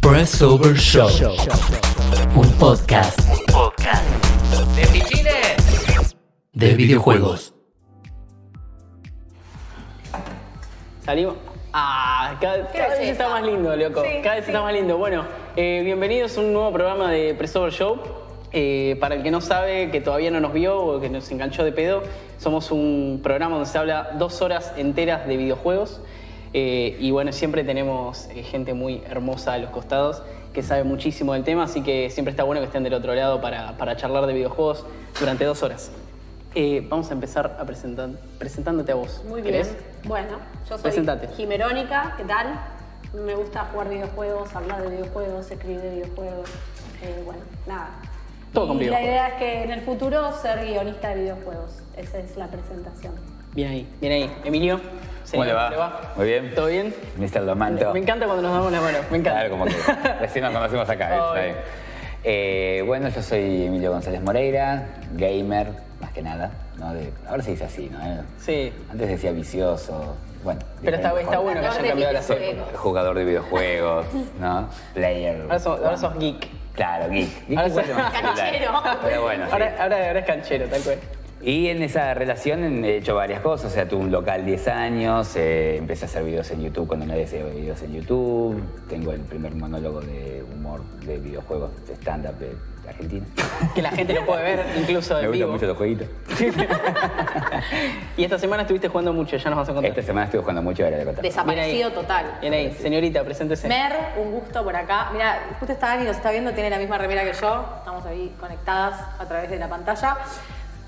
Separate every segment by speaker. Speaker 1: Crossover Show. Un podcast
Speaker 2: ¡De pichines!
Speaker 1: de videojuegos.
Speaker 3: Salimos. Ah, cada, cada
Speaker 4: es
Speaker 3: vez está
Speaker 4: esa?
Speaker 3: más lindo, loco.
Speaker 4: Sí,
Speaker 3: cada vez está más lindo. Bueno, eh, bienvenidos a un nuevo programa de Presover Show. Eh, para el que no sabe, que todavía no nos vio o que nos enganchó de pedo, somos un programa donde se habla dos horas enteras de videojuegos. Eh, y bueno, siempre tenemos eh, gente muy hermosa a los costados que sabe muchísimo del tema, así que siempre está bueno que estén del otro lado para, para charlar de videojuegos durante dos horas. Eh, vamos a empezar a presentar, presentándote a vos.
Speaker 4: Muy bien.
Speaker 3: ¿Querés?
Speaker 4: Bueno, yo soy
Speaker 3: Presentate.
Speaker 4: Jimerónica, ¿qué tal? Me gusta jugar videojuegos, hablar de videojuegos, escribir de videojuegos. eh, bueno, nada.
Speaker 3: Todo con
Speaker 4: y la
Speaker 3: videojuegos.
Speaker 4: idea es que en el futuro ser guionista de videojuegos. Esa es la presentación.
Speaker 3: Bien ahí, bien ahí. Emilio,
Speaker 5: ¿Cómo
Speaker 3: señor,
Speaker 5: le va? Muy bien.
Speaker 3: ¿Todo bien?
Speaker 5: Mr. Lomanto.
Speaker 3: Me encanta cuando nos damos la mano, me encanta.
Speaker 5: Claro, como que recién nos conocimos acá. ¿eh? Está
Speaker 3: Obvio.
Speaker 5: bien. Eh, bueno, yo soy Emilio González Moreira, gamer, más que nada. ¿no? De- ahora se dice así, ¿no? Eh,
Speaker 3: Sí,
Speaker 5: Antes decía vicioso, bueno.
Speaker 3: Pero está,
Speaker 5: diferente
Speaker 3: está bueno
Speaker 5: forma.
Speaker 3: que hayan
Speaker 4: Jugador de
Speaker 3: cambiado las
Speaker 4: videojuegos.
Speaker 5: Jugador de videojuegos, ¿no? Player.
Speaker 3: Ahora sos, ahora sos geek.
Speaker 5: Claro, geek.
Speaker 3: Ahora
Speaker 5: Geek igual
Speaker 3: sos-
Speaker 5: se llama celular.
Speaker 4: Canchero.
Speaker 5: Pero bueno. sí.
Speaker 3: Ahora, ahora, ahora es canchero, tal cual.
Speaker 5: Y en esa relación he hecho varias cosas, o sea, tuve un local 10 años, eh, empecé a hacer videos en YouTube cuando nadie hacía videos en YouTube, tengo el primer monólogo de humor de videojuegos de stand-up de Argentina.
Speaker 3: Que la gente lo puede ver incluso
Speaker 5: Me
Speaker 3: en
Speaker 5: gustan
Speaker 3: vivo.
Speaker 5: mucho los jueguitos.
Speaker 3: Y esta semana estuviste jugando mucho, ya nos vas a contar.
Speaker 5: Esta semana estuve jugando mucho, ahora de contar.
Speaker 3: Bien
Speaker 4: Desaparecido
Speaker 3: ahí.
Speaker 4: total.
Speaker 3: Bien ahí, señorita, preséntese.
Speaker 4: Mer, un gusto por acá. Mira, justo está Dani, nos está viendo, tiene la misma remera que yo. Estamos ahí conectadas a través de la pantalla.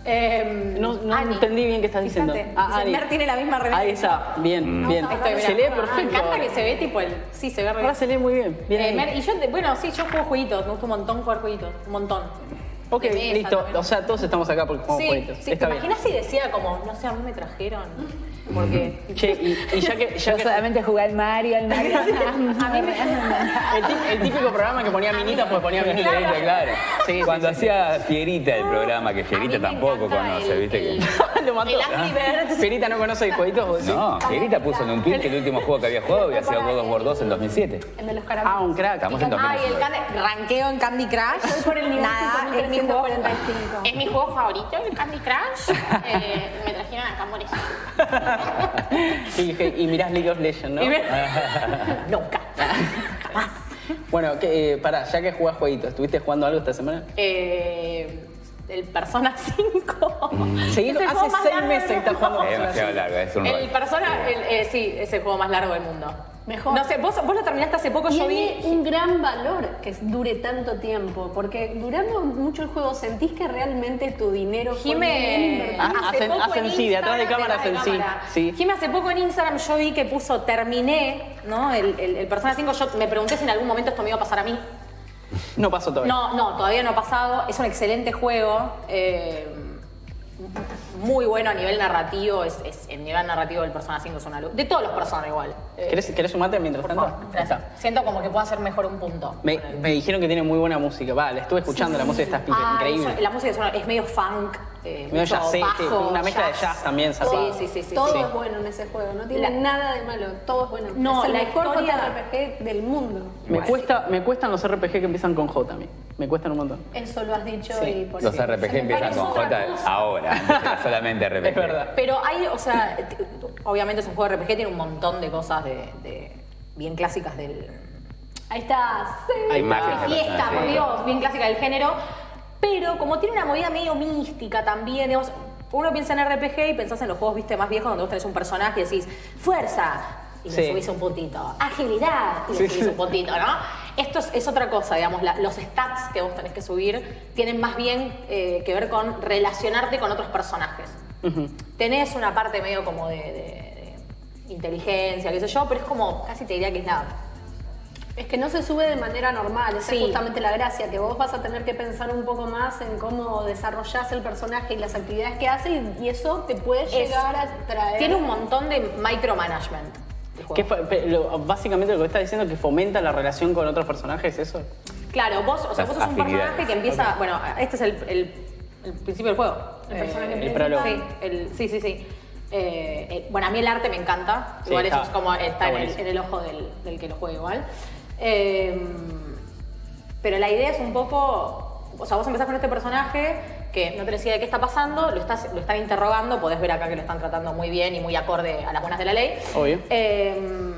Speaker 4: Eh,
Speaker 3: No, no
Speaker 4: Ani.
Speaker 3: entendí bien qué estás diciendo.
Speaker 4: Fíjate,
Speaker 3: Ah,
Speaker 4: dice,
Speaker 3: Ani.
Speaker 4: Mer tiene la misma remera.
Speaker 3: Ahí
Speaker 4: que yo.
Speaker 3: está, bien,
Speaker 4: Vamos
Speaker 3: bien.
Speaker 4: a buscar,
Speaker 3: se lee
Speaker 4: mirá.
Speaker 3: perfecto.
Speaker 4: Me encanta que se ve tipo el. Sí, se ve re
Speaker 3: Ahora se lee muy bien. bien
Speaker 4: Eh,
Speaker 3: ahí.
Speaker 4: Mer, y yo, te- bueno, sí, yo juego jueguitos, me gusta un montón jugar jueguitos, un montón.
Speaker 3: Ok,
Speaker 4: De mesa
Speaker 3: listo.
Speaker 4: también.
Speaker 3: O sea, todos estamos acá porque jugamos
Speaker 4: sí,
Speaker 3: jueguitos.
Speaker 4: sí, ¿te
Speaker 3: Está bien.
Speaker 4: imaginas si decía como, no sé, a mí me trajeron? Porque.
Speaker 3: Che, y, y ya que. Ya
Speaker 6: Yo
Speaker 3: que
Speaker 6: solamente jugué al Mario, al Mario.
Speaker 4: A mí me.
Speaker 3: el, tí- el típico programa que ponía minita, pues ponía minita.
Speaker 5: Claro, claro.
Speaker 3: Sí, sí,
Speaker 5: Cuando
Speaker 3: sí,
Speaker 5: hacía Fierita el programa, que Fierita tampoco conoce, ¿viste? que-
Speaker 3: Lo mató.
Speaker 4: El Angry Birds.
Speaker 3: Perita no conoce jueguitos. vos decís?
Speaker 5: No, Fierita puso en un tweet que el último juego que había jugado había sido God of War 2 en 2007.
Speaker 4: El de los
Speaker 3: Ah, un
Speaker 4: caramelos.
Speaker 3: crack.
Speaker 5: Estamos en
Speaker 7: Ay, el
Speaker 5: 2007.
Speaker 7: Candy- ranqueo en Candy Crush.
Speaker 4: Voy por el nivel
Speaker 7: Nada, es mi juego.
Speaker 4: 5345.
Speaker 7: Es mi juego favorito, el Candy Crush. Eh, me trajeron acá a morir.
Speaker 3: y, dije, y mirás League of Legends, ¿no? Ah.
Speaker 4: Nunca.
Speaker 3: Bueno, que, eh, pará, ya que jugás jueguitos, ¿estuviste jugando algo esta semana?
Speaker 4: Eh, el Persona 5.
Speaker 3: Seguís,
Speaker 4: Es
Speaker 3: hace
Speaker 4: el juego más
Speaker 3: seis
Speaker 4: largo
Speaker 3: meses que
Speaker 4: del
Speaker 3: estás jugando.
Speaker 5: Es
Speaker 4: mundo.
Speaker 5: demasiado largo, es un
Speaker 4: El
Speaker 5: rol.
Speaker 4: Persona, el, eh, sí, es el juego más largo del mundo.
Speaker 8: Mejor.
Speaker 4: No sé, vos, vos lo terminaste hace poco, yo vi.
Speaker 8: Tiene un gran valor que dure tanto tiempo, porque durando mucho el juego sentís que realmente tu dinero fue bien
Speaker 4: Jime,
Speaker 8: invertido.
Speaker 3: Ah, hacen- hacen
Speaker 4: en
Speaker 3: sí, de atrás de
Speaker 4: Instagram,
Speaker 3: cámara hacen sí,
Speaker 4: cámara.
Speaker 3: sí.
Speaker 4: Jime, hace poco en Instagram yo vi que puso terminé, ¿no? El, el- el Persona 5, yo me pregunté si en algún momento esto me iba a pasar a mí.
Speaker 3: No pasó todavía.
Speaker 4: No, no, todavía no ha pasado. Es un excelente juego. eh, muy bueno a nivel narrativo. Es, es- el nivel narrativo del Persona 5 es una luz. De todos los Persona igual. Eh,
Speaker 3: ¿Querés, ¿Querés sumarte mientras
Speaker 4: por
Speaker 3: tanto?
Speaker 4: favor, gracias.
Speaker 3: Ahí está.
Speaker 4: Siento como que puedo hacer mejor un punto.
Speaker 3: Me, me dijeron que tiene muy buena música. Va, la estuve escuchando, la música está
Speaker 4: Ah,
Speaker 3: increíble.
Speaker 4: eso- la música es, una- es medio funk, eh,
Speaker 3: Medio
Speaker 4: mucho
Speaker 3: jazzete,
Speaker 4: bajo,
Speaker 3: una mezcla de jazz también, zarpado.
Speaker 4: Sí, sí, sí, sí.
Speaker 8: todo
Speaker 4: sí.
Speaker 8: es bueno en ese juego, no tiene
Speaker 4: La-
Speaker 8: nada de malo, todo es bueno.
Speaker 4: No,
Speaker 8: es el
Speaker 4: la
Speaker 8: mejor
Speaker 4: historia-
Speaker 8: JRPG del mundo.
Speaker 3: Me, cuesta, me cuestan los RPG que empiezan con J a mí. Me cuestan un montón.
Speaker 8: Eso lo has dicho y por
Speaker 5: Los
Speaker 8: eso.
Speaker 5: RPG empiezan con J ahora, antes era solamente RPG.
Speaker 3: Es verdad.
Speaker 4: Pero hay, o sea, t- obviamente es un juego de RPG, tiene un montón de cosas de, de- bien clásicas del.
Speaker 8: Ahí está. sí.
Speaker 3: Hay
Speaker 5: imágenes
Speaker 3: imágenes.
Speaker 5: de personas,
Speaker 4: Fiesta, por
Speaker 5: sí.
Speaker 4: Dios, bien clásica del género. Pero como tiene una movida medio mística también, digamos, uno piensa en RPG y pensás en los juegos, viste, más viejos, donde vos tenés un personaje y decís, fuerza, y le
Speaker 3: Sí.
Speaker 4: subís un puntito, agilidad, y le
Speaker 3: Sí,
Speaker 4: subís
Speaker 3: sí.
Speaker 4: un puntito, ¿no? Esto es, es otra cosa, digamos, la- los stats que vos tenés que subir tienen más bien eh, que ver con relacionarte con otros personajes. Tenés una parte medio como de, de- de inteligencia, qué sé yo, pero es como, casi te diría que es nada.
Speaker 8: Es que no se sube de manera normal, esa
Speaker 4: Sí.
Speaker 8: es justamente la gracia, que vos vas a tener que pensar un poco más en cómo desarrollás el personaje y las actividades que hace y, y eso te puede
Speaker 4: Es-
Speaker 8: llegar a traer...
Speaker 4: Tiene un montón de micromanagement. el juego.
Speaker 3: ¿Qué fue- pe- lo- básicamente lo que estás diciendo es que fomenta la relación con otros personajes, ¿eso?
Speaker 4: Claro, vos, o sea,
Speaker 5: Las
Speaker 4: vos sos un
Speaker 5: afinidades.
Speaker 4: personaje que empieza. Bueno, este es el, el- el principio del juego.
Speaker 8: El personaje
Speaker 4: el
Speaker 8: principal.
Speaker 3: prólogo.
Speaker 4: Sí, el- sí, sí. sí. Eh, eh, bueno, a mí el arte me encanta.
Speaker 3: Sí,
Speaker 4: Igual
Speaker 3: está-
Speaker 4: eso es como
Speaker 3: está
Speaker 4: está en el,
Speaker 3: buenísimo.
Speaker 4: en el ojo del, del que lo juega igual. Eh, pero la idea es un poco. O sea, vos empezás con este personaje que no tenés idea de qué está pasando, lo, estás, lo están interrogando, podés ver acá que lo están tratando muy bien y muy acorde a las buenas de la ley.
Speaker 3: Obvio.
Speaker 4: Eh,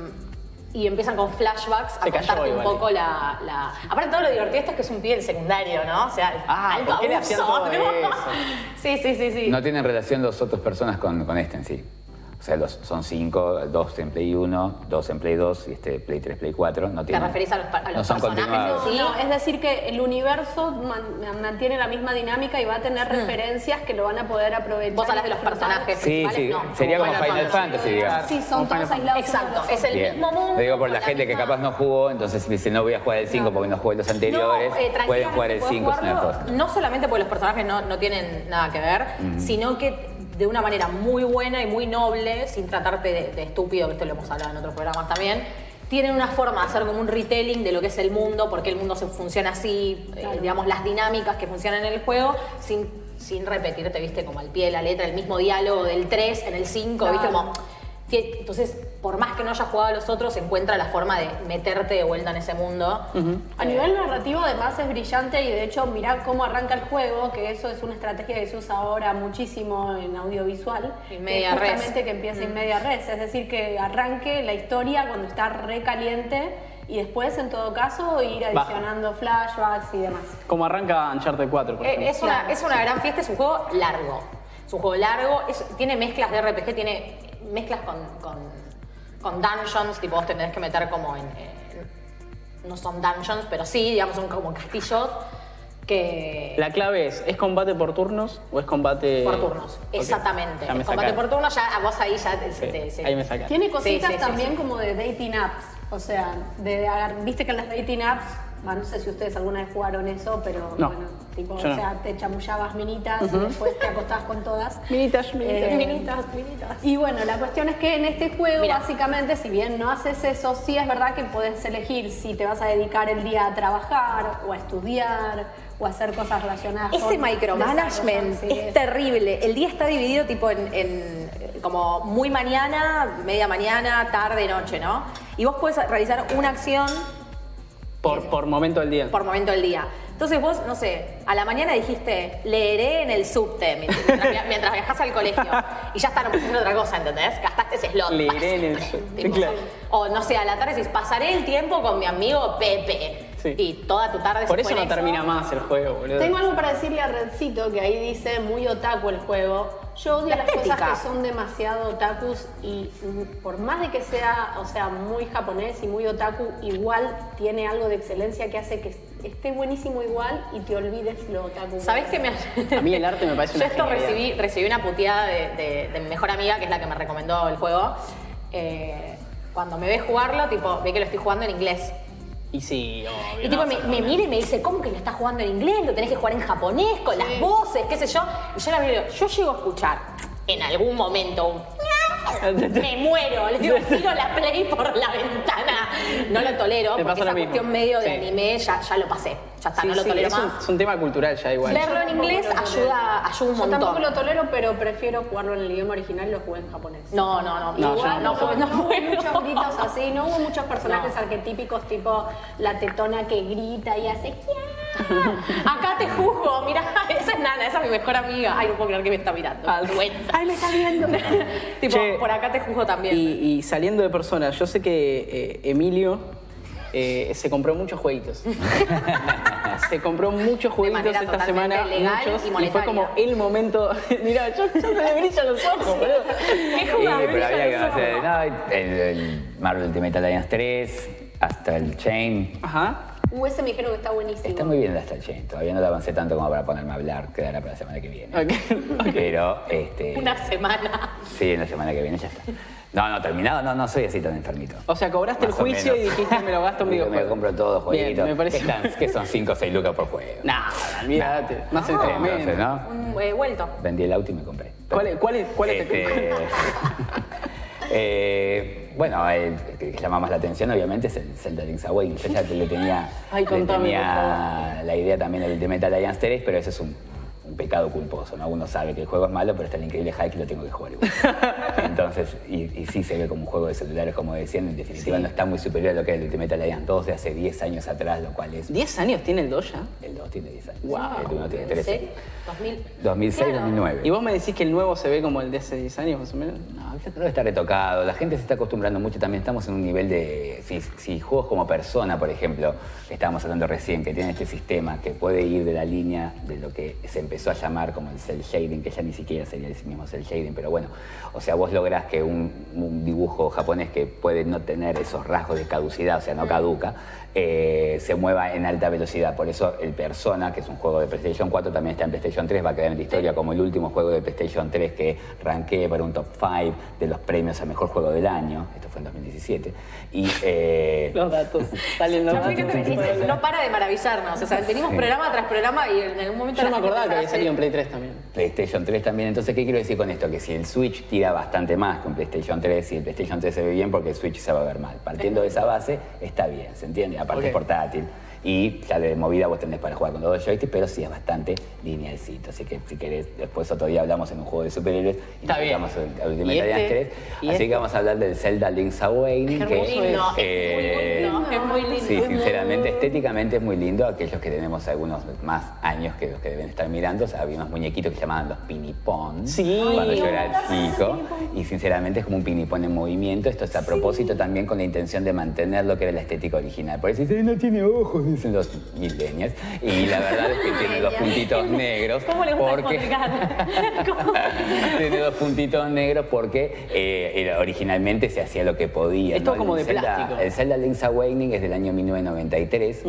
Speaker 4: y empiezan con flashbacks a
Speaker 3: Se cayó
Speaker 4: contarte
Speaker 3: hoy,
Speaker 4: un
Speaker 3: vale.
Speaker 4: poco la, la- Aparte, todo lo divertido de esto es que es un pibe del secundario, ¿no? O sea,
Speaker 3: Ah,
Speaker 4: alto
Speaker 3: ¿por qué le hacían
Speaker 4: abuso,
Speaker 3: todo
Speaker 4: ¿no?
Speaker 3: eso?
Speaker 4: Sí, sí, sí, sí.
Speaker 5: No tienen relación los otros personas con, con este en sí. O sea, los, son cinco, dos en Play 1, dos en Play 2 y este Play 3, Play 4. No
Speaker 4: ¿Te
Speaker 5: tienen,
Speaker 4: referís a los, pa- a
Speaker 5: no
Speaker 4: los
Speaker 5: son
Speaker 4: personajes?
Speaker 5: continuados.
Speaker 4: en sí?
Speaker 8: No, es decir, que el universo man- mantiene la misma dinámica y va a tener referencias que lo van a poder aprovechar.
Speaker 4: Hmm. Vos hablas de los
Speaker 8: y disfrutar.
Speaker 4: personajes
Speaker 5: Sí,
Speaker 4: principales,
Speaker 5: sí,
Speaker 4: no.
Speaker 5: sería como Final, Fantasy, digamos.
Speaker 8: Sí, son todos aislados.
Speaker 4: Exacto,
Speaker 8: uno de los
Speaker 4: es el
Speaker 5: Bien.
Speaker 4: mismo mundo.
Speaker 5: Lo digo por la
Speaker 4: con
Speaker 5: gente que
Speaker 4: misma-
Speaker 5: capaz no jugó, entonces dice, no voy a jugar el 5 porque no jugué los anteriores.
Speaker 4: No, eh, tranquilamente
Speaker 5: Pueden jugar el
Speaker 4: podés
Speaker 5: 5, es una
Speaker 4: jugarlo,
Speaker 5: cosa.
Speaker 4: No solamente porque los personajes no, no tienen nada que ver, sino que de una manera muy buena y muy noble, sin tratarte de, de estúpido, que esto lo hemos hablado en otros programas también, tienen una forma de hacer como un retelling de lo que es el mundo, por qué el mundo se funciona así, eh, digamos, las dinámicas que funcionan en el juego, sin, sin repetirte, viste, como al pie de la letra, el mismo diálogo del 3 en el 5, viste,
Speaker 8: Claro.
Speaker 4: como... Tie- Entonces, por más que no hayas jugado a los otros, encuentra la forma de meterte de vuelta en ese mundo.
Speaker 8: A nivel narrativo además es brillante y de hecho mirá cómo arranca el juego, que eso es una estrategia que se usa ahora muchísimo en audiovisual.
Speaker 4: Y
Speaker 8: que es
Speaker 4: media res. Mm.
Speaker 8: justamente que empieza en media res, es decir, que arranque la historia cuando está recaliente y después en todo caso ir
Speaker 3: Baja.
Speaker 8: adicionando flashbacks y demás.
Speaker 3: Como arranca Uncharted 4, por ejemplo.
Speaker 4: Eh, Es una, es una gran fiesta, es un juego largo. Es un juego largo, es- tiene mezclas de RPG, tiene mezclas con, con- con dungeons, tipo vos te tenés que meter como en, en- No son dungeons, pero sí, digamos, son como castillos que...
Speaker 3: La clave es, ¿es combate por turnos o es combate...?
Speaker 4: por turnos,
Speaker 3: Ok,
Speaker 4: exactamente.
Speaker 3: ya me
Speaker 4: El combate
Speaker 3: sacaron.
Speaker 4: por turnos, ya a vos ahí ya te- se
Speaker 3: Ok,
Speaker 4: te- se-
Speaker 3: Ahí me sacan.
Speaker 8: Tiene cositas
Speaker 4: Sí, sí, sí,
Speaker 8: también
Speaker 4: sí.
Speaker 8: como de dating apps, o sea, de, agar- viste que en las dating apps, bah, no sé si ustedes alguna vez jugaron eso, pero
Speaker 3: No,
Speaker 8: bueno, tipo, o
Speaker 3: yo no.
Speaker 8: sea, te chamullabas minitas y después te acostabas con todas. Eh,
Speaker 3: Minitas, minitas.
Speaker 8: minitas, minitas. Y bueno, la cuestión es que en este juego,
Speaker 4: Mira.
Speaker 8: básicamente, si bien no haces eso, sí es verdad que puedes elegir si te vas a dedicar el día a trabajar o a estudiar o a hacer cosas relacionadas
Speaker 4: Ese
Speaker 8: con
Speaker 4: micromanagement
Speaker 8: desarrollo, sí,
Speaker 4: es terrible. El día está dividido tipo en, en, eh, como muy mañana, media mañana, tarde, noche, ¿no? Y vos podés realizar una acción
Speaker 3: Por, por momento del día.
Speaker 4: por momento del día. Entonces vos, no sé, a la mañana dijiste, leeré en el subte mientras, via- mientras viajas al colegio. Y ya está, no puedes hacer otra cosa, ¿entendés? Gastaste ese slot.
Speaker 3: Leeré
Speaker 4: para
Speaker 3: en el
Speaker 4: siempre,
Speaker 3: subte,
Speaker 4: tipo.
Speaker 3: claro.
Speaker 4: O no sé, a la tarde decís, pasaré el tiempo con mi amigo Pepe.
Speaker 3: Sí.
Speaker 4: Y toda tu tarde se
Speaker 3: Por
Speaker 4: fue
Speaker 3: eso
Speaker 4: en
Speaker 3: no termina más el juego, boludo.
Speaker 8: Tengo algo para decirle a Redcito, que ahí dice muy otaku el juego. Yo odio
Speaker 4: La
Speaker 8: las
Speaker 4: estética.
Speaker 8: cosas que son demasiado otakus y mm, por más de que sea, o sea, muy japonés y muy otaku, igual tiene algo de excelencia que hace que esté buenísimo igual y te olvides lo otaku.
Speaker 4: ¿Sabes qué me
Speaker 3: A mí el arte me parece
Speaker 4: Yo
Speaker 3: una
Speaker 4: esto
Speaker 3: genialidad.
Speaker 4: recibí, recibí una puteada de, de- de mi mejor amiga, que es la que me recomendó el juego. Eh, cuando me ve jugarlo, tipo, ve que lo estoy jugando en inglés.
Speaker 3: Y sí, obvio.
Speaker 4: Y
Speaker 3: no
Speaker 4: tipo,
Speaker 3: vas
Speaker 4: me,
Speaker 3: a
Speaker 4: me
Speaker 3: poner.
Speaker 4: mira y me dice, ¿cómo que lo estás jugando en inglés? Lo tenés que jugar en japonés, con las voces, qué sé yo. Y yo la miro, y digo, yo llego a escuchar en algún momento un... Me muero, le digo, tiro la play por la ventana. No lo tolero,
Speaker 3: Me
Speaker 4: porque
Speaker 3: pasa
Speaker 4: esa
Speaker 3: lo mismo.
Speaker 4: cuestión medio de
Speaker 3: Sí.
Speaker 4: anime ya, ya lo pasé. Ya está,
Speaker 3: Sí,
Speaker 4: no lo
Speaker 3: sí,
Speaker 4: tolero
Speaker 3: es un,
Speaker 4: más.
Speaker 3: es un tema cultural ya igual.
Speaker 4: Verlo en
Speaker 8: tampoco
Speaker 4: inglés
Speaker 8: lo tolero.
Speaker 4: ayuda, ayuda un
Speaker 8: Yo
Speaker 4: montón.
Speaker 8: tampoco lo tolero, pero prefiero jugarlo en el idioma original y lo jugué en japonés.
Speaker 4: No, no, no.
Speaker 3: No,
Speaker 4: igual
Speaker 3: yo
Speaker 4: no, puedo, no,
Speaker 8: hubo
Speaker 4: puedo.
Speaker 8: muchos gritos así, no hubo muchos personajes
Speaker 4: No.
Speaker 8: arquetípicos tipo la tetona que grita y hace
Speaker 4: Acá te juzgo, mira, esa es Nana, esa es mi mejor amiga. Ay, no puedo creer que me está mirando.
Speaker 3: Ah,
Speaker 4: Vergüenza. Ay, me está viendo. tipo,
Speaker 3: Che.
Speaker 4: por acá te juzgo también.
Speaker 3: Y, y saliendo de personas, yo sé que eh, Emilio eh, se compró muchos jueguitos. se compró muchos jueguitos
Speaker 4: manera
Speaker 3: esta
Speaker 4: totalmente
Speaker 3: semana.
Speaker 4: legal
Speaker 3: muchos,
Speaker 4: y
Speaker 3: fue como
Speaker 4: monetaria.
Speaker 3: el momento. Mira, yo, yo se me brillan los ojos, boludo.
Speaker 4: Qué
Speaker 5: Sí,
Speaker 4: jugable,
Speaker 5: pero había que
Speaker 4: ya lo
Speaker 5: hacer.
Speaker 4: somos.
Speaker 5: No, el, el Marvel Ultimate Alliance 3, hasta el Chain.
Speaker 3: Ajá.
Speaker 8: Uh, ese me creo que está buenísimo.
Speaker 5: Está muy bien hasta el Chain. Todavía no lo avancé tanto como para ponerme a hablar. Quedará para la semana que viene.
Speaker 3: Ok.
Speaker 5: Pero, este.
Speaker 4: Una semana.
Speaker 5: Sí, en la semana que viene ya está. No, no, terminado. No, no soy así tan enfermito.
Speaker 3: O sea, cobraste
Speaker 5: Más
Speaker 3: el
Speaker 5: o
Speaker 3: juicio y
Speaker 5: menos.
Speaker 3: dijiste, me lo gasto en videojuegos.
Speaker 5: Me compro todo, jueguito.
Speaker 3: Bien, me parece.
Speaker 5: Que son 5 o 6 lucas por juego.
Speaker 3: Nah, olvídate. No, hace tremendo.
Speaker 5: Entonces, ¿no?
Speaker 4: Un eh, vuelto.
Speaker 5: Vendí el auto y me compré.
Speaker 3: ¿Cuál es- cuál es- cuál es-
Speaker 5: Este, eh, bueno, el que llama más la atención obviamente es el Zelda Link's Awakening. Yo ya te- le tenía,
Speaker 3: Ay,
Speaker 5: le
Speaker 3: contame,
Speaker 5: tenía la idea también del Ultimate Alliance 3, pero ese es un, un pecado culposo, ¿no? Uno sabe que el juego es malo, pero está el increíble hack y lo tengo que jugar igual. Entonces, y, y sí se ve como un juego de celulares, como decían, en definitiva no está muy superior a lo que era el Ultimate Alliance 2 de hace 10 años atrás, lo cual es...
Speaker 3: 10 años tiene el Doja.
Speaker 5: El 2 tiene 10 años.
Speaker 4: Wow.
Speaker 5: El 1 tiene 13.
Speaker 4: 2000.
Speaker 5: 2006,
Speaker 4: Claro.
Speaker 5: 2009.
Speaker 3: ¿Y vos me decís que el nuevo se ve como el de hace 10 años más o menos?
Speaker 5: No, yo creo que está retocado. La gente se está acostumbrando mucho. También estamos en un nivel de. Si, si juegos como Persona, por ejemplo, que estábamos hablando recién, que tiene este sistema que puede ir de la línea de lo que se empezó a llamar como el cel shading, que ya ni siquiera sería el mismo cel shading, pero bueno. O sea, vos lográs que un, un dibujo japonés que puede no tener esos rasgos de caducidad, o sea, no caduca, eh, se mueva en alta velocidad. Por eso el Persona, que es un juego de PlayStation 4, también está en PlayStation 3, va a quedar en la historia como el último juego de PlayStation 3 que ranqué para un top 5 de los premios a mejor juego del año. Esto fue en 2017. Y. eh,
Speaker 3: Los datos salen los
Speaker 4: Ya sé que
Speaker 3: datos.
Speaker 4: te- No para de maravillarnos. O sea, venimos programa tras programa y en algún momento.
Speaker 3: Yo no me
Speaker 4: la gente
Speaker 3: acordaba que había
Speaker 4: empezaba a
Speaker 3: salido en
Speaker 4: hacer-
Speaker 3: Play 3 también.
Speaker 5: PlayStation 3 también. Entonces, ¿qué quiero decir con esto? Que si el Switch tira bastante más que un PlayStation 3 y el PlayStation 3 se ve bien porque el Switch se va a ver mal. Partiendo de esa base, está bien, ¿se entiende? Aparte es
Speaker 3: Ok.
Speaker 5: portátil. Y ya de movida vos tenés para jugar con los dos joysticks, pero sí es bastante linealcito. Así que si querés, después otro día hablamos en un juego de superhéroes y
Speaker 3: Está bien.
Speaker 5: nos dedicamos al Ultimate
Speaker 3: ¿Y este?
Speaker 5: Alliance 3.
Speaker 3: ¿Y
Speaker 5: Así
Speaker 3: este?
Speaker 5: que vamos a hablar del Zelda Link's Awakening.
Speaker 3: Qué
Speaker 5: que
Speaker 3: hermoso es.
Speaker 4: No, es muy
Speaker 5: eh,
Speaker 4: lindo, es muy lindo.
Speaker 5: Sí, sinceramente, estéticamente es muy lindo. Aquellos que tenemos algunos más años que los que deben estar mirando, o sea, había unos muñequitos que se llamaban los pinipón.
Speaker 3: Sí.
Speaker 5: Cuando yo era chico. Y sinceramente es como un pinipón en movimiento. Esto está a propósito también con la intención de mantener lo que era la estética original. Por eso dicen, no tiene ojos, dicen los milenios. Y la verdad es que tiene dos puntitos negros.
Speaker 4: ¿Cómo le gusta
Speaker 5: porque-
Speaker 4: despotricar? ¿Cómo?
Speaker 5: tiene dos puntitos negros porque eh, era- originalmente se hacía lo que podía.
Speaker 3: Esto
Speaker 5: ¿no?
Speaker 3: como
Speaker 5: El
Speaker 3: de
Speaker 5: Zelda-
Speaker 3: plástico.
Speaker 5: El Zelda Link's Awakening es del año 1993.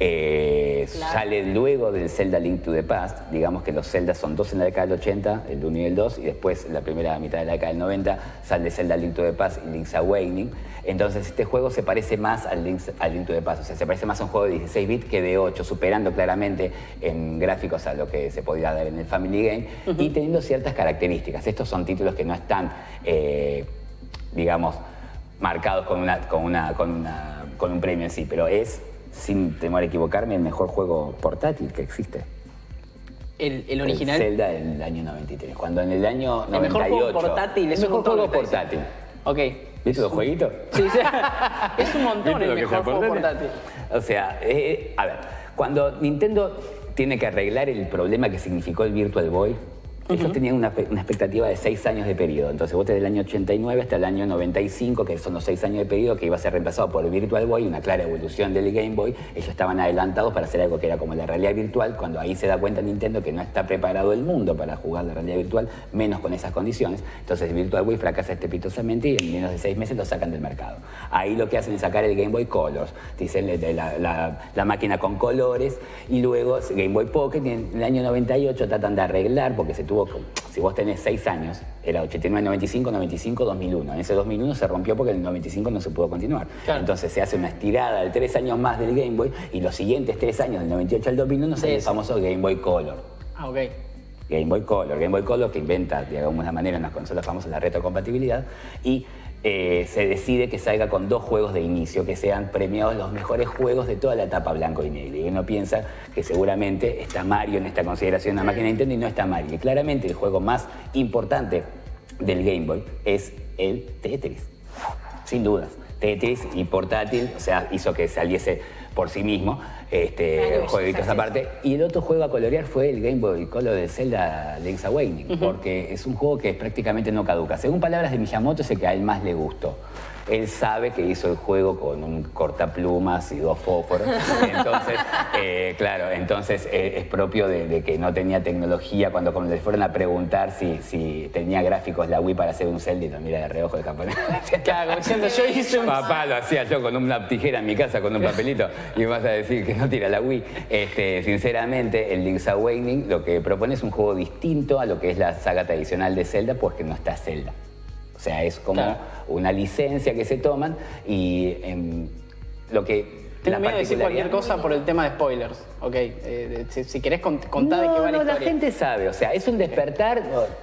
Speaker 5: Eh, Sale luego del Zelda Link to the Past. Digamos que los Zeldas son dos en la década del 80, el 1 y el 2, y después en la primera mitad de la década del 90 sale Zelda Link to the Past y Link's Awakening. Entonces este juego se parece más al, Link's- al Link to the Past, o sea, se parece más a un juego de 16 bits que de 8, superando claramente en gráficos a lo que se podía dar en el Family Game y teniendo ciertas características. Estos son títulos que no están... eh, digamos, marcados con, una, con, una, con, una- con un premio en sí, pero es, sin temor a equivocarme, el mejor juego portátil que existe.
Speaker 3: El, el original.
Speaker 5: El Zelda del año 93, cuando en el año 98...
Speaker 3: El mejor juego portátil, es
Speaker 5: El
Speaker 3: un
Speaker 5: mejor
Speaker 3: montón
Speaker 5: juego
Speaker 3: lo que está
Speaker 5: portátil.
Speaker 3: diciendo. Ok.
Speaker 5: ¿Viste los jueguitos?
Speaker 3: Sí, sí. es un montón
Speaker 5: ¿Viste
Speaker 3: el
Speaker 5: lo que es
Speaker 3: mejor juego portátil.
Speaker 5: O sea, eh, a ver, cuando Nintendo tiene que arreglar el problema que significó el Virtual Boy, ellos tenían una, pe- una expectativa de seis años de periodo. Entonces vos desde el año 89 hasta el año 95, que son los seis años de periodo, que iba a ser reemplazado por el Virtual Boy, una clara evolución del Game Boy, ellos estaban adelantados para hacer algo que era como la realidad virtual, cuando ahí se da cuenta Nintendo que no está preparado el mundo para jugar la realidad virtual, menos con esas condiciones. Entonces el Virtual Boy fracasa estrepitosamente y en menos de seis meses lo sacan del mercado. Ahí lo que hacen es sacar el Game Boy Colors, dicen eh, de la, la- la máquina con colores, y luego es Game Boy Pocket, y en el año 98 tratan de arreglar, porque se tuvo, que- si vos tenés seis años, era 89, 95, 95, 2001. En ese 2001 se rompió porque en el 95 no se pudo continuar.
Speaker 3: Claro.
Speaker 5: Entonces se hace una estirada de tres años más del Game Boy, y los siguientes tres años, del 98 al 2001, sale el famoso Game Boy Color.
Speaker 3: Ah, ok.
Speaker 5: Game Boy Color, Game Boy Color que inventa de alguna manera en las consolas famosas la retrocompatibilidad y eh, se decide que salga con dos juegos de inicio que sean premiados los mejores juegos de toda la etapa blanco y negro. Y uno piensa que seguramente está Mario en esta consideración en la máquina de Nintendo y no está Mario. Y claramente el juego más importante del Game Boy es el Tetris sin dudas. Tetris y portátil, o sea, hizo que saliese por sí mismo, este,
Speaker 4: Claro,
Speaker 5: jueguitos
Speaker 4: sí, sí.
Speaker 5: aparte. Y el otro juego a colorear fue el Game Boy Color de Zelda Link's Awakening, porque es un juego que prácticamente no caduca. Según palabras de Miyamoto, es el que a él más le gustó. Él sabe que hizo el juego con un cortaplumas y dos fósforos. Entonces, eh, claro, entonces eh, es propio de, de que no tenía tecnología. Cuando, cuando le fueron a preguntar si, si tenía gráficos la Wii para hacer un Zelda y lo mira de reojo el japonés.
Speaker 3: Claro, como diciendo, yo hice un.
Speaker 5: Papá lo hacía yo con una tijera en mi casa, con un papelito, y me vas a decir que no tira la Wii. Este, sinceramente, el Link's Awakening lo que propone es un juego distinto a lo que es la saga tradicional de Zelda, porque no está Zelda. O sea, es como
Speaker 3: Claro.
Speaker 5: una licencia que se toman y em, lo que...
Speaker 3: Tengo miedo de decir
Speaker 5: particularidad-
Speaker 3: cualquier cosa por el tema de spoilers. Ok. eh, si, si querés cont- contar de qué va la
Speaker 5: no,
Speaker 3: historia.
Speaker 5: la gente sabe, o sea, es un despertar,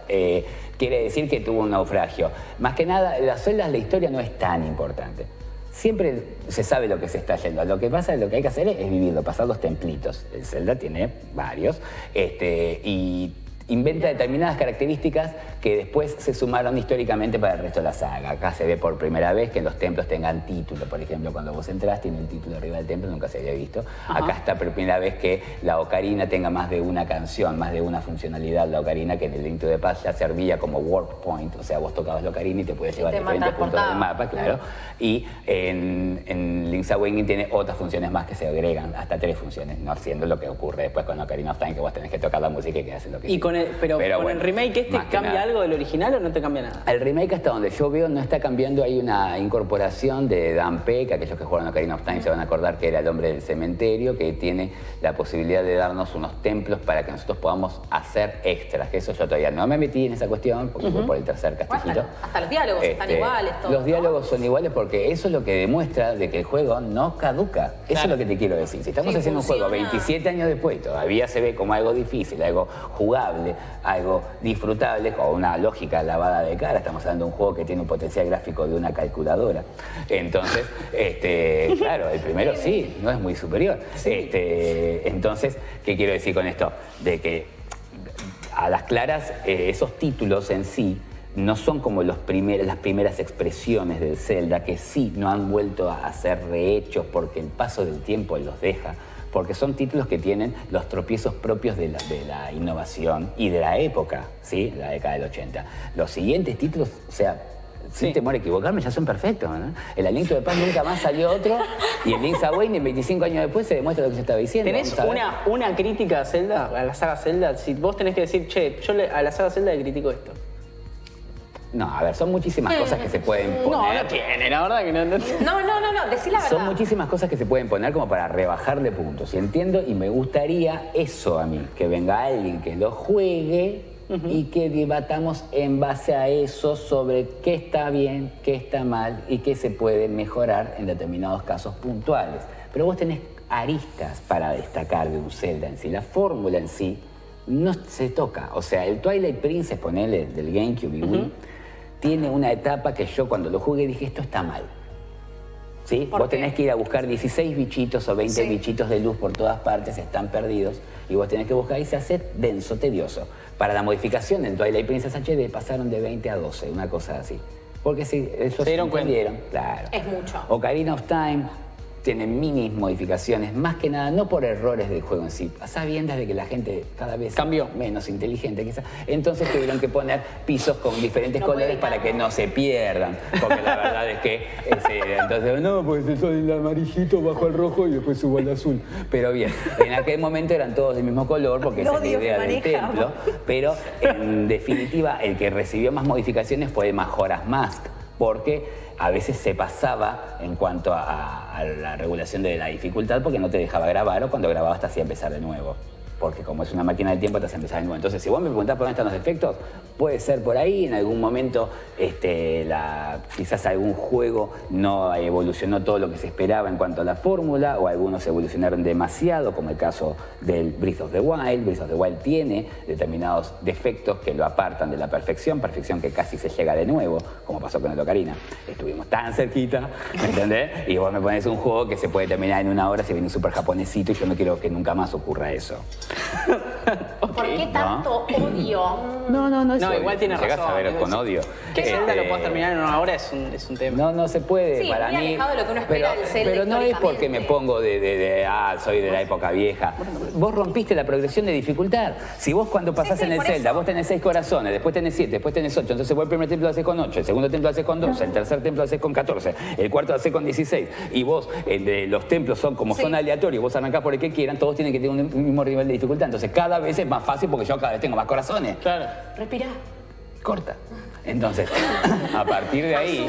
Speaker 5: eh, quiere decir que tuvo un naufragio. Más que nada, las celdas, la historia no es tan importante. siempre se sabe lo que se está yendo. Lo que pasa, lo que hay que hacer es, es vivirlo, pasar los templitos. El Zelda tiene varios. Este, y inventa determinadas características que después se sumaron históricamente para el resto de la saga. Acá se ve por primera vez que los templos tengan título, por ejemplo, cuando vos entras tiene el título arriba del templo, nunca se había visto. Acá está por primera vez que la ocarina tenga más de una canción, más de una funcionalidad, la ocarina que en el Into de Paz ya servía como warp point, o sea, vos tocabas la ocarina y te podías llevar a
Speaker 4: te
Speaker 5: diferentes puntos del
Speaker 4: transportaba.
Speaker 5: mapa, claro. Y en, en Link's Awakening tiene otras funciones más que se agregan, hasta tres funciones, no haciendo lo que ocurre después con Ocarina of Time, que vos tenés que tocar la música y que hace lo que
Speaker 3: Y con el, pero, con
Speaker 5: bueno,
Speaker 3: el remake este
Speaker 5: más que
Speaker 3: cambia
Speaker 5: nada.
Speaker 3: algo del original o no te cambia nada.
Speaker 5: El remake hasta donde yo veo no está cambiando, hay una incorporación de Dan Peck, aquellos que jugaron Ocarina of Time se van a acordar que era el hombre del cementerio, que tiene la posibilidad de darnos unos templos para que nosotros podamos hacer extras, que eso yo todavía no me metí en esa cuestión, porque fue por el tercer
Speaker 4: Hasta,
Speaker 5: castillito.
Speaker 4: hasta los diálogos
Speaker 3: Eh.
Speaker 4: están
Speaker 5: Este,
Speaker 4: iguales, todo.
Speaker 5: Los diálogos son iguales porque eso es lo que demuestra de que el juego no caduca. Eso es lo que te quiero decir. Si estamos
Speaker 4: Sí,
Speaker 5: haciendo un juego
Speaker 4: funciona.
Speaker 5: 27 años después y todavía se ve como algo difícil, algo jugable, algo disfrutable, con una lógica lavada de cara. Estamos hablando de un juego que tiene un potencial gráfico de una calculadora. Entonces, este, claro, el primero sí, no es muy superior. Este, entonces, ¿qué quiero decir con esto? De que a las claras, eh, esos títulos en sí no son como los primer- las primeras expresiones del Zelda, que sí no han vuelto a, a ser rehechos porque el paso del tiempo los deja. Porque son títulos que tienen los tropiezos propios de la, de la innovación y de la época, ¿sí? La década del 80. Los siguientes títulos, o sea, sin
Speaker 3: Sí.
Speaker 5: temor a equivocarme, ya son perfectos. ¿no? El aliento de paz nunca más salió otro. Y el Link's Awakening, 25 años después, se demuestra lo que yo estaba diciendo.
Speaker 3: ¿Tenés
Speaker 5: Vamos a ver.
Speaker 3: una, una crítica a Zelda, a la saga Zelda? Si vos tenés que decir, che, yo le- a la saga Zelda le critico esto.
Speaker 5: No, a ver, son muchísimas cosas que se pueden poner.
Speaker 3: Eh. No, no tiene, la verdad que no. no tiene.
Speaker 4: No, no, no, no, decí la verdad.
Speaker 5: Son muchísimas cosas que se pueden poner como para rebajarle puntos. Y entiendo y me gustaría eso a mí, que venga alguien que lo juegue y que debatamos en base a eso sobre qué está bien, qué está mal y qué se puede mejorar en determinados casos puntuales. Pero vos tenés aristas para destacar de un Zelda en sí. La fórmula en sí no se toca. O sea, el Twilight Princess, ponele, del GameCube y Wii, tiene una etapa que yo cuando lo jugué dije, esto está mal. ¿Sí? Vos tenés que ir a buscar 16 bichitos o 20 bichitos de luz por todas partes, están perdidos, y vos tenés que buscar y se hace denso, tedioso. Para la modificación en Twilight Princess HD pasaron de 20 a 12, una cosa así. Porque si eso
Speaker 3: Se dieron cuenta.
Speaker 5: claro.
Speaker 4: Es mucho.
Speaker 5: Ocarina of Time tiene minis modificaciones, más que nada no por errores del juego en sí, a sabiendas de que la gente cada vez
Speaker 3: Cambió.
Speaker 5: menos inteligente quizás. Entonces tuvieron que poner pisos con diferentes colores para que no se pierdan, porque la verdad es que ese- entonces no, pues estoy el amarillito bajo el rojo y después subo al azul. Pero bien, en aquel momento eran todos del mismo color porque esa es la
Speaker 6: odio que
Speaker 5: idea del
Speaker 6: manejamos.
Speaker 5: templo, pero en definitiva el que recibió más modificaciones fue el Majora's Mask, porque a veces se pasaba en cuanto a, a- a la regulación de la dificultad porque no te dejaba grabar o cuando grababas te hacía empezar de nuevo. Porque como es una máquina del tiempo, te hace empezar de nuevo. Entonces, si vos me preguntás por dónde están los defectos, puede ser por ahí, en algún momento, este, la, quizás algún juego no evolucionó todo lo que se esperaba en cuanto a la fórmula, o algunos evolucionaron demasiado, como el caso del Breath of the Wild. Breath of the Wild tiene determinados defectos que lo apartan de la perfección, perfección que casi se llega de nuevo, como pasó con el Ocarina. Estuvimos tan cerquita, ¿me ¿entendés? Y vos me pones un juego que se puede terminar en una hora, se viene un super japonesito, y yo no quiero que nunca más ocurra eso.
Speaker 4: ¿Por qué tanto odio?
Speaker 5: No, no, no es
Speaker 3: No,
Speaker 5: obvio.
Speaker 3: igual tienes
Speaker 5: Llegás
Speaker 3: razón.
Speaker 5: a ver
Speaker 3: es
Speaker 5: con
Speaker 3: decir,
Speaker 5: odio.
Speaker 3: Que Zelda
Speaker 5: Este,
Speaker 3: lo puedas terminar en una hora es un, es un tema.
Speaker 5: No, no se puede
Speaker 4: Sí,
Speaker 5: para
Speaker 4: muy
Speaker 5: mí.
Speaker 4: alejado de lo que uno espera
Speaker 5: pero,
Speaker 4: del Zelda
Speaker 5: pero no es porque me
Speaker 4: históricamente.
Speaker 5: pongo de, de- de, ah, soy de la época vieja. Vos rompiste la progresión de dificultad. Si vos cuando pasás
Speaker 4: sí,
Speaker 5: en el
Speaker 4: por
Speaker 5: Zelda,
Speaker 4: eso.
Speaker 5: vos tenés seis corazones, después tenés siete, después tenés ocho, entonces vos el primer templo lo haces con ocho, el segundo templo lo haces con doce, el tercer templo lo haces con catorce, el cuarto lo haces con dieciséis. Y vos, eh, de- los templos son como son aleatorios, vos arrancás por el que quieran, todos tienen que tener un mismo nivel de dificultad. Entonces cada vez es más fácil porque yo cada vez tengo más corazones
Speaker 3: Claro.
Speaker 4: Respirá.
Speaker 5: corta. Entonces, a partir de ahí,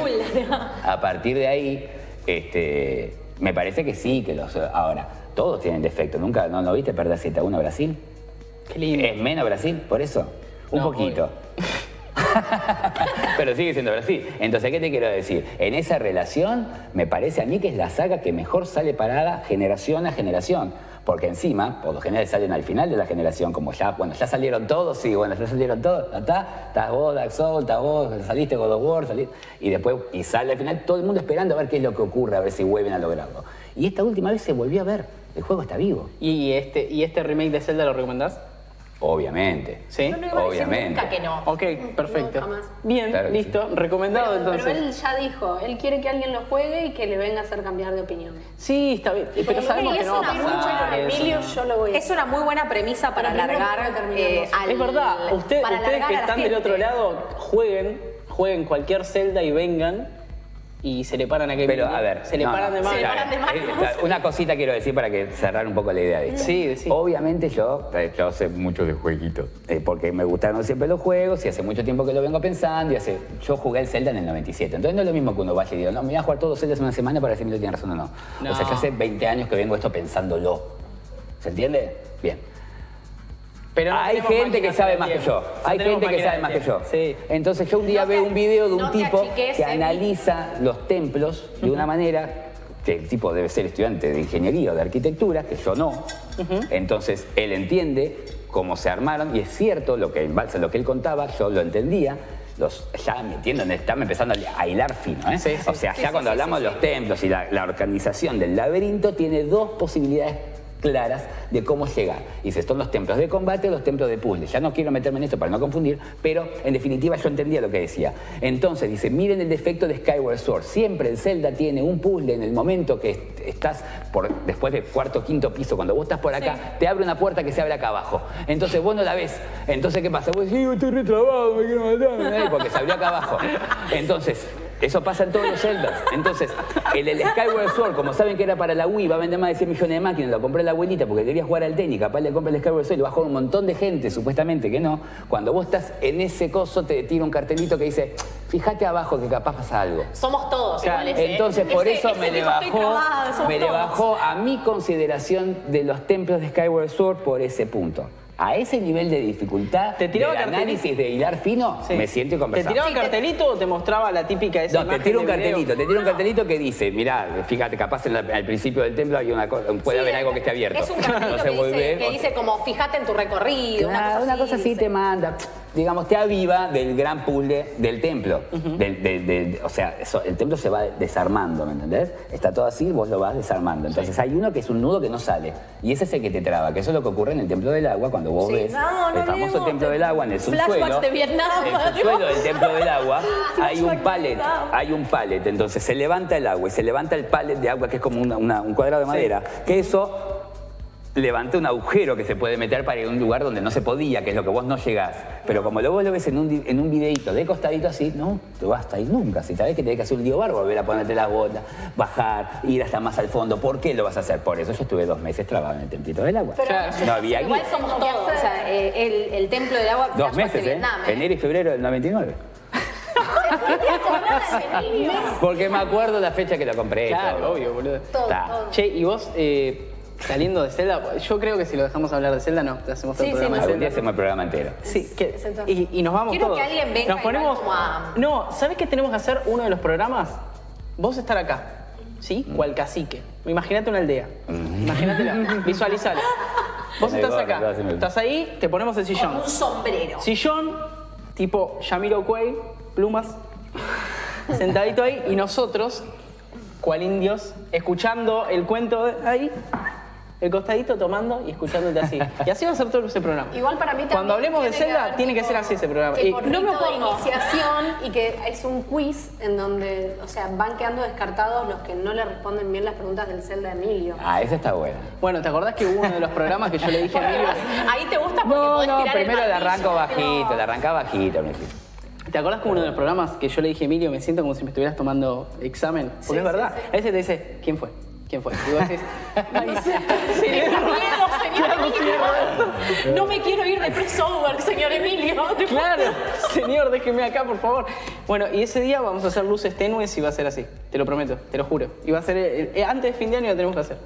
Speaker 5: a partir de ahí, este, me parece que sí, que los ahora todos tienen defecto. Nunca, ¿no lo viste perder 7 a 1 Brasil?
Speaker 3: Qué lindo.
Speaker 5: Es menos Brasil, por eso, un
Speaker 3: No,
Speaker 5: poquito. pero sigue siendo Brasil. Entonces, ¿qué te quiero decir? En esa relación, me parece a mí que es la saga que mejor sale parada generación a generación. Porque encima, por lo general salen al final de la generación, como ya, bueno, ya salieron todos, sí, bueno, ya salieron todos, ta, ta, estás vos, Dark Souls, estás vos, saliste God of War, saliste, y después, y sale al final todo el mundo esperando a ver qué es lo que ocurre, a ver si vuelven a lograrlo. Y esta última vez se volvió a ver, el juego está vivo,
Speaker 3: ¿Y este, ¿Y este remake de Zelda lo recomendás?
Speaker 5: obviamente.
Speaker 3: ¿Sí?
Speaker 4: Yo no iba a decir
Speaker 5: Obviamente.
Speaker 4: nunca que no.
Speaker 3: Ok, perfecto.
Speaker 8: jamás.
Speaker 3: Bien,
Speaker 5: Claro que
Speaker 3: listo, recomendado
Speaker 8: Bueno,
Speaker 3: entonces.
Speaker 8: Pero él ya dijo, él quiere que alguien lo juegue y que le venga a hacer cambiar de opinión.
Speaker 3: Sí, está bien, pero
Speaker 4: como
Speaker 3: sabemos que
Speaker 4: que Eh, es
Speaker 3: no va a
Speaker 4: una
Speaker 3: pasar.
Speaker 4: lucha,
Speaker 3: eso.
Speaker 8: Emilio, yo lo voy a
Speaker 4: Es una muy buena premisa para
Speaker 8: Pero primero
Speaker 4: alargar
Speaker 8: tengo que
Speaker 4: eh,
Speaker 8: terminar
Speaker 4: al-
Speaker 3: Es verdad, usted-
Speaker 4: para
Speaker 3: ustedes
Speaker 4: alargar
Speaker 3: que
Speaker 4: a la
Speaker 3: están del
Speaker 4: gente.
Speaker 3: otro lado, jueguen, jueguen cualquier Zelda y vengan y se le paran a que
Speaker 5: Pero a ver.
Speaker 3: se le
Speaker 5: no,
Speaker 3: paran
Speaker 5: no,
Speaker 3: de mano.
Speaker 5: claro, eh, claro, Una cosita quiero decir para que cerrar un poco la idea de esto.
Speaker 3: Sí, decí.
Speaker 5: Obviamente yo, eh, yo sé mucho de jueguitos, eh, porque me gustaron siempre los juegos y hace mucho tiempo que lo vengo pensando y hace, yo jugué el Zelda en el 97, entonces no es lo mismo que uno vaya y diga, no, me voy a jugar todos los Zeldas en una semana para decirme si tiene razón o no. O sea,
Speaker 3: No.
Speaker 5: yo hace 20 años que vengo esto pensándolo. ¿Se entiende? Bien.
Speaker 3: Pero no
Speaker 5: Hay
Speaker 3: tenemos
Speaker 5: gente que
Speaker 3: máquinas
Speaker 5: sabe
Speaker 3: del
Speaker 5: más que
Speaker 3: tiempo.
Speaker 5: yo.
Speaker 3: No
Speaker 5: Hay
Speaker 3: tenemos
Speaker 5: gente que
Speaker 3: máquinas
Speaker 5: sabe
Speaker 3: del
Speaker 5: más que yo.
Speaker 3: tiempo. Sí.
Speaker 5: Entonces yo un día
Speaker 4: No te-
Speaker 5: veo un video de un
Speaker 4: no te
Speaker 5: tipo
Speaker 4: achiques,
Speaker 5: que
Speaker 4: Emi.
Speaker 5: analiza los templos de una manera que el tipo debe ser estudiante de ingeniería o de arquitectura, que yo no. Entonces él entiende cómo se armaron y es cierto lo que, lo que él contaba, yo lo entendía. Los, ya me entiendo, está empezando a hilar fino. ¿eh?
Speaker 3: Sí, sí.
Speaker 5: O sea, ya cuando hablamos de los templos y la, la organización del laberinto, tiene dos posibilidades claras de cómo llegar. Dice, son los templos de combate o los templos de puzzle. Ya no quiero meterme en esto para no confundir, pero en definitiva yo entendía lo que decía. Entonces dice, miren el defecto de Skyward Sword. Siempre el Zelda tiene un puzzle en el momento que est- estás por, después del cuarto, quinto piso, cuando vos estás por acá, te abre una puerta que se abre acá abajo. Entonces vos no la ves. Entonces, ¿qué pasa? Vos decís, "Yo estoy retrabado, me quiero matar, ¿eh? porque se abrió acá abajo. Entonces, eso pasa en todos los Zeldas. Entonces, el, el Skyward Sword, como saben que era para la Wii, va a vender más de 100 millones de máquinas, lo compré la abuelita porque quería jugar al tenis, capaz le compra el Skyward Sword y lo va a jugar un montón de gente, supuestamente que no. Cuando vos estás en ese coso, te tira un cartelito que dice, fíjate abajo que capaz pasa algo.
Speaker 4: Somos todos iguales. ¿eh?
Speaker 5: Entonces, por
Speaker 4: Ese-
Speaker 5: eso
Speaker 4: ese
Speaker 5: me le
Speaker 4: tipo estoy
Speaker 5: bajó,
Speaker 4: trabada, somos
Speaker 5: me le
Speaker 4: todos.
Speaker 5: bajó a mi consideración de los templos de Skyward Sword por ese punto. A ese nivel de dificultad,
Speaker 3: Te tiraba
Speaker 5: del
Speaker 3: cartelito.
Speaker 5: análisis de hilar fino,
Speaker 3: Sí.
Speaker 5: me siento y
Speaker 3: ¿Te
Speaker 5: conversamos.
Speaker 3: tiraba un cartelito o te mostraba la típica esa
Speaker 5: No, te
Speaker 3: imagen
Speaker 5: tiro un
Speaker 3: de video?
Speaker 5: cartelito, te tiro un cartelito que dice, mirá, fíjate, capaz en la- al principio del templo hay una cosa, puede haber algo que esté abierto.
Speaker 4: Es un cartelito
Speaker 5: Entonces
Speaker 4: que, dice,
Speaker 5: volvés,
Speaker 4: que dice como, fíjate en tu recorrido,
Speaker 5: Claro,
Speaker 4: una cosa así.
Speaker 5: te
Speaker 4: dice.
Speaker 5: manda, digamos, te aviva del gran puzzle del templo. Del- del- del- o sea, eso- el templo se va desarmando, ¿me entendés? Está todo así, vos lo vas desarmando. Entonces hay uno que es un nudo que no sale. Y ese es el que te traba, que eso es lo que ocurre en el templo del agua cuando vos
Speaker 4: Sí.
Speaker 5: ves
Speaker 4: No, no
Speaker 5: el famoso
Speaker 4: hablemos
Speaker 5: templo
Speaker 4: de-
Speaker 5: del agua pues, en el subsuelo.
Speaker 4: Flashbacks de Vietnam,
Speaker 5: En el subsuelo del templo del agua hay un palet, hay un palet. Entonces se levanta el agua y se levanta el palet de agua que es como una- una- un cuadrado de madera. Que eso levanté un agujero que se puede meter para ir a un lugar donde no se podía, que es lo que vos no llegás. Pero como luego lo ves en un, di- en un videíto de costadito así, no, te vas hasta ahí nunca. Si sabés que tenés que hacer un lío bárbaro, volver a ponerte las botas, bajar, ir hasta más al fondo. ¿Por qué lo vas a hacer? Por eso yo estuve dos meses trabado en el templito del agua. no había guía.
Speaker 4: Igual somos todos. O sea, eh, el, el templo del agua.
Speaker 5: Dos
Speaker 4: flashbacks de
Speaker 5: meses, ¿eh?
Speaker 4: Vietnam,
Speaker 5: Enero y febrero del 99. Porque me acuerdo la fecha que lo compré.
Speaker 3: Claro,
Speaker 5: todo.
Speaker 3: obvio, boludo.
Speaker 5: Ta.
Speaker 3: Che, y vos, eh, saliendo de Zelda, yo creo que si lo dejamos hablar de Zelda, no, hacemos todo el
Speaker 4: Sí, sí,
Speaker 3: programa de
Speaker 5: Algún día
Speaker 3: Zelda.
Speaker 5: hacemos el programa entero.
Speaker 3: Sí, que- y, y nos vamos
Speaker 4: Quiero
Speaker 3: todos.
Speaker 4: que alguien venga
Speaker 3: nos
Speaker 4: igual
Speaker 3: ponemos.
Speaker 4: como a-
Speaker 3: No, ¿sabes qué tenemos que hacer uno de los programas? Vos estar acá, ¿sí?
Speaker 5: Mm.
Speaker 3: Cual cacique. Imagínate una aldea. Imagínatela, visualizala. Vos
Speaker 5: Me
Speaker 3: estás
Speaker 5: gordo,
Speaker 3: acá,
Speaker 5: no, se me-
Speaker 3: estás ahí, te ponemos el
Speaker 4: Con
Speaker 3: sillón.
Speaker 4: un sombrero.
Speaker 3: Sillón, tipo Yamiro Cuey, plumas, sentadito ahí, y nosotros, cual indios, escuchando el cuento de- ahí, el costadito tomando y escuchándote así. Y así va a ser todo ese programa.
Speaker 8: Igual para mí también
Speaker 3: Cuando hablemos de
Speaker 8: tiene que
Speaker 3: Zelda,
Speaker 8: haber
Speaker 3: tiene que
Speaker 8: tipo-
Speaker 3: ser así ese programa. Y-
Speaker 8: Tipo,
Speaker 4: no
Speaker 8: no
Speaker 4: me
Speaker 8: me
Speaker 4: opongo.
Speaker 8: iniciación y que es un quiz en donde, o sea, van quedando descartados los que no le responden bien las preguntas del Zelda de Emilio.
Speaker 5: Ah, esa está buena.
Speaker 3: bueno, ¿te acordás que hubo uno de los programas que yo le dije a Emilio?
Speaker 4: Ahí te gusta porque
Speaker 5: No,
Speaker 4: podés
Speaker 5: no,
Speaker 4: tirar el
Speaker 5: primero le
Speaker 4: martillo.
Speaker 5: arranco bajito, le arranca bajito. me dice.
Speaker 3: ¿Te acordás que uno de los programas que yo le dije a Emilio, me siento como si me estuvieras tomando examen? Porque es verdad. Ese te dice, ¿quién fue? ¿Quién fue? Y vos decís, "Ay, sí,
Speaker 4: Miedo, señor
Speaker 3: Claro,
Speaker 4: Emilio.
Speaker 3: señor
Speaker 4: No me quiero ir de Pressover, señor Emilio.
Speaker 3: Claro, señor, déjeme acá, por favor. Bueno, y ese día vamos a hacer luces tenues y va a ser así, te lo prometo, te lo juro. Y va a ser eh, eh, antes de fin de año lo tenemos que hacer.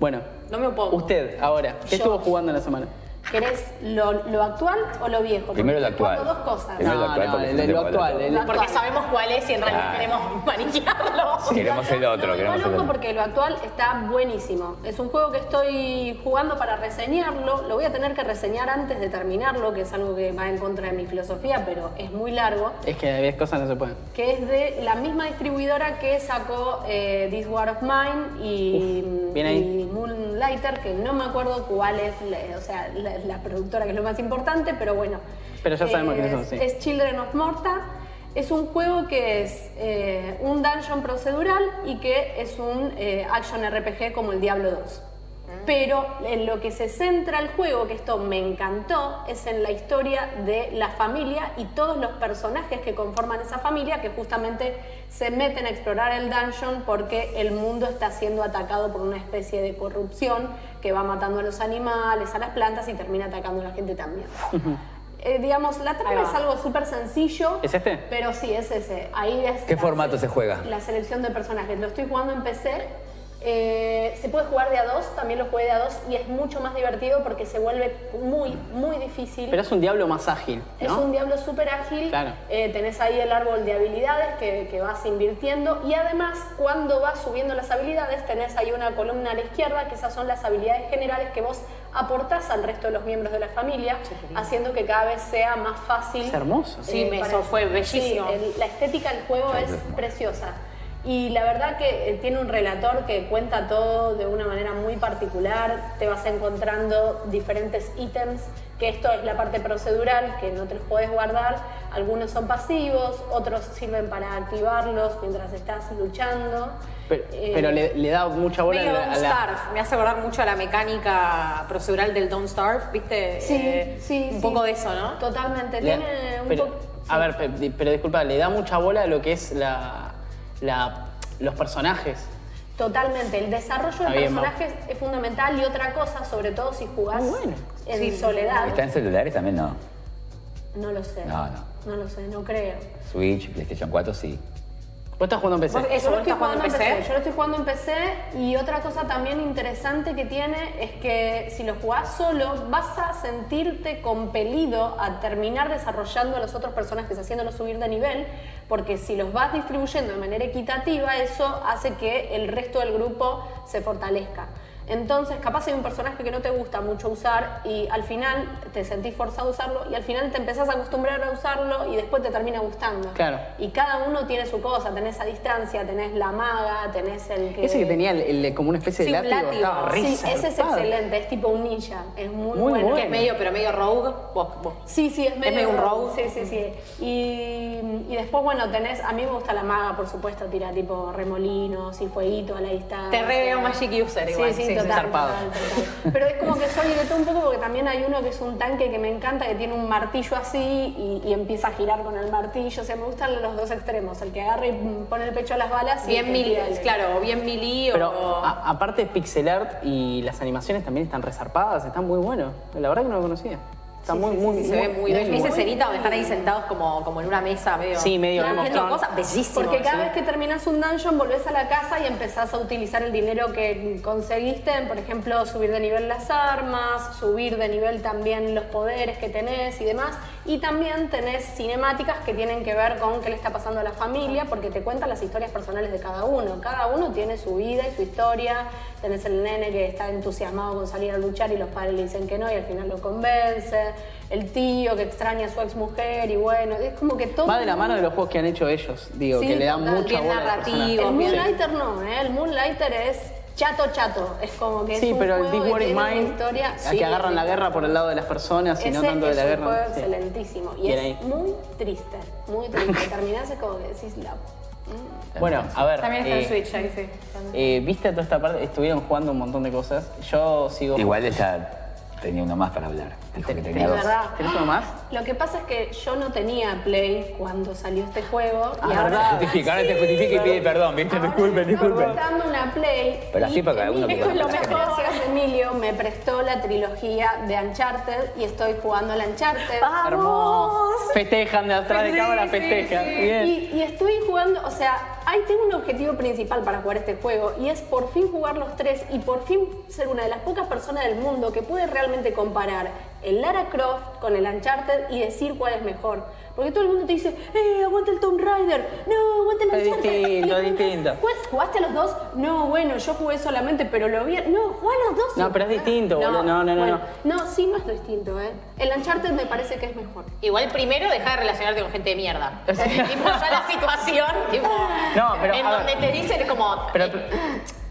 Speaker 3: Bueno,
Speaker 4: No me opongo.
Speaker 3: usted ahora, ¿qué
Speaker 4: Yo.
Speaker 3: estuvo jugando en la semana?
Speaker 8: ¿Querés lo, lo actual o lo viejo? Porque
Speaker 5: Primero lo
Speaker 8: estoy jugando
Speaker 5: actual.
Speaker 8: dos cosas.
Speaker 5: Primero
Speaker 3: No,
Speaker 5: lo actual,
Speaker 3: no, el
Speaker 5: porque si no
Speaker 3: de
Speaker 5: te
Speaker 3: lo
Speaker 5: puedo hablar.
Speaker 3: actual, el-
Speaker 4: Porque sabemos cuál es y en realidad
Speaker 5: Claro.
Speaker 4: queremos maniquearlo.
Speaker 5: Ah. Queremos el otro,
Speaker 8: Lo
Speaker 5: queremos el
Speaker 8: conozco
Speaker 5: otro.
Speaker 8: porque lo actual está buenísimo. Es un juego que estoy jugando para reseñarlo. Lo voy a tener que reseñar antes de terminarlo, que es algo que va en contra de mi filosofía, pero es muy largo.
Speaker 3: Es que varias cosas no se pueden.
Speaker 8: Que es de la misma distribuidora que sacó eh, This War of Mine y,
Speaker 3: Uf, bien ahí.
Speaker 8: y Moonlighter, que no me acuerdo cuál es, la- o sea, la, la productora que es lo más importante, pero bueno.
Speaker 3: Pero ya sabemos quiénes son, sí.
Speaker 8: Eh, Es Children of Morta. Es un juego que es eh, un dungeon procedural y que es un eh, action RPG como el Diablo 2. Pero en lo que se centra el juego, que esto me encantó, es en la historia de la familia y todos los personajes que conforman esa familia que justamente se meten a explorar el dungeon porque el mundo está siendo atacado por una especie de corrupción que va matando a los animales, a las plantas y termina atacando a la gente también. Eh, digamos, la
Speaker 4: Ahí
Speaker 8: trama
Speaker 4: va.
Speaker 8: es algo súper sencillo.
Speaker 3: ¿Es este?
Speaker 8: Pero sí, es ese. Ahí es
Speaker 5: ¿Qué
Speaker 8: la
Speaker 5: formato
Speaker 8: sele-
Speaker 5: se juega?
Speaker 8: La selección de personajes. Lo estoy jugando en PC. Eh, se puede jugar de a dos, también lo jugué de a dos y es mucho más divertido porque se vuelve muy, muy difícil.
Speaker 3: Pero es un diablo más ágil,
Speaker 8: Es
Speaker 3: ¿no?
Speaker 8: un diablo súper ágil.
Speaker 3: Claro.
Speaker 8: Eh, tenés ahí el árbol de habilidades que, que vas invirtiendo. Y además, cuando vas subiendo las habilidades, tenés ahí una columna a la izquierda, que esas son las habilidades generales que vos aportás al resto de los miembros de la familia, haciendo que cada vez sea más fácil.
Speaker 3: Es hermoso.
Speaker 4: Sí, me- eso fue bellísimo.
Speaker 8: Sí, el- la estética del juego es preciosa. Y la verdad que eh, tiene un relator que cuenta todo de una manera muy particular. Te vas encontrando diferentes ítems, que esto es la parte procedural, que no te los podés guardar. Algunos son pasivos, otros sirven para activarlos mientras estás luchando.
Speaker 3: Pero,
Speaker 8: Eh,
Speaker 3: pero le, le da mucha bola a
Speaker 4: Medio
Speaker 3: la-
Speaker 4: Don't
Speaker 3: a la,
Speaker 4: Starve, me hace acordar mucho a la mecánica procedural del Don't Starve, ¿viste?
Speaker 8: Sí,
Speaker 4: Eh,
Speaker 8: sí,
Speaker 4: Un
Speaker 8: sí.
Speaker 4: poco de eso, ¿no?
Speaker 8: Totalmente.
Speaker 3: Le-
Speaker 8: tiene un
Speaker 3: pero,
Speaker 8: poco-
Speaker 3: A ver, pe- di- pero, disculpa, le da mucha bola a lo que es la, la- los personajes.
Speaker 8: Totalmente, el desarrollo
Speaker 3: Está
Speaker 8: de
Speaker 3: bien, Mau.
Speaker 8: personajes es fundamental y otra cosa, sobre todo si jugás
Speaker 3: Muy bueno.
Speaker 8: en
Speaker 4: Sí.
Speaker 8: soledad.
Speaker 5: ¿Está en celulares también? No.
Speaker 8: No lo sé.
Speaker 5: No, no.
Speaker 8: No lo sé, no creo.
Speaker 5: Switch, PlayStation 4, sí.
Speaker 3: Vos estás jugando en
Speaker 4: Vos-
Speaker 3: PC.
Speaker 4: Eso,
Speaker 8: Yo lo
Speaker 4: ¿no estás jugando en PC?
Speaker 8: Yo lo estoy jugando en PC y otra cosa también interesante que tiene es que si lo jugás solo vas a sentirte compelido a terminar desarrollando a los otros personajes, haciéndolos subir de nivel, porque si los vas distribuyendo de manera equitativa, eso hace que el resto del grupo se fortalezca. Entonces, capaz hay un personaje que no te gusta mucho usar y al final te sentís forzado a usarlo y al final te empezás a acostumbrar a usarlo y después te termina gustando.
Speaker 3: Claro.
Speaker 8: Y cada uno tiene su cosa, tenés a distancia, tenés la maga, tenés el que...
Speaker 3: Ese que tenía el- el- como una especie de
Speaker 4: Sí, un
Speaker 3: látigo.
Speaker 4: látigo.
Speaker 3: Estaba re
Speaker 8: Sí, ese es
Speaker 3: zarpado.
Speaker 8: excelente, es tipo un ninja, es muy,
Speaker 3: Muy
Speaker 8: bueno.
Speaker 4: Que es medio, pero medio rogue. Vos, vos.
Speaker 8: Sí, sí, es medio,
Speaker 4: medio un rogue.
Speaker 8: Sí, sí, sí. Y, y después, bueno, tenés... A mí me gusta la maga, por supuesto, tira tipo remolinos y fueguito a la distancia.
Speaker 4: Te re veo Magic User igual.
Speaker 8: Sí, sí, total,
Speaker 3: zarpado.
Speaker 8: total, total. Pero es como que soy de todo un poco porque también hay uno que es un tanque que me encanta, que tiene un martillo así y, y empieza a girar con el martillo. O sea, me gustan los dos extremos, el que agarra y mm, pone el pecho a las balas. y
Speaker 4: Bien
Speaker 8: el que
Speaker 4: mili,
Speaker 8: tira el-
Speaker 4: claro, o bien mili
Speaker 3: Pero ah,
Speaker 4: o...
Speaker 3: a- aparte pixel art y las animaciones también están resarpadas, están muy buenos. La verdad que no lo conocía. Está muy, muy,
Speaker 4: Sí, se ve muy bello. Esa
Speaker 3: bueno.
Speaker 4: escenita donde están ahí sentados como, como en una mesa medio...
Speaker 3: Sí, medio Game of
Speaker 4: haciendo
Speaker 3: Thrones.
Speaker 4: cosas. Bellísimo.
Speaker 8: Porque cada
Speaker 4: sí.
Speaker 8: vez que terminas un dungeon, volvés a la casa y empezás a utilizar el dinero que conseguiste en, por ejemplo, subir de nivel las armas, subir de nivel también los poderes que tenés y demás. Y también tenés cinemáticas que tienen que ver con qué le está pasando a la familia, porque te cuentan las historias personales de cada uno. Cada uno tiene su vida y su historia. Tenés el nene que está entusiasmado con salir a luchar y los padres le dicen que no y al final lo convence. El tío que extraña a su ex mujer y bueno, es como que todo...
Speaker 3: Va de la mano de los juegos que han hecho ellos, digo,
Speaker 8: Sí,
Speaker 3: que le dan
Speaker 8: total,
Speaker 3: mucha
Speaker 4: bien
Speaker 3: bola. al
Speaker 4: narrativo,
Speaker 3: personaje.
Speaker 4: Digo,
Speaker 8: El
Speaker 4: bien.
Speaker 8: Moonlighter no, ¿eh? El Moonlighter es chato, chato. Es como que es
Speaker 3: Sí,
Speaker 8: un
Speaker 3: pero el Deep
Speaker 8: juego que
Speaker 3: War in
Speaker 8: tiene una
Speaker 3: Mind,
Speaker 8: historia-
Speaker 3: a
Speaker 8: sí,
Speaker 3: que agarran la guerra por el lado de las personas y
Speaker 8: Ese
Speaker 3: no tanto de
Speaker 8: es
Speaker 3: la
Speaker 8: un
Speaker 3: guerra.
Speaker 8: juego
Speaker 3: sí.
Speaker 8: excelentísimo. Y
Speaker 3: Bien
Speaker 8: es
Speaker 3: ahí.
Speaker 8: muy triste, muy triste. Terminás es como que decís la...
Speaker 3: Bueno, a ver.
Speaker 4: También está
Speaker 3: eh,
Speaker 4: en Switch ahí, sí.
Speaker 3: Eh, Viste toda esta parte, estuvieron jugando un montón de cosas. Yo sigo.
Speaker 5: Igual ella tenía uno más para hablar. Dijo que tenía
Speaker 8: Es
Speaker 5: dos.
Speaker 8: verdad.
Speaker 3: ¿Tenés uno más?
Speaker 8: Lo que pasa es que yo no tenía Play cuando salió este juego. y
Speaker 3: Ah,
Speaker 8: ahora
Speaker 3: ¿verdad?
Speaker 5: Justifica, ahora te justifica y pide perdón, ¿viste?
Speaker 8: Ah,
Speaker 5: Disculpen,
Speaker 8: Estoy
Speaker 5: disculpen.
Speaker 8: comprando una Play.
Speaker 5: Pero así
Speaker 8: y
Speaker 5: para cada uno
Speaker 8: Emilio,
Speaker 5: que
Speaker 8: es lo
Speaker 5: compra.
Speaker 8: mejor. Gracias, Emilio. Me prestó la trilogía de Uncharted y estoy jugando al Uncharted.
Speaker 4: Hermoso.
Speaker 8: todos.
Speaker 3: Festejan de atrás de
Speaker 8: Sí,
Speaker 3: cámara,
Speaker 8: sí,
Speaker 3: festejan.
Speaker 8: sí.
Speaker 3: Bien.
Speaker 8: Y, y estoy jugando, o sea, ahí tengo un objetivo principal para jugar este juego y es por fin jugar los tres y por fin ser una de las pocas personas del mundo que puede realmente comparar el Lara Croft con el Uncharted y decir cuál es mejor. Porque todo el mundo te dice, eh, aguanta el Tomb Raider, no, aguanta el
Speaker 3: Es
Speaker 8: Uncharted.
Speaker 3: distinto,
Speaker 8: el Tomb Raider".
Speaker 3: distinto.
Speaker 8: "Pues, ¿Jugaste a los dos? No, bueno, yo jugué solamente, pero lo vi. No, jugué a los dos.
Speaker 3: No, pero es distinto, boludo. No, no, no,
Speaker 8: bueno, No, sí, no es distinto, ¿eh? El Uncharted me parece que es mejor.
Speaker 4: Igual primero deja de relacionarte con gente de mierda. tipo, ya la situación, tipo,
Speaker 3: No, pero,
Speaker 4: en
Speaker 3: a
Speaker 4: donde te dicen como...
Speaker 3: Pero
Speaker 4: eh,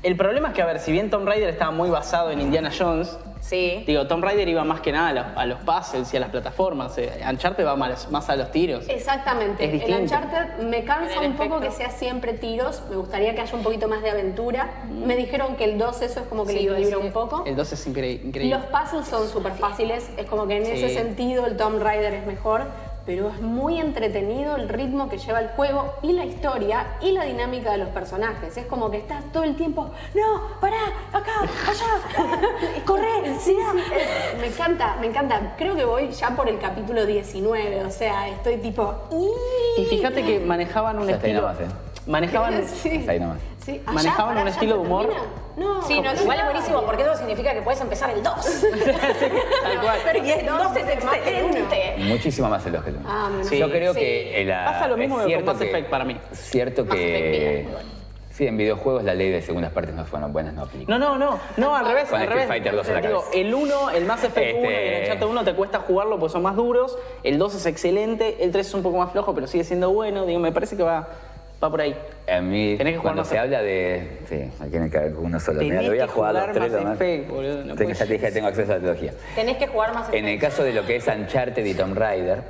Speaker 3: el problema es que, a ver, si bien Tomb Raider estaba muy basado en Indiana Jones,
Speaker 4: sí.
Speaker 3: digo, Tomb Raider iba más que nada a los, a los puzzles y a las plataformas. eh, Uncharted va más, más a los tiros.
Speaker 8: Exactamente.
Speaker 3: Es
Speaker 8: El
Speaker 3: distinto.
Speaker 8: Uncharted me cansa
Speaker 4: En el
Speaker 8: un poco
Speaker 4: aspecto.
Speaker 8: que sea siempre tiros. Me gustaría que haya un poquito más de aventura. Me dijeron que el 2 eso es como que
Speaker 4: Mm. Sí,
Speaker 8: le
Speaker 4: iba a
Speaker 8: equilibra un
Speaker 4: decir.
Speaker 8: poco.
Speaker 3: El 2 es incre- increíble.
Speaker 8: Los puzzles son súper fáciles. Es como que en
Speaker 3: Sí.
Speaker 8: ese sentido el Tomb Raider es mejor. Pero es muy entretenido el ritmo que lleva el juego y la historia y la dinámica de los personajes. Es como que estás todo el tiempo, no, pará, acá, allá, corre, sí, Me encanta, me encanta. Creo que voy ya por el capítulo 19, o sea, estoy tipo...
Speaker 3: Y fíjate que manejaban un
Speaker 5: Ya está ahí
Speaker 3: estilo.
Speaker 5: nomás, eh.
Speaker 3: Manejaban.
Speaker 8: Sí.
Speaker 5: Ahí nomás.
Speaker 8: Sí. Allá,
Speaker 3: Manejaban
Speaker 8: pará,
Speaker 3: un
Speaker 8: ¿ya
Speaker 3: estilo
Speaker 8: se
Speaker 3: de humor.
Speaker 8: termina? No,
Speaker 4: Sí, no,
Speaker 8: ¿cómo
Speaker 4: igual es
Speaker 8: no?
Speaker 4: buenísimo porque eso significa que puedes empezar el 2.
Speaker 3: Tal cual.
Speaker 4: Pero y el 2 es excelente.
Speaker 5: Muchísimo más el 2 que el uno.
Speaker 8: Ah, me
Speaker 3: Sí.
Speaker 5: Yo creo
Speaker 4: Sí.
Speaker 5: que la,
Speaker 3: Pasa lo mismo
Speaker 5: es
Speaker 3: con
Speaker 5: cierto
Speaker 3: Mass
Speaker 5: que-
Speaker 3: Effect para mí.
Speaker 5: Cierto
Speaker 4: Mass Effect
Speaker 5: que
Speaker 4: era muy bueno.
Speaker 5: sí, en videojuegos la ley de segundas partes no fueron buenas, no aplica.
Speaker 3: No, no, no, no, al revés,
Speaker 5: Con
Speaker 3: al revés.
Speaker 5: Street Fighter 2 en la
Speaker 3: Digo,
Speaker 5: cabeza.
Speaker 3: el 1, el Mass Effect 1 y el
Speaker 5: Este-
Speaker 3: Uncharted 1 te cuesta jugarlo porque son más duros, el 2 es excelente, el 3 es un poco más flojo, pero sigue siendo bueno, digo, me parece que va, va por ahí.
Speaker 5: A mí
Speaker 3: Tenés que jugar
Speaker 5: cuando
Speaker 3: Mass
Speaker 5: se
Speaker 3: Effect.
Speaker 5: habla de sí, aquí en el caer uno solo,
Speaker 3: Tenés
Speaker 5: mira, lo voy a
Speaker 3: que
Speaker 5: jugar a
Speaker 3: jugar
Speaker 5: los tres
Speaker 3: Mass
Speaker 5: nomás.
Speaker 3: Effect, boludo, no
Speaker 5: Tengo-
Speaker 3: puedes.
Speaker 5: ya te dije, tengo acceso a la trilogía.
Speaker 4: Tenés que jugar más este.
Speaker 5: En el caso de lo que es Uncharted y Tomb Raider,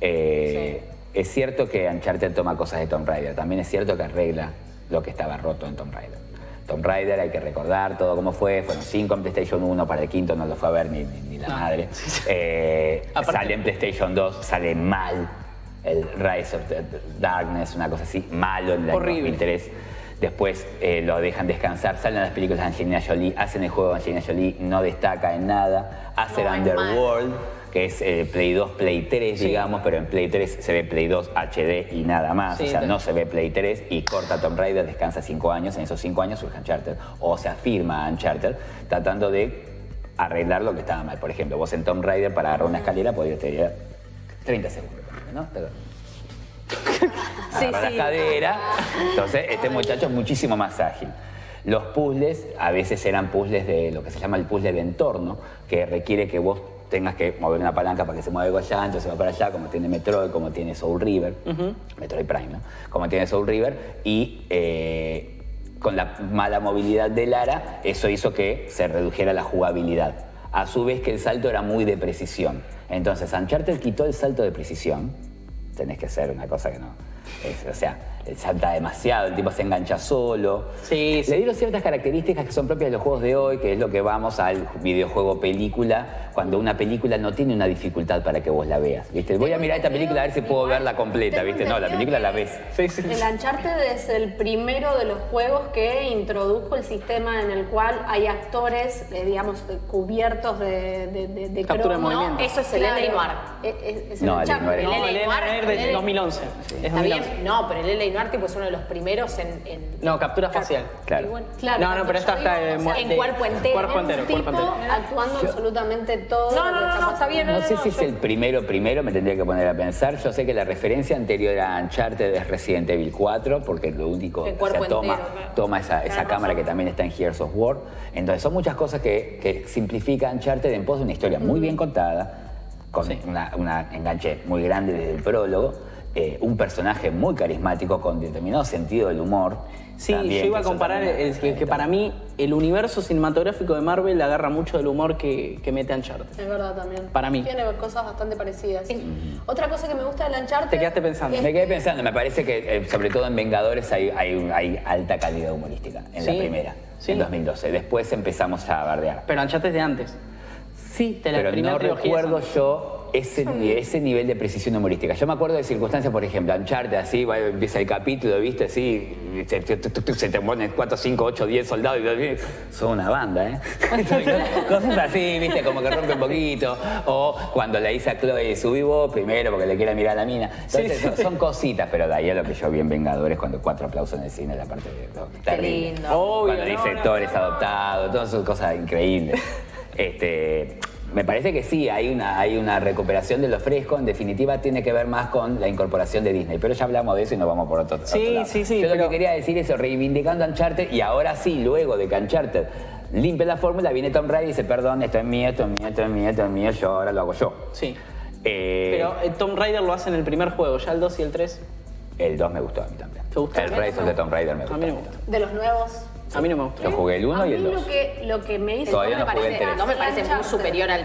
Speaker 5: eh, es cierto que Uncharted toma cosas de Tomb Raider. También es cierto que arregla lo que estaba roto en Tomb Raider. Tomb Raider, hay que recordar todo cómo fue. Fueron cinco en PlayStation 1, para el quinto no lo fue a ver ni, ni- ni la madre. Eh,
Speaker 3: Aparte-
Speaker 5: sale en PlayStation 2, sale mal. El Rise of the Darkness, una cosa así, malo en el año
Speaker 3: Horrible.
Speaker 5: 2003. Después eh, lo dejan descansar, salen las películas de Angelina Jolie, hacen el juego de Angelina Jolie, no destaca en nada, hace
Speaker 4: No,
Speaker 5: el
Speaker 4: es
Speaker 5: Underworld, que es eh, Play 2, Play 3, digamos, pero en Play 3 se ve Play 2 HD y nada más,
Speaker 3: Sí,
Speaker 5: o sea,
Speaker 3: te-
Speaker 5: no se ve Play 3 y corta Tomb Raider, descansa 5 años, en esos 5 años surge Uncharted, o se afirma Uncharted, tratando de arreglar lo que estaba mal. Por ejemplo, vos en Tomb Raider para agarrar una escalera podías tener 30 segundos, ¿no? Pero- agarra la cadera. Entonces, este muchacho es muchísimo más ágil. Los puzzles a veces eran puzzles de lo que se llama el puzzle de entorno, que requiere que vos tengas que mover una palanca para que se mueva algo allá, entonces va para allá, como tiene Metroid, como tiene Soul River, Metroid Prime, ¿no? Como tiene Soul River, y eh, con la mala movilidad de Lara, eso hizo que se redujera la jugabilidad. A su vez que el salto era muy de precisión. Entonces, Uncharted quitó el salto de precisión, tenés que hacer una cosa que no. es- o sea, él salta demasiado, el tipo se engancha solo.
Speaker 3: Sí, sí.
Speaker 5: Le dieron ciertas características que son propias de los juegos de hoy, que es lo que vamos al videojuego película, cuando una película no tiene una dificultad para que vos la veas. ¿viste? Voy a mirar esta película a ver si puedo verla completa,
Speaker 8: Tengo
Speaker 5: ¿viste? No, la
Speaker 8: entendido
Speaker 5: película la
Speaker 8: que-
Speaker 5: ves.
Speaker 3: Sí, sí.
Speaker 8: El Uncharted es el primero de los juegos que introdujo el sistema en el cual hay actores, eh, digamos, eh, cubiertos de, de, de- de
Speaker 3: Captura de
Speaker 8: cromo.
Speaker 3: movimiento.
Speaker 4: Eso es el
Speaker 8: Claro.
Speaker 4: L.A. Noir.
Speaker 8: Es, es- es
Speaker 5: No,
Speaker 8: el
Speaker 5: el
Speaker 8: Uncharted.
Speaker 4: Noir.
Speaker 5: L.A.
Speaker 3: No,
Speaker 4: L.A.
Speaker 3: Elena
Speaker 4: Noir,
Speaker 3: Air de
Speaker 4: L.A.
Speaker 3: 2011. Es
Speaker 4: Está
Speaker 3: 2011.
Speaker 4: bien, no, pero el L.A. Noir tipo, es uno de los primeros en... en-
Speaker 3: No, captura facial.
Speaker 5: Claro.
Speaker 4: Y bueno,
Speaker 8: Claro,
Speaker 3: no, no, pero esta está
Speaker 4: digo,
Speaker 3: de
Speaker 4: o sea,
Speaker 3: mu-
Speaker 4: en
Speaker 3: de-
Speaker 4: cuerpo entero,
Speaker 3: Cuerpo entero,
Speaker 8: Un tipo
Speaker 3: cuerpo entero.
Speaker 8: actuando absolutamente todo.
Speaker 4: No,
Speaker 8: lo
Speaker 4: no, no,
Speaker 8: que está
Speaker 4: no,
Speaker 8: pasando.
Speaker 4: está bien,
Speaker 5: No sé si es el primero, primero, me tendría que poner a pensar. Yo sé que la referencia anterior a Uncharted es Resident Evil 4, porque lo único
Speaker 4: El
Speaker 5: o
Speaker 4: cuerpo
Speaker 5: sea, toma,
Speaker 4: entero, claro.
Speaker 5: toma esa, esa
Speaker 4: Claro,
Speaker 5: cámara
Speaker 4: razón.
Speaker 5: que también está en Gears of War. Entonces son muchas cosas que, que simplifica Uncharted en pos de una historia muy bien contada, con una, una enganche muy grande desde el prólogo, eh, un personaje muy carismático con determinado sentido del humor.
Speaker 3: Sí,
Speaker 5: también,
Speaker 3: yo iba
Speaker 5: que
Speaker 3: a
Speaker 5: eso
Speaker 3: comparar
Speaker 5: también
Speaker 3: el, que, que
Speaker 5: está-
Speaker 3: para mí el universo cinematográfico de Marvel agarra mucho del humor que, que mete Uncharted.
Speaker 8: Es verdad también.
Speaker 3: Para mí.
Speaker 8: Tiene cosas bastante parecidas. Otra cosa que me gusta del Uncharted.
Speaker 3: Te quedaste pensando.
Speaker 5: Me quedé pensando, me parece que eh, sobre todo en Vengadores hay, hay- hay alta calidad humorística, en la
Speaker 3: Sí,
Speaker 5: primera,
Speaker 3: sí.
Speaker 5: en 2012. Después empezamos a bardear.
Speaker 3: Pero Uncharted de antes. Sí, de Este, la
Speaker 5: Pero
Speaker 3: primera
Speaker 5: no
Speaker 3: trilogía
Speaker 5: recuerdo
Speaker 3: esa.
Speaker 5: yo ese, ese nivel de precisión humorística. Yo me acuerdo de circunstancias, por ejemplo, ancharte así, va, empieza el capítulo, viste, así, y se, tu- tu- tu- se te ponen 4, 5, 8, 10 soldados y son una banda, ¿eh? Cosas así, viste, como que rompe un poquito. O cuando le dice a Chloe, subí vos primero porque le quiere mirar a la mina. Entonces, son, son cositas, pero de ahí a lo que yo vi en Vengadores cuando cuatro aplausos en el cine, la parte de. terrible.
Speaker 4: lindo.
Speaker 3: Obvio,
Speaker 5: Cuando
Speaker 3: no,
Speaker 5: dice
Speaker 3: no,
Speaker 5: Thor es adoptado, todas esas cosas increíbles. este, me parece que sí, hay una, hay una recuperación de lo fresco. En definitiva, tiene que ver más con la incorporación de Disney. Pero ya hablamos de eso y nos vamos por otro, otro
Speaker 3: Sí,
Speaker 5: lado.
Speaker 3: sí, sí,
Speaker 5: Yo lo
Speaker 3: pero-
Speaker 5: que quería decir es eso, reivindicando Uncharted y ahora sí, luego de que Uncharted limpia la fórmula, viene Tom Brady y dice, perdón, esto es mío, esto es mío, esto es mío, esto es mío, yo ahora lo hago yo.
Speaker 3: Sí.
Speaker 5: Eh,
Speaker 3: Pero eh, Tomb Raider lo hace en el primer juego, ya el 2 y el 3.
Speaker 5: El 2 me gustó a mí también.
Speaker 3: ¿Te gustó?
Speaker 5: El Rise of the Tomb Raider me
Speaker 3: A
Speaker 5: gustó.
Speaker 3: mí no me gusta.
Speaker 4: De los nuevos,
Speaker 3: A mí no me gusta.
Speaker 5: Yo jugué el
Speaker 8: A
Speaker 5: 1 y
Speaker 8: mí
Speaker 5: el 2.
Speaker 8: lo que, lo que me hizo...
Speaker 5: Todavía no
Speaker 8: no me
Speaker 5: jugué el
Speaker 8: parece-
Speaker 5: tres.
Speaker 4: no me parece muy
Speaker 8: Uncharted.
Speaker 4: superior al.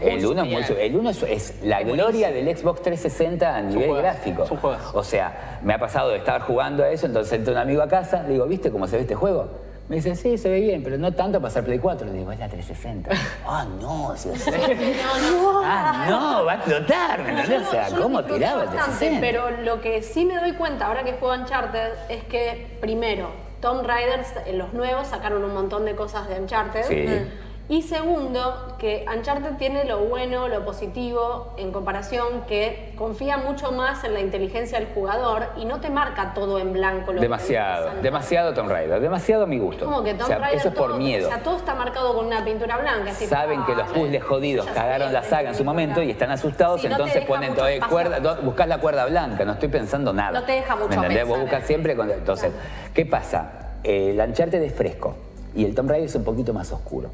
Speaker 5: El 1 es muy
Speaker 4: superior.
Speaker 5: su- el uno es, es la gloria del Xbox 360 a nivel
Speaker 3: juegazo,
Speaker 5: gráfico.
Speaker 3: es un juegazo.
Speaker 5: O sea, me ha pasado de estar jugando a eso, entonces entra un amigo a casa, le digo, ¿viste cómo se ve este juego? Me dice, sí, se ve bien, pero no tanto para hacer Play 4. Le digo, es la 360. Ah, no, si lo sé. Ah, no, va a explotar. ¿me
Speaker 8: Yo
Speaker 5: entendés?
Speaker 8: lo-
Speaker 5: O sea,
Speaker 8: yo lo
Speaker 5: ¿cómo
Speaker 8: disfruté
Speaker 5: tiraba el
Speaker 8: bastante,
Speaker 5: 360?
Speaker 8: Pero lo que sí me doy cuenta ahora que juego Uncharted es que, primero, Tomb Raider, en los nuevos, sacaron un montón de cosas de Uncharted. Mm.
Speaker 5: Sí.
Speaker 8: Y segundo, que Uncharted tiene lo bueno, lo positivo, en comparación que confía mucho más en la inteligencia del jugador y no te marca todo en blanco. Lo que te
Speaker 5: Demasiado,
Speaker 8: presenta.
Speaker 5: demasiado Tomb Raider, demasiado a mi gusto.
Speaker 8: Como que Tomb
Speaker 5: O sea,
Speaker 8: Raider
Speaker 5: eso es por
Speaker 8: todo-
Speaker 5: miedo.
Speaker 8: O sea, todo está marcado con una pintura blanca. así,
Speaker 5: Saben que los
Speaker 8: ah,
Speaker 5: puzzles jodidos
Speaker 8: ya
Speaker 5: cagaron
Speaker 8: sé,
Speaker 5: la saga en su momento y están asustados,
Speaker 4: Sí, no te
Speaker 5: entonces
Speaker 4: deja
Speaker 5: ponen
Speaker 4: mucho
Speaker 5: todo
Speaker 4: espacio.
Speaker 5: cuerda, do- buscás la cuerda blanca, no estoy pensando nada.
Speaker 4: No te deja mucho
Speaker 5: ¿Me entendés? Vos
Speaker 4: pensar,
Speaker 5: buscas
Speaker 4: ¿eh?
Speaker 5: siempre con- Entonces, ¿qué pasa? El Uncharted es fresco y el Tomb Raider es un poquito más oscuro.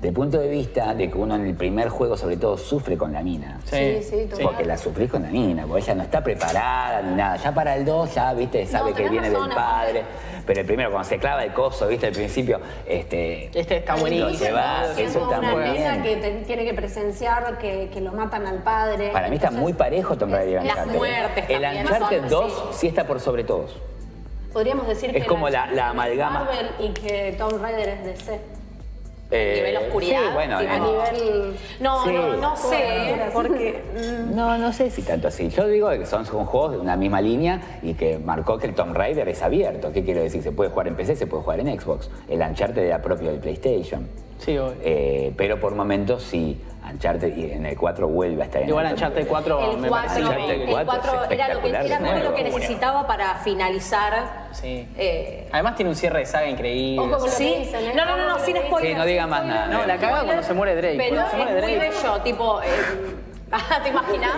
Speaker 5: De punto de vista de que uno en el primer juego, sobre todo, sufre con la mina.
Speaker 8: Sí, sí, total.
Speaker 5: Porque la sufrís con la mina, porque ella no está preparada ni nada. Ya para el 2, ya, viste, sabe que
Speaker 8: tenés
Speaker 5: viene
Speaker 8: razón,
Speaker 5: del
Speaker 8: aparte.
Speaker 5: padre. Pero el primero, cuando se clava el coso, viste, al principio, este.
Speaker 3: Este está
Speaker 5: lo
Speaker 3: buenísimo.
Speaker 5: llevás,
Speaker 3: Es
Speaker 5: eso
Speaker 8: Tengo
Speaker 5: está
Speaker 8: una
Speaker 5: muy
Speaker 8: nena
Speaker 5: bien.
Speaker 8: que te- tiene que presenciar que, que lo matan al padre.
Speaker 5: Para mí está muy parejo Tomb Raider y
Speaker 4: las
Speaker 5: Uncharted.
Speaker 4: muertes
Speaker 5: El
Speaker 4: también
Speaker 5: Uncharted
Speaker 4: son,
Speaker 5: 2 sí está por sobre todos.
Speaker 8: Podríamos decir
Speaker 5: Es
Speaker 8: que
Speaker 5: como la- la amalgama.
Speaker 8: Marvel y que Tomb Raider es DC.
Speaker 5: Eh,
Speaker 4: Nivel oscuridad,
Speaker 5: Sí, bueno,
Speaker 4: tipo
Speaker 5: eh,
Speaker 8: A nivel...
Speaker 4: No,
Speaker 5: Sí.
Speaker 4: no, no sé.
Speaker 8: porque...
Speaker 5: no, no sé si tanto así. Yo digo que son, son juegos de una misma línea y que marcó que el Tomb Raider es abierto. ¿Qué quiero decir? Se puede jugar en PC, se puede jugar en Xbox. El Uncharted era propio del PlayStation.
Speaker 3: Sí, obvio.
Speaker 5: Eh, pero por momentos sí, Uncharted y en el 4 vuelve a estar en
Speaker 3: Igual
Speaker 5: el
Speaker 3: Uncharted 4
Speaker 4: El
Speaker 3: me parece
Speaker 4: 4,
Speaker 5: Uncharted
Speaker 3: increíble.
Speaker 5: cuatro
Speaker 4: el 4
Speaker 5: es
Speaker 4: era lo que,
Speaker 5: espectacular,
Speaker 4: era
Speaker 5: de
Speaker 4: como lo que
Speaker 5: nuevo.
Speaker 4: necesitaba para finalizar.
Speaker 3: Sí.
Speaker 4: eh,
Speaker 3: Además tiene un cierre de saga increíble.
Speaker 8: Ojo con lo que
Speaker 4: sí.
Speaker 8: dicen, ¿eh?
Speaker 4: No, no, no, no,
Speaker 8: Ojo
Speaker 4: sin
Speaker 8: con lo que
Speaker 4: spoiler.
Speaker 5: Sí, no diga más nada.
Speaker 3: No, la cagada cuando se muere Drake.
Speaker 4: Pero
Speaker 3: cuando se muere
Speaker 4: es muy
Speaker 3: Drake.
Speaker 4: bello, tipo. eh, ah, ¿Te imaginas?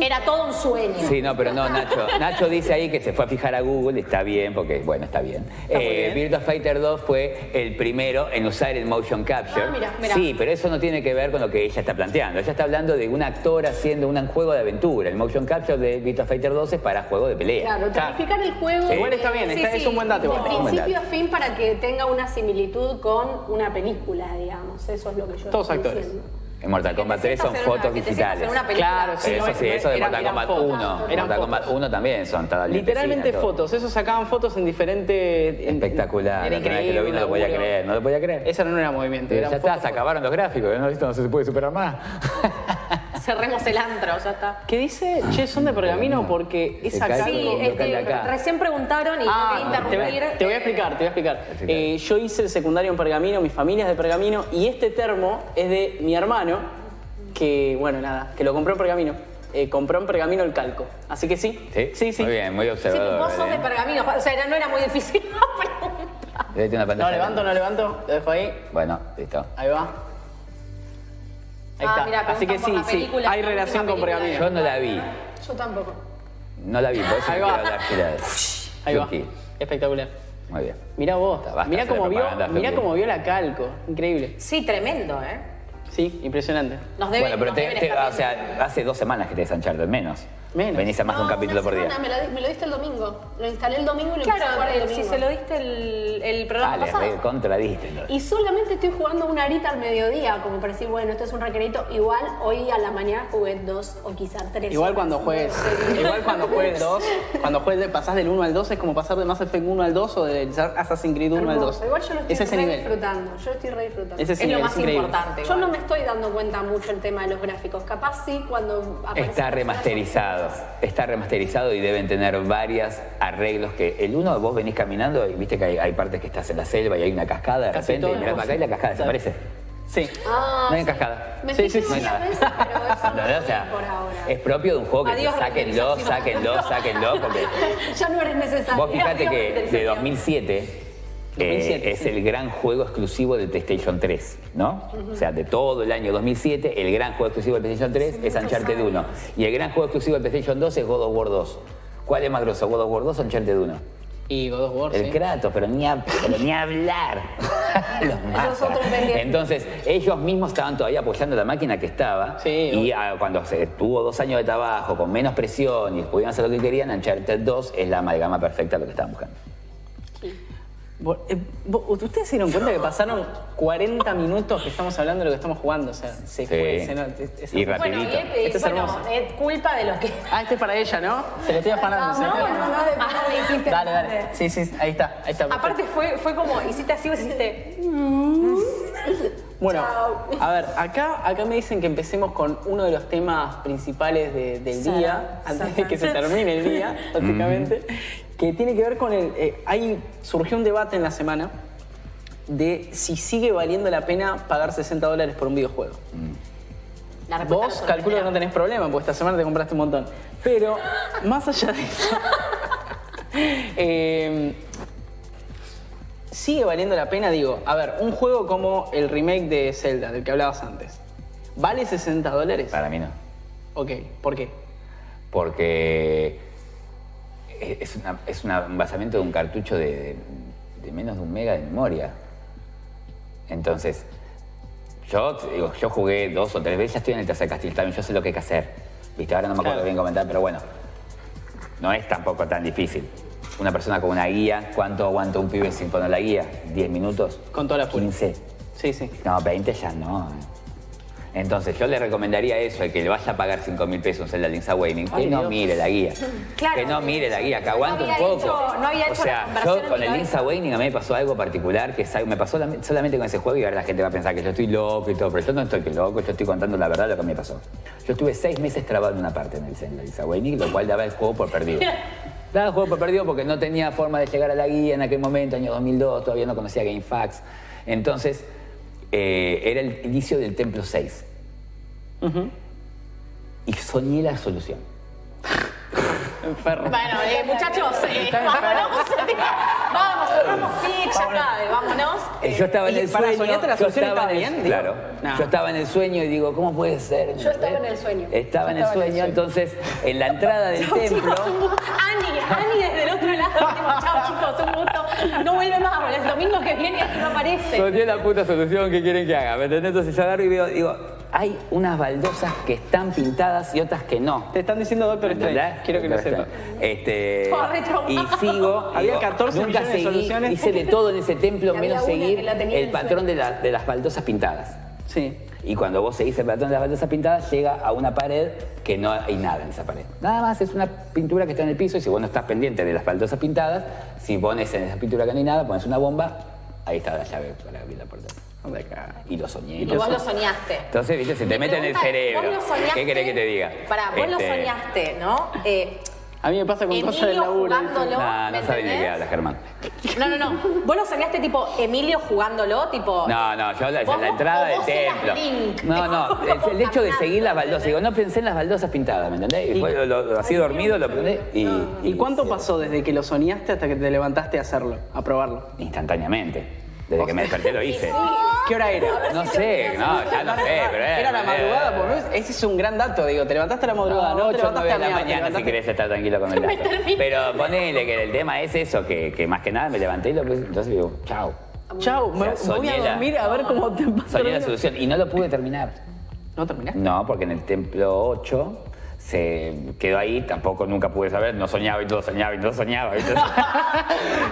Speaker 4: Era todo un sueño.
Speaker 5: Sí, no, pero no, Nacho. Nacho dice ahí que se fue a fijar a Google, está bien, porque bueno, está bien. Eh,
Speaker 3: muy bien.
Speaker 5: Virtua Fighter 2 fue el primero en usar el motion capture.
Speaker 4: Ah, mira, mira.
Speaker 5: Sí, pero eso no tiene que ver con lo que ella está planteando. Ella está hablando de un actor haciendo un juego de aventura. El motion capture de Virtua Fighter 2 es para juego de pelea.
Speaker 8: Claro,
Speaker 3: Claro.
Speaker 8: tarificar el juego...
Speaker 5: Sí.
Speaker 3: Igual está bien, está- es un buen dato.
Speaker 8: De
Speaker 3: igual.
Speaker 5: buen dato.
Speaker 8: principio a fin para que tenga una similitud con una película, digamos. Eso es lo que yo
Speaker 3: Todos
Speaker 8: estoy
Speaker 3: actores.
Speaker 8: diciendo.
Speaker 5: En Mortal Kombat 3 son
Speaker 4: hacer una-
Speaker 5: fotos
Speaker 4: que te sientas a hacer
Speaker 5: digitales.
Speaker 4: una película.
Speaker 3: Claro, sí,
Speaker 5: eso
Speaker 3: no,
Speaker 5: sí,
Speaker 3: no,
Speaker 5: eso de
Speaker 3: eran-
Speaker 5: Mortal
Speaker 3: eran
Speaker 5: Kombat
Speaker 3: fotos.
Speaker 5: 1.
Speaker 3: Eran
Speaker 5: Mortal Kombat
Speaker 3: fotos.
Speaker 5: 1 también son todas
Speaker 3: Literalmente
Speaker 5: lentecinas, todo.
Speaker 3: fotos, esos sacaban fotos en diferentes... en-
Speaker 5: Espectacular.
Speaker 3: Era
Speaker 5: La primera vez que lo vi no lo podía
Speaker 3: increíble,
Speaker 5: creer, no lo podía creer.
Speaker 3: Esa no era movimiento,
Speaker 5: Pero
Speaker 3: eran
Speaker 5: ya está,
Speaker 3: fotos-
Speaker 5: se acabaron los gráficos, ¿no? Esto no se puede superar más.
Speaker 4: Cerremos el antro, ya está.
Speaker 3: ¿Qué dice? Che, son de pergamino porque
Speaker 5: Se
Speaker 3: esa
Speaker 5: cae
Speaker 3: acá...
Speaker 5: Sí,
Speaker 4: Sí,
Speaker 5: Lo- lo
Speaker 4: este,
Speaker 5: que hay acá.
Speaker 4: recién preguntaron y no
Speaker 3: Ah, te
Speaker 4: quería
Speaker 3: voy,
Speaker 4: interrumpir.
Speaker 3: te voy a explicar, te voy a explicar.
Speaker 5: Explicar.
Speaker 3: Eh, yo hice el secundario en Pergamino, mi familia es de Pergamino y este termo es de mi hermano, que, bueno, nada, que lo compró en Pergamino. Eh, compró en Pergamino el calco. Así que sí.
Speaker 5: ¿Sí?
Speaker 3: Sí, sí.
Speaker 5: Muy bien, muy
Speaker 4: Sí,
Speaker 5: observador.
Speaker 4: vos sos
Speaker 5: ¿eh?
Speaker 4: de pergamino, o sea, era- no era muy difícil la pregunta.
Speaker 5: Debe tener una pantalla
Speaker 3: No levanto, no
Speaker 5: grande.
Speaker 3: levanto, lo dejo ahí.
Speaker 5: Bueno, listo.
Speaker 3: Ahí va. Ahí
Speaker 4: Ah,
Speaker 3: está.
Speaker 4: mirá,
Speaker 3: Así que
Speaker 4: preguntan por
Speaker 3: sí,
Speaker 4: la
Speaker 3: sí.
Speaker 4: película,
Speaker 3: Hay
Speaker 4: la
Speaker 3: relación
Speaker 4: última
Speaker 3: con pergamino.
Speaker 5: Yo no la vi.
Speaker 8: Yo tampoco.
Speaker 5: No la vi, por eso
Speaker 3: Ahí
Speaker 5: no
Speaker 3: va.
Speaker 5: quiero hablar giradas.
Speaker 3: Ahí va.
Speaker 5: Yuki.
Speaker 3: Espectacular.
Speaker 5: Muy bien.
Speaker 3: Mirá vos.
Speaker 5: Basta, basta
Speaker 3: Mirá
Speaker 5: hacer
Speaker 3: cómo vio,
Speaker 5: propaganda,
Speaker 3: mirá
Speaker 5: Felipe.
Speaker 3: cómo vio la calco. Increíble.
Speaker 4: Sí, tremendo, ¿eh?
Speaker 3: Sí, impresionante.
Speaker 4: Nos deben,
Speaker 5: bueno, pero
Speaker 4: nos
Speaker 5: te-
Speaker 4: deben
Speaker 5: te-
Speaker 4: estar
Speaker 5: o sea, hace dos semanas que te desancharden menos.
Speaker 3: Menos.
Speaker 5: Venís a más de un
Speaker 8: No,
Speaker 5: capítulo
Speaker 8: una
Speaker 5: por día.
Speaker 8: semana, Ah, Me lo, di- me lo diste el domingo. Lo instalé el domingo y lo empecé a
Speaker 4: Claro,
Speaker 8: jugar el
Speaker 4: eh, si
Speaker 8: domingo.
Speaker 4: se lo diste el, el programa
Speaker 5: Vale,
Speaker 4: pasado.
Speaker 5: re contradiste. entonces.
Speaker 8: Y solamente estoy jugando una horita al mediodía, como para decir, bueno, esto es un recreito. Igual hoy a la mañana jugué dos o quizá tres.
Speaker 3: Igual
Speaker 8: horas.
Speaker 3: cuando juegues, igual cuando juegues 2, cuando juegues de- pasás del 1 al 2 es como pasar de Mass Effect 1 al 2 o de Assassin's Creed 1 al
Speaker 8: Hermoso.
Speaker 3: 2.
Speaker 8: Igual yo lo estoy
Speaker 3: es ese
Speaker 8: re
Speaker 3: nivel.
Speaker 8: disfrutando. Yo lo estoy re disfrutando.
Speaker 3: Es ese
Speaker 4: es lo
Speaker 3: nivel,
Speaker 4: más
Speaker 3: es increíble.
Speaker 4: importante.
Speaker 8: Yo
Speaker 4: igual.
Speaker 8: no me estoy dando cuenta mucho el tema de los gráficos. Capaz sí cuando aparece-
Speaker 5: Está remasterizado, está remasterizado y deben tener varias arreglos que el uno vos venís caminando y viste que hay, hay partes que estás en la selva y hay una cascada de
Speaker 3: Casi
Speaker 5: repente
Speaker 3: todo
Speaker 5: y mirás
Speaker 3: es
Speaker 5: para acá y la cascada
Speaker 3: así.
Speaker 5: desaparece.
Speaker 3: Sí.
Speaker 8: Ah,
Speaker 5: no hay
Speaker 8: sí.
Speaker 5: cascada.
Speaker 8: Me
Speaker 3: Sí,
Speaker 8: sí,
Speaker 3: sí,
Speaker 5: No hay
Speaker 8: varias
Speaker 5: nada.
Speaker 8: veces, pero eso no,
Speaker 5: No, o sea,
Speaker 8: es por ahora.
Speaker 5: es propio de un juego que
Speaker 4: Adiós,
Speaker 5: sáquenlo,
Speaker 4: renderización.
Speaker 5: sáquenlo, sáquenlo, porque
Speaker 8: ya no eres necesario.
Speaker 5: vos fijate que de 2007, eh,
Speaker 3: 2007,
Speaker 5: es
Speaker 3: sí.
Speaker 5: el gran juego exclusivo de PlayStation 3, ¿no? O sea, de todo el año 2007, el gran juego exclusivo de PlayStation 3 es Uncharted 1. Y el gran juego exclusivo de PlayStation 2 es God of War 2. ¿Cuál es más grosso, God of War 2 o Uncharted 1?
Speaker 3: Y God of War,
Speaker 5: El
Speaker 3: sí.
Speaker 5: Kratos, pero ni, a- pero ni hablar. Los mata.
Speaker 8: Esos otros pendientes.
Speaker 5: Entonces, ellos mismos estaban todavía apoyando la máquina que estaba.
Speaker 3: Sí,
Speaker 5: y
Speaker 3: obvio.
Speaker 5: ah, cuando se tuvo dos años de trabajo, con menos presión y pudieron hacer lo que querían, Uncharted 2 es la amalgama perfecta de lo que estaban buscando.
Speaker 3: Bo- eh, bo- ¿Ustedes se dieron cuenta que pasaron 40 minutos que estamos hablando de lo que estamos jugando? O sea, se fue.
Speaker 5: Sí.
Speaker 3: se no- es- es
Speaker 5: Y
Speaker 3: hermoso.
Speaker 4: Bueno, y
Speaker 5: rapidito.
Speaker 4: este-
Speaker 3: Este es
Speaker 4: bueno,
Speaker 3: hermoso.
Speaker 4: es culpa de los que.
Speaker 3: Ah, este es para ella, ¿no? Se lo estoy afanando. se lo estoy afanando.
Speaker 4: Ah, le hiciste-
Speaker 3: Dale, dale. Sí, sí, ahí está. Ahí está
Speaker 4: Aparte fue, fue como, hiciste así, vos hiciste.
Speaker 3: Bueno, a ver, acá, acá me dicen que empecemos con uno de los temas principales de- del
Speaker 4: Sara,
Speaker 3: día, antes de
Speaker 4: Sara.
Speaker 3: que se termine el día, básicamente, que tiene que ver con el... eh, hay, surgió un debate en la semana de si sigue valiendo la pena pagar 60 dólares por un videojuego.
Speaker 4: La respuesta
Speaker 3: Vos
Speaker 4: no es
Speaker 3: calculo que no
Speaker 4: original.
Speaker 3: tenés problema, porque esta semana te compraste un montón. Pero, más allá de eso, eh, sigue valiendo la pena, digo, a ver, un juego como el remake de Zelda, del que hablabas antes, ¿vale 60 dólares?
Speaker 5: Para mí no.
Speaker 3: Ok, ¿por qué?
Speaker 5: Porque es, una- es una- un basamiento de un cartucho de, de- de menos de un mega de memoria. Entonces, yo, te digo, yo jugué dos o tres veces, ya estoy en el tercer castillo, también yo sé lo que hay que hacer. Viste, ahora no me acuerdo
Speaker 3: Claro.
Speaker 5: bien comentar, pero bueno, no es tampoco tan difícil. Una persona con una guía, ¿cuánto aguanta un pibe sin poner la guía? ¿10 minutos?
Speaker 3: Con toda la furia.
Speaker 5: 15.
Speaker 3: Sí, sí.
Speaker 5: No, 20 ya no. Entonces yo le recomendaría eso, el que le vaya a pagar 5 mil pesos en la Linsa Wayne, que
Speaker 3: Ay,
Speaker 5: no
Speaker 3: Dios.
Speaker 5: mire la guía.
Speaker 4: Claro.
Speaker 5: Que no mire la guía, que aguante
Speaker 4: No
Speaker 5: un
Speaker 4: había
Speaker 5: poco.
Speaker 4: hecho- no había
Speaker 5: o
Speaker 4: hecho la
Speaker 5: sea,
Speaker 4: conversión
Speaker 5: yo
Speaker 4: en
Speaker 5: con
Speaker 4: mi
Speaker 5: el
Speaker 4: cabeza.
Speaker 5: Linsa Wayne a mí me pasó algo particular que sa- me pasó la- solamente con ese juego y ahora la gente va a pensar que yo estoy loco y todo, pero yo no estoy que loco, yo estoy contando la verdad de lo que me pasó. Yo estuve 6 meses trabado en una parte en el en la Linsa Wayne, lo cual daba el juego por perdido. Daba el juego por perdido porque no tenía forma de llegar a la guía en aquel momento, año 2002, todavía no conocía GameFAQs. Entonces, eh, era el inicio del Templo 6 y soñé la solución.
Speaker 3: Enfermo.
Speaker 4: Bueno, eh, muchachos, eh, vámonos. Vamos, cerramos ficha, cabe, vámonos.
Speaker 5: Eh, Yo estaba en
Speaker 3: Y
Speaker 5: el
Speaker 3: para
Speaker 5: sueño.
Speaker 3: soñarte la
Speaker 5: yo
Speaker 3: solución
Speaker 5: estaba
Speaker 3: estaba
Speaker 5: en el-
Speaker 3: bien, digo.
Speaker 5: Claro.
Speaker 3: No.
Speaker 5: Yo estaba en el sueño y digo, ¿cómo puede ser?
Speaker 8: Yo estaba en el sueño.
Speaker 5: Estaba en el sueño, entonces en la entrada del templo.
Speaker 4: Chicos, un gusto. Ani, Ani desde el otro lado. Último, Chao, chicos, un gusto. No vuelve más, bueno, el domingo que viene no aparece.
Speaker 5: Soñé la puta solución que quieren que haga. ¿Me entendés? Entonces yo agarro y veo, digo, hay unas baldosas que están pintadas y otras que no.
Speaker 3: Te están diciendo Doctor Strange,
Speaker 5: ¿Entendés?
Speaker 3: quiero que lo
Speaker 5: Perfecto.
Speaker 3: sepas.
Speaker 5: Este,
Speaker 4: Estaba re traumado.
Speaker 5: y sigo.
Speaker 3: Había
Speaker 5: digo,
Speaker 3: 14
Speaker 5: nunca
Speaker 3: millones de
Speaker 5: seguí,
Speaker 3: soluciones.
Speaker 5: Hice de todo en ese templo,
Speaker 8: Y había
Speaker 5: menos
Speaker 8: una
Speaker 5: seguir
Speaker 8: que la tenía
Speaker 5: el
Speaker 8: en el
Speaker 5: patrón de, la- de las baldosas pintadas.
Speaker 3: Sí.
Speaker 5: Y cuando vos seguís el patrón de las baldosas pintadas, llega a una pared que no hay nada en esa pared. Nada más es una pintura que está en el piso y si vos no estás pendiente de las baldosas pintadas, si pones en esa pintura que no hay nada, pones una bomba, ahí está la llave para abrir la puerta.
Speaker 3: Anda acá.
Speaker 5: Y lo soñé.
Speaker 4: Y vos lo soñaste.
Speaker 5: Entonces, viste, se te
Speaker 4: Mi
Speaker 5: mete en el
Speaker 4: pregunta es,
Speaker 5: cerebro.
Speaker 4: ¿vos lo soñaste?
Speaker 5: ¿Qué querés que te diga?
Speaker 4: Pará, vos lo
Speaker 5: Este,
Speaker 4: soñaste, ¿no? Eh,
Speaker 3: A mí me pasa con cosas del
Speaker 4: Emilio
Speaker 3: laburo.
Speaker 4: jugándolo.
Speaker 5: nah,
Speaker 4: ¿me
Speaker 5: no saben ni
Speaker 4: entendés?
Speaker 5: qué hablas, Germán.
Speaker 4: No, no, no. Vos lo soñaste tipo Emilio jugándolo, tipo.
Speaker 5: No, no, yo hablo
Speaker 4: Vos-
Speaker 5: en la entrada
Speaker 4: vos
Speaker 5: del
Speaker 4: eras
Speaker 5: templo.
Speaker 4: Link.
Speaker 5: No, no, el, el hecho de seguir las baldosas. Digo, no pensé en las baldosas pintadas, ¿me entendés? Y fue, lo- lo- así dormido lo prendé y...
Speaker 3: ¿Y cuánto pasó desde que lo soñaste hasta que te levantaste a hacerlo, a probarlo?
Speaker 5: Instantáneamente. Desde que me desperté lo hice.
Speaker 3: ¿Qué hora era?
Speaker 5: No sé, no, Ah, ya no sé, pero
Speaker 3: Era la madrugada, por lo menos ese es un gran dato, digo, te levantaste a la madrugada, no,
Speaker 5: No,
Speaker 3: te
Speaker 5: 8 o
Speaker 3: levantaste
Speaker 5: 9
Speaker 3: a
Speaker 5: de la
Speaker 3: mear, te
Speaker 5: mañana si
Speaker 3: levantaste-
Speaker 5: querés estar tranquilo con el dato. Pero ponele que el tema es eso, que, que más que nada me levanté y lo puse. Entonces digo, chao.
Speaker 3: Chau, me
Speaker 5: O sea,
Speaker 3: voy a
Speaker 5: soñé la-
Speaker 3: dormir a ver cómo te pasa.
Speaker 5: Soñé la solución y no lo pude terminar.
Speaker 3: ¿No terminaste?
Speaker 5: No, porque en el templo 8 se quedó ahí, tampoco nunca pude saber, no soñaba y todo soñaba y todo soñaba. ¿viste?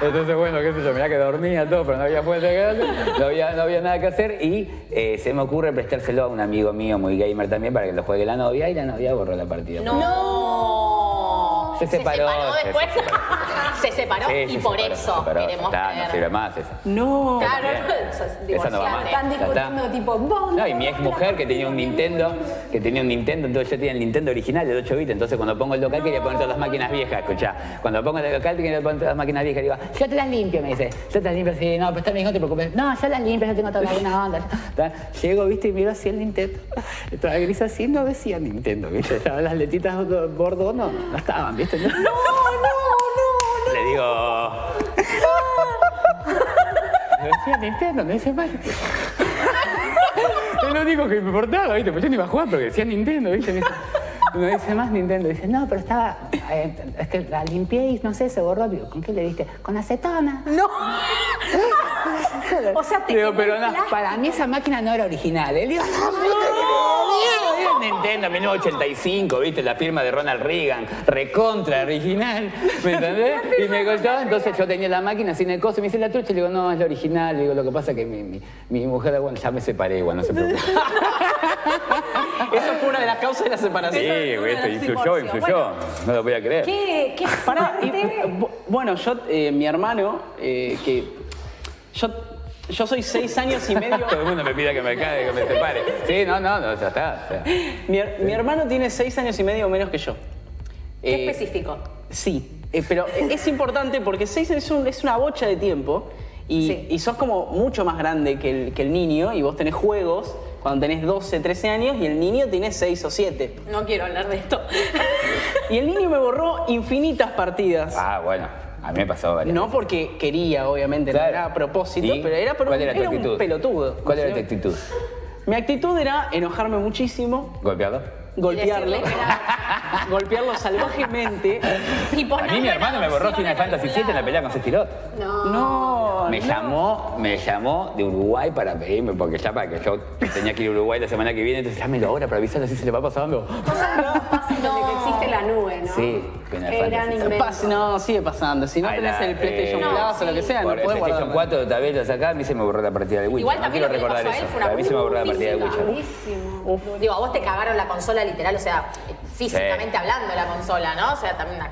Speaker 5: Entonces, bueno, qué sé yo, mirá que dormía todo, pero no había puesto que hacer, no había, no había nada que hacer y eh, se me ocurre prestárselo a un amigo mío muy gamer también para que lo juegue la novia y la novia borró la partida.
Speaker 4: No.
Speaker 5: Se separó, se
Speaker 4: después. Se separó,
Speaker 5: Sí,
Speaker 4: y
Speaker 5: sí, se
Speaker 4: por
Speaker 5: separó, se
Speaker 4: eso
Speaker 5: separó.
Speaker 4: queremos
Speaker 5: Ya está, no
Speaker 4: creer.
Speaker 5: sirve más esa.
Speaker 3: No.
Speaker 4: Claro,
Speaker 5: Bien.
Speaker 4: sos
Speaker 5: Esa no
Speaker 4: divorciada.
Speaker 5: va
Speaker 6: Están
Speaker 5: más. Ya está.
Speaker 6: discutiendo tipo, vos
Speaker 5: No, y mi ex mujer que tenía un Nintendo, que tenía un Nintendo, entonces yo tenía el Nintendo original de 8 bits, entonces cuando pongo el local quería poner todas las máquinas viejas, escuchá. Cuando pongo el local quería poner todas las máquinas viejas, digo, yo te las limpio, me dice, yo te las limpio, sí, no, pero está bien, no te preocupes, no, yo las limpio, yo tengo toda una onda. Ta, Llego, viste, y miro así el Nintendo, estaba gris así, no decía Nintendo, viste, estaban las letitas bordo, no, no estaban, viste. No, no, no, no. Le digo... No decía Nintendo, no decía Mario. Es lo único que me importaba, ¿viste? Pues yo no iba a jugar porque decía Nintendo, ¿viste? Me dice- No dice más Nintendo. Dice, no, pero estaba. eh, es que la limpié y no sé, se borró. Digo, ¿con qué le diste? Con acetona.
Speaker 4: No. o sea, te
Speaker 5: Digo,
Speaker 4: quedó
Speaker 5: pero no,
Speaker 4: plástico.
Speaker 5: para mí esa máquina no era original. ¿eh? Digo, "No, no, no, no, no". Nintendo 1985, ¿viste? La firma de Ronald Reagan, recontra original, ¿me entendés? Y me contaba, entonces yo tenía la máquina sin el coso, y me dice la trucha, le digo, no, es la original, le digo, lo que pasa es que mi, mi, mi mujer, bueno, ya me separé, igual, no se preocupe.
Speaker 3: Eso fue una de las causas de la separación.
Speaker 5: Sí, güey, esto influyó, influyó. No lo voy a creer.
Speaker 4: ¿Qué?
Speaker 8: eh,
Speaker 4: ¿Qué?
Speaker 3: Pará, y-
Speaker 4: suerte.
Speaker 3: bu- bueno, yo, eh, mi hermano, eh, que yo, yo soy seis años y medio.
Speaker 5: Todo el mundo me pide que me caiga, que me separe. Sí, no, no, no, ya está. ya.
Speaker 3: mi, her- mi hermano tiene seis años y medio menos que yo.
Speaker 4: Qué
Speaker 3: Eh,
Speaker 4: específico.
Speaker 3: Sí, eh, pero es importante porque seis es, un- es una bocha de tiempo y,
Speaker 4: Sí.
Speaker 3: y sos como mucho más grande que el, que el niño y vos tenés juegos cuando tenés 12, 13 años y el niño tiene 6 o 7.
Speaker 4: No quiero hablar de esto.
Speaker 3: Y el niño me borró infinitas partidas.
Speaker 5: Ah, bueno, a mí me pasó varias.
Speaker 3: No porque quería, obviamente,
Speaker 5: Claro.
Speaker 3: no era a propósito,
Speaker 5: ¿Y?
Speaker 3: pero era, por
Speaker 5: ¿Cuál
Speaker 3: un,
Speaker 5: era tu
Speaker 3: era un
Speaker 5: actitud?
Speaker 3: pelotudo.
Speaker 5: ¿Cuál era tu
Speaker 3: ¿Sí?
Speaker 5: actitud?
Speaker 3: Mi actitud era enojarme muchísimo,
Speaker 5: ¿Golpeado?
Speaker 3: golpearlo,
Speaker 4: decirle que era-
Speaker 3: golpearlo salvajemente.
Speaker 4: Y
Speaker 5: A mí mi hermano me borró Final Fantasy VII en la pelea con Sefirot.
Speaker 3: No,
Speaker 5: Me llamó, me llamó de Uruguay para pedirme, porque ya para que yo tenía que ir a Uruguay la semana que viene, entonces llámelo ahora para avisarle si se le va pasando.
Speaker 8: Desde que existe la nube, ¿no?
Speaker 5: Sí, Final
Speaker 8: Eran
Speaker 5: Fantasy.
Speaker 8: inventos.
Speaker 3: Pas- no, sigue pasando. Si no
Speaker 5: Ay,
Speaker 3: tenés
Speaker 5: la-
Speaker 3: el PlayStation
Speaker 5: eh,
Speaker 3: Plus o lo que sea, no
Speaker 5: Por el
Speaker 3: podés
Speaker 5: PlayStation
Speaker 3: guardar.
Speaker 5: 4 tal vez lo sacaba, a mí se me borró la partida de Witcher.
Speaker 4: Igual
Speaker 5: no
Speaker 4: también
Speaker 5: quiero
Speaker 4: lo que le
Speaker 5: recordar
Speaker 4: pasó a él
Speaker 5: eso.
Speaker 4: fue una
Speaker 5: a mí se me borró la partida de
Speaker 4: muy
Speaker 5: Witcher.
Speaker 4: Digo, a vos te cagaron la consola literal, o sea, físicamente
Speaker 5: Sí.
Speaker 4: hablando la consola, ¿no? O sea, también una-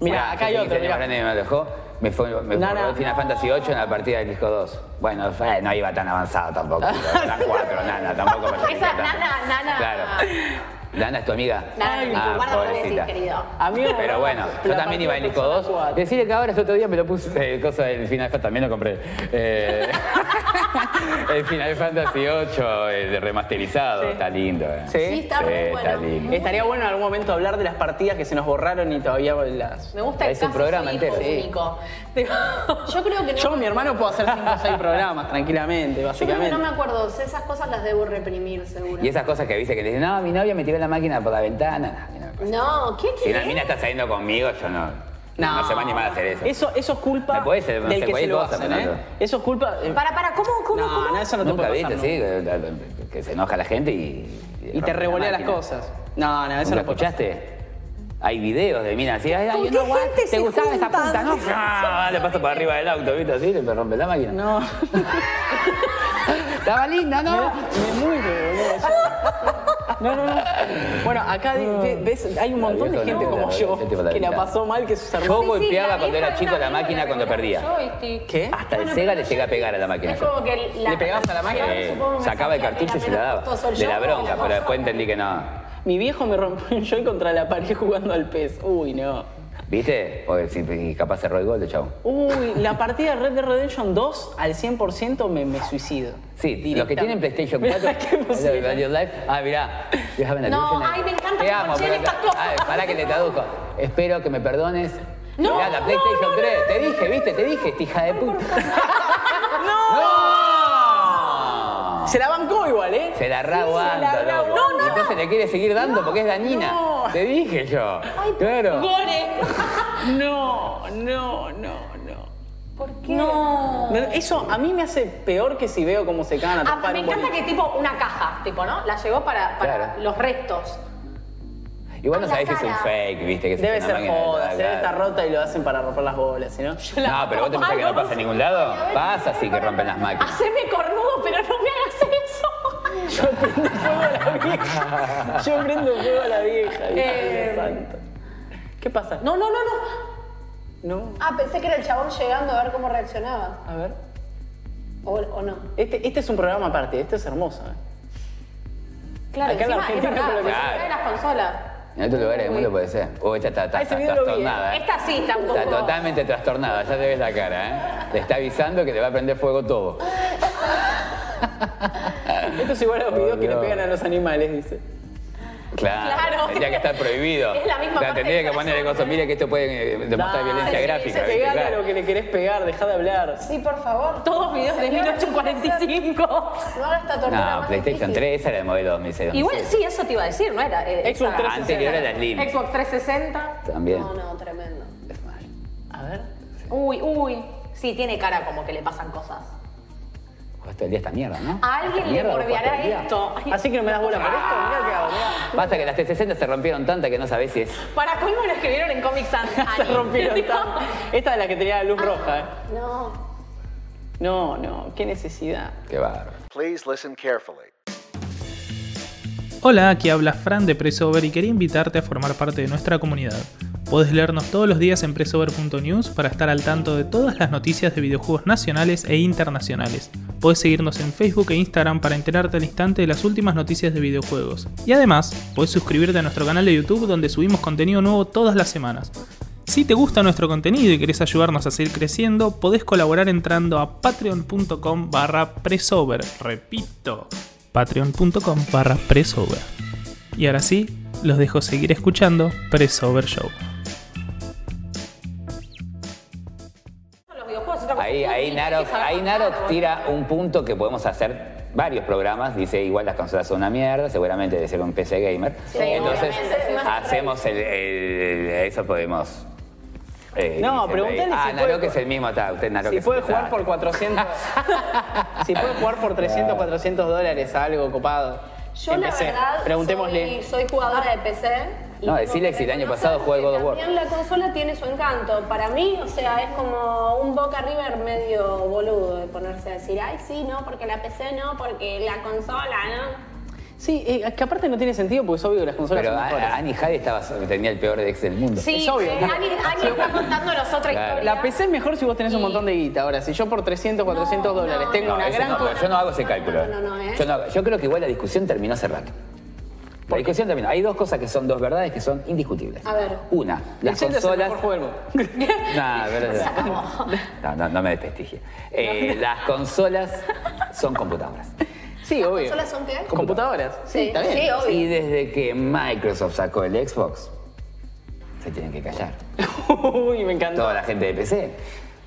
Speaker 3: Mira, acá hay otro. mirá.
Speaker 5: Grande me dejó, me fue, me
Speaker 3: No,
Speaker 5: borró
Speaker 3: no.
Speaker 5: Final Fantasy VIII en la partida del disco 2. Bueno, fue- no iba tan avanzado tampoco. pero Eran cuatro, nana, tampoco me
Speaker 4: Esa
Speaker 5: tanto.
Speaker 4: Nana, Nana.
Speaker 5: Claro. ¿Nana es tu amiga? Ah,
Speaker 4: Nana, no, guarda lo que decís, querido.
Speaker 3: A mí me
Speaker 5: Pero
Speaker 3: borraron
Speaker 5: bueno, yo
Speaker 3: la
Speaker 5: también
Speaker 3: partida
Speaker 5: iba en
Speaker 3: de
Speaker 5: disco
Speaker 3: Persona
Speaker 5: 2.
Speaker 3: 4.
Speaker 5: Decirle que ahora el otro día me lo puse, eh, el cosa del Final Fantasy, también lo compré. Eh, el Final Fantasy 8, el remasterizado, está lindo. eh.
Speaker 3: Sí.
Speaker 4: Sí, está muy
Speaker 5: está
Speaker 4: bueno.
Speaker 5: lindo.
Speaker 3: Estaría bueno en algún momento hablar de las partidas que se nos borraron y todavía las.
Speaker 4: Me gusta el
Speaker 5: Es un
Speaker 4: caso,
Speaker 5: programa
Speaker 4: soy
Speaker 5: entero,
Speaker 4: hijo
Speaker 5: sí.
Speaker 4: único. Digo,
Speaker 8: Yo creo que no.
Speaker 3: Yo con mi hermano puedo hacer 5 o 6 programas tranquilamente,
Speaker 8: Yo creo que
Speaker 3: básicamente.
Speaker 8: no me acuerdo, esas cosas las debo reprimir, seguro.
Speaker 5: Y esas cosas que viste que le dicen, no, mi novia me tiró la máquina por la ventana. No, a mí no me pasa.
Speaker 8: No, ¿qué
Speaker 5: Si la
Speaker 8: querés?
Speaker 5: mina está saliendo conmigo, yo no. No, se va a animar a hacer eso.
Speaker 3: Eso, eso es culpa
Speaker 5: Me podés hacer, no
Speaker 3: del
Speaker 5: sé,
Speaker 3: que se
Speaker 5: cualquier
Speaker 3: lo
Speaker 5: cosa,
Speaker 3: hacen,
Speaker 5: pero
Speaker 3: ¿eh?
Speaker 5: no.
Speaker 3: Eso es culpa. eh,
Speaker 4: Para, para, ¿cómo, cómo,
Speaker 3: no,
Speaker 4: cómo?
Speaker 3: no, eso no te
Speaker 5: Nunca
Speaker 3: puede
Speaker 5: viste,
Speaker 3: pasar,
Speaker 5: sí, que- que se enoja la gente y.
Speaker 3: no. Y te revolea las cosas. No, no, eso
Speaker 5: ¿Eso lo
Speaker 3: no puede pasar.
Speaker 5: escuchaste? Hay videos de minas así, ay, ay,
Speaker 4: ¿Con
Speaker 5: no,
Speaker 4: qué
Speaker 5: guau,
Speaker 4: gente
Speaker 5: te
Speaker 4: se
Speaker 5: gustaba esa
Speaker 4: juntan?
Speaker 5: punta, ¿no? Ah, le paso por arriba del auto, ¿viste? Así, le rompe la máquina.
Speaker 3: No,
Speaker 5: Estaba linda, ¿no?
Speaker 3: me muero, boludo. No, no, no. Bueno, acá di- ve- ves, hay un
Speaker 5: La
Speaker 3: montón de
Speaker 5: vieja
Speaker 3: gente
Speaker 5: no,
Speaker 3: como
Speaker 5: la-
Speaker 3: yo
Speaker 5: la- la- la-
Speaker 3: que la
Speaker 5: la-
Speaker 3: pasó mal, que sus
Speaker 5: Yo
Speaker 3: hermanos.
Speaker 5: golpeaba
Speaker 7: la
Speaker 5: cuando
Speaker 7: vieja
Speaker 5: era chico
Speaker 7: era
Speaker 5: la máquina cuando perdía.
Speaker 3: ¿Qué?
Speaker 5: Hasta el Sega le llegué a pegar a la máquina.
Speaker 8: Es como que la-
Speaker 3: ¿Le pegabas Ah, a la máquina?
Speaker 5: Eh,
Speaker 8: supongo que
Speaker 5: sacaba el
Speaker 8: sabía que era
Speaker 5: cartucho y se la
Speaker 8: menos
Speaker 5: daba.
Speaker 8: costoso el
Speaker 5: De la
Speaker 8: juego,
Speaker 5: bronca,
Speaker 8: la
Speaker 5: pero después
Speaker 8: consola.
Speaker 5: entendí que no.
Speaker 3: Mi viejo me rompió un joy contra la pared jugando al pez. Uy, no.
Speaker 5: ¿Viste? Porque si y capaz cerró el gol de chavo.
Speaker 3: Uy, la partida de Red Dead Redemption 2 al 100% me, me suicido.
Speaker 5: Sí, los que tienen PlayStation
Speaker 3: Mirá
Speaker 5: 4,
Speaker 3: qué emoción.
Speaker 5: el Value Life. Ah, mirá. You have an
Speaker 4: No,
Speaker 5: addiction.
Speaker 4: ay, me encanta
Speaker 5: Te
Speaker 4: que
Speaker 5: amo,
Speaker 4: Marcel
Speaker 5: pero-
Speaker 4: estas cosas.
Speaker 5: Ay, pará que te traduzco. Espero que me perdones.
Speaker 4: No,
Speaker 5: mirá, la
Speaker 4: no,
Speaker 5: PlayStation
Speaker 4: no,
Speaker 5: 3. te dije, ¿viste? Te dije, esta hija de puta. ¡No!
Speaker 3: Se la bancó igual, ¿eh?
Speaker 5: Se la
Speaker 3: Sí,
Speaker 5: reaguanta,
Speaker 3: se la
Speaker 5: loco.
Speaker 3: reaguanta.
Speaker 5: Y entonces le quiere seguir dando porque es dañina.
Speaker 3: no.
Speaker 5: Te dije yo. claro.
Speaker 3: No, no, no, no.
Speaker 4: ¿Por qué? No.
Speaker 3: No, Eso a mí me hace peor que si veo cómo se cagan a
Speaker 4: Ah,
Speaker 3: tapar
Speaker 4: me
Speaker 3: un
Speaker 4: encanta
Speaker 3: bolito.
Speaker 4: que tipo una caja, tipo, ¿no? La llevó para, para
Speaker 5: Claro.
Speaker 4: los restos.
Speaker 5: Igual no
Speaker 7: Ay, la
Speaker 5: sabés que es un
Speaker 7: cara.
Speaker 5: fake, viste, que es
Speaker 3: Debe
Speaker 5: una
Speaker 3: ser
Speaker 5: máquina de
Speaker 3: joda,
Speaker 5: tocar,
Speaker 3: se debe estar
Speaker 5: claro.
Speaker 3: rota y lo hacen para romper las bolas, ¿sí, ¿no?
Speaker 5: No, pero vos te pensás que no pasa en ningún lado. Pasa así que rompen las máquinas.
Speaker 4: Haceme cornudo, pero no me hagas eso.
Speaker 3: Yo prendo fuego a la vieja. Yo prendo fuego a la vieja.
Speaker 4: Eh.
Speaker 3: Dios santo. ¿Qué pasa?
Speaker 4: No, no, no, no.
Speaker 3: No,
Speaker 8: Ah, pensé que era el chabón llegando a ver cómo reaccionaba.
Speaker 3: a ver.
Speaker 8: O, o no.
Speaker 3: Este, este es un programa aparte, este es hermoso. ¿eh?
Speaker 4: Claro,
Speaker 3: Acá en
Speaker 4: encima es
Speaker 3: Argentina
Speaker 4: verdad,
Speaker 3: creo que
Speaker 4: se
Speaker 5: sí.
Speaker 4: caen las consolas.
Speaker 5: En otros lugares del mundo puede ser. Oh, esta está, está-
Speaker 3: Ah, ese
Speaker 5: está
Speaker 3: video lo vi,
Speaker 5: trastornada. ¿eh?
Speaker 4: Esta sí está un
Speaker 5: Está
Speaker 4: poco...
Speaker 5: totalmente trastornada, ya te ves la cara, ¿eh? Le está avisando que le va a prender fuego todo.
Speaker 3: Esto es igual a los
Speaker 5: Oh,
Speaker 3: videos que le
Speaker 5: Dios.
Speaker 3: pegan a los animales, dice.
Speaker 5: Claro,
Speaker 4: Claro.
Speaker 5: tendría que estar prohibido.
Speaker 4: Es la misma
Speaker 5: Claro,
Speaker 4: parte
Speaker 5: tendría
Speaker 4: del
Speaker 5: que ponerle
Speaker 4: corazón.
Speaker 5: cosas, mire que esto puede eh, demostrar
Speaker 3: Dale,
Speaker 5: violencia
Speaker 3: Ah, sí,
Speaker 5: gráfica. ¿viste?
Speaker 3: Pegale a
Speaker 5: Claro.
Speaker 3: lo que le querés pegar, deja de hablar.
Speaker 8: Sí, por favor.
Speaker 4: Todos videos de 1845.
Speaker 8: No hagas esta tortura.
Speaker 5: No,
Speaker 8: más
Speaker 5: PlayStation
Speaker 8: difícil.
Speaker 5: 3 era el modelo 2006.
Speaker 4: Igual sí, eso te iba a decir, ¿no era? eh,
Speaker 3: Xbox
Speaker 4: esa-
Speaker 5: Anterior a la Slim.
Speaker 4: Xbox 360.
Speaker 5: También.
Speaker 8: No, no, tremendo.
Speaker 5: Es mal.
Speaker 3: A ver.
Speaker 4: Uy, uy. Sí, tiene cara como que le pasan cosas.
Speaker 5: Jugaste todo el día esta mierda, ¿no?
Speaker 4: A alguien le
Speaker 5: Mierda,
Speaker 4: morbiará
Speaker 5: jugaste el día.
Speaker 4: esto. Ay,
Speaker 3: Así que no me das bola por esto, mirá qué hago, mirá.
Speaker 5: Basta que las 360 se rompieron tantas que no sabés si es.
Speaker 4: Para colmo lo escribieron en Comic Sans.
Speaker 8: Ah,
Speaker 3: Se
Speaker 4: Ani.
Speaker 3: rompieron.
Speaker 4: Tipo,
Speaker 3: tanto. Esta es la que tenía la luz roja, ¿eh?
Speaker 8: No.
Speaker 3: No, no, qué necesidad.
Speaker 5: Qué bárbaro.
Speaker 9: Please listen carefully.
Speaker 10: Hola, aquí habla Fran de Pressover y quería invitarte a formar parte de nuestra comunidad. Podés leernos todos los días en Pressover.news para estar al tanto de todas las noticias de videojuegos nacionales e internacionales. Podés seguirnos en Facebook e Instagram para enterarte al instante de las últimas noticias de videojuegos. Y además, podés suscribirte a nuestro canal de YouTube donde subimos contenido nuevo todas las semanas. Si te gusta nuestro contenido y querés ayudarnos a seguir creciendo, podés colaborar entrando a patreon.com barra presover. Repito, patreon.com barra presover. Y ahora sí, los dejo seguir escuchando Presover Show.
Speaker 4: los videojuegos, otra cosa.
Speaker 5: Ahí, ahí
Speaker 4: Uy, hay
Speaker 5: Narok,
Speaker 4: que saber
Speaker 5: ahí
Speaker 4: matar,
Speaker 5: Narok
Speaker 4: boludo.
Speaker 5: tira un punto que podemos hacer varios programas. Dice, igual las consolas son una mierda, seguramente debe ser un PC gamer. Entonces,
Speaker 4: obviamente, es más
Speaker 5: hacemos el, el- Eso podemos... eh,
Speaker 3: No,
Speaker 5: dice
Speaker 3: preguntale
Speaker 5: Rey.
Speaker 3: si
Speaker 5: Ah,
Speaker 3: puede
Speaker 5: Narok
Speaker 3: ju-
Speaker 5: es el mismo, está. Usted Narok
Speaker 3: Si
Speaker 5: es
Speaker 3: puede
Speaker 5: un
Speaker 3: jugar por
Speaker 5: desastre.
Speaker 3: 400. si puede jugar por 300, 400 dólares a algo copado.
Speaker 8: Yo
Speaker 3: en
Speaker 8: la
Speaker 3: PC.
Speaker 8: verdad
Speaker 3: Preguntémosle.
Speaker 8: Soy, soy jugadora de PC. y
Speaker 5: No,
Speaker 8: tengo
Speaker 5: decile
Speaker 8: que
Speaker 5: que el año
Speaker 8: reconocer
Speaker 5: pasado jugué God
Speaker 8: que
Speaker 5: of War.
Speaker 8: También la consola tiene su encanto. Para mí, o sea, es como un Boca River medio boludo de ponerse a decir, ay, sí, no, porque la PC no, porque la consola
Speaker 3: Sí, eh, que aparte no tiene sentido porque es obvio que las consolas
Speaker 5: Pero
Speaker 3: son mejores.
Speaker 5: a- Annie Hyde estaba, tenía el peor ex del mundo.
Speaker 4: Sí,
Speaker 3: Es obvio.
Speaker 4: sí, Ani, Ani está contándonos otra
Speaker 5: Claro.
Speaker 4: historia.
Speaker 3: la PC es mejor si vos tenés un
Speaker 4: Y-
Speaker 3: montón de guita. Ahora, si yo por 300, 400 dólares tengo
Speaker 5: No,
Speaker 3: una
Speaker 5: eso
Speaker 3: gran.
Speaker 5: no,
Speaker 3: co-
Speaker 5: pero yo no hago ese cálculo.
Speaker 8: no, no, ¿eh?
Speaker 5: yo, no hago- yo creo que igual la discusión terminó hace rato. La discusión terminó. Hay dos cosas que son dos verdades que son indiscutibles.
Speaker 8: A ver.
Speaker 5: Una,
Speaker 3: El
Speaker 5: las
Speaker 3: Zelda es el
Speaker 5: consolas.
Speaker 3: mejor juego del mundo.
Speaker 5: No, pero- no, no, no me desprestigie. Eh, Las consolas son computadoras.
Speaker 3: Sí, obvio.
Speaker 8: consolas son qué?
Speaker 3: Computadoras. Sí,
Speaker 8: Sí,
Speaker 3: está bien.
Speaker 8: sí, obvio.
Speaker 5: Y desde que Microsoft sacó el Xbox, se tienen que callar.
Speaker 3: Uy, me encanta.
Speaker 5: Toda la gente de PC.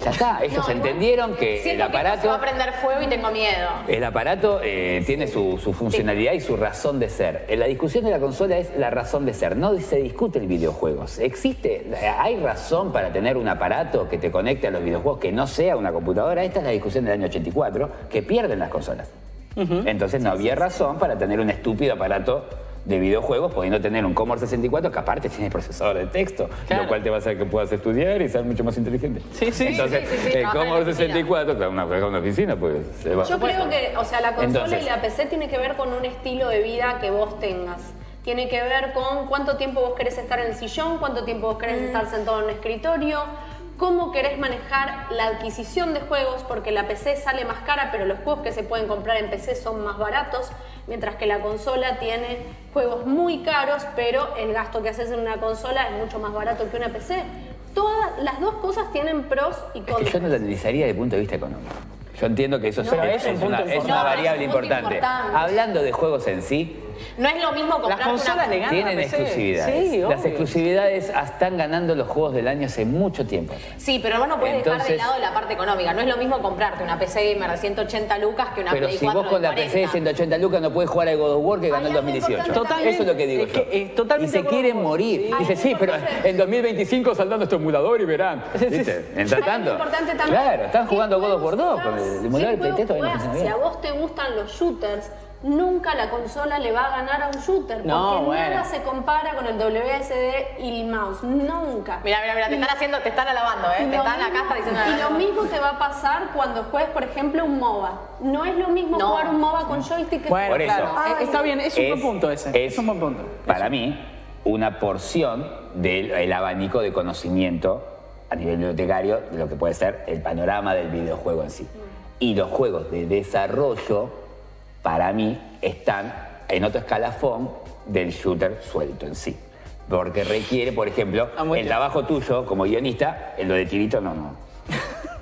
Speaker 5: Ya está, ellos entendieron que el
Speaker 4: Siento que esto se
Speaker 5: aparato.
Speaker 4: va a prender fuego y tengo miedo.
Speaker 5: El aparato eh, tiene su, su funcionalidad y su razón de ser. Eh, La discusión de la consola es la razón de ser. No se discute el videojuegos. Existe, eh, hay razón para tener un aparato que te conecte a los videojuegos que no sea una computadora. Esta es la discusión del año 84 que pierden las consolas. Entonces no había razón para tener un estúpido aparato de videojuegos pudiendo tener un Commodore 64 que aparte tiene procesador de texto,
Speaker 3: Claro.
Speaker 5: lo cual te va a hacer que puedas estudiar y ser mucho más inteligente.
Speaker 3: Sí, sí.
Speaker 5: Entonces,
Speaker 4: Sí, sí, sí, sí. Trabajar
Speaker 5: el
Speaker 4: en la
Speaker 5: Commodore
Speaker 4: oficina.
Speaker 5: 64, claro, una, una oficina, pues se va.
Speaker 8: Yo creo que, o sea, la consola
Speaker 5: Entonces.
Speaker 8: y la PC tiene que ver con un estilo de vida que vos tengas. Tiene que ver con cuánto tiempo vos querés estar en el sillón, cuánto tiempo vos querés estar sentado en un escritorio, cómo querés manejar la adquisición de juegos, porque la PC sale más cara, pero los juegos que se pueden comprar en PC son más baratos, mientras que la consola tiene juegos muy caros, pero el gasto que haces en una consola es mucho más barato que una PC. Todas las dos cosas tienen pros y
Speaker 5: Es que
Speaker 8: contras.
Speaker 5: yo no lo analizaría desde el punto de vista económico. Yo entiendo que eso es,
Speaker 3: es un
Speaker 5: una,
Speaker 3: punto
Speaker 5: es una
Speaker 4: importante.
Speaker 5: variable
Speaker 4: No, es un punto
Speaker 5: importante.
Speaker 4: importante.
Speaker 5: Hablando de juegos en sí,
Speaker 4: No es lo mismo comprar
Speaker 3: Las consolas le ganan. a
Speaker 5: tienen
Speaker 3: PC.
Speaker 5: exclusividades.
Speaker 3: Sí,
Speaker 5: Las
Speaker 3: obvio.
Speaker 5: exclusividades están ganando los juegos del año hace mucho tiempo. atrás.
Speaker 4: Sí, pero vos no puedes dejar de
Speaker 5: Entonces-
Speaker 4: lado la parte económica. No es lo mismo comprarte una PC gamer de 180 lucas que una
Speaker 5: Pero
Speaker 4: Play
Speaker 5: si
Speaker 4: 4
Speaker 5: vos con
Speaker 4: de
Speaker 5: la PC de
Speaker 4: 40.
Speaker 5: 180 lucas no puedes jugar al God of War que ganó el 2018.
Speaker 3: Totalmente.
Speaker 5: Eso es lo que digo
Speaker 3: Es
Speaker 5: yo.
Speaker 3: que es totalmente
Speaker 5: y se
Speaker 3: acuerdo
Speaker 5: quieren
Speaker 3: con vos.
Speaker 5: morir.
Speaker 3: Sí.
Speaker 5: Dice, sí, pero en 2025 saldando este emulador y verán. ¿Viste? Mientras
Speaker 8: Algo
Speaker 5: tanto.
Speaker 8: importante también,
Speaker 5: Claro, están
Speaker 8: ¿qué
Speaker 5: jugando God of War
Speaker 8: juegos
Speaker 5: 2 con el
Speaker 8: jugás?
Speaker 5: emulador de
Speaker 8: ¿Qué juegos
Speaker 5: PlayStation. todavía no
Speaker 8: jugás?
Speaker 5: funciona
Speaker 8: Si
Speaker 5: bien.
Speaker 8: a vos te gustan los shooters, nunca la consola le va a ganar a un shooter.
Speaker 3: No,
Speaker 8: porque
Speaker 3: bueno.
Speaker 8: nada se compara con el WSD y el mouse. Nunca.
Speaker 4: Mira, mira, mira, te están haciendo, te están alabando, ¿eh?
Speaker 8: Y
Speaker 4: Te
Speaker 8: lo
Speaker 4: están acá,
Speaker 8: mismo-
Speaker 4: están diciendo.
Speaker 8: Y lo mismo te va a pasar cuando juegues, por ejemplo, un MOBA. No es lo mismo
Speaker 4: No.
Speaker 8: jugar un MOBA con joystick que
Speaker 3: Bueno,
Speaker 5: Por eso.
Speaker 3: claro. Eh, está bien, es un buen punto ese. Es,
Speaker 5: es
Speaker 3: un buen punto.
Speaker 5: Para mí, una porción del el abanico de conocimiento a nivel bibliotecario de lo que puede ser el panorama del videojuego en sí. Y los juegos de desarrollo, para mí, están en otro escalafón del shooter suelto en sí. Porque requiere, por ejemplo,
Speaker 3: Ah, muy
Speaker 5: el
Speaker 3: bien.
Speaker 5: trabajo tuyo como guionista, en lo de tirito no, no.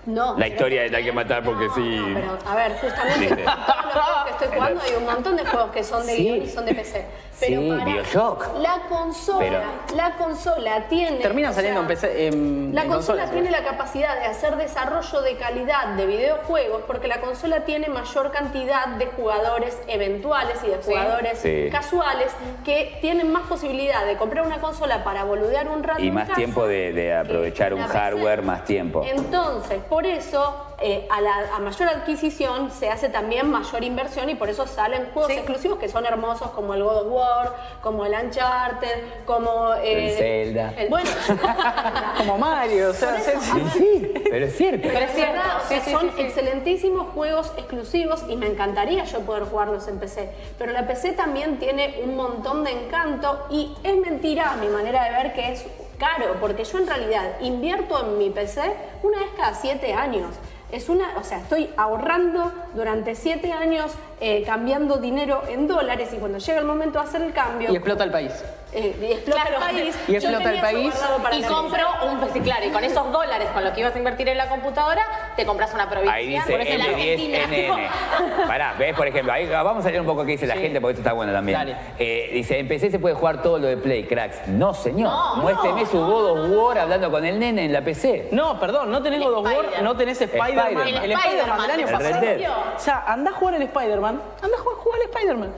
Speaker 8: No.
Speaker 5: La historia es la que matar porque
Speaker 8: No,
Speaker 5: sí.
Speaker 8: no, pero, a ver, justamente
Speaker 5: Viste.
Speaker 8: todos los juegos que estoy jugando hay un montón de juegos que son de
Speaker 5: Sí.
Speaker 8: guion y son de PC. Pero
Speaker 5: Sí,
Speaker 8: para
Speaker 5: Bioshock.
Speaker 8: la consola,
Speaker 5: Pero-
Speaker 8: la consola tiene.
Speaker 3: Terminan
Speaker 8: o
Speaker 3: saliendo en
Speaker 8: sea,
Speaker 3: PC. en-
Speaker 8: La
Speaker 3: en
Speaker 8: consola
Speaker 3: consolas,
Speaker 8: tiene la capacidad de hacer desarrollo de calidad de videojuegos porque la consola tiene mayor cantidad de jugadores eventuales y de jugadores
Speaker 5: Sí.
Speaker 8: casuales que tienen más posibilidad de comprar una consola para boludear un rato.
Speaker 5: Y
Speaker 8: en
Speaker 5: más
Speaker 8: casa
Speaker 5: tiempo de, de aprovechar un
Speaker 8: una PC.
Speaker 5: hardware, más tiempo.
Speaker 8: Entonces, por eso, eh, a, la- a mayor adquisición se hace también mayor inversión y por eso salen juegos
Speaker 4: Sí.
Speaker 8: exclusivos que son hermosos como el God of War, como el Uncharted, como...
Speaker 5: El Zelda.
Speaker 8: Eh, el- bueno,
Speaker 3: Como Mario, o sea,
Speaker 8: Por eso,
Speaker 3: sí,
Speaker 8: a
Speaker 5: Sí, sí, pero es cierto.
Speaker 4: Pero es cierto,
Speaker 8: verdad, o sea,
Speaker 4: sí, sí,
Speaker 8: son
Speaker 4: sí, sí.
Speaker 8: excelentísimos juegos exclusivos y me encantaría yo poder jugarlos en PC. Pero la PC también tiene un montón de encanto y es mentira a mi manera de ver que es caro, porque yo en realidad invierto en mi PC una vez cada siete años. Es una, o sea, estoy ahorrando durante siete años eh, cambiando dinero en dólares y cuando llega el momento de hacer el cambio,
Speaker 3: y explota el país.
Speaker 8: eh, y explota
Speaker 4: Claro.
Speaker 8: el país.
Speaker 3: Y
Speaker 8: yo
Speaker 3: explota
Speaker 8: tenía
Speaker 3: el
Speaker 8: eso
Speaker 3: país.
Speaker 8: guardado para
Speaker 4: Y
Speaker 8: la
Speaker 4: compro un claro, y con esos dólares con los que ibas a invertir en la computadora, te compras una provincia.
Speaker 5: Ahí dice
Speaker 4: por ejemplo, Argentina,
Speaker 5: M10NN.
Speaker 4: tipo-
Speaker 5: Pará, ves, por ejemplo, ahí, vamos a leer un poco qué dice la gente porque esto está bueno también.
Speaker 3: Dale.
Speaker 5: Eh, dice, en PC se puede jugar todo lo de Play, cracks. No, señor.
Speaker 4: No, no.
Speaker 5: Muéstreme su God of War hablando con el nene en la PC.
Speaker 3: No, perdón, no tenés
Speaker 4: El
Speaker 3: God of War,
Speaker 4: Spider.
Speaker 3: no tenés Spider-Man.
Speaker 5: Spider-Man.
Speaker 3: El Spider-Man del año
Speaker 5: El Red
Speaker 3: pasado.
Speaker 5: Dead.
Speaker 3: O sea, andá a jugar el Spider-Man. Andá a jugar, jugar al Spider-Man.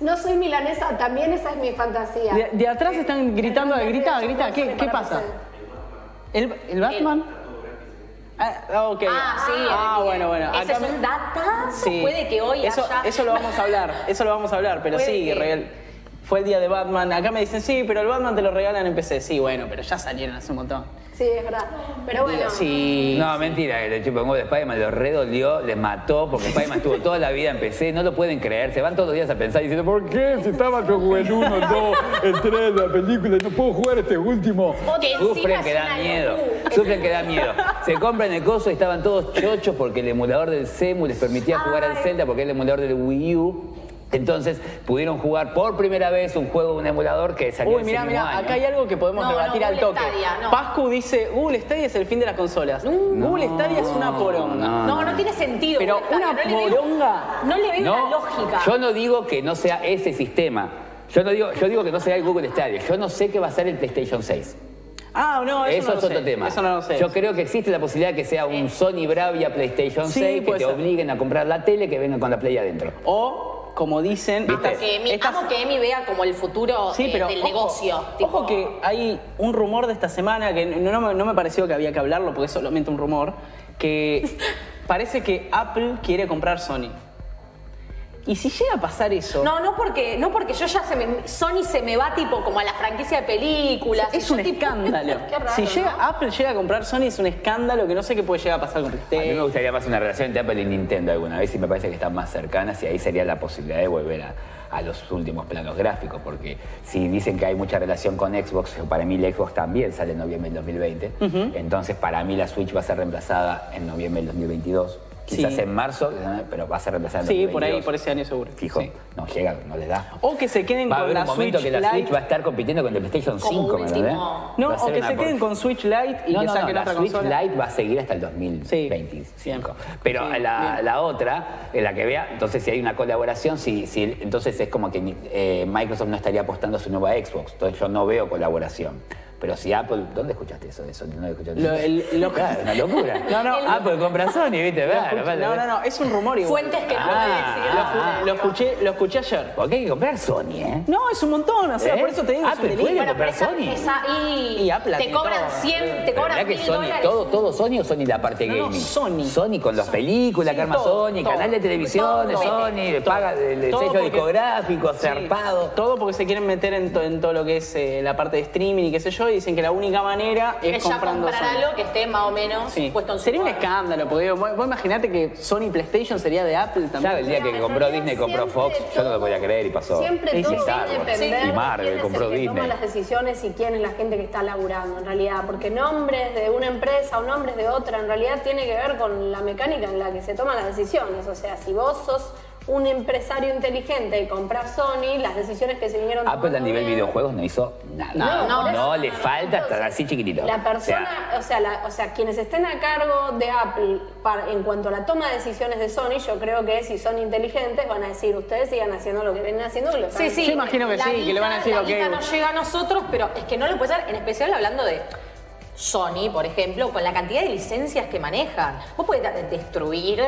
Speaker 8: No soy milanesa, también esa es mi fantasía.
Speaker 3: De, de atrás están gritando,
Speaker 8: El
Speaker 3: grita,
Speaker 8: Batman
Speaker 3: grita, ¿qué,
Speaker 8: para
Speaker 3: qué
Speaker 8: PC.
Speaker 3: pasa? ¿El, el Batman? Ah, ok.
Speaker 4: Ah, sí.
Speaker 3: Ah, bueno, bueno. Acá
Speaker 4: Ese es
Speaker 3: me-
Speaker 4: un datazo.
Speaker 3: Sí.
Speaker 4: Puede que hoy
Speaker 3: eso,
Speaker 4: haya-
Speaker 3: eso lo vamos a hablar, eso lo vamos a hablar, pero
Speaker 4: Puede
Speaker 3: sí,
Speaker 4: que-
Speaker 3: real. Fue el día de Batman. Acá me dicen, sí, pero el Batman te lo regalan en PC. Sí, bueno, pero ya salieron hace un montón.
Speaker 8: Sí, es verdad. Pero bueno.
Speaker 3: Sí.
Speaker 5: No, mentira, el chico de Spider-Man lo redolió, les mató, porque Spider-Man estuvo toda la vida en PC, no lo pueden creer, se van todos los días a pensar diciendo, ¿por qué? Si estaba yo jugué el 1, el 2, el 3, la película, no puedo jugar este último.
Speaker 4: Que encima
Speaker 5: Sufren que
Speaker 4: es
Speaker 5: da
Speaker 4: una
Speaker 5: miedo,
Speaker 4: locura.
Speaker 5: sufren que da miedo. Se compran el coso y estaban todos chochos porque el emulador del CEMU les permitía jugar al Zelda porque es el emulador del Wii U. Entonces pudieron jugar por primera vez un juego, un emulador que salió
Speaker 3: Uy,
Speaker 5: el
Speaker 3: mirá,
Speaker 5: mismo
Speaker 3: mirá,
Speaker 5: año.
Speaker 3: acá hay algo que podemos
Speaker 4: No, no,
Speaker 3: debatir al
Speaker 4: Google
Speaker 3: toque.
Speaker 4: Stadia, no.
Speaker 3: Pascu dice, Google Stadia es el fin de las consolas. Google Stadia es una poronga.
Speaker 4: No, no tiene sentido.
Speaker 3: Pero
Speaker 4: Gustavo,
Speaker 3: una
Speaker 4: no le veo-
Speaker 3: poronga.
Speaker 4: No le veo una lógica.
Speaker 5: Yo Ah. no digo que no sea ese sistema. Yo no digo, yo digo que no sea el Google Stadia. Yo no sé qué va a ser el PlayStation 6.
Speaker 3: Ah, no, eso,
Speaker 5: Eso,
Speaker 3: no
Speaker 5: es
Speaker 3: lo
Speaker 5: otro
Speaker 3: sé.
Speaker 5: tema.
Speaker 3: Eso no lo sé.
Speaker 5: Yo creo que existe la posibilidad de que sea un Sony Bravia PlayStation
Speaker 3: Sí,
Speaker 5: 6 que
Speaker 3: puede
Speaker 5: te
Speaker 3: ser.
Speaker 5: obliguen a comprar la tele que venga con la Play adentro.
Speaker 3: O, como dicen, estas-
Speaker 4: que Emi,
Speaker 3: estas-
Speaker 4: amo que Emi vea como el futuro
Speaker 3: Sí,
Speaker 4: eh,
Speaker 3: pero
Speaker 4: del
Speaker 3: ojo,
Speaker 4: negocio.
Speaker 3: Ojo
Speaker 4: tipo-
Speaker 3: que hay un rumor de esta semana que no, no me- no me pareció que había que hablarlo porque es solamente un rumor. Que parece que Apple quiere comprar Sony. Y si llega a pasar eso.
Speaker 4: No, no porque, no porque yo ya se me, Sony se me va tipo como a la franquicia de películas.
Speaker 3: Es
Speaker 4: Yo,
Speaker 3: un
Speaker 4: tipo,
Speaker 3: escándalo.
Speaker 4: qué raro,
Speaker 3: si
Speaker 4: ¿no?
Speaker 3: llega Apple llega a comprar Sony es un escándalo que no sé qué puede llegar a pasar con
Speaker 5: A mí me
Speaker 3: PlayStation.
Speaker 5: gustaría más una relación entre Apple y Nintendo alguna vez y me parece que están más cercanas y ahí sería la posibilidad de volver a, a los últimos planos gráficos, porque si dicen que hay mucha relación con Xbox, para mí la Xbox también sale en noviembre del 2020, entonces para mí la Switch va a ser reemplazada en noviembre del 2022, quizás
Speaker 3: Sí.
Speaker 5: en marzo, pero va a ser reemplazada en
Speaker 3: Sí,
Speaker 5: 2022.
Speaker 3: por ahí, por ese año seguro.
Speaker 5: Fijo,
Speaker 3: Sí.
Speaker 5: no llega, no le da.
Speaker 3: O que se queden
Speaker 5: Va a
Speaker 3: con
Speaker 5: haber
Speaker 3: la
Speaker 5: un momento
Speaker 3: Switch
Speaker 5: que la Switch
Speaker 3: Lite.
Speaker 5: va a estar compitiendo con el PlayStation
Speaker 4: Como
Speaker 5: 5, ¿me
Speaker 4: último.
Speaker 5: entendés?
Speaker 3: No,
Speaker 5: Va a
Speaker 3: o
Speaker 5: ser
Speaker 3: que
Speaker 5: una
Speaker 3: se queden
Speaker 5: por-
Speaker 3: con Switch Lite y
Speaker 5: no,
Speaker 3: que
Speaker 5: no,
Speaker 3: saquen
Speaker 5: no,
Speaker 3: otra
Speaker 5: la Switch
Speaker 3: consola.
Speaker 5: Lite va a seguir hasta el 2025.
Speaker 3: Sí, bien.
Speaker 5: Pero
Speaker 3: Sí,
Speaker 5: la,
Speaker 3: bien.
Speaker 5: la otra, en la que vea, entonces si hay una colaboración, si, si- entonces es como que eh, Microsoft no estaría apostando a su nueva Xbox. Entonces yo no veo colaboración. Pero si Apple, ¿dónde escuchaste eso? eso? ¿No escuchaste
Speaker 3: Lo- el- lo-
Speaker 5: Claro, una locura.
Speaker 3: No, no,
Speaker 5: Ah, Apple compra Sony, ¿viste? Claro, vale,
Speaker 3: No, no, no, es un rumor igual.
Speaker 4: Fuentes que
Speaker 5: Ah,
Speaker 4: pueden
Speaker 3: Lo,
Speaker 4: decir.
Speaker 5: ah,
Speaker 3: escu- lo escuché, lo escuché ayer. Ah,
Speaker 5: Porque hay que comprar Sony, ¿eh?
Speaker 3: No, es un montón, o sea,
Speaker 5: ¿Eh?
Speaker 3: por eso te digo, es
Speaker 5: Apple
Speaker 3: un delirio.
Speaker 5: puede comprar
Speaker 4: Esa-
Speaker 5: Sony.
Speaker 4: esa- y,
Speaker 3: Y Apple
Speaker 4: te
Speaker 3: tiene
Speaker 4: cobran
Speaker 3: todo.
Speaker 4: 100, te
Speaker 5: Pero
Speaker 4: cobran
Speaker 5: mirá
Speaker 4: 1000
Speaker 5: que Sony,
Speaker 4: dólares.
Speaker 5: todo, todo Sony o Sony la parte
Speaker 3: No, no,
Speaker 5: gaming.
Speaker 3: Sony.
Speaker 5: Sony con las películas, que arma
Speaker 3: todo,
Speaker 5: Sony,
Speaker 3: todo.
Speaker 5: canal de televisión, de
Speaker 3: Todo,
Speaker 5: Sony,
Speaker 3: todo.
Speaker 5: paga el, el
Speaker 3: Todo
Speaker 5: sello
Speaker 3: porque-
Speaker 5: discográfico,
Speaker 3: Sí,
Speaker 5: zarpado.
Speaker 3: Todo porque se quieren meter en, to- en todo lo que es eh, la parte de streaming y qué sé yo, y dicen que la única manera es,
Speaker 4: Es ya
Speaker 3: comprando
Speaker 4: comprar
Speaker 3: Sony.
Speaker 4: algo que esté más o menos
Speaker 3: Sí.
Speaker 4: puesto en su
Speaker 3: Sería un
Speaker 4: lugar.
Speaker 3: escándalo, porque digo, vos vos imaginate que Sony PlayStation sería de Apple también.
Speaker 5: Ya el día que
Speaker 8: Pero
Speaker 5: compró
Speaker 8: en realidad
Speaker 5: Disney, compró
Speaker 8: siempre
Speaker 5: Fox, yo no lo
Speaker 8: todo-
Speaker 5: podía creer y pasó.
Speaker 8: Siempre
Speaker 5: Y
Speaker 8: todo va
Speaker 5: Star
Speaker 8: a
Speaker 5: Wars,
Speaker 8: depender
Speaker 5: Y Marvel
Speaker 8: quién
Speaker 5: compró
Speaker 8: es el que
Speaker 5: Disney.
Speaker 8: toma las decisiones y quién es la gente que está laburando en realidad, porque nombres de una empresa o nombres de otra en realidad tiene que ver con la mecánica en la que se toman las decisiones. O sea, si vos sos un empresario inteligente y compras Sony, las decisiones que se vinieron
Speaker 5: Apple a
Speaker 8: tomando
Speaker 5: nivel
Speaker 8: bien-
Speaker 5: videojuegos no hizo nada.
Speaker 8: No,
Speaker 5: No,
Speaker 8: por eso,
Speaker 5: le
Speaker 8: no,
Speaker 5: falta estar
Speaker 8: entonces,
Speaker 5: así chiquitito.
Speaker 8: La persona, o sea, la- o sea, quienes estén a cargo de Apple para- en cuanto a la toma de decisiones de Sony, yo creo que si son inteligentes van a decir, ustedes sigan haciendo lo que vienen haciendo. que lo
Speaker 4: Sí,
Speaker 8: saben".
Speaker 4: sí.
Speaker 3: Yo imagino que
Speaker 4: la
Speaker 3: sí, que le van a decir,
Speaker 4: la
Speaker 3: ok.
Speaker 4: guita no llega a nosotros, pero es que no lo puede hacer, en especial hablando de Sony, por ejemplo, con la cantidad de licencias que manejan. Vos podés de- destruir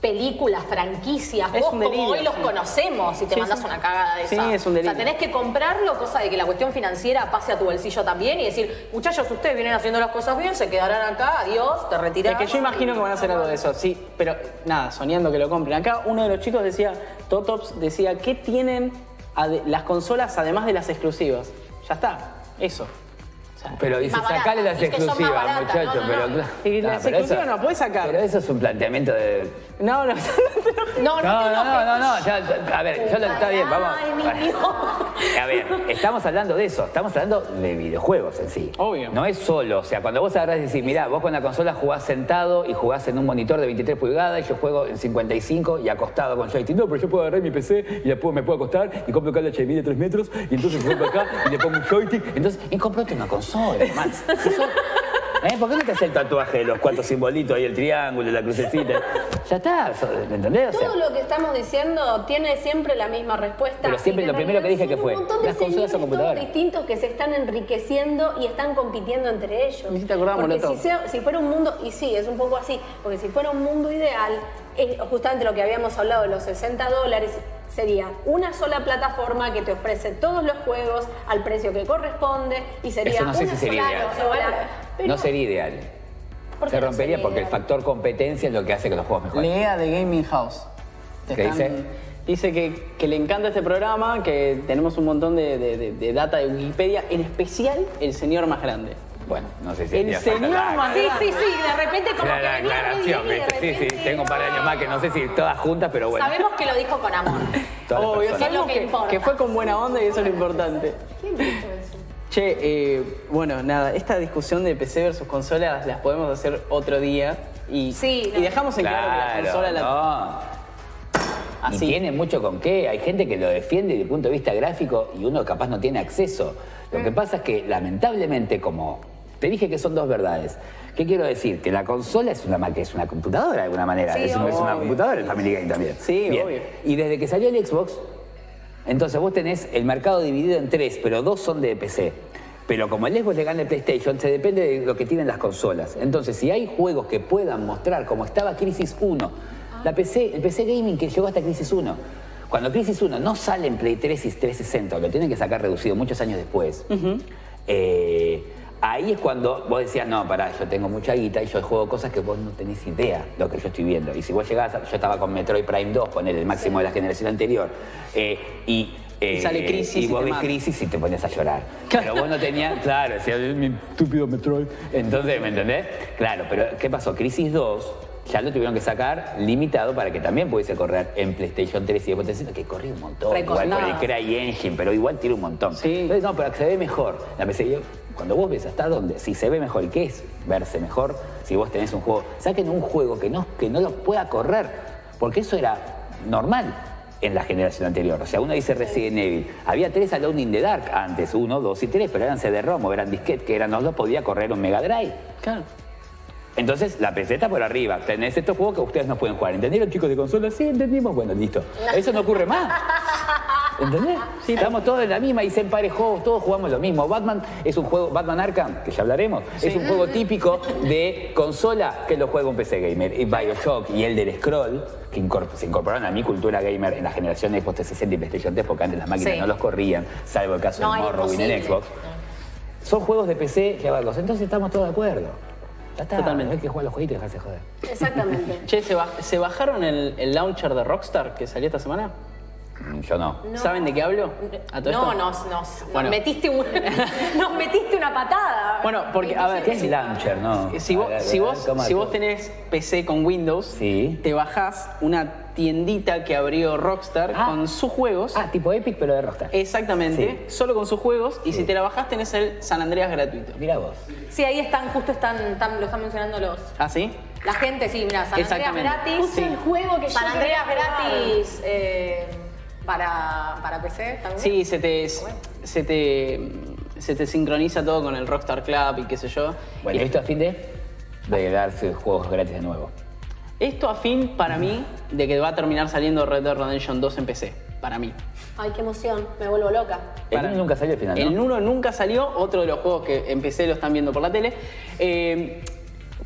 Speaker 4: películas, franquicias,
Speaker 3: Es
Speaker 4: vos
Speaker 3: un delirio,
Speaker 4: como hoy los
Speaker 3: sí.
Speaker 4: conocemos y te
Speaker 3: Sí,
Speaker 4: mandas
Speaker 3: sí.
Speaker 4: una cagada de
Speaker 3: Sí,
Speaker 4: esa.
Speaker 3: es un delirio.
Speaker 4: O sea, tenés que comprarlo, cosa de que la cuestión financiera pase a tu bolsillo también y decir, muchachos, ustedes vienen haciendo las cosas bien, se quedarán acá, adiós, te retirás.
Speaker 3: Es que yo imagino que van a hacer algo de eso, sí, pero nada, soñando que lo compren. Acá uno de los chicos decía, Totops decía, ¿qué tienen ade- las consolas además de las exclusivas? Ya está, eso. O sea,
Speaker 5: Pero dice,
Speaker 4: más barata,
Speaker 5: sacale las
Speaker 4: y que son más
Speaker 5: exclusivas,
Speaker 4: baratas,
Speaker 5: muchachos.
Speaker 4: no, no,
Speaker 5: pero
Speaker 4: no.
Speaker 5: claro. Ah,
Speaker 3: Y las
Speaker 5: pero
Speaker 3: exclusivas no puedes sacar.
Speaker 5: Pero eso es un planteamiento de.
Speaker 3: no, no,
Speaker 4: No, no,
Speaker 5: No,
Speaker 4: te
Speaker 5: no, no,
Speaker 4: enojes.
Speaker 5: no, no, ya, ya, a ver, yo lo está bien, vamos.
Speaker 4: Ay, mi Dios.
Speaker 5: A ver, estamos hablando de eso, estamos hablando de videojuegos en sí.
Speaker 3: Obvio.
Speaker 5: No es solo, o sea, cuando vos agarrás y decís, mirá, vos con la consola jugás sentado y jugás en un monitor de 23 pulgadas y yo juego en 55 y acostado con joystick. No, pero yo puedo agarrar mi PC y la puedo- me puedo acostar y compro un cable HDMI de 3 metros y entonces vengo acá y le pongo un joystick. Entonces, y comprate una consola, man. Si sos- ¿Eh? ¿Por qué no te haces el tatuaje de los cuatro simbolitos ahí, el triángulo, la crucecita? Ya está, so- ¿me entendés? O sea,
Speaker 8: Todo lo que estamos diciendo tiene siempre la misma respuesta.
Speaker 5: Pero siempre
Speaker 8: Y en
Speaker 5: lo primero que
Speaker 8: realidad
Speaker 5: dije
Speaker 8: son
Speaker 5: que fue,
Speaker 8: Un montón de
Speaker 5: las consolas son
Speaker 8: señores
Speaker 5: computadoras.
Speaker 8: todos distintos que se están enriqueciendo y están compitiendo entre ellos.
Speaker 3: Me hiciste acordar,
Speaker 8: porque
Speaker 3: Molotov.
Speaker 8: si, sea- si fuera un mundo, y sí, es un poco así, porque si fuera un mundo ideal, es justamente lo que habíamos hablado de los 60 dólares. Sería una sola plataforma que te ofrece todos los juegos al precio que corresponde y sería
Speaker 5: Eso no sé
Speaker 8: una
Speaker 5: si sería
Speaker 8: sola
Speaker 5: ideal.
Speaker 8: consola. Pero-
Speaker 5: no sería ideal.
Speaker 8: ¿por qué
Speaker 5: Se
Speaker 8: no
Speaker 5: rompería
Speaker 8: sería
Speaker 5: porque el
Speaker 8: ideal?
Speaker 5: factor competencia es lo que hace que los juegos mejoren.
Speaker 3: Lea de Gaming House. Te
Speaker 5: ¿Qué dice?
Speaker 3: Dice que, que le encanta este programa, que tenemos un montón de, de- de- de data de Wikipedia, en especial el señor más grande.
Speaker 5: Bueno, no sé si
Speaker 3: El
Speaker 5: haría falta
Speaker 3: señor
Speaker 5: la-
Speaker 3: más-
Speaker 4: Sí, sí, sí, de repente como
Speaker 5: la-
Speaker 4: que
Speaker 5: la
Speaker 4: venía muy bien
Speaker 5: aclaración,
Speaker 4: y de
Speaker 5: ¿viste? Sí, sí,
Speaker 4: repente,
Speaker 5: tengo un par de años más que no sé si todas juntas, pero bueno.
Speaker 4: Sabemos que lo dijo con amor.
Speaker 5: Todas las
Speaker 3: Obvio,
Speaker 5: personas.
Speaker 4: Es lo
Speaker 3: sabemos
Speaker 4: que
Speaker 3: que,
Speaker 4: importa.
Speaker 3: que fue con buena onda y eso es lo importante. Che, eh, bueno, nada, esta discusión de PC versus consolas las podemos hacer otro día y,
Speaker 4: Sí,
Speaker 3: y dejamos en claro, que la
Speaker 5: Claro,
Speaker 3: consola la- Ah,
Speaker 5: no. Y
Speaker 3: así.
Speaker 5: tiene mucho con qué. Hay gente que lo defiende desde el punto de vista gráfico y uno capaz no tiene acceso. Lo
Speaker 3: Mm.
Speaker 5: que pasa es que, lamentablemente, como te dije que son dos verdades. ¿Qué quiero decir? Que la consola es una, ma- que es una computadora de alguna manera. es, un- es una
Speaker 3: obvio.
Speaker 5: computadora el Family Game también.
Speaker 3: Sí, obvio.
Speaker 5: Y desde que salió el Xbox, entonces vos tenés el mercado dividido en tres, pero dos son de PC. Pero como el Xbox le gana el PlayStation, se depende de lo que tienen las consolas. Entonces, si hay juegos que puedan mostrar como estaba Crisis 1, la PC, el PC Gaming que llegó hasta Crisis 1, cuando Crisis 1 no sale en Play 3 y 360, lo tienen que sacar reducido muchos años después. eh, Ahí es cuando vos decías, no, pará, yo tengo mucha guita y yo juego cosas que vos no tenés idea lo que yo estoy viendo. Y si vos llegabas, a- yo estaba con Metroid Prime 2, poner el máximo de la generación anterior. eh, y, eh,
Speaker 3: sale Crisis
Speaker 5: Y
Speaker 3: y
Speaker 5: vos
Speaker 3: te
Speaker 5: ves
Speaker 3: mata.
Speaker 5: Crisis y te ponías a llorar. Pero vos no tenías, claro, decías, "Eh, mi estúpido Metroid. Entonces, ¿me entendés? Claro, pero ¿qué pasó? Crisis 2 ya lo tuvieron que sacar limitado para que también pudiese correr en PlayStation 3 y Xbox 360, que corría un montón. Igual con el
Speaker 3: Recortado.
Speaker 5: CryEngine, pero igual tira un montón.
Speaker 3: Sí.
Speaker 5: Entonces, no, pero que se ve mejor. La PC, yo, cuando vos ves hasta dónde, si se ve mejor, ¿qué es verse mejor? Si vos tenés un juego, saquen un juego que no, que no lo pueda correr, porque eso era normal en la generación anterior. O sea, uno dice Resident Evil. Había tres Alone in the Dark antes, uno, dos y tres, pero eran CD-ROM o eran disquete, que eran, no los podía correr un Mega Drive.
Speaker 3: Claro.
Speaker 5: Entonces, la PC está por arriba. Tenés estos juegos que ustedes no pueden jugar. ¿Entendieron, chicos de consola? Sí, entendimos. Bueno, listo. Eso no ocurre más. ¿Entendés?
Speaker 3: Sí.
Speaker 5: Estamos todos en la misma y se emparejó, todos jugamos lo mismo. Batman es un juego, Batman Arkham, que ya hablaremos, es un juego típico de consola que lo juega un PC gamer. Y Bioshock y Elder Scroll, que incorpor- se incorporaron a mi cultura gamer en la generación de Xbox 360 y PlayStation 3, porque antes las máquinas
Speaker 4: Sí.
Speaker 5: no los corrían, salvo el caso
Speaker 4: No,
Speaker 5: de
Speaker 4: era
Speaker 5: Morrowind en
Speaker 4: imposible.
Speaker 5: Xbox. Son juegos de PC, llevarlos. Entonces estamos todos de acuerdo. Ya está,
Speaker 3: Totalmente.
Speaker 5: Hay que jugar los jueguitos y dejarse joder.
Speaker 8: Exactamente.
Speaker 3: Che, ¿se, ba- se bajaron el, el launcher de Rockstar que salió esta semana?
Speaker 5: Mm, Yo no.
Speaker 3: ¿Saben de qué hablo? ¿A todo
Speaker 4: No,
Speaker 3: esto?
Speaker 4: nos, nos, nos
Speaker 3: Bueno.
Speaker 4: metiste un- nos metiste una patada.
Speaker 3: Bueno, porque, a ver,
Speaker 5: ¿Qué es launcher, no?
Speaker 3: Si vos,
Speaker 5: A ver,
Speaker 3: si,
Speaker 5: a ver,
Speaker 3: vos,
Speaker 5: ¿cómo
Speaker 3: si vos
Speaker 5: es?
Speaker 3: tenés PC con Windows,
Speaker 5: Sí.
Speaker 3: te bajás una tiendita que abrió Rockstar
Speaker 5: Ah.
Speaker 3: con sus juegos.
Speaker 5: Ah, tipo Epic, pero de Rockstar.
Speaker 3: Exactamente, solo con sus juegos. Y si te la bajás, tenés el San Andreas gratuito.
Speaker 5: Mira vos.
Speaker 4: Sí, ahí están, justo están, están- lo están mencionando los.
Speaker 3: ¿Ah, sí?
Speaker 4: La gente, sí, mira, San Andreas
Speaker 3: Exactamente.
Speaker 4: gratis.
Speaker 3: Justo el
Speaker 4: juego que
Speaker 7: yo
Speaker 4: San Andreas
Speaker 7: quería probar.
Speaker 4: gratis eh, para, para PC también.
Speaker 3: Sí, se te, se te, se te sincroniza todo con el Rockstar Club y qué sé yo.
Speaker 5: Bueno,
Speaker 3: Y
Speaker 5: esto a fin de, de darse juegos gratis de nuevo.
Speaker 3: Esto a fin, para mí, de que va a terminar saliendo Red Dead Redemption 2 en PC. Para mí.
Speaker 8: Ay, qué emoción, me vuelvo loca.
Speaker 5: El
Speaker 3: Para-
Speaker 5: uno nunca salió al final, Ah, ¿no?
Speaker 3: El 1 nunca salió, otro de los juegos que empecé lo están viendo por la tele. Eh,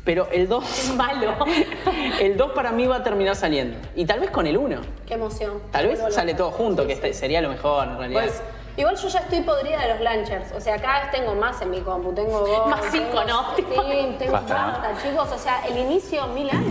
Speaker 3: pero el 2. malo. El 2 para mí va a terminar saliendo. Y tal vez con el 1.
Speaker 8: Qué emoción.
Speaker 3: Tal
Speaker 8: Me
Speaker 3: vez
Speaker 8: vuelvo
Speaker 3: sale
Speaker 8: loca.
Speaker 3: todo junto, que este- sería lo mejor en realidad.
Speaker 8: Pues, igual yo ya estoy podrida de los launchers. O sea, cada vez tengo más en mi compu. Tengo Go,
Speaker 4: Más cinco,
Speaker 8: tengo-
Speaker 4: ¿no?
Speaker 8: Sí, tengo
Speaker 5: Basta, ¿no?
Speaker 8: basta, chicos. O sea, el inicio, mil años.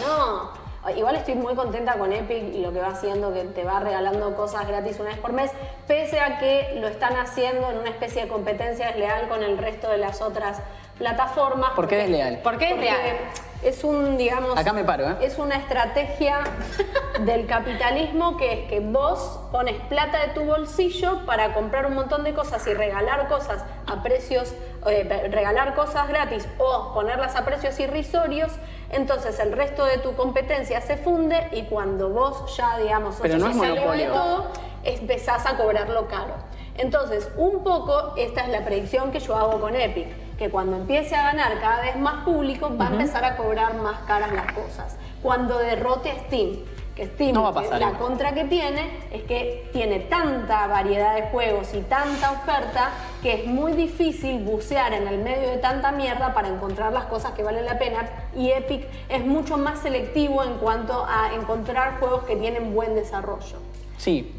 Speaker 8: No. Igual estoy muy contenta con Epic y lo que va haciendo, que te va regalando cosas gratis una vez por mes, pese a que lo están haciendo en una especie de competencia desleal con el resto de las otras plataformas.
Speaker 3: ¿Por qué desleal?
Speaker 4: ¿Por qué
Speaker 8: Porque
Speaker 4: desleal?
Speaker 8: Es un, digamos.
Speaker 3: Acá me paro, ¿eh?
Speaker 8: Es una estrategia del capitalismo que es que vos pones plata de tu bolsillo para comprar un montón de cosas y regalar cosas a precios, eh, pe- regalar cosas gratis o ponerlas a precios irrisorios. Entonces el resto de tu competencia se funde y cuando vos ya, digamos,
Speaker 3: Pero no es
Speaker 8: socializás de
Speaker 3: monopolio.
Speaker 8: todo, empezás a cobrarlo caro. Entonces, un poco, esta es la predicción que yo hago con Epic, que cuando empiece a ganar cada vez más público, va a empezar a cobrar más caras las cosas. Cuando derrote a Steam, que Steam,
Speaker 3: No va a pasar
Speaker 8: la
Speaker 3: igual.
Speaker 8: contra que tiene, es que tiene tanta variedad de juegos y tanta oferta que es muy difícil bucear en el medio de tanta mierda para encontrar las cosas que valen la pena. Y Epic es mucho más selectivo en cuanto a encontrar juegos que tienen buen desarrollo.
Speaker 3: Sí.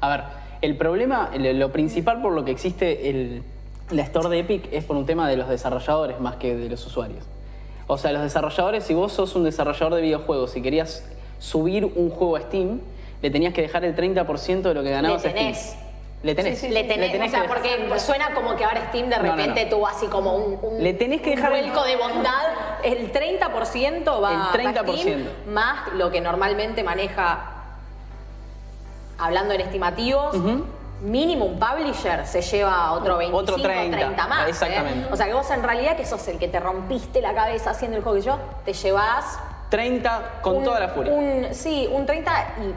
Speaker 3: A ver, el problema, lo, lo principal por lo que existe el, la store de Epic es por un tema de los desarrolladores más que de los usuarios. O sea, los desarrolladores, si vos sos un desarrollador de videojuegos y querías subir un juego a Steam, le tenías que dejar el 30% de lo que ganabas
Speaker 4: Le
Speaker 3: a
Speaker 4: tenés.
Speaker 3: Steam. Le tenés.
Speaker 4: le tenés, o sea,
Speaker 3: que dejar.
Speaker 4: porque suena como que ahora Steam de
Speaker 3: No, no, no.
Speaker 4: repente tuvo así como un, un-
Speaker 3: Le tenés que
Speaker 4: un
Speaker 3: dejar el-
Speaker 4: vuelco de bondad. El 30% va
Speaker 3: El
Speaker 4: a
Speaker 3: 30%.
Speaker 4: Steam, más lo que normalmente maneja, hablando en estimativos, mínimo un publisher se lleva otro 25,
Speaker 3: Otro 30,
Speaker 4: 30 más. ¿eh?
Speaker 3: exactamente.
Speaker 4: O sea, que vos en realidad que sos el que te rompiste la cabeza haciendo el juego que yo, te llevas...
Speaker 3: 30 con
Speaker 4: un-
Speaker 3: toda la furia.
Speaker 4: un- sí, un 30 y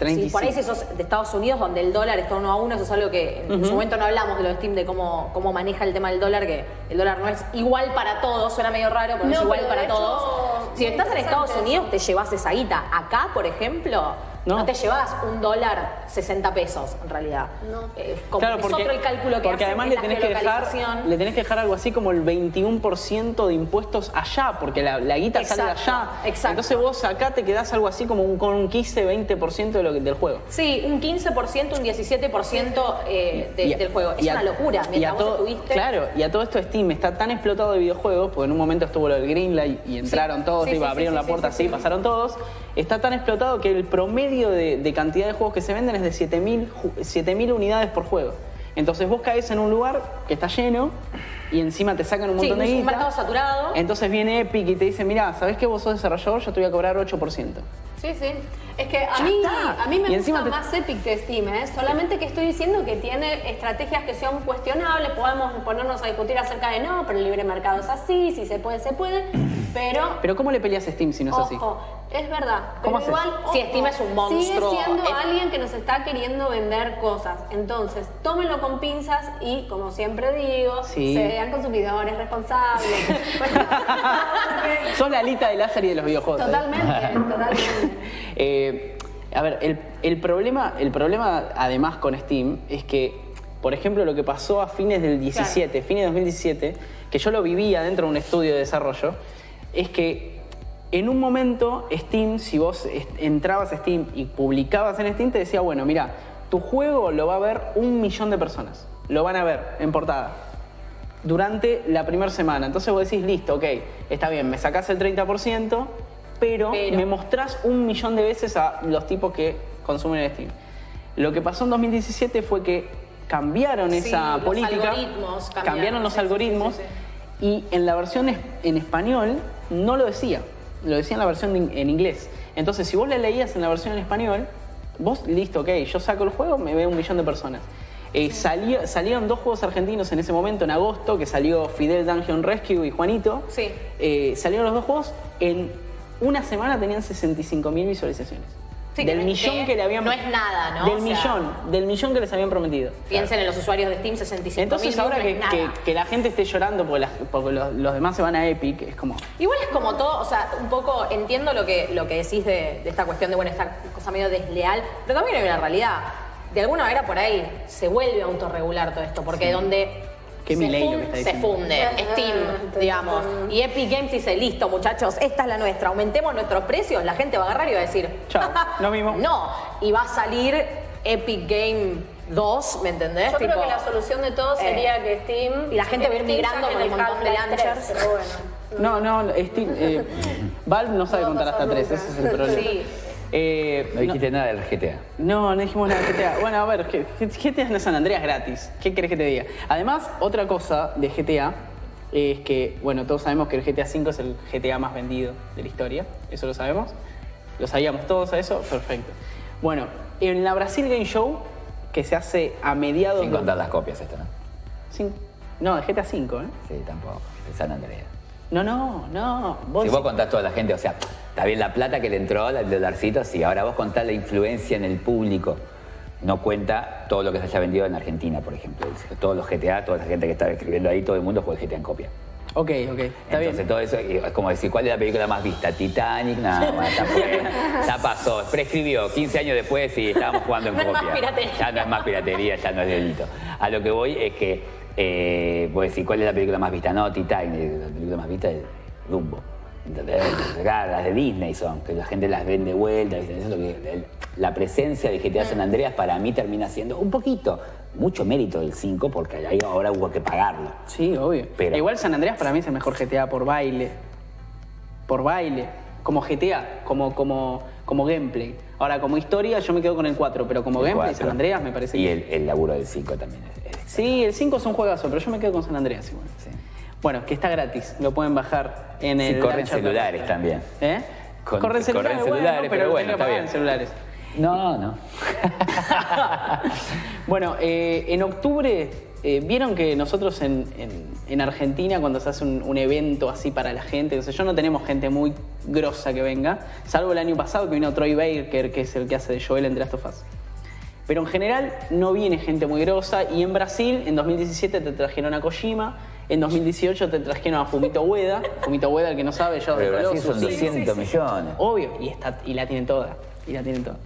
Speaker 4: Sí, por ahí si
Speaker 3: 35.
Speaker 4: sos de Estados Unidos, donde el dólar está uno a uno, eso es algo que en su momento no hablamos de lo de Steam, de cómo, cómo maneja el tema del dólar, que el dólar no es igual para todos, suena medio raro, pero no, es
Speaker 8: No,
Speaker 4: igual
Speaker 8: pero de
Speaker 4: para
Speaker 8: hecho,
Speaker 4: todos. Si
Speaker 8: muy
Speaker 4: estás en Estados
Speaker 8: interesante
Speaker 4: Unidos, te llevas esa guita. Acá, por ejemplo, no,
Speaker 3: No.
Speaker 4: te llevas un dólar 60 pesos, en realidad.
Speaker 8: No.
Speaker 4: Eh, como
Speaker 3: Claro,
Speaker 4: es
Speaker 3: porque,
Speaker 4: otro el cálculo que
Speaker 3: porque
Speaker 4: hacen
Speaker 3: además
Speaker 4: en
Speaker 3: le
Speaker 4: la
Speaker 3: tenés, que dejar,
Speaker 4: geolocalización.
Speaker 3: le tenés que dejar algo así como el 21% de impuestos allá, porque la, la guita sale
Speaker 4: Exacto,
Speaker 3: allá.
Speaker 4: exacto.
Speaker 3: Entonces vos acá te quedás algo así como un, con un 15-20% de lo que- del juego.
Speaker 4: Sí, un 15%, un 17% eh, de-
Speaker 3: Y a-
Speaker 4: del juego. Es
Speaker 3: y a-
Speaker 4: una locura.
Speaker 3: y a
Speaker 4: Mientras vos
Speaker 3: todo-
Speaker 4: estuviste...
Speaker 3: Claro, y a todo esto Steam está tan explotado de videojuegos, porque en un momento estuvo lo del Greenlight y entraron todos,
Speaker 4: Sí,
Speaker 3: tipo,
Speaker 4: sí,
Speaker 3: abrieron
Speaker 4: sí,
Speaker 3: la
Speaker 4: sí,
Speaker 3: puerta
Speaker 4: sí,
Speaker 3: así,
Speaker 4: sí.
Speaker 3: pasaron todos. Está tan explotado que el promedio de, de cantidad de juegos que se venden es de 7000 ju- 7000 unidades por juego. Entonces vos caes en un lugar que está lleno y encima te sacan un
Speaker 4: Sí,
Speaker 3: montón de
Speaker 4: un
Speaker 3: guita.
Speaker 4: mercado saturado.
Speaker 3: Entonces viene Epic y te dice, mira, ¿sabés que vos sos desarrollador? Yo te voy a cobrar 8%.
Speaker 8: Sí, sí. Es que a mí,
Speaker 3: está.
Speaker 8: a mí me
Speaker 3: Y
Speaker 8: gusta
Speaker 3: encima te-
Speaker 8: más Epic que Steam, ¿eh? Solamente que estoy diciendo que tiene estrategias que son cuestionables, podemos ponernos a discutir acerca de no, pero el libre mercado es así, si se puede, se puede, pero...
Speaker 3: Pero ¿cómo le peleas a Steam si no es así?
Speaker 8: Ojo, es verdad.
Speaker 3: ¿Cómo
Speaker 8: pero
Speaker 3: haces?
Speaker 8: igual,
Speaker 4: Si
Speaker 8: ojo,
Speaker 4: Steam es un monstruo,
Speaker 8: Sigue siendo
Speaker 4: es-
Speaker 8: alguien que nos está queriendo vender cosas. Entonces, tómenlo con pinzas y, como siempre digo,
Speaker 3: Sí.
Speaker 8: sean consumidores responsables.
Speaker 3: Son la alita de Lázaro y de los videojuegos. ¿eh?
Speaker 8: totalmente, totalmente.
Speaker 3: Eh, a ver, el- El problema, el problema, además, con Steam es que, por ejemplo, lo que pasó a fines del 17, fines de 2017, que yo lo vivía dentro de un estudio de desarrollo, es que en un momento Steam, si vos est- entrabas a Steam y publicabas en Steam, te decía, bueno, mira, tu juego lo va a ver un millón de personas. Lo van a ver en portada durante la primera semana. Entonces vos decís, listo, ok, está bien, me sacás el 30%, pero,
Speaker 4: Pero.
Speaker 3: me mostrás un millón de veces a los tipos que consumen Steam. Lo que pasó en 2017 fue que cambiaron
Speaker 4: Sí,
Speaker 3: esa
Speaker 4: los
Speaker 3: política,
Speaker 4: algoritmos cambiaron,
Speaker 3: los
Speaker 4: sí, sí,
Speaker 3: algoritmos
Speaker 4: sí,
Speaker 3: y en la versión es- en español no lo decía, lo decía en la versión en- en inglés. Entonces, si vos la leías en la versión en español, vos, listo, ok, yo saco el juego, me ve un millón de personas. Eh, salió- salieron dos juegos argentinos en ese momento, en agosto, que salió Fidel Dungeon Rescue y Juanito.
Speaker 4: Sí.
Speaker 3: Eh, salieron los dos juegos, en una semana tenían 65.000 visualizaciones.
Speaker 4: Sí,
Speaker 3: del
Speaker 4: que-
Speaker 3: millón
Speaker 4: que
Speaker 3: que le habían
Speaker 4: no es nada, ¿no?
Speaker 3: Del
Speaker 4: O sea-
Speaker 3: millón, del millón que les habían prometido.
Speaker 4: Piensen en los usuarios de Steam 65
Speaker 3: Entonces ahora que, que- que la gente esté llorando porque, las- porque los, los demás se van a Epic, es como...
Speaker 4: Igual es como todo, o sea, un poco entiendo lo que, lo que decís de, de esta cuestión de, bueno, esta cosa medio desleal, pero también hay una realidad. De alguna manera por ahí se vuelve a autorregular todo esto, porque donde
Speaker 3: Qué
Speaker 4: se,
Speaker 3: Milei lo que está
Speaker 4: se
Speaker 3: diciendo.
Speaker 4: funde Steam, digamos, y Epic Games dice, listo muchachos, esta es la nuestra, aumentemos nuestros precios, la gente va a agarrar y va a decir,
Speaker 3: Chao, lo mismo.
Speaker 4: no, y va a salir Epic Game 2, ¿me entendés?
Speaker 7: Yo creo
Speaker 4: Tipo,
Speaker 7: que la solución de todo
Speaker 4: eh,
Speaker 7: sería que Steam.
Speaker 4: y la gente va a ir
Speaker 7: Steam
Speaker 4: migrando
Speaker 7: saque
Speaker 4: con un
Speaker 7: el
Speaker 4: montón de
Speaker 7: Half-Life 3,
Speaker 4: launchers.
Speaker 7: Pero bueno.
Speaker 3: No, no, Steam, eh, Valve no sabe contar hasta tres, ese es el problema.
Speaker 4: Sí.
Speaker 3: Eh,
Speaker 5: No dijiste nada del GTA.
Speaker 3: No, no dijimos nada de GTA. Bueno, a ver, G- G- GTA en San Andreas gratis. ¿Qué querés que te diga? Además, otra cosa de GTA es que, bueno, todos sabemos que el GTA V es el GTA más vendido de la historia. Eso lo sabemos. Lo sabíamos todos a eso. Perfecto. Bueno, en la Brasil Game Show, que se hace a mediados...
Speaker 5: Sin
Speaker 3: de-
Speaker 5: contar las copias esta, ¿no?
Speaker 3: Sin- No, de GTA V, ¿eh?
Speaker 5: Sí, tampoco. De San Andreas.
Speaker 3: No, no, no. Vos
Speaker 5: Si vos contás toda la gente, o sea, está bien la plata que le entró, el dolarcito, sí. Ahora vos contás la influencia en el público. No cuenta todo lo que se haya vendido en Argentina, por ejemplo. Todos los GTA, toda la gente que está escribiendo ahí, todo el mundo juega GTA en copia.
Speaker 3: Ok, ok. Está
Speaker 5: Entonces
Speaker 3: bien.
Speaker 5: todo eso eh, es como decir, ¿cuál es la película más vista? Titanic, nada más, ya, fue, ya pasó, prescribió 15 años después y estábamos jugando en
Speaker 4: No es más
Speaker 5: copia.
Speaker 4: piratería.
Speaker 5: Ya no es más piratería, ya no es delito. A lo que voy es que, eh, voy a decir, ¿cuál es la película más vista? No, Titanic, la película más vista es Dumbo. ¿Entendés? Claro, Las de Disney son, que la gente las vende vuelta. ¿viste? Eso es lo que- el- la presencia de GTA San Andreas para mí termina siendo un poquito, mucho mérito del 5 porque ahí ahora hubo que pagarlo.
Speaker 3: Sí, obvio.
Speaker 5: Pero-
Speaker 3: Igual San Andreas para mí es el mejor GTA por baile. Por baile. Como GTA, como, como, como gameplay. Ahora, como historia, yo me quedo con el 4, pero como
Speaker 5: El
Speaker 3: gameplay,
Speaker 5: cuatro.
Speaker 3: San Andreas me parece
Speaker 5: Y
Speaker 3: que-
Speaker 5: el, el laburo del 5 también es. es-
Speaker 3: Sí, el 5 es un juegazo, pero yo me quedo con San Andreas igual.
Speaker 5: sí.
Speaker 3: Bueno, que está gratis, lo pueden bajar en
Speaker 5: Sí,
Speaker 3: el.
Speaker 5: corren
Speaker 3: launcher.
Speaker 5: celulares también.
Speaker 3: ¿Eh?
Speaker 5: Con-
Speaker 3: corren celulares,
Speaker 5: corren
Speaker 3: bueno,
Speaker 5: celulares, pero
Speaker 3: lo tenés
Speaker 5: bueno,
Speaker 3: que
Speaker 5: está
Speaker 3: pagar
Speaker 5: bien.
Speaker 3: en celulares.
Speaker 5: No, no.
Speaker 3: bueno, eh, en octubre, eh, vieron que nosotros en, en- en Argentina, cuando se hace un, un evento así para la gente, o sea, yo no tenemos gente muy grosa que venga, salvo el año pasado que vino Troy Baker, que es el que hace de Joel en The Last of Us. Pero en general no viene gente muy grosa y en Brasil en 2017 te trajeron a Kojima, en 2018 te trajeron a Fumito Ueda, Fumito Ueda el que no sabe, yo
Speaker 5: Pero Brasil son 200 millones.
Speaker 3: Obvio, y, está, y la tienen toda. Y la tienen toda.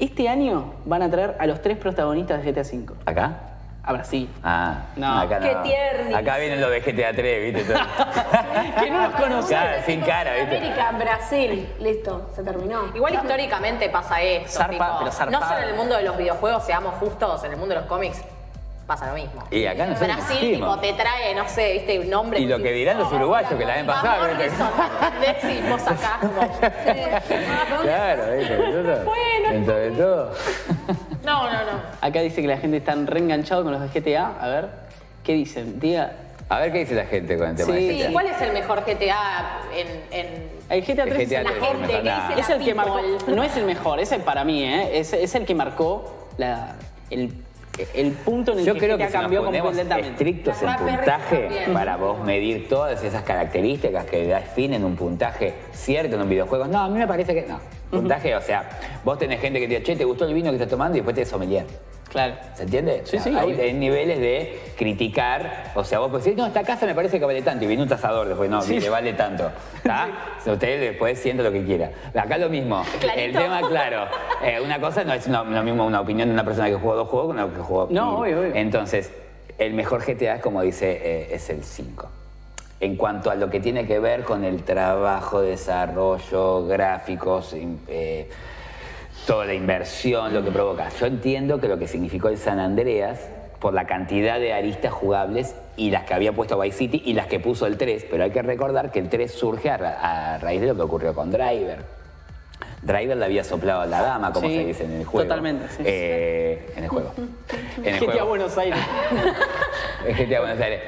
Speaker 3: Este año van a traer a los tres protagonistas de GTA V.
Speaker 5: ¿Acá?
Speaker 3: A Brasil.
Speaker 5: Ah,
Speaker 3: No.
Speaker 5: acá
Speaker 4: Qué tiernis.
Speaker 5: Acá vienen los de GTA 3, ¿viste? Todo.
Speaker 3: que no los conocés.
Speaker 5: Claro, sin cara, ¿viste?
Speaker 8: América, Brasil, listo, se terminó.
Speaker 4: Igual históricamente pasa esto.
Speaker 3: Zarpa,
Speaker 4: tipo,
Speaker 3: pero zarpado.
Speaker 4: No solo en el mundo de los videojuegos, seamos justos, en el mundo de los cómics pasa lo mismo.
Speaker 5: Y acá nosotros
Speaker 4: Brasil,
Speaker 5: existimos.
Speaker 4: tipo, te trae, no sé, viste, un nombre.
Speaker 5: Y lo que dirán los uruguayos que la ven pasar, ¿viste?
Speaker 4: Sí, vos acá.
Speaker 5: Claro, ¿viste? Nosotros, Dentro de todo.
Speaker 7: No, no, no.
Speaker 3: Acá dice que la gente está reenganchada con los de GTA. A ver, ¿qué dicen? Diga.
Speaker 5: A ver qué dice la gente con el tema
Speaker 3: Sí.
Speaker 5: de
Speaker 4: Sí,
Speaker 5: GTA.
Speaker 4: ¿cuál es el mejor GTA en, en
Speaker 3: El GTA 3
Speaker 5: El GTA
Speaker 4: la
Speaker 5: tres,
Speaker 4: gente
Speaker 5: no está
Speaker 4: que
Speaker 5: nada.
Speaker 4: dice
Speaker 3: es el que
Speaker 4: People.
Speaker 3: marcó. No es el mejor, ese para mí, ¿eh? Es, es el que marcó la- el, el punto en el
Speaker 5: Yo
Speaker 3: que
Speaker 5: creo
Speaker 3: GTA
Speaker 5: que si
Speaker 3: cambió
Speaker 5: nos ponemos
Speaker 3: completamente.
Speaker 5: estrictos en puntaje para vos medir todas esas características que definen un puntaje cierto en un videojuego. No, a mí me parece que no. Puntaje, o sea, vos tenés gente que te dice, che, ¿te gustó el vino que estás tomando? Y después te sommelier.
Speaker 3: Claro.
Speaker 5: ¿Se entiende?
Speaker 3: Sí, sí,
Speaker 5: Hay,
Speaker 3: obvio.
Speaker 5: hay niveles de criticar. O sea, vos podés decir, no, esta casa me parece que vale tanto. Y viene un tasador después, no, le vale tanto. ¿Está? Usted después siente lo que quiera. Acá lo mismo.
Speaker 4: Clarito.
Speaker 5: El tema, claro. eh, una cosa no es una- lo mismo una opinión de una persona que jugó dos juegos que una que jugó
Speaker 3: No,
Speaker 5: mil.
Speaker 3: obvio, obvio.
Speaker 5: Entonces, el mejor GTA es como dice, eh, es el 5. En cuanto a lo que tiene que ver con el trabajo, desarrollo, gráficos, in- eh, toda la inversión, lo que provoca. Yo entiendo que lo que significó el San Andreas, por la cantidad de aristas jugables y las que había puesto Vice City y las que puso el 3, pero hay que recordar que el 3 surge a, ra- a raíz de lo que ocurrió con Driver. Driver le había soplado a la dama, como
Speaker 3: Sí,
Speaker 5: se dice en el juego.
Speaker 3: totalmente, sí.
Speaker 5: Eh, en el juego. En el
Speaker 3: GTA
Speaker 5: juego.
Speaker 3: Buenos Aires.
Speaker 5: El GTA Buenos Aires.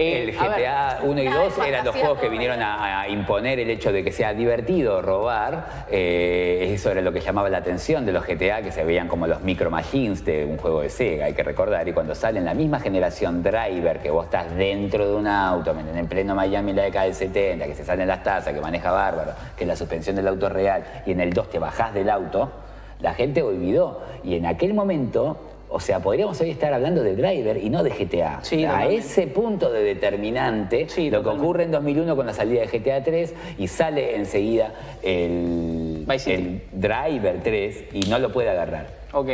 Speaker 3: Eh,
Speaker 5: Este, el
Speaker 3: a ver.
Speaker 5: GTA 1 y 2 eran los juegos que vinieron a, a imponer el hecho de que sea divertido robar. Eh, eso era lo que llamaba la atención de los GTA, que se veían como los micro machines de un juego de Sega, hay que recordar. Y cuando salen la misma generación driver, que vos estás dentro de un auto, ¿me entendés? en pleno Miami en la década del 70, que se salen las tazas, que maneja bárbaro, que la suspensión del auto es real, y en el 2 te bajás del auto, la gente olvidó. Y en aquel momento, o sea, podríamos hoy estar hablando de Driver y no de GTA.
Speaker 3: Sí,
Speaker 5: a
Speaker 3: totalmente.
Speaker 5: ese punto de determinante,
Speaker 3: Sí,
Speaker 5: lo que
Speaker 3: totalmente.
Speaker 5: ocurre en 2001 con la salida de GTA 3 y sale enseguida el,
Speaker 3: Vice City.
Speaker 5: el Driver 3 y no lo puede agarrar.
Speaker 3: Ok.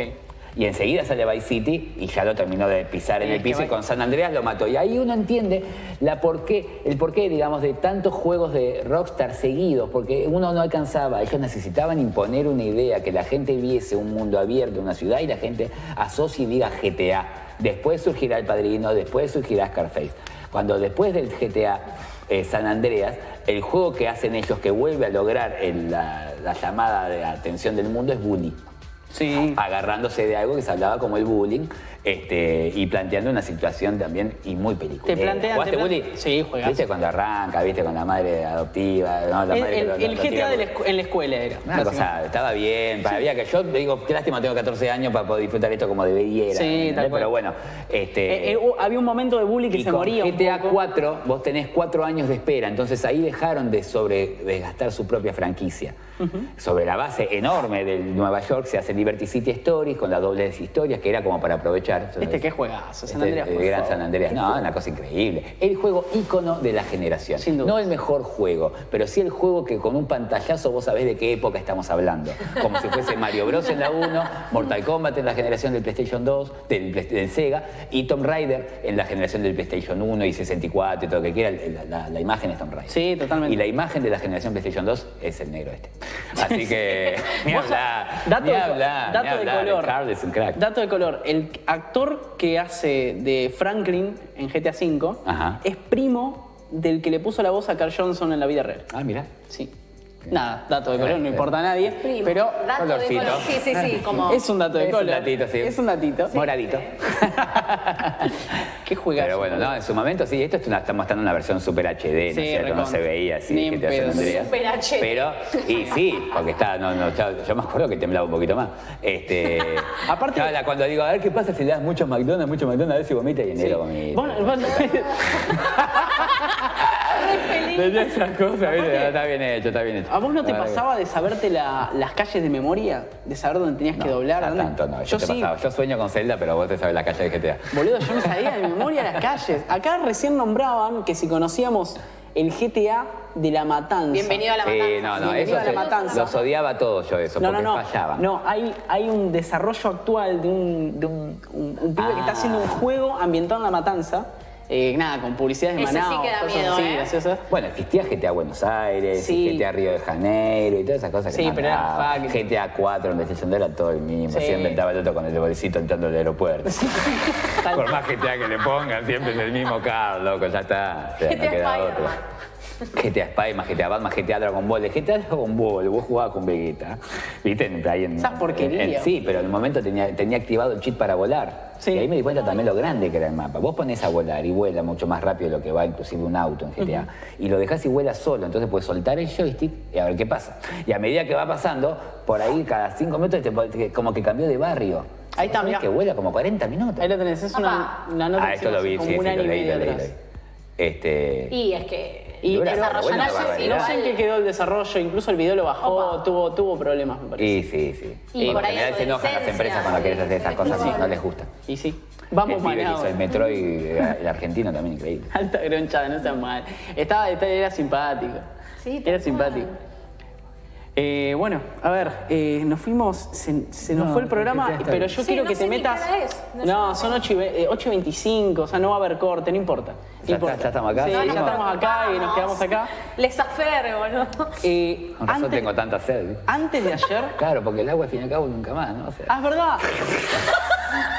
Speaker 5: Y enseguida sale Vice City y ya lo terminó de pisar en
Speaker 3: Sí,
Speaker 5: el
Speaker 3: es
Speaker 5: piso
Speaker 3: que
Speaker 5: y con San Andreas lo mató. Y ahí uno entiende la porqué, el porqué, digamos, de tantos juegos de Rockstar seguidos, porque uno no alcanzaba, ellos necesitaban imponer una idea, que la gente viese un mundo abierto, una ciudad y la gente asocie y diga GTA. Después surgirá El Padrino, después surgirá Scarface. Cuando después del GTA eh, San Andreas, el juego que hacen ellos que vuelve a lograr el- la, la llamada de atención del mundo es Bully
Speaker 3: Sí.
Speaker 5: agarrándose de algo que se hablaba como el bullying este, y planteando una situación también y muy peliculera.
Speaker 3: Te plantean-
Speaker 5: ¿Jugaste
Speaker 3: te plan-
Speaker 5: bullying?
Speaker 3: Sí, juegazo.
Speaker 5: ¿Viste cuando arranca? ¿Viste con la madre adoptiva? ¿no? La
Speaker 3: El,
Speaker 5: madre que
Speaker 3: el-
Speaker 5: lo- lo-
Speaker 3: el
Speaker 5: lo tira
Speaker 3: GTA de la
Speaker 5: por-
Speaker 3: escu- en la escuela era.
Speaker 5: Una cosa, estaba bien, para- había que yo digo, qué lástima, tengo 14 años para poder disfrutar esto como debiera.
Speaker 3: Sí,
Speaker 5: ¿entendés?
Speaker 3: tal cual.
Speaker 5: Pero bueno, este
Speaker 3: Eh, eh, hubo- había un momento de bullying que
Speaker 5: y
Speaker 3: se
Speaker 5: con
Speaker 3: moría. un
Speaker 5: GTA
Speaker 3: poco.
Speaker 5: 4 vos tenés cuatro años de espera, entonces ahí dejaron de sobre de gastar su propia franquicia. Sobre la base enorme del Nueva York se hace Liberty City Stories con las dobles historias que era como para aprovechar.
Speaker 3: Este qué juegazo, San
Speaker 5: Este,
Speaker 3: Andreas.
Speaker 5: el
Speaker 3: por
Speaker 5: Gran
Speaker 3: favor.
Speaker 5: San Andreas. No, una cosa increíble. El juego ícono de la generación.
Speaker 3: Sin duda.
Speaker 5: No el mejor juego, pero sí el juego que con un pantallazo vos sabés de qué época estamos hablando. Como si fuese Mario Bros en la 1, Mortal Kombat en la generación del PlayStation 2, del, Play- del Sega, y Tomb Raider en la generación del PlayStation 1 y 64 y todo lo que quiera. La, la- la imagen es Tomb Raider.
Speaker 3: Sí, totalmente.
Speaker 5: Y la imagen de la generación PlayStation 2 es el negro este. Así que, ni
Speaker 3: Vos-
Speaker 5: hablar,
Speaker 3: dato
Speaker 5: ni
Speaker 3: de-
Speaker 5: hablar,
Speaker 3: dato
Speaker 5: ni
Speaker 3: de
Speaker 5: hablar.
Speaker 3: color.
Speaker 5: Charles es un crack.
Speaker 3: Dato de color, el actor que hace de Franklin en GTA V
Speaker 5: Ajá.
Speaker 3: es primo del que le puso la voz a Carl Johnson en la vida real.
Speaker 5: Ah, mira.
Speaker 3: Sí. Nada, dato de color, no importa a nadie,
Speaker 4: Primo.
Speaker 3: pero
Speaker 4: Dato de
Speaker 5: colorcito.
Speaker 4: color. Sí, sí, sí. Como
Speaker 3: es un dato de
Speaker 5: Es un
Speaker 3: color.
Speaker 5: datito, sí.
Speaker 3: Es un datito.
Speaker 5: Moradito.
Speaker 3: Qué juegazo.
Speaker 5: Pero bueno, no, en su momento sí, esto es una- estamos mostrando una versión super HD, ¿no
Speaker 3: Sí,
Speaker 5: es cierto? No
Speaker 3: recontra.
Speaker 5: se veía así,
Speaker 3: Ni en
Speaker 5: GTA San
Speaker 3: pedo.
Speaker 5: Andreas.
Speaker 4: Super HD.
Speaker 5: Pero, y sí, porque está, no, no, ya- yo me acuerdo que temblaba un poquito más. Este,
Speaker 3: Aparte-
Speaker 5: no, la- cuando digo, a ver qué pasa si le das mucho McDonald's, mucho McDonald's, a ver si vomita y enero vomita.
Speaker 3: Vos- vos-
Speaker 5: Tenía esas cosas, ¿viste? No, está bien hecho, está bien hecho.
Speaker 3: ¿A vos no te
Speaker 5: La verdad que-
Speaker 3: pasaba de saberte la- las calles de memoria? ¿De saber dónde tenías que
Speaker 5: No,
Speaker 3: doblar?
Speaker 5: ya
Speaker 3: dónde-
Speaker 5: tanto no, yo,
Speaker 3: Yo
Speaker 5: te
Speaker 3: sí,
Speaker 5: pasaba. Yo sueño con Zelda, pero vos te sabes la calle de GTA.
Speaker 3: Boludo, yo me sabía de memoria las calles. Acá recién nombraban que si conocíamos el GTA de la matanza.
Speaker 4: bienvenido a la
Speaker 5: sí,
Speaker 4: matanza.
Speaker 5: Eh, no, no,
Speaker 3: Bienvenido
Speaker 5: eso
Speaker 3: a la
Speaker 5: se-
Speaker 3: matanza.
Speaker 5: los odiaba a todos yo eso,
Speaker 3: No, no,
Speaker 5: porque
Speaker 3: no.
Speaker 5: fallaban.
Speaker 3: No, hay, hay un desarrollo actual de un, de un, un- un pibe que está
Speaker 5: Ah.
Speaker 3: haciendo un juego ambientado en la matanza. Eh, nada, con publicidades de
Speaker 4: Ese sí
Speaker 3: Manaus,
Speaker 4: que da
Speaker 3: cosas
Speaker 4: miedo,
Speaker 3: así,
Speaker 4: ¿eh?
Speaker 3: graciosas.
Speaker 5: Bueno, existía GTA Buenos Aires,
Speaker 3: Sí.
Speaker 5: GTA Río de Janeiro y todas esas cosas que
Speaker 3: Sí, pero
Speaker 5: mandaban.
Speaker 3: era fucking-
Speaker 5: GTA 4 en PlayStation 2 era todo el mínimo.
Speaker 3: Sí.
Speaker 5: Siempre estaba el otro con el bolsito entrando al aeropuerto.
Speaker 3: Tal-
Speaker 5: Por más GTA que le pongan, siempre es el mismo carro, loco, ya está. O sea, no
Speaker 4: GTA
Speaker 5: queda
Speaker 4: Spider-Man.
Speaker 5: otro. GTA Spider-Man, GTA Batman, GTA Dragon Ball. El GTA Dragon Ball, vos jugabas con Vegeta. ¿Viste? En- Ahí en,
Speaker 3: Esas porquerías.
Speaker 5: en- en- sí, pero en el momento tenía, tenía activado el chip para volar.
Speaker 3: Sí.
Speaker 5: Y ahí me di cuenta también lo grande que era el mapa. Vos ponés a volar y vuela mucho más rápido de lo que va inclusive un auto en GTA. Y lo dejás y vuela solo. Entonces puedes soltar el joystick y a ver qué pasa. Y a medida que va pasando, por ahí cada cinco minutos te po- te- como que cambió de barrio.
Speaker 3: Ahí está,
Speaker 5: Sabés
Speaker 3: mirá.
Speaker 5: Que vuela como 40 minutos.
Speaker 3: Ahí lo tenés, es una, una nota
Speaker 5: Ah,
Speaker 3: que
Speaker 5: esto lo
Speaker 3: hicimos
Speaker 5: vi,
Speaker 3: como
Speaker 5: sí,
Speaker 3: un
Speaker 5: sí, lo
Speaker 3: año y
Speaker 5: leí,
Speaker 3: medio
Speaker 5: lo leí. lo
Speaker 3: atrás.
Speaker 5: leí. Este,
Speaker 4: Y es que
Speaker 3: Y
Speaker 5: Dura,
Speaker 3: pero
Speaker 5: pero bueno,
Speaker 3: no sé-
Speaker 5: barbaridad.
Speaker 3: no sé en qué quedó el desarrollo, incluso el video lo bajó,
Speaker 4: Opa.
Speaker 3: tuvo, tuvo problemas, me parece.
Speaker 5: Y sí, sí.
Speaker 4: Y por
Speaker 5: en
Speaker 4: ahí
Speaker 5: general
Speaker 4: algo
Speaker 5: se
Speaker 4: de
Speaker 5: enojan las
Speaker 4: licencia,
Speaker 5: empresas cuando quieres hacer esas
Speaker 4: de-
Speaker 5: cosas
Speaker 4: Sí.
Speaker 5: y no les gusta.
Speaker 3: Y, sí. Vamos
Speaker 5: el pibe que
Speaker 3: manejados.
Speaker 5: hizo el Metroid, eh, el argentino también increíble.
Speaker 3: Alta gronchada, no seas mal. Estaba, estaba- era simpático.
Speaker 4: Sí, tal
Speaker 3: Era simpático.
Speaker 4: cual.
Speaker 3: Eh, bueno, a ver, eh, nos fuimos, se, se nos
Speaker 1: No,
Speaker 3: fue el programa,
Speaker 1: ya está
Speaker 3: pero
Speaker 1: bien.
Speaker 3: yo
Speaker 4: Sí,
Speaker 3: quiero
Speaker 4: no
Speaker 3: que
Speaker 4: sé
Speaker 3: te
Speaker 4: ni qué
Speaker 3: metas.
Speaker 4: hora es, no sé.
Speaker 3: No, son 8 y, ve- eh, 8 y 25, o sea, no va a haber corte, no importa. No
Speaker 5: Ya
Speaker 3: importa.
Speaker 5: está- ya estamos acá,
Speaker 3: Sí,
Speaker 5: sí,
Speaker 3: ya
Speaker 5: no.
Speaker 3: estamos acá y nos quedamos acá.
Speaker 4: Les aferro, ¿no?
Speaker 3: Eh,
Speaker 5: Por eso
Speaker 3: antes,
Speaker 5: tengo tanta sed. ¿viste?
Speaker 3: antes de ayer.
Speaker 5: Claro, porque el agua al fin y al cabo nunca más, ¿no? O sea,
Speaker 3: Ah, es verdad.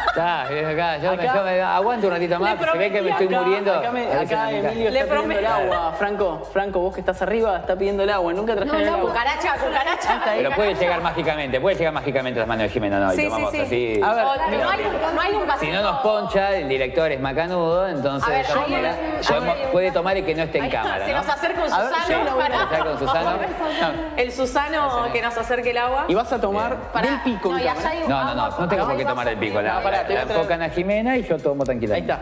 Speaker 5: está, es acá, yo,
Speaker 3: Acá-
Speaker 5: Me, yo me- aguanto un ratito más,
Speaker 3: Le
Speaker 5: se ve que me
Speaker 3: prometí
Speaker 5: estoy
Speaker 3: acá-
Speaker 5: muriendo.
Speaker 3: Acá, me-
Speaker 5: A ver si
Speaker 3: acá
Speaker 5: me-
Speaker 3: Emilio
Speaker 4: Le
Speaker 3: está pidiendo el
Speaker 4: prometo.
Speaker 3: agua. Franco, Franco, vos que estás arriba, está pidiendo el agua. Nunca trajeron el agua.
Speaker 4: cucaracha, cucaracha.
Speaker 5: Pero puede llegar mágicamente, puede llegar mágicamente a las manos de Jimena, no, y
Speaker 4: Sí, sí,
Speaker 5: tomamos
Speaker 4: sí.
Speaker 5: así.
Speaker 3: A ver,
Speaker 4: O no, hay un, no hay un
Speaker 5: Si
Speaker 4: vasito.
Speaker 5: no nos poncha, el director es macanudo, entonces
Speaker 4: A ver,
Speaker 5: de esa
Speaker 4: hay
Speaker 5: manera,
Speaker 4: un-
Speaker 5: podemos-
Speaker 4: hay un-
Speaker 5: puede tomar y que no esté en
Speaker 4: Ahí está,
Speaker 5: cámara,
Speaker 4: Se
Speaker 5: ¿no?
Speaker 4: nos acerca un
Speaker 3: A ver,
Speaker 5: Sí,
Speaker 4: Susano. para-
Speaker 5: está con Susano.
Speaker 4: El Susano que nos acerque el agua.
Speaker 3: Y vas a tomar
Speaker 4: Pará.
Speaker 3: del pico.
Speaker 4: No, y
Speaker 3: Mica,
Speaker 4: allá hay
Speaker 3: ¿eh?
Speaker 4: un
Speaker 5: No, no, no,
Speaker 4: agua
Speaker 5: no tengo
Speaker 4: con-
Speaker 5: por qué
Speaker 4: ahí
Speaker 5: tomar
Speaker 4: vas
Speaker 5: el
Speaker 4: a
Speaker 5: pico.
Speaker 4: tener
Speaker 5: La,
Speaker 3: No, pará,
Speaker 5: la-
Speaker 3: te voy
Speaker 5: la
Speaker 3: a traer-
Speaker 5: enfocan a Jimena y yo tomo
Speaker 3: ¿eh? Ahí
Speaker 5: tranquilamente.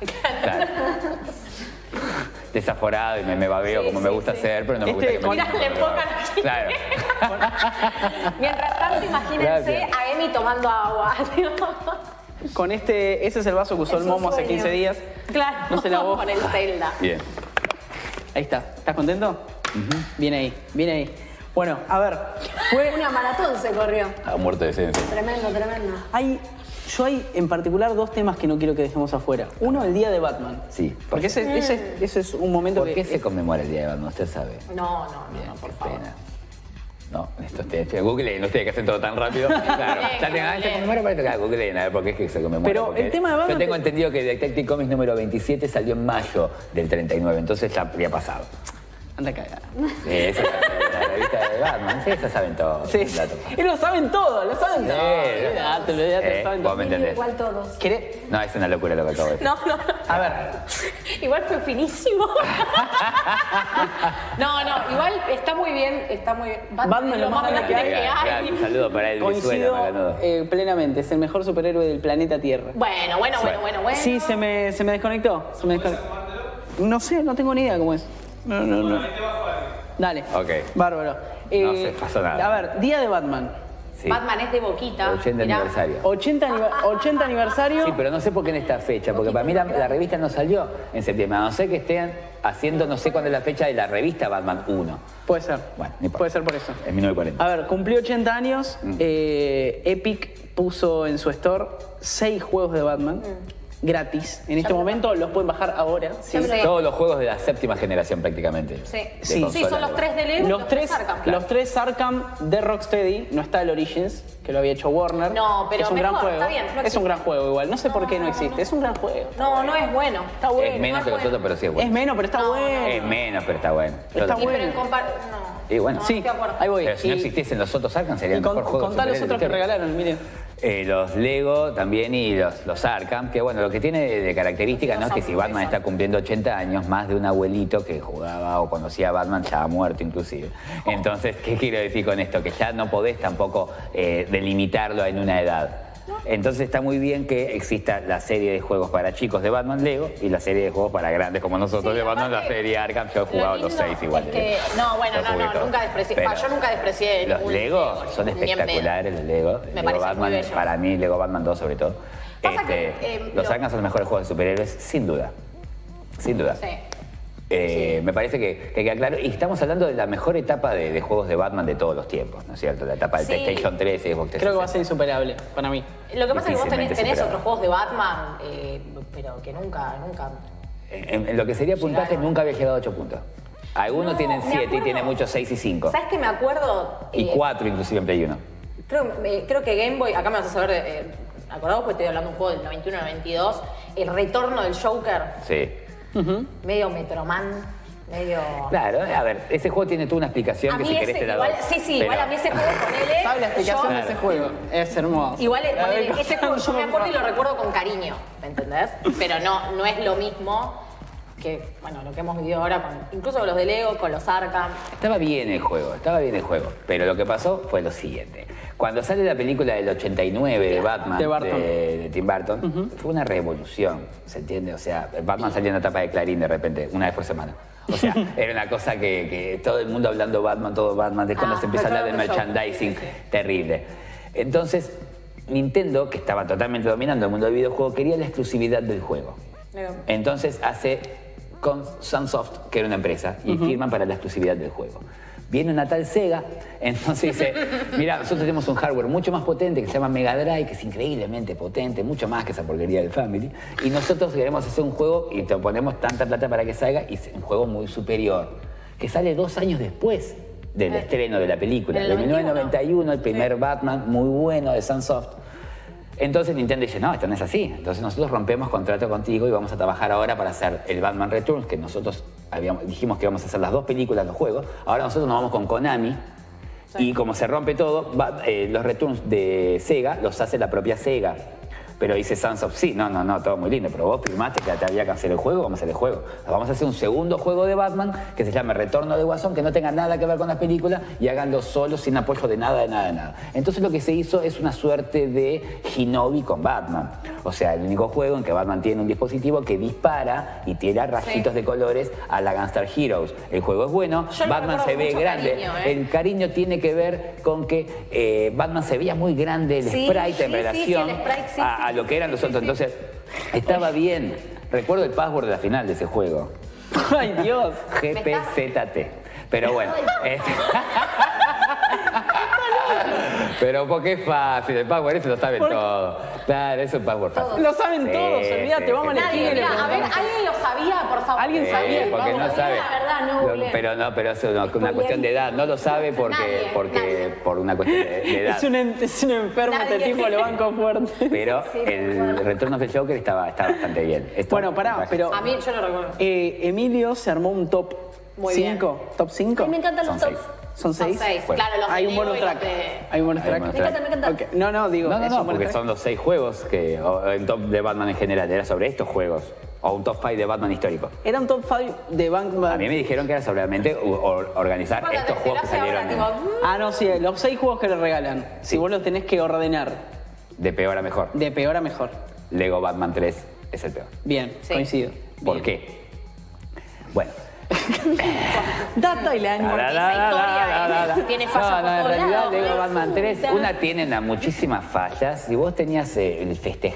Speaker 3: está.
Speaker 5: Claro. Desaforado y me, me babeo como me gusta hacer, pero no me
Speaker 3: Este,
Speaker 5: gusta que me
Speaker 3: mirá,
Speaker 5: digan
Speaker 4: le
Speaker 5: que me babeo.
Speaker 4: enfocan aquí.
Speaker 5: Claro.
Speaker 4: Mientras tanto, imagínense
Speaker 5: Gracias.
Speaker 4: a Emi tomando agua.
Speaker 3: Con este, ese es el vaso que usó
Speaker 4: Es
Speaker 3: el
Speaker 4: un
Speaker 3: Momo hace
Speaker 4: sueño.
Speaker 3: 15 días.
Speaker 4: Claro.
Speaker 3: No se lavó.
Speaker 4: Con el Zelda.
Speaker 5: Bien.
Speaker 3: Ahí está. ¿Estás contento? Bien ahí, bien ahí. Bueno, a ver, fue
Speaker 8: Una maratón se corrió.
Speaker 5: A muerto de esencia.
Speaker 8: Tremendo, tremendo.
Speaker 3: Hay, yo hay en particular dos temas que no quiero que dejemos afuera. Uno, el día de Batman.
Speaker 5: Sí.
Speaker 3: Porque ese, ese- ese es un momento
Speaker 5: ¿Por
Speaker 3: que...
Speaker 5: qué se conmemora el Día de Batman? Usted sabe.
Speaker 4: No, no, no,
Speaker 5: Bien,
Speaker 4: no, por
Speaker 5: qué
Speaker 4: favor.
Speaker 5: pena. No, esto usted, Google, no ustedes que hacen todo tan rápido. Claro, ya tengan, ah, se conmemora para acá, Google, a ver por qué es que se conmemora.
Speaker 3: Pero
Speaker 5: porque
Speaker 3: el tema de Batman
Speaker 5: Yo tengo
Speaker 3: te-
Speaker 5: entendido que Detective Comics número 27 salió en mayo del 39, entonces ya había pasado.
Speaker 3: Anda cagada.
Speaker 5: Eh, Esa es la, la revista de Batman, sí, esa saben todo.
Speaker 3: Sí, sí. Y lo saben todo, lo saben todo.
Speaker 5: Eh,
Speaker 3: Date, lo- date, lo
Speaker 5: eh,
Speaker 3: saben
Speaker 5: vos
Speaker 3: todo.
Speaker 5: me entendés.
Speaker 8: Igual todos.
Speaker 3: ¿Querés?
Speaker 5: No, es una locura lo que acabo de decir.
Speaker 4: No, no.
Speaker 3: A ver,
Speaker 4: Igual fue finísimo. no, no, igual está muy bien, está muy bien.
Speaker 3: Batman
Speaker 4: es
Speaker 3: lo más grande que
Speaker 4: grande
Speaker 5: Gracias, gracias, Un saludo para el Venezuela,
Speaker 3: coincido
Speaker 5: Macanudo.
Speaker 3: eh, plenamente. Es el mejor superhéroe del planeta Tierra.
Speaker 4: Bueno, bueno, bueno, bueno, bueno.
Speaker 3: Sí, se me, se me desconectó. Se me desconectó. No sé, no tengo ni idea cómo es. No, no, no. Dale.
Speaker 5: Ok.
Speaker 3: Bárbaro. Eh,
Speaker 5: No se pasó nada.
Speaker 3: A ver, Día de Batman.
Speaker 5: Sí.
Speaker 4: Batman es de boquita.
Speaker 5: 80
Speaker 4: mirá.
Speaker 5: aniversario.
Speaker 3: 80, aniva- 80 aniversario.
Speaker 5: Sí, pero no sé por qué en esta fecha, porque para mí la, la revista no salió en septiembre. A No sé que estén haciendo, no sé cuándo es la fecha de la revista Batman 1.
Speaker 3: Puede ser.
Speaker 5: Bueno, no importa.
Speaker 3: Puede ser por eso.
Speaker 5: En 1940.
Speaker 3: A ver, cumplió 80 años.
Speaker 5: Mm.
Speaker 3: eh, Epic puso en su store 6 juegos de Batman
Speaker 4: Mm.
Speaker 3: gratis. En este momento los pueden bajar ahora.
Speaker 4: Ya me lo-
Speaker 5: Todos los juegos de la séptima generación prácticamente.
Speaker 4: Sí.
Speaker 5: De
Speaker 3: Sí.
Speaker 4: Sí,
Speaker 5: consola.
Speaker 4: son los tres de Lego. y
Speaker 3: Los tres,
Speaker 4: Arkham.
Speaker 3: los tres Arkham de Rocksteady, no está el Origins, que lo había hecho Warner.
Speaker 4: No, pero
Speaker 3: es un
Speaker 4: mejor,
Speaker 3: gran juego.
Speaker 4: está bien, no
Speaker 3: es
Speaker 4: existe.
Speaker 3: un gran juego igual. No sé por qué no existe. Es un gran juego.
Speaker 4: No, no es bueno.
Speaker 3: Está bueno.
Speaker 5: Es menos que los otros, pero sí es
Speaker 3: Es
Speaker 5: bueno. Eh,
Speaker 3: menos, pero está bueno.
Speaker 5: Es menos, pero está bueno. Yo
Speaker 3: Está
Speaker 5: lo-
Speaker 4: Y pero en
Speaker 3: bueno.
Speaker 4: compar... No.
Speaker 5: Y bueno,
Speaker 4: No,
Speaker 3: Sí,
Speaker 4: estoy de acuerdo.
Speaker 3: ahí voy.
Speaker 5: Pero si
Speaker 3: y
Speaker 5: no existiesen los otros Arkham sería
Speaker 3: y
Speaker 5: el
Speaker 3: con-
Speaker 5: mejor juego.
Speaker 3: contá
Speaker 5: de
Speaker 3: los otros
Speaker 5: superhéroes
Speaker 3: que
Speaker 5: de la historia.
Speaker 3: regalaron, miren.
Speaker 5: Eh, los Lego también y los, los Arkham, que bueno, lo que tiene de, de característica, ¿no? Es que si Batman está cumpliendo 80 años, más de un abuelito que jugaba o conocía a Batman ya ha muerto inclusive. Entonces, ¿qué quiero decir con esto? Que ya no podés tampoco eh, delimitarlo en una edad. Entonces está muy bien que exista la serie de juegos para chicos de Batman Lego y la serie de juegos para grandes como nosotros
Speaker 4: Sí,
Speaker 5: de Batman, la
Speaker 4: aparte,
Speaker 5: serie Arkham, yo he
Speaker 4: lo
Speaker 5: jugado los
Speaker 4: lindo
Speaker 5: seis igual.
Speaker 4: es que-
Speaker 5: eh.
Speaker 4: no, bueno,
Speaker 5: Los
Speaker 4: no,
Speaker 5: jugué
Speaker 4: no,
Speaker 5: todos.
Speaker 4: nunca desprecié-
Speaker 5: Pero
Speaker 4: pa, yo nunca desprecié
Speaker 5: Los
Speaker 4: ningún
Speaker 5: Lego
Speaker 4: Lego,
Speaker 5: son
Speaker 4: ni en pedo.
Speaker 5: espectaculares, los Lego. El
Speaker 4: Me
Speaker 5: Lego
Speaker 4: parece muy
Speaker 5: Batman,
Speaker 4: bello.
Speaker 5: para mí, Lego Batman 2 sobre todo. Este,
Speaker 4: Pasa que, eh,
Speaker 5: los
Speaker 4: lo-
Speaker 5: Arkham son los mejores juegos de superhéroes, sin duda. Sin duda.
Speaker 4: Sí.
Speaker 5: Eh, Me parece que, que queda claro. Y estamos hablando de la mejor etapa de, de juegos de Batman de todos los tiempos, ¿no es cierto? La etapa del
Speaker 4: Sí.
Speaker 5: PlayStation 3, Xbox 360.
Speaker 3: Creo que va a ser insuperable para mí.
Speaker 4: Lo que pasa es que vos
Speaker 5: Difícilmente
Speaker 4: tenés, tenés
Speaker 5: superado.
Speaker 4: otros juegos de Batman, eh, pero que nunca, nunca.
Speaker 5: En, en lo que sería puntaje,
Speaker 4: Llegaron.
Speaker 5: nunca había llegado a 8 puntos. Algunos
Speaker 4: No,
Speaker 5: tienen
Speaker 4: me
Speaker 5: 7 y
Speaker 4: acuerdo.
Speaker 5: tienen muchos 6 y 5.
Speaker 4: ¿Sabes que me acuerdo?
Speaker 5: Y
Speaker 4: eh,
Speaker 5: 4 inclusive en Play 1.
Speaker 4: Creo, me- creo que Game Boy, acá me vas a saber, eh, acordado porque estoy hablando de un juego del 91-92, el retorno del Joker,
Speaker 5: Sí.
Speaker 4: medio Metroman, medio...
Speaker 5: Claro, a ver, ese juego tiene toda una explicación
Speaker 4: a
Speaker 5: que
Speaker 4: mí
Speaker 5: si
Speaker 4: ese,
Speaker 5: querés te la doy.
Speaker 4: igual, sí, sí, igual
Speaker 5: Pero-
Speaker 4: a mí ese juego con él
Speaker 3: ¿Sabes la explicación de ese juego? Es hermoso.
Speaker 4: Igual eh,
Speaker 3: La
Speaker 4: ponele,
Speaker 3: verdad,
Speaker 4: ese juego yo me acuerdo y lo
Speaker 3: no-
Speaker 4: recuerdo con cariño, ¿me entendés? Pero no, no es lo mismo que, bueno, lo que hemos vivido ahora, con, incluso con los de Lego, con los Arkham.
Speaker 5: Estaba bien el juego, estaba bien el juego. Pero lo que pasó fue lo siguiente. Cuando sale la película del 89 de Batman,
Speaker 3: De Burton.
Speaker 5: de- de Tim Burton, fue una revolución, ¿se entiende? O sea, Batman salió en la tapa de Clarín de repente, una vez por semana. O sea, era una cosa que, que todo el mundo hablando Batman, todo Batman. De cuando
Speaker 4: Ah,
Speaker 5: se empieza a hablar del
Speaker 4: recuerdo que yo-
Speaker 5: merchandising, terrible. Entonces, Nintendo, que estaba totalmente dominando el mundo del videojuego, quería la exclusividad del juego. Entonces hace con Sunsoft, que era una empresa, y firman para la exclusividad del juego. Viene una tal Sega, entonces dice, mira, nosotros tenemos un hardware mucho más potente que se llama Mega Drive, que es increíblemente potente, mucho más que esa porquería del Family, y nosotros queremos hacer un juego y te ponemos tanta plata para que salga y es un juego muy superior, que sale dos años después del estreno de la película,
Speaker 4: del
Speaker 5: de
Speaker 4: 91.
Speaker 5: 1991, el primer Batman muy bueno de Sunsoft. Entonces Nintendo dice, no, esto no es así. Entonces nosotros rompemos contrato contigo y vamos a trabajar ahora para hacer el Batman Returns, que nosotros habíamos, dijimos que íbamos a hacer las dos películas, los juegos. Ahora nosotros nos vamos con Konami. Y como se rompe todo, va- eh, los returns de Sega los hace la propia Sega. Pero dice Sans of sí, no, no, no, todo muy lindo, pero vos firmaste que te había que hacer el juego, vamos a hacer el juego. Vamos a hacer un segundo juego de Batman que se llame Retorno de Guasón, que no tenga nada que ver con las películas y háganlo solo, sin apoyo de nada, de nada, de nada. Entonces lo que se hizo es una suerte de Hinobi con Batman. O sea, el único juego en que Batman tiene un dispositivo que dispara y tira rayitos de colores a la Gunstar Heroes. El juego es bueno,
Speaker 4: Yo lo
Speaker 5: Batman
Speaker 4: recuerdo
Speaker 5: se
Speaker 4: con
Speaker 5: ve
Speaker 4: mucho
Speaker 5: grande.
Speaker 4: cariño, ¿eh?
Speaker 5: El cariño tiene que ver con que eh, Batman se veía muy grande el
Speaker 4: Sí,
Speaker 5: sprite en
Speaker 4: sí, sí,
Speaker 5: relación
Speaker 4: sí, el sprite, sí,
Speaker 5: a,
Speaker 4: sí,
Speaker 5: a lo que eran los otros. Entonces, estaba bien. Recuerdo el password de la final de ese juego.
Speaker 3: Ay, Dios.
Speaker 5: GPZT. Pero bueno. es- Pero porque es fácil, el password eso lo saben todos. Claro, es un password fácil.
Speaker 3: Lo saben
Speaker 5: Sí,
Speaker 3: todos,
Speaker 5: sí,
Speaker 3: olvídate,
Speaker 5: sí,
Speaker 3: vamos a
Speaker 5: sí,
Speaker 3: elegir.
Speaker 5: sí.
Speaker 4: Nadie, mira, a ver, alguien lo sabía, por favor.
Speaker 3: Alguien
Speaker 5: Sí,
Speaker 3: sabía,
Speaker 5: Eh, porque
Speaker 3: vamos,
Speaker 5: no
Speaker 4: diga
Speaker 5: sabe.
Speaker 4: La verdad, no,
Speaker 5: Lo-
Speaker 4: googleen.
Speaker 5: pero no, pero es una, una cuestión de edad. No lo sabe porque,
Speaker 4: Nadie,
Speaker 5: porque
Speaker 4: nadie.
Speaker 5: por una cuestión de, de edad.
Speaker 3: Es un, en- es un enfermo, este
Speaker 4: Nadie.
Speaker 3: tipo lo banco fuerte.
Speaker 5: Pero el retorno del Joker estaba, estaba bastante bien. Esto-
Speaker 3: Bueno, pará, pero
Speaker 4: A mí, yo lo recuerdo.
Speaker 3: eh, Emilio se armó un top
Speaker 4: Muy
Speaker 3: 5. ¿Top 5?
Speaker 8: Ay, me encantan
Speaker 5: Son
Speaker 8: los
Speaker 5: seis.
Speaker 8: tops.
Speaker 3: ¿Son 6?
Speaker 4: Son seis,
Speaker 5: Bueno.
Speaker 4: claro, los
Speaker 3: Hay
Speaker 4: de
Speaker 3: un
Speaker 4: Lego
Speaker 3: bonus
Speaker 4: y los
Speaker 3: track.
Speaker 4: de-
Speaker 3: Hay un bonus
Speaker 5: Hay un bonus
Speaker 3: track.
Speaker 5: track.
Speaker 8: Me encanta, me encanta.
Speaker 3: Ok, No, no, digo.
Speaker 5: No, no,
Speaker 3: es
Speaker 5: no,
Speaker 3: un bonus
Speaker 5: porque
Speaker 3: track.
Speaker 5: son los seis juegos que. O el top de Batman en general, era sobre estos juegos. O un top 5 de Batman histórico.
Speaker 3: Era un top 5 de Batman.
Speaker 5: A mí me dijeron que era sobre realmente o- o- organizar
Speaker 4: Cuando te
Speaker 5: estos juegos que
Speaker 4: esperás ahora,
Speaker 5: salieron
Speaker 4: tipo,
Speaker 3: Ah, no, sí, los 6 juegos que le regalan. Si
Speaker 5: Sí.
Speaker 3: vos los tenés que ordenar
Speaker 5: de peor a mejor.
Speaker 3: de peor a mejor.
Speaker 5: Lego Batman 3 es el peor.
Speaker 3: Bien,
Speaker 4: Sí.
Speaker 3: coincido.
Speaker 5: ¿Por
Speaker 3: Bien.
Speaker 5: qué? Bueno,
Speaker 3: Data y la
Speaker 5: La,
Speaker 4: esa
Speaker 5: la, la,
Speaker 4: historia
Speaker 5: la, la,
Speaker 4: de-
Speaker 5: la, la.
Speaker 4: ¿eh? tiene fallas por
Speaker 5: No, no, en
Speaker 4: todos
Speaker 5: realidad
Speaker 4: lados,
Speaker 5: Lego
Speaker 4: ¿no?
Speaker 5: Batman 3, una tiene a muchísimas fallas. Y vos tenías eh, el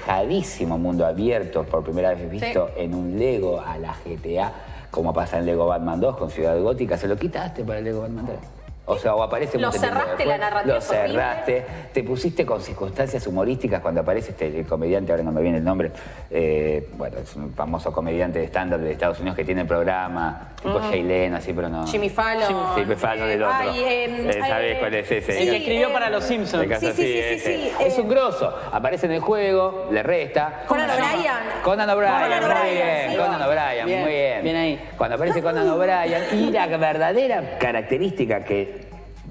Speaker 5: festejadísimo mundo abierto por primera vez visto en un Lego a la GTA, como pasa en Lego Batman 2 con Ciudad Gótica, se lo quitaste para el Lego Batman 3. O sea, o aparece
Speaker 4: Lo
Speaker 5: mucho tiempo
Speaker 4: cerraste,
Speaker 5: después,
Speaker 4: la narrativa
Speaker 5: Lo
Speaker 4: es horrible.
Speaker 5: cerraste, te pusiste con circunstancias humorísticas cuando aparece este el comediante, ahora no me viene el nombre. eh, bueno, es un famoso comediante de estándar de Estados Unidos que tiene el programa, tipo Jay Leno, así, pero no.
Speaker 4: Jimmy Fallon.
Speaker 5: Jimmy Fallon del otro.
Speaker 4: Ay, em,
Speaker 5: Eh, ¿Sabés
Speaker 4: ay,
Speaker 5: cuál es ese?
Speaker 3: El que
Speaker 4: Sí,
Speaker 3: escribió
Speaker 4: eh,
Speaker 3: para los Simpsons.
Speaker 5: El caso
Speaker 4: sí, sí,
Speaker 5: así,
Speaker 4: sí, sí,
Speaker 5: ese.
Speaker 4: sí,
Speaker 5: Es
Speaker 4: eh.
Speaker 5: un grosso. Aparece en el juego, le resta.
Speaker 4: Conan
Speaker 5: ¿Cómo se llama?
Speaker 4: O'Brien.
Speaker 5: Conan O'Brien,
Speaker 4: Conan
Speaker 5: muy
Speaker 4: O'Brien,
Speaker 5: bien.
Speaker 4: sí.
Speaker 5: Conan O'Brien,
Speaker 3: Bien,
Speaker 5: muy bien.
Speaker 3: bien ahí.
Speaker 5: Cuando aparece Conan O'Brien y la verdadera característica que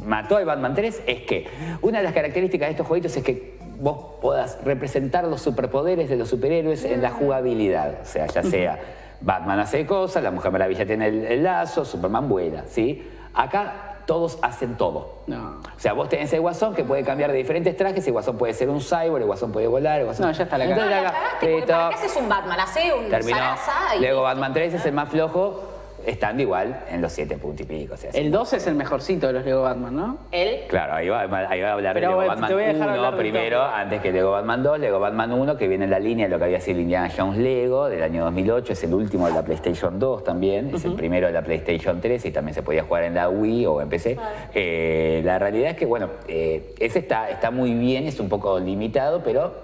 Speaker 5: mató al Batman 3 es que una de las características de estos jueguitos es que vos puedas representar los superpoderes de los superhéroes en la jugabilidad. O sea, ya sea Batman hace cosas, la Mujer Maravilla tiene el, el lazo, Superman vuela, ¿sí? Acá todos hacen todo.
Speaker 3: No.
Speaker 5: O sea, vos tenés el guasón que puede cambiar de diferentes trajes, el guasón puede ser un cyborg, el guasón puede volar, el guasón...
Speaker 3: No, ya está, la
Speaker 5: Entonces,
Speaker 4: No, la
Speaker 5: acá,
Speaker 4: cagaste, porque ¿para qué
Speaker 5: listo.
Speaker 4: haces un Batman? Hace un
Speaker 5: Terminó.
Speaker 4: zaraza y...
Speaker 5: Luego Batman 3 es el más flojo, estando igual en los 7 puntos y pico. o sea,
Speaker 3: El 2 es el mejorcito de los Lego Batman, ¿no?
Speaker 4: Él...
Speaker 5: Claro, ahí va, ahí va a hablar
Speaker 3: Pero
Speaker 5: de Lego
Speaker 3: bueno, te voy a
Speaker 5: Batman
Speaker 3: dejar hablar
Speaker 5: 1
Speaker 3: del
Speaker 5: primero,
Speaker 3: top.
Speaker 5: antes que Lego Batman 2, Lego Batman 1, que viene en la línea de lo que había sido Indiana Jones Lego del año 2008, es el último de la PlayStation 2 también, es el primero de la PlayStation 3 y también se podía jugar en la Wii o en PC. Eh, la realidad es que, bueno, eh, ese está, está muy bien, es un poco limitado, pero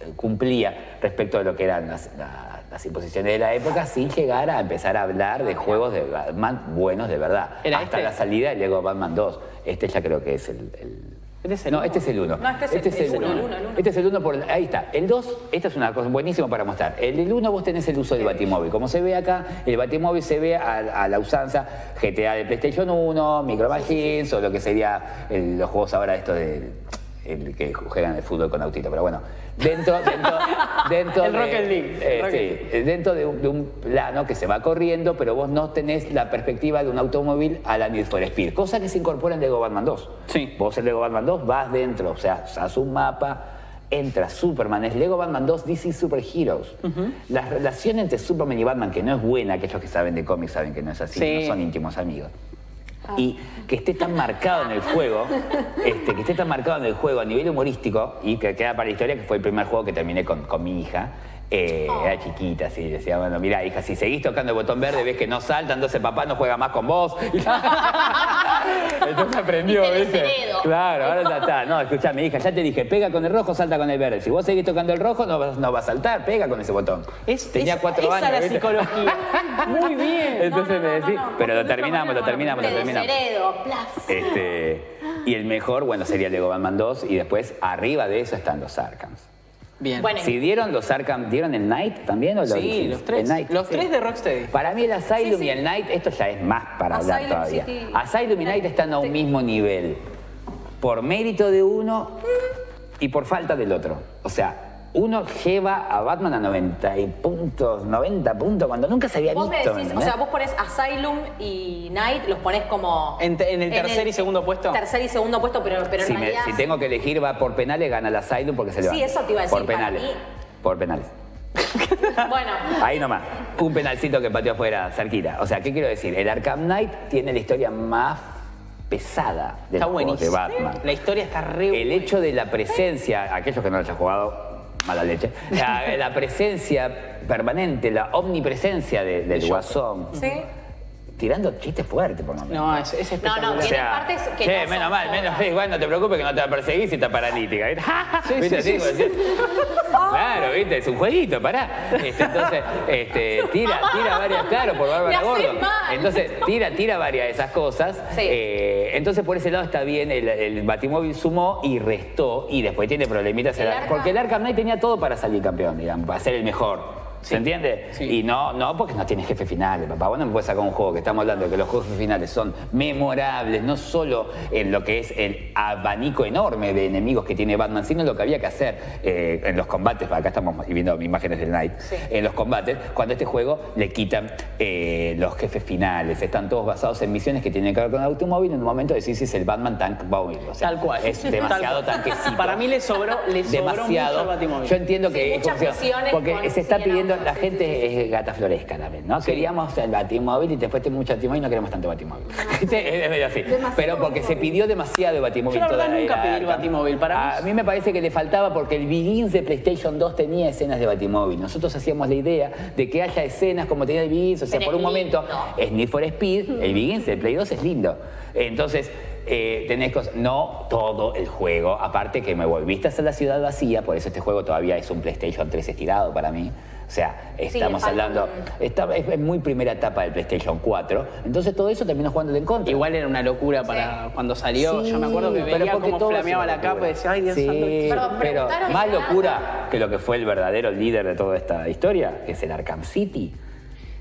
Speaker 5: eh, cumplía respecto a lo que eran las, la- las imposiciones de la época sin llegar a empezar a hablar de juegos de Batman buenos de verdad.
Speaker 3: Ah, ¿Era
Speaker 5: Hasta
Speaker 3: este?
Speaker 5: la salida de Lego Batman 2. Este ya creo que es el- el
Speaker 3: Este es el
Speaker 5: no,
Speaker 3: uno.
Speaker 5: este es el 1.
Speaker 4: No, este es el- es el uno, el uno.
Speaker 5: Este es el 1 por ahí está. El 2, esta es una cosa buenísima para mostrar. El el 1 vos tenés el uso del Batimóvil. Como se ve acá, el Batimóvil se ve a, a la usanza GTA de PlayStation 1, Micro Machines o lo que sería el- los juegos ahora estos de el que juegan el fútbol con autito, pero bueno, dentro, dentro, dentro
Speaker 3: El
Speaker 5: de-
Speaker 3: Rocket League, el
Speaker 5: eh,
Speaker 3: Rocket
Speaker 5: sí,
Speaker 3: League.
Speaker 5: eh, dentro de un, de un plano que se va corriendo, pero vos no tenés la perspectiva de un automóvil a la Need for Speed, cosa que se incorpora en Lego Batman 2.
Speaker 3: Sí.
Speaker 5: Vos en Lego Batman 2 vas dentro, o sea, haces un mapa, entra Superman, es Lego Batman 2 DC Super Heroes. La relación entre Superman y Batman, que no es buena, que los que saben de cómics saben que no es así,
Speaker 3: Sí. Ah.
Speaker 5: no son íntimos amigos. Y que esté tan marcado en el juego, este, que esté tan marcado en el juego a nivel humorístico, y que queda para la historia que fue el primer juego que terminé con, con mi hija. eh,
Speaker 3: Oh.
Speaker 5: Era chiquita, así decía, bueno, mira, hija, si seguís tocando el botón verde, ves que no salta, entonces papá no juega más con vos. entonces aprendió,
Speaker 7: Y te
Speaker 5: ¿viste?
Speaker 7: desheredo.
Speaker 5: Claro, ahora ya está. No, escuchame, hija, ya te dije, pega con el rojo, salta con el verde. Si vos seguís tocando el rojo, no, vas- no va a saltar, pega con ese botón.
Speaker 3: Es-
Speaker 5: Tenía
Speaker 3: es-
Speaker 5: cuatro
Speaker 3: esa
Speaker 5: años.
Speaker 3: la
Speaker 5: ¿viste?
Speaker 3: psicología. Muy bien.
Speaker 5: Entonces me decís, pero lo
Speaker 4: porque de otra
Speaker 5: terminamos,
Speaker 4: manera
Speaker 5: lo terminamos, lo
Speaker 4: me
Speaker 5: terminamos.
Speaker 4: desheredo, plaf.
Speaker 5: Este, y el mejor, bueno, sería Lego Batman 2 y después arriba de eso están los Arkhams.
Speaker 3: Bien.
Speaker 4: Bueno,
Speaker 5: Si dieron los Arkham, ¿dieron el Knight también o los
Speaker 3: sí, los tres. los tres de Rocksteady.
Speaker 5: Para mí el Asylum
Speaker 8: Sí, sí.
Speaker 5: y el Knight, esto ya es más para hablar
Speaker 8: Asylum
Speaker 5: todavía.
Speaker 8: City.
Speaker 5: Asylum y Knight están a un
Speaker 8: Sí.
Speaker 5: mismo nivel. Por mérito de uno y por falta del otro. O sea, uno lleva a Batman a 90 y puntos, 90 puntos, cuando nunca se había
Speaker 4: Vos me
Speaker 5: visto. ¿eh?
Speaker 4: decís, o
Speaker 5: ¿entendés?
Speaker 4: sea, vos pones Asylum y Night, los pones como.
Speaker 3: En te- en el tercer y segundo puesto.
Speaker 4: Tercer y segundo puesto, pero, pero en
Speaker 5: si, me-
Speaker 4: realidad-
Speaker 5: si tengo que elegir, va por penales, gana el Asylum porque se le va.
Speaker 4: Sí, eso te iba a decir,
Speaker 5: Por
Speaker 4: para
Speaker 5: penales.
Speaker 4: mí-
Speaker 5: Por penales.
Speaker 4: Bueno,
Speaker 5: Ahí nomás, un penalcito que pateó afuera, cerquita. O sea, ¿qué quiero decir? El Arkham Knight tiene la historia más pesada del
Speaker 3: Está
Speaker 5: juego de
Speaker 3: buenísimo.
Speaker 5: Batman.
Speaker 3: La historia está re
Speaker 5: El hecho de la presencia, aquellos que no lo hayan jugado, mala leche, la, la presencia permanente, la omnipresencia de- del guasón,
Speaker 4: sí.
Speaker 5: tirando chistes fuertes por lo menos.
Speaker 3: No, es, es
Speaker 4: No,
Speaker 3: espectacular.
Speaker 4: no, tiene partes que
Speaker 5: che,
Speaker 4: no
Speaker 5: menos
Speaker 4: son
Speaker 5: mal, menos
Speaker 4: todas.
Speaker 5: sí, bueno, no te preocupes que no te va a perseguir si está paralítica. ¿viste? ¿Viste? Así, como decir, Claro, viste, es un jueguito, pará. Este, entonces, este, tira, tira varias, claro, por Bárbara
Speaker 4: Me haces
Speaker 5: Gordo.
Speaker 4: mal.
Speaker 5: Entonces, tira, tira varias de esas cosas.
Speaker 4: Sí.
Speaker 5: Eh, entonces, por ese lado está bien, el, el Batimóvil sumó y restó, y después tiene problemitas.
Speaker 4: El
Speaker 5: el-
Speaker 4: Arkham-
Speaker 5: porque el Arkham Knight tenía todo para salir campeón, digamos, para ser el mejor. ¿Se entiende?
Speaker 3: Sí.
Speaker 5: Y no, no, porque no tiene jefe final, papá. Vos no me puedes sacar un juego que estamos hablando de que los juegos finales son memorables, no solo en lo que es el abanico enorme de enemigos que tiene Batman, sino lo que había que hacer eh, en los combates. Acá estamos viendo imágenes del Night. En los combates, cuando a este juego le quitan eh, los jefes finales. Están todos basados en misiones que tienen que ver con el automóvil. En un momento decís si es el Batman Tank Mobile. O sea,
Speaker 3: Tal cual.
Speaker 5: Es demasiado
Speaker 3: Tal cual.
Speaker 5: tanquecito.
Speaker 3: Para mí le sobró, le sobró mucho
Speaker 5: demasiado.
Speaker 3: al Batimóvil.
Speaker 5: Yo entiendo
Speaker 4: Sí,
Speaker 5: que es
Speaker 4: muchas
Speaker 5: como si-
Speaker 4: misiones
Speaker 5: porque
Speaker 4: con-
Speaker 5: se está
Speaker 4: sí,
Speaker 5: pidiendo
Speaker 4: no,
Speaker 5: la
Speaker 4: sí,
Speaker 5: gente
Speaker 4: sí, sí.
Speaker 5: es gata floresca también, ¿no? Queríamos el Batimóvil y después tenemos mucho Batimóvil y no queremos tanto Batimóvil. Este es medio así. Pero porque se pidió demasiado de Batimóvil.
Speaker 3: Yo la
Speaker 5: toda
Speaker 3: verdad nunca
Speaker 5: era-
Speaker 3: pedí el Batimóvil, para
Speaker 5: A
Speaker 3: mí-
Speaker 5: mí me parece que le faltaba porque el Begins de PlayStation 2 tenía escenas de Batimóvil. Nosotros hacíamos la idea de que haya escenas como tenía el Begins, o sea,
Speaker 4: Pero
Speaker 5: por
Speaker 4: es
Speaker 5: un momento
Speaker 4: lindo.
Speaker 5: es Need for Speed, el Begins, el Play 2 es lindo. Entonces, eh, tenés cosas, no todo el juego, aparte que me volviste a hacer la ciudad vacía, por eso este juego todavía es un PlayStation 3 estirado para mí. O sea, estamos
Speaker 4: le falta
Speaker 5: hablando, esta- es, es muy primera etapa del PlayStation 4, entonces todo eso terminó jugándolo en contra.
Speaker 3: Igual era una locura para cuando salió.
Speaker 5: Sí,
Speaker 3: Yo me acuerdo que
Speaker 5: pero
Speaker 3: veía
Speaker 5: porque
Speaker 3: cómo
Speaker 5: todo
Speaker 3: flameaba
Speaker 5: es una
Speaker 3: la capa
Speaker 5: locura.
Speaker 3: y decía, ay, Dios
Speaker 5: Sí,
Speaker 3: santo.
Speaker 5: pero
Speaker 7: preguntaron
Speaker 5: más
Speaker 7: si era-
Speaker 5: locura que lo que fue el verdadero líder de toda esta historia, que es el Arkham City.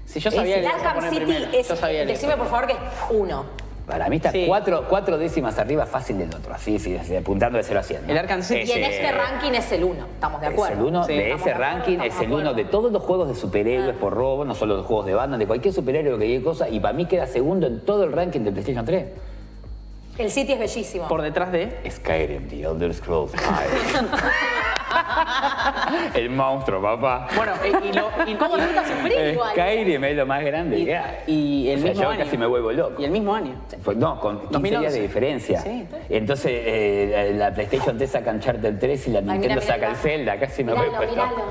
Speaker 3: Si yo sabía
Speaker 4: el
Speaker 3: que le ibas a
Speaker 4: Arkham
Speaker 3: poner
Speaker 4: City
Speaker 3: primero.
Speaker 4: es.
Speaker 3: Yo sabía que-
Speaker 4: decime por favor que es uno.
Speaker 5: Para mí está
Speaker 3: Sí.
Speaker 5: cuatro, cuatro décimas arriba fácil del otro, así, sí, así, apuntando de 0 a 100.
Speaker 3: El Arkham City.
Speaker 4: Y en
Speaker 5: Ese-
Speaker 4: este ranking es el uno, estamos de acuerdo.
Speaker 5: Es el uno
Speaker 3: Sí.
Speaker 5: de
Speaker 4: Estamos de
Speaker 5: ese
Speaker 4: acuerdo,
Speaker 5: ranking,
Speaker 4: estamos
Speaker 5: es el
Speaker 4: de
Speaker 5: uno
Speaker 4: acuerdo.
Speaker 5: de todos los juegos de superhéroes por robo, no solo los juegos de Batman, de cualquier superhéroe que cualquier cosa, y para mí queda segundo en todo el ranking de PlayStation 3.
Speaker 4: El City es bellísimo.
Speaker 3: Por detrás de.
Speaker 5: Skyrim, The Elder Scrolls V. el monstruo, papá.
Speaker 3: Bueno, eh, y lo. y-
Speaker 4: ¿Cómo
Speaker 3: y-
Speaker 4: te gusta sufrir
Speaker 5: Eh,
Speaker 4: igual?
Speaker 5: Skyrim es lo más grande.
Speaker 3: Y,
Speaker 5: que hay.
Speaker 3: y el
Speaker 5: O sea,
Speaker 3: mismo
Speaker 5: yo
Speaker 3: año.
Speaker 5: casi me vuelvo loco.
Speaker 3: Y el mismo año.
Speaker 5: Fue- no, con 15 días
Speaker 3: 2011.
Speaker 5: de diferencia.
Speaker 3: Sí.
Speaker 5: Entonces eh, la PlayStation 3 saca Uncharted 3 y la Nintendo
Speaker 4: mirá, mirá,
Speaker 5: saca el
Speaker 4: mirá.
Speaker 5: Zelda, casi me
Speaker 7: Miralo,
Speaker 5: vuelvo loco.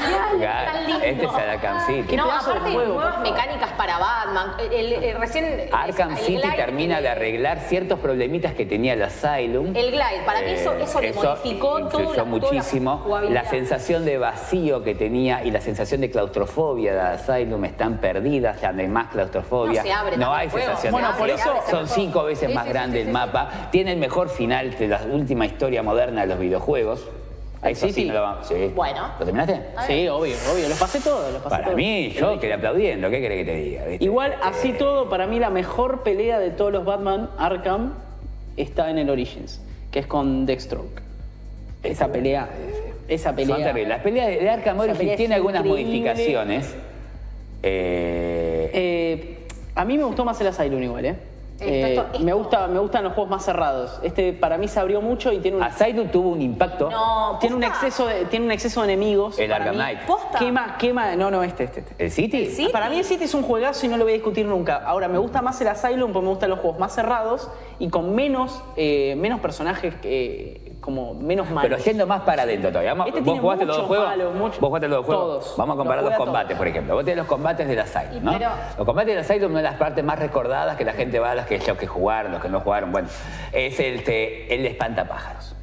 Speaker 7: miralo.
Speaker 5: Claro,
Speaker 4: Tan lindo.
Speaker 5: Este es Arkham City.
Speaker 4: No,
Speaker 3: pedazo de
Speaker 4: aparte
Speaker 3: juego,
Speaker 4: nuevas
Speaker 3: por favor.
Speaker 4: mecánicas para Batman. El, el- el- recién.
Speaker 5: Arkham
Speaker 4: el
Speaker 5: City
Speaker 4: Glide
Speaker 5: termina
Speaker 4: que-
Speaker 5: de arreglar ciertos problemitas que tenía el Asylum.
Speaker 4: El Glide, para mí eso,
Speaker 5: Eh,
Speaker 4: eso le modificó todo.
Speaker 5: influyó muchísimo. La sensación de vacío que tenía y la sensación de claustrofobia de Asylum están perdidas, ya no hay más claustrofobia.
Speaker 4: No se abre tanto
Speaker 5: hay
Speaker 4: el juego.
Speaker 5: sensación
Speaker 4: Bueno,
Speaker 5: de
Speaker 4: por
Speaker 5: vacío.
Speaker 4: eso-
Speaker 5: Son cinco veces
Speaker 4: Sí,
Speaker 5: más
Speaker 4: sí,
Speaker 5: grande
Speaker 4: sí,
Speaker 5: el
Speaker 4: sí,
Speaker 5: mapa. Tiene el mejor final de la última historia moderna de los videojuegos. Ahí sí,
Speaker 3: City?
Speaker 5: no lo vamos- sí.
Speaker 4: Bueno.
Speaker 5: ¿Lo terminaste?
Speaker 3: Sí, obvio, obvio. Los pasé todos. Los pasé
Speaker 5: Para
Speaker 3: todos.
Speaker 5: mí, yo quedé aplaudiendo. ¿Qué querés que te diga? ¿Viste?
Speaker 3: Igual, así todo, para mí la mejor pelea de todos los Batman Arkham está en el Origins, que es con Deathstroke. Esa pelea. Esa
Speaker 5: Son terribles.
Speaker 3: pelea.
Speaker 5: Las peleas de- de Arkham Origins
Speaker 3: pelea
Speaker 5: tiene
Speaker 3: es
Speaker 5: algunas
Speaker 3: increíble.
Speaker 5: modificaciones. Eh,
Speaker 3: Eh, a mí me gustó más el Asylum igual, ¿eh?
Speaker 4: Esto,
Speaker 3: Eh,
Speaker 4: esto, esto.
Speaker 3: me, gusta, me gustan los juegos más cerrados. Este para mí se abrió mucho y tiene un,
Speaker 5: A Saidu tuvo un impacto.
Speaker 4: No,
Speaker 3: tiene un,
Speaker 4: posta.
Speaker 3: exceso, de, tiene un exceso de enemigos.
Speaker 5: El
Speaker 3: para
Speaker 5: Arkham
Speaker 3: mí.
Speaker 5: Knight.
Speaker 4: Posta.
Speaker 3: Quema, quema. No, no, este, este. este.
Speaker 5: ¿El City?
Speaker 4: City.
Speaker 3: Para mí el 7 es un juegazo y no lo voy a discutir nunca. Ahora, me gusta más el Asylum porque me gustan los juegos más cerrados y con menos, eh, menos personajes, eh, como menos malos.
Speaker 5: Pero yendo más para adentro todavía. Vamos-
Speaker 3: Este
Speaker 5: ¿Vos
Speaker 3: tiene
Speaker 5: jugaste los
Speaker 3: muchos
Speaker 5: dos juegos?
Speaker 3: malos, muchos-
Speaker 5: ¿Vos jugaste los dos juegos?
Speaker 3: todos.
Speaker 5: Vamos a comparar
Speaker 3: Los
Speaker 5: los,
Speaker 3: jugué a
Speaker 5: combates,
Speaker 3: todos.
Speaker 5: por ejemplo. Vos tenés los combates del Asylum, ¿no?
Speaker 4: pero-
Speaker 5: Los combates del Asylum, una de las partes más recordadas que la gente va a las que los que jugaron, los que no jugaron. Bueno, es el, te- el espantapájaros.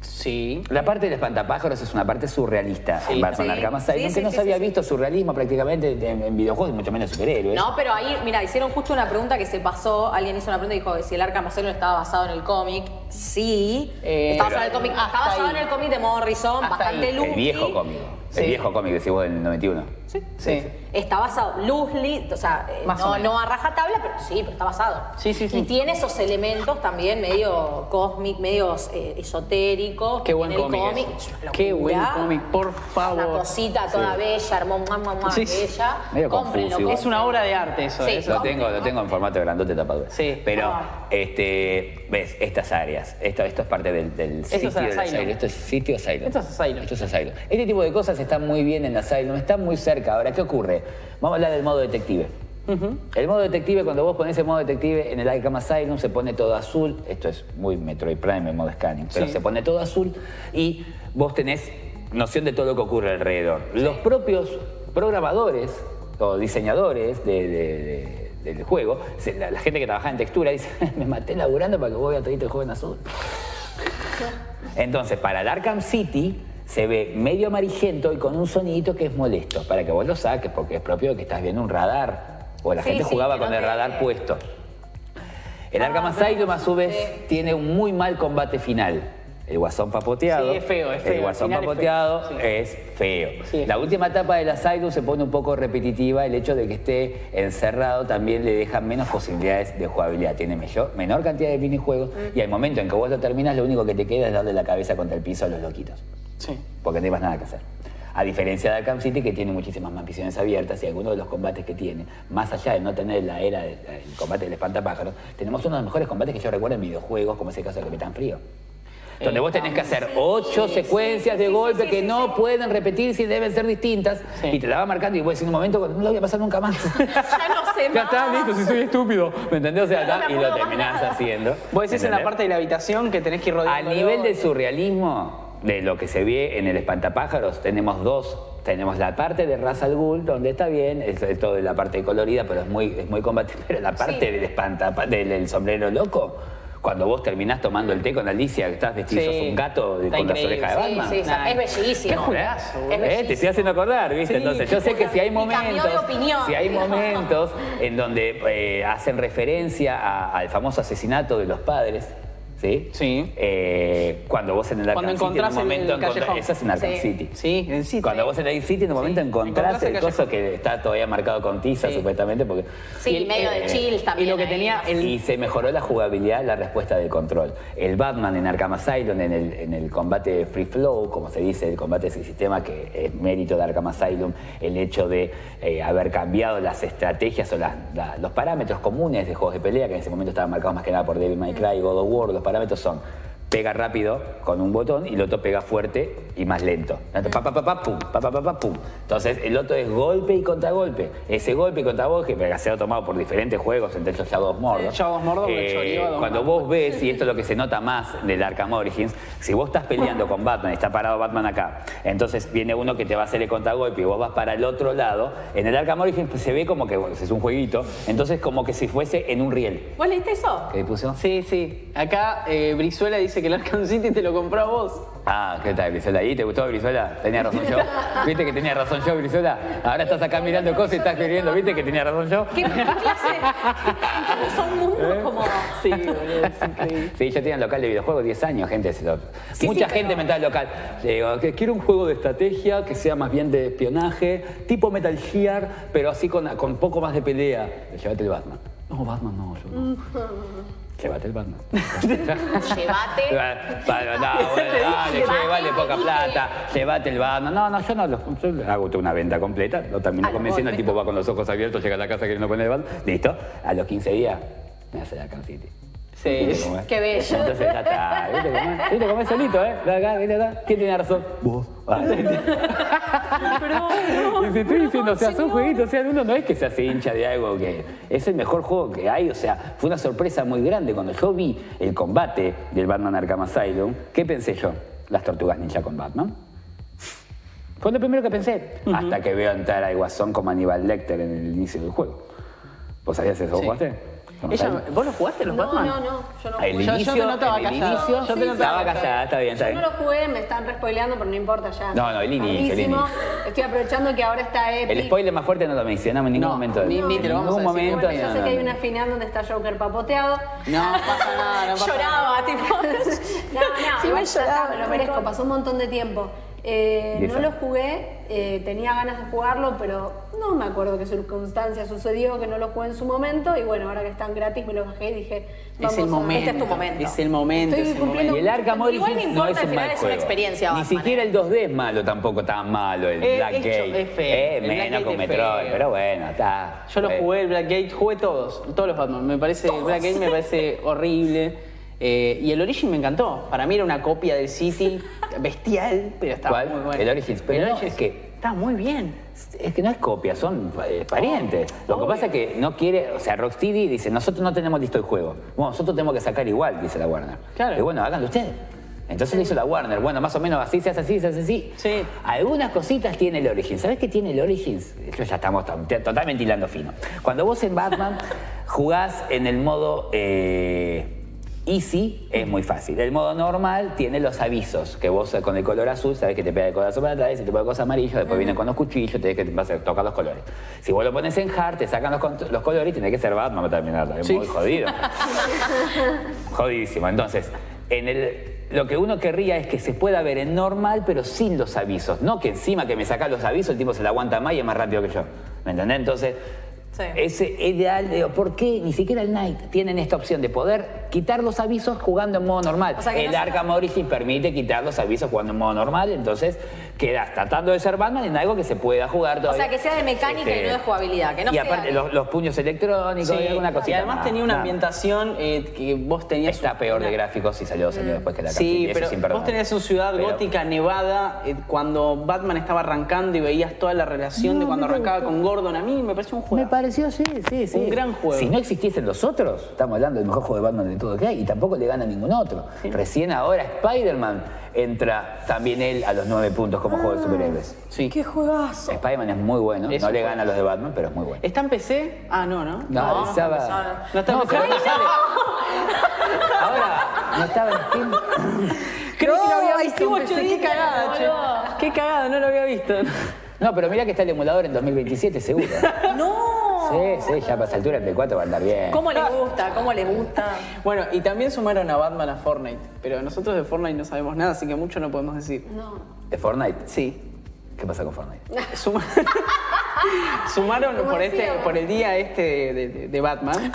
Speaker 3: Sí.
Speaker 5: La parte del espantapájaros es una parte surrealista en Batman
Speaker 4: sí.
Speaker 5: Arkham Asylum,
Speaker 4: Sí,
Speaker 5: que
Speaker 4: sí,
Speaker 5: no
Speaker 4: sí,
Speaker 5: se había
Speaker 4: sí,
Speaker 5: visto surrealismo prácticamente en, en videojuegos, y mucho menos superhéroes.
Speaker 4: No, pero ahí, mira, hicieron justo una pregunta que se pasó. Alguien hizo una pregunta y dijo que si el Arkham Asylum estaba basado en el cómic. Sí.
Speaker 3: Eh,
Speaker 4: está basado en el
Speaker 3: pero
Speaker 4: cómic. Está
Speaker 3: hasta
Speaker 4: basado
Speaker 3: ahí.
Speaker 4: en el cómic de Morrison,
Speaker 3: Hasta
Speaker 4: bastante
Speaker 3: ahí.
Speaker 4: loosely.
Speaker 5: el viejo cómic. El
Speaker 3: Sí.
Speaker 5: viejo cómic, decís vos, del 91.
Speaker 4: Sí.
Speaker 3: Sí.
Speaker 4: Está basado loosely, o sea, eh,
Speaker 3: Más o
Speaker 4: no,
Speaker 3: menos.
Speaker 4: no a rajatabla, pero sí, pero está basado.
Speaker 3: Sí, sí, sí.
Speaker 4: Y tiene esos elementos también medio cósmic, medio eh, esotéricos.
Speaker 3: Qué
Speaker 4: que
Speaker 3: buen
Speaker 4: tiene el
Speaker 3: cómic. es.
Speaker 4: Es una
Speaker 3: Qué buen
Speaker 4: locura.
Speaker 3: cómic, por
Speaker 4: Una
Speaker 3: favor.
Speaker 4: cosita toda bella, hermosa, mamá,
Speaker 3: Sí, sí.
Speaker 4: bella.
Speaker 5: Medio
Speaker 4: Cómprenlo,
Speaker 5: confuso.
Speaker 3: Es una obra de arte eso.
Speaker 4: Sí.
Speaker 3: eso.
Speaker 5: Lo tengo, lo tengo en formato grandote tapadura.
Speaker 3: Sí.
Speaker 5: Pero,
Speaker 4: Ah.
Speaker 5: este, ves, estas áreas, esto, esto es parte del, del
Speaker 3: Esto es
Speaker 5: sitio del
Speaker 3: Asylum.
Speaker 5: asylum. Esto es sitio asylum.
Speaker 3: Esto es Asylum.
Speaker 5: Esto es asylum. Este tipo de cosas están muy bien en asylum, están muy cerca. Ahora, ¿qué ocurre? Vamos a hablar del modo detective. El modo detective, cuando vos ponés el modo detective en el Arkham Asylum, se pone todo azul. Esto es muy Metroid Prime en modo scanning, pero
Speaker 3: Sí.
Speaker 5: se pone todo azul y vos tenés noción de todo lo que ocurre alrededor. Los propios programadores o diseñadores de- de- de- del juego, se- la, la gente que trabaja en textura, dice: Me maté laburando para que vos veas todo el juego en azul. Entonces, para el Arkham City se ve medio amarillento y con un sonidito que es molesto, para que vos lo saques, porque es propio de que estás viendo un radar, o la
Speaker 4: Sí,
Speaker 5: gente
Speaker 4: sí,
Speaker 5: jugaba
Speaker 4: que no
Speaker 5: con el
Speaker 4: te-
Speaker 5: radar puesto. El Arkham Asylum, a su vez, tiene un muy mal combate final. El guasón papoteado.
Speaker 3: Sí, es feo, es feo,
Speaker 5: El
Speaker 3: el
Speaker 5: guasón
Speaker 3: final es feo,
Speaker 5: papoteado
Speaker 3: sí.
Speaker 5: es feo.
Speaker 3: Sí, es
Speaker 5: la
Speaker 3: feo.
Speaker 5: última etapa del Asylum se pone un poco repetitiva. El hecho de que esté encerrado también le deja menos posibilidades de jugabilidad. Tiene mello- menor cantidad de minijuegos
Speaker 3: Mm.
Speaker 5: y al momento en que vos lo terminas, lo único que te queda es darle la cabeza contra el piso a los loquitos
Speaker 3: Sí.
Speaker 5: porque no hay más nada que hacer. A diferencia de Arkham City, que tiene muchísimas más misiones abiertas y algunos de los combates que tiene, más allá de no tener la era del el combate del espantapájaros, tenemos uno de los mejores combates que yo recuerdo en videojuegos, como es el caso del Capitán Frío. Donde vos tenés que hacer ocho secuencias de golpe que no pueden repetirse y deben ser distintas.
Speaker 3: Sí.
Speaker 5: Y te la va marcando y vos en un momento, no la voy a pasar nunca más.
Speaker 4: Ya no sé
Speaker 5: ya
Speaker 4: más.
Speaker 5: está, listo, si soy estúpido. ¿Me entendés? O sea,
Speaker 4: No me
Speaker 5: está, y
Speaker 4: acuerdo
Speaker 5: lo
Speaker 4: más
Speaker 5: terminás
Speaker 4: nada.
Speaker 5: haciendo.
Speaker 3: Vos decís en la
Speaker 5: ¿Entendés?
Speaker 3: parte de la habitación que tenés que ir
Speaker 5: A
Speaker 3: rodeando.
Speaker 5: nivel de surrealismo, de lo que se ve en el Espantapájaros, tenemos dos. Tenemos la parte de Ra's al Ghul, donde está bien, es, es todo la parte colorida, pero es muy, es muy combativa. Pero la parte del, espantapa, del, del sombrero loco, cuando vos terminás tomando el té con Alicia, que estás vestido sos
Speaker 3: Sí.
Speaker 5: un gato de-
Speaker 3: Está
Speaker 5: con las
Speaker 3: increíble.
Speaker 5: orejas de
Speaker 4: Sí,
Speaker 5: Batman.
Speaker 4: sí, sí,
Speaker 3: Nah.
Speaker 4: es bellísimo.
Speaker 3: Qué juegazo, boludo.
Speaker 4: Es
Speaker 5: ¿Eh? Te estoy
Speaker 4: bellísimo.
Speaker 5: haciendo acordar, ¿viste?
Speaker 3: Sí,
Speaker 5: Entonces, yo sé que si hay
Speaker 4: Y cambió
Speaker 5: momentos.
Speaker 4: de opinión.
Speaker 5: Si hay momentos en donde eh, hacen referencia a- al famoso asesinato de los padres. ¿Sí?
Speaker 3: Sí.
Speaker 5: Eh, cuando vos en el Arkham
Speaker 3: Cuando
Speaker 5: City, en un
Speaker 3: encontrás el-
Speaker 5: momento
Speaker 3: el
Speaker 5: encontrás-
Speaker 3: callejón.
Speaker 5: Eso es en Arkham
Speaker 4: Sí.
Speaker 5: City.
Speaker 3: Sí, en sí.
Speaker 5: Cuando vos en el City, en un momento encontrás,
Speaker 3: Encontrás el
Speaker 5: el coso que está todavía marcado con tiza,
Speaker 3: Sí.
Speaker 5: supuestamente, porque.
Speaker 4: Sí, medio
Speaker 5: eh,
Speaker 4: de chill también.
Speaker 3: Y lo que
Speaker 4: ahí.
Speaker 3: tenía el
Speaker 5: Y se mejoró la jugabilidad, la respuesta del control. El Batman en Arkham Asylum, en el, en el combate free flow, como se dice, el combate sin sistema, que es mérito de Arkham Asylum, el hecho de eh, haber cambiado las estrategias o las- la- los parámetros comunes de juegos de pelea, que en ese momento estaban marcados más que nada por Devil May Cry y God of War, los parámetros son pega rápido con un botón y el otro pega fuerte y más lento. Tanto Pa, pa, pa, pa, pum, pa, pa, pa, pa, pum. Entonces el otro es golpe y contragolpe. Ese golpe y contragolpe que se ha tomado por diferentes juegos, entre ellos Shadow of Mordor.
Speaker 3: Shadow of Mordor,
Speaker 5: Eh,
Speaker 3: el chorío de Don
Speaker 5: Cuando vos ves, y esto es lo que se nota más del Arkham Origins, si vos estás peleando con Batman, está parado Batman acá, entonces viene uno que te va a hacer el contragolpe y vos vas para el otro lado, en el Arkham Origins pues, se ve como que bueno, es un jueguito, entonces como que si fuese en un riel.
Speaker 4: ¿Vos leíste eso?
Speaker 5: ¿Qué puso?
Speaker 3: Sí, sí. Acá eh, Brizuela dice que el Arkham City te lo compró a vos.
Speaker 5: Ah, ¿qué tal, Brisola? ¿Y te gustó Brisola? ¿Tenía razón yo? ¿Viste que tenía razón yo, Brisola? Ahora estás acá mirando cosas y estás queriendo, ¿viste que tenía razón yo?
Speaker 4: ¿Qué, qué clase? ¿Cómo son
Speaker 5: Eh.
Speaker 4: mundos como.?
Speaker 3: Sí, boludo, es increíble.
Speaker 5: Sí, yo tenía local de videojuegos 10 años, gente. se lo-
Speaker 4: Sí,
Speaker 5: Mucha
Speaker 4: sí,
Speaker 5: gente
Speaker 4: pero-
Speaker 5: me entra al local. Le digo, que quiero un juego de estrategia que sea más bien de espionaje, tipo Metal Gear, pero así con, con poco más de pelea. Le, Llévate el Batman. No, Batman no, yo no. Llévate el Batman.
Speaker 4: Llévate.
Speaker 5: Vale, no, bueno, dale,
Speaker 4: Llévate,
Speaker 5: llévale poca
Speaker 4: dije.
Speaker 5: plata, llévate el Batman. No, no, yo no lo yo le hago una venta completa, lo termino
Speaker 4: A los
Speaker 5: convenciendo, el
Speaker 4: golpes,
Speaker 5: tipo va con los ojos abiertos, llega a la casa queriendo poner el Batman, listo. A los 15 días, me hace el Arkham City.
Speaker 3: Sí.
Speaker 5: ¿Viste cómo es?
Speaker 4: Qué bello.
Speaker 5: ¿eh? Entonces ya está, ¿viste cómo es? ¿Viste cómo es solito, eh? Ve acá, viste acá. ¿Quién tiene razón? Vos. Ah, y te estoy diciendo, o sea, son jueguitos, o sea, uno no es que se hace hincha de algo que es el mejor juego que hay, o sea, fue una sorpresa muy grande cuando yo vi el combate del Batman Arkham Asylum, ¿qué pensé yo? Las tortugas ninja con Batman. Fue lo primero que pensé, hasta que veo entrar al Guasón como Aníbal Lecter en el inicio del juego. ¿Vos sabías eso? ¿Vos jugaste?
Speaker 3: Ella- ¿Vos lo jugaste los
Speaker 8: No,
Speaker 3: Batman?
Speaker 8: no, no, yo no
Speaker 5: Al
Speaker 8: jugué.
Speaker 3: yo te
Speaker 5: inicio,
Speaker 3: notaba
Speaker 5: el
Speaker 3: callada.
Speaker 5: inicio,
Speaker 3: Yo te notaba
Speaker 5: estaba
Speaker 3: callada.
Speaker 5: callada, está bien, está
Speaker 8: Yo no
Speaker 5: bien.
Speaker 8: lo jugué, me están respoileando, pero no importa ya.
Speaker 5: No, no, el inicio, el
Speaker 8: Tardísimo.
Speaker 5: inicio.
Speaker 8: Estoy aprovechando que ahora está Epic.
Speaker 5: El spoiler más fuerte no lo mencionamos en ningún
Speaker 3: No,
Speaker 5: momento.
Speaker 3: ni- ni te lo vamos
Speaker 5: En
Speaker 3: a decir.
Speaker 5: ningún momento.
Speaker 8: Bueno, yo
Speaker 5: no,
Speaker 8: sé
Speaker 5: no,
Speaker 8: que hay
Speaker 5: no.
Speaker 8: una final donde está Joker papoteado.
Speaker 3: No pasa nada, no pasa nada.
Speaker 4: Lloraba, tipo.
Speaker 8: No, no,
Speaker 4: Sí,
Speaker 8: igual
Speaker 4: me
Speaker 8: ya
Speaker 4: lloraba,
Speaker 8: está, me lo merezco, pasó un montón de tiempo. Eh,
Speaker 5: Diez
Speaker 8: no lo
Speaker 5: años.
Speaker 8: jugué, eh, tenía ganas de jugarlo, pero no me acuerdo qué circunstancia sucedió, que no lo jugué en su momento, y bueno, ahora que están gratis me lo bajé y dije, vamos
Speaker 3: Es el
Speaker 8: a-
Speaker 3: momento.
Speaker 4: Este es tu momento.
Speaker 3: Es el momento.
Speaker 8: Estoy
Speaker 3: es el
Speaker 8: cumpliendo-
Speaker 5: Y el Arkham
Speaker 4: Igual no
Speaker 5: Origins no
Speaker 4: importa,
Speaker 5: es
Speaker 4: al
Speaker 5: un
Speaker 4: final
Speaker 5: mal
Speaker 4: es una
Speaker 5: juego.
Speaker 4: experiencia
Speaker 5: Ni
Speaker 4: Batman,
Speaker 5: siquiera el 2D es malo tampoco tan malo, el
Speaker 3: Eh,
Speaker 5: Black
Speaker 3: es cho-
Speaker 5: Gate.
Speaker 3: es feo,
Speaker 5: Eh,
Speaker 3: el Black
Speaker 5: menos
Speaker 3: Gate
Speaker 5: con
Speaker 3: es
Speaker 5: Metroid,
Speaker 3: feo.
Speaker 5: pero bueno, está.
Speaker 3: Yo lo
Speaker 5: Eh,
Speaker 3: jugué el Blackgate, jugué todos, todos los Batman. Me parece, el Blackgate me parece horrible. Eh, y el Origin me encantó. Para mí era una copia del City, bestial, pero estaba
Speaker 5: ¿Cuál?
Speaker 3: muy bueno.
Speaker 5: El Origins, pero
Speaker 3: el
Speaker 5: no,
Speaker 3: Origins
Speaker 5: es que-
Speaker 3: Está muy bien.
Speaker 5: Es que no es copia, son eh, parientes. Lo que pasa es que no quiere, o sea, Rocksteady dice, nosotros no tenemos listo el juego. Bueno, nosotros tenemos que sacar igual, dice la Warner.
Speaker 3: Claro.
Speaker 5: Y bueno, háganlo ustedes. Entonces lo hizo la Warner. Bueno, más o menos así se hace así, se hace así.
Speaker 3: Sí.
Speaker 5: Algunas cositas tiene el Origins. ¿Sabés qué tiene el Origins? Esto ya estamos tam- te- totalmente hilando fino. Cuando vos en Batman jugás en el modo eh, easy, es muy fácil. El modo normal tiene los avisos, que vos eh, con el color azul sabés que te pega el codazo para atrás, y te pega el cosa amarillo, después vienen con los cuchillos, tenés que vas a tocar los colores. Si vos lo pones en hard, te sacan los, cont- los colores y tenés que ser Batman para terminarlo. Es
Speaker 3: Sí.
Speaker 5: muy jodido. Jodidísimo. Entonces, en el, lo que uno querría es que se pueda ver en normal, pero sin los avisos. No que encima que me saca los avisos, el tipo se la aguanta más y es más rápido que yo. ¿Me entendés? Entonces,
Speaker 4: Sí.
Speaker 5: ese ideal de ¿por qué ni siquiera el Knight tienen esta opción de poder quitar los avisos jugando en modo normal?
Speaker 4: O sea, que
Speaker 5: el
Speaker 4: no se-
Speaker 5: Arkham Origins permite quitar los avisos jugando en modo normal, entonces quedas tratando de ser Batman en algo que se pueda jugar
Speaker 4: O
Speaker 5: todavía.
Speaker 4: sea, que sea de mecánica y
Speaker 5: Este,
Speaker 4: no de jugabilidad. Que no
Speaker 5: y
Speaker 4: sea
Speaker 5: aparte,
Speaker 4: de-
Speaker 5: los, los puños electrónicos y alguna
Speaker 3: y
Speaker 5: cosita.
Speaker 3: además
Speaker 5: más,
Speaker 3: tenía una
Speaker 5: nada.
Speaker 3: ambientación eh, que vos tenías.
Speaker 5: Está peor de gráficos y salió, salió después que la
Speaker 3: Sí,
Speaker 5: City, eso
Speaker 3: pero
Speaker 5: es
Speaker 3: vos
Speaker 5: imperdonable.
Speaker 3: tenías una ciudad
Speaker 5: Pero-
Speaker 3: gótica nevada eh, cuando Batman estaba arrancando y veías toda la relación de cuando arrancaba con Gordon. A mí me pareció un juego.
Speaker 5: Me pareció, sí, sí, sí.
Speaker 3: Un gran juego.
Speaker 5: Si no existiesen los otros, estamos hablando del mejor juego de Batman de todo que hay y tampoco le gana a ningún otro. Recién ahora Spider-Man entra también él a los nueve puntos como juego de superhéroes.
Speaker 3: Sí.
Speaker 5: Spider-Man es muy bueno,
Speaker 3: Es
Speaker 5: no
Speaker 3: un
Speaker 5: le
Speaker 3: juego.
Speaker 5: gana a los de Batman, pero es muy bueno.
Speaker 3: ¿Está en PC? Ah, no, ¿no?
Speaker 5: No,
Speaker 3: no,
Speaker 5: estaba-
Speaker 3: No está en PC.
Speaker 5: creo que sale. Ahora, no estaba en Steam.
Speaker 3: Creo que lo había
Speaker 4: ahí
Speaker 3: visto.
Speaker 4: sí,
Speaker 3: che, qué
Speaker 4: boludo.
Speaker 3: cagada, che. Qué cagada, no lo había visto.
Speaker 5: No, pero mira que está el emulador en 2027, seguro.
Speaker 4: No.
Speaker 5: Sí, sí, ya para esa altura el P4 va a andar bien.
Speaker 4: ¿Cómo les gusta? ¿Cómo les gusta?
Speaker 3: Bueno, y también sumaron a Batman a Fortnite, pero nosotros de Fortnite no sabemos nada, así que mucho no podemos decir.
Speaker 5: ¿De Fortnite?
Speaker 3: Sí.
Speaker 5: ¿Qué pasa con Fortnite?
Speaker 3: Suma- sumaron por este, por el día este de, de- de Batman.
Speaker 5: Sí,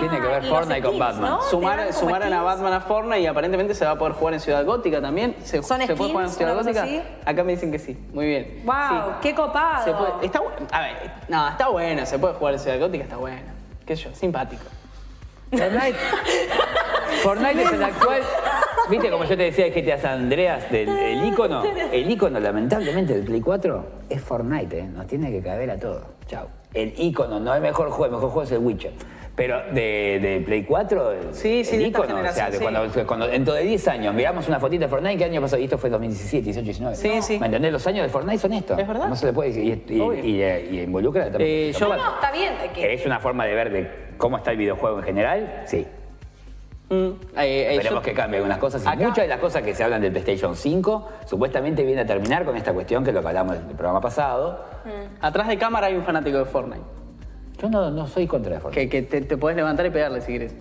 Speaker 5: tiene que ver
Speaker 4: Ah, y los
Speaker 5: Fortnite con
Speaker 4: skins,
Speaker 5: Batman.
Speaker 4: ¿no?
Speaker 3: Sumar-
Speaker 4: Te dan como
Speaker 3: sumaron a
Speaker 4: skins.
Speaker 3: Batman a Fortnite y aparentemente se va a poder jugar en Ciudad Gótica también. ¿Se,
Speaker 4: ¿Son
Speaker 3: se puede jugar en
Speaker 4: skins,
Speaker 3: Ciudad
Speaker 4: una
Speaker 3: Gótica?
Speaker 4: cosa así?
Speaker 3: Acá me dicen que sí. Muy bien.
Speaker 4: ¡Wow!
Speaker 3: Sí.
Speaker 4: ¡Qué copado!
Speaker 3: Se puede- está, bu- a ver, no, está buena, se puede jugar en Ciudad Gótica, está buena. Qué sé yo, simpático.
Speaker 5: Fortnite. Fortnite es el actual. ¿Viste como yo te decía que te San Andreas del el icono? El icono, lamentablemente, del Play 4 es Fortnite, ¿eh? Nos tiene que caber a todo. Chao. El icono, no el mejor juego, el mejor juego es el Witcher. Pero de, de Play 4, el-
Speaker 3: Sí, sí,
Speaker 5: el
Speaker 3: de esta
Speaker 5: icono, o sea,
Speaker 3: generación,
Speaker 5: de
Speaker 3: sí.
Speaker 5: cuando, cuando- dentro de 10 años miramos una fotita de Fortnite, ¿qué año pasó? Y esto fue 2017, 18, 19.
Speaker 3: Sí, sí.
Speaker 5: ¿Me entendés? Los años de Fortnite son estos.
Speaker 3: Es verdad.
Speaker 5: No se le puede decir. Y, y-
Speaker 3: Obvio.
Speaker 5: y, eh, y involucra también.
Speaker 3: yo-
Speaker 4: No, no, está bien. eh, que-
Speaker 5: ¿Es una forma de ver de cómo está el videojuego en general?
Speaker 3: Eh,
Speaker 5: Sí.
Speaker 3: Mm, eh, eh,
Speaker 5: Esperemos
Speaker 3: yo-
Speaker 5: que cambie algunas cosas. Y
Speaker 3: Acá-
Speaker 5: muchas de las cosas que se hablan del PlayStation 5 supuestamente viene a terminar con esta cuestión que es lo que hablamos en el programa pasado.
Speaker 3: Atrás de cámara hay un fanático de Fortnite.
Speaker 5: Yo no, no soy contra de Fortnite.
Speaker 3: Que, que te, te podés levantar y pegarle si querés.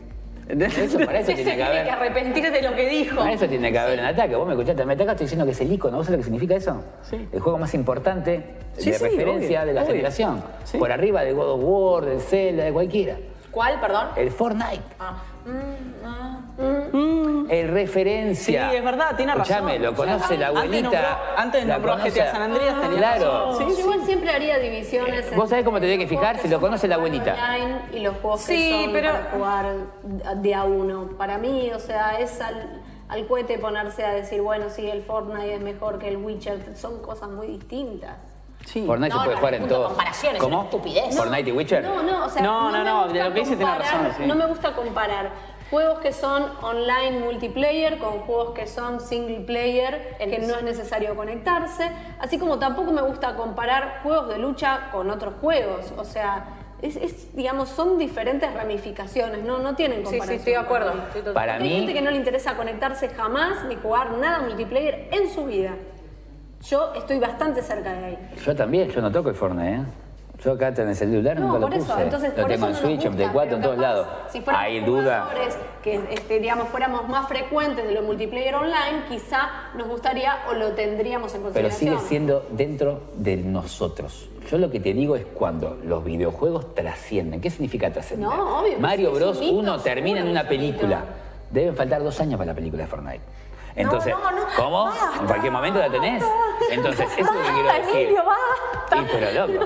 Speaker 3: ¿Entendés?
Speaker 5: Eso, para eso
Speaker 4: Se
Speaker 5: tiene que
Speaker 4: tiene que
Speaker 5: haber.
Speaker 4: arrepentir de lo que dijo.
Speaker 5: Para eso tiene que haber un ataque. Vos me escuchaste, me atacaste diciendo que es el icono. ¿Vos sabés lo que significa eso?
Speaker 3: Sí.
Speaker 5: El juego más importante
Speaker 3: Sí,
Speaker 5: de
Speaker 3: sí,
Speaker 5: referencia
Speaker 3: obvio,
Speaker 5: de la
Speaker 3: obvio.
Speaker 5: generación.
Speaker 3: Sí.
Speaker 5: Por arriba de God of War, del Zelda, de cualquiera.
Speaker 4: ¿Cuál, perdón?
Speaker 5: El Fortnite. Mm.
Speaker 4: Ah.
Speaker 5: El
Speaker 3: Sí,
Speaker 5: referencia.
Speaker 3: es verdad, tiene razón.
Speaker 5: Escuchame, lo conoce
Speaker 3: Claro.
Speaker 5: la abuelita.
Speaker 3: Antes nombró, antes
Speaker 5: la
Speaker 3: nombró a
Speaker 5: conoce-
Speaker 3: GTA San Andreas, tenía
Speaker 5: Claro.
Speaker 3: razón.
Speaker 8: Yo igual siempre haría divisiones.
Speaker 5: Vos sabés cómo te tenés que fijar, si
Speaker 8: si
Speaker 5: lo conoce la abuelita.
Speaker 8: Online y los juegos
Speaker 4: Sí,
Speaker 8: que son
Speaker 4: pero-
Speaker 8: para jugar de a uno. Para mí, o sea, es al, al cohete ponerse a decir, bueno, sí, el Fortnite es mejor que el Witcher. Son cosas muy distintas.
Speaker 3: Sí.
Speaker 5: Fortnite
Speaker 4: No,
Speaker 5: se puede
Speaker 4: no,
Speaker 5: jugar
Speaker 4: no,
Speaker 5: en
Speaker 4: no,
Speaker 5: todo.
Speaker 4: comparaciones,
Speaker 5: ¿Cómo?
Speaker 4: una estupidez.
Speaker 5: Fortnite y Witcher.
Speaker 8: No, no, o sea,
Speaker 3: No, no,
Speaker 8: me
Speaker 3: no,
Speaker 8: gusta
Speaker 3: de lo que dice tiene
Speaker 8: comparar-
Speaker 3: razón, sí.
Speaker 8: No me gusta comparar juegos que son online multiplayer con juegos que son single player, que no es necesario conectarse, así como tampoco me gusta comparar juegos de lucha con otros juegos, o sea, es, es, digamos, son diferentes ramificaciones, no, no tienen
Speaker 4: Sí,
Speaker 8: comparación.
Speaker 4: sí, estoy de acuerdo. Estoy total-
Speaker 5: Para
Speaker 8: Porque Hay gente que
Speaker 5: mí,
Speaker 8: no le interesa conectarse jamás ni jugar nada multiplayer en su vida. Yo estoy bastante cerca de ahí.
Speaker 5: yo también, yo no toco el Fortnite, ¿eh? Yo acá en el celular
Speaker 8: No,
Speaker 5: nunca lo
Speaker 8: por eso,
Speaker 5: puse.
Speaker 8: entonces
Speaker 5: lo
Speaker 8: por
Speaker 5: tengo
Speaker 8: eso
Speaker 5: en
Speaker 8: no nos
Speaker 5: Switch, en
Speaker 8: gusta,
Speaker 5: Play 4,
Speaker 8: pero
Speaker 5: en todos
Speaker 8: capaz,
Speaker 5: lados.
Speaker 8: Si fuéramos
Speaker 5: Hay duda.
Speaker 8: jugadores que este, digamos fuéramos más frecuentes de lo multiplayer online, quizá nos gustaría o lo tendríamos en
Speaker 5: Pero
Speaker 8: consideración.
Speaker 5: sigue siendo dentro de nosotros. Yo lo que te digo es cuando los videojuegos trascienden. ¿Qué significa trascender?
Speaker 8: No, obvio, pero
Speaker 5: Mario
Speaker 8: sí, es
Speaker 5: Bros.
Speaker 8: un mito,
Speaker 5: 1 termina en
Speaker 8: seguro,
Speaker 5: una
Speaker 8: es un mito.
Speaker 5: película. Deben faltar dos años para la película de Fortnite. Entonces,
Speaker 4: no, no,
Speaker 5: ¿cómo?
Speaker 4: basta,
Speaker 5: ¿En cualquier momento la tenés? Entonces, eso es lo que quiero
Speaker 4: Basta,
Speaker 5: decir.
Speaker 4: Emilio, basta.
Speaker 5: Sí, pero loco.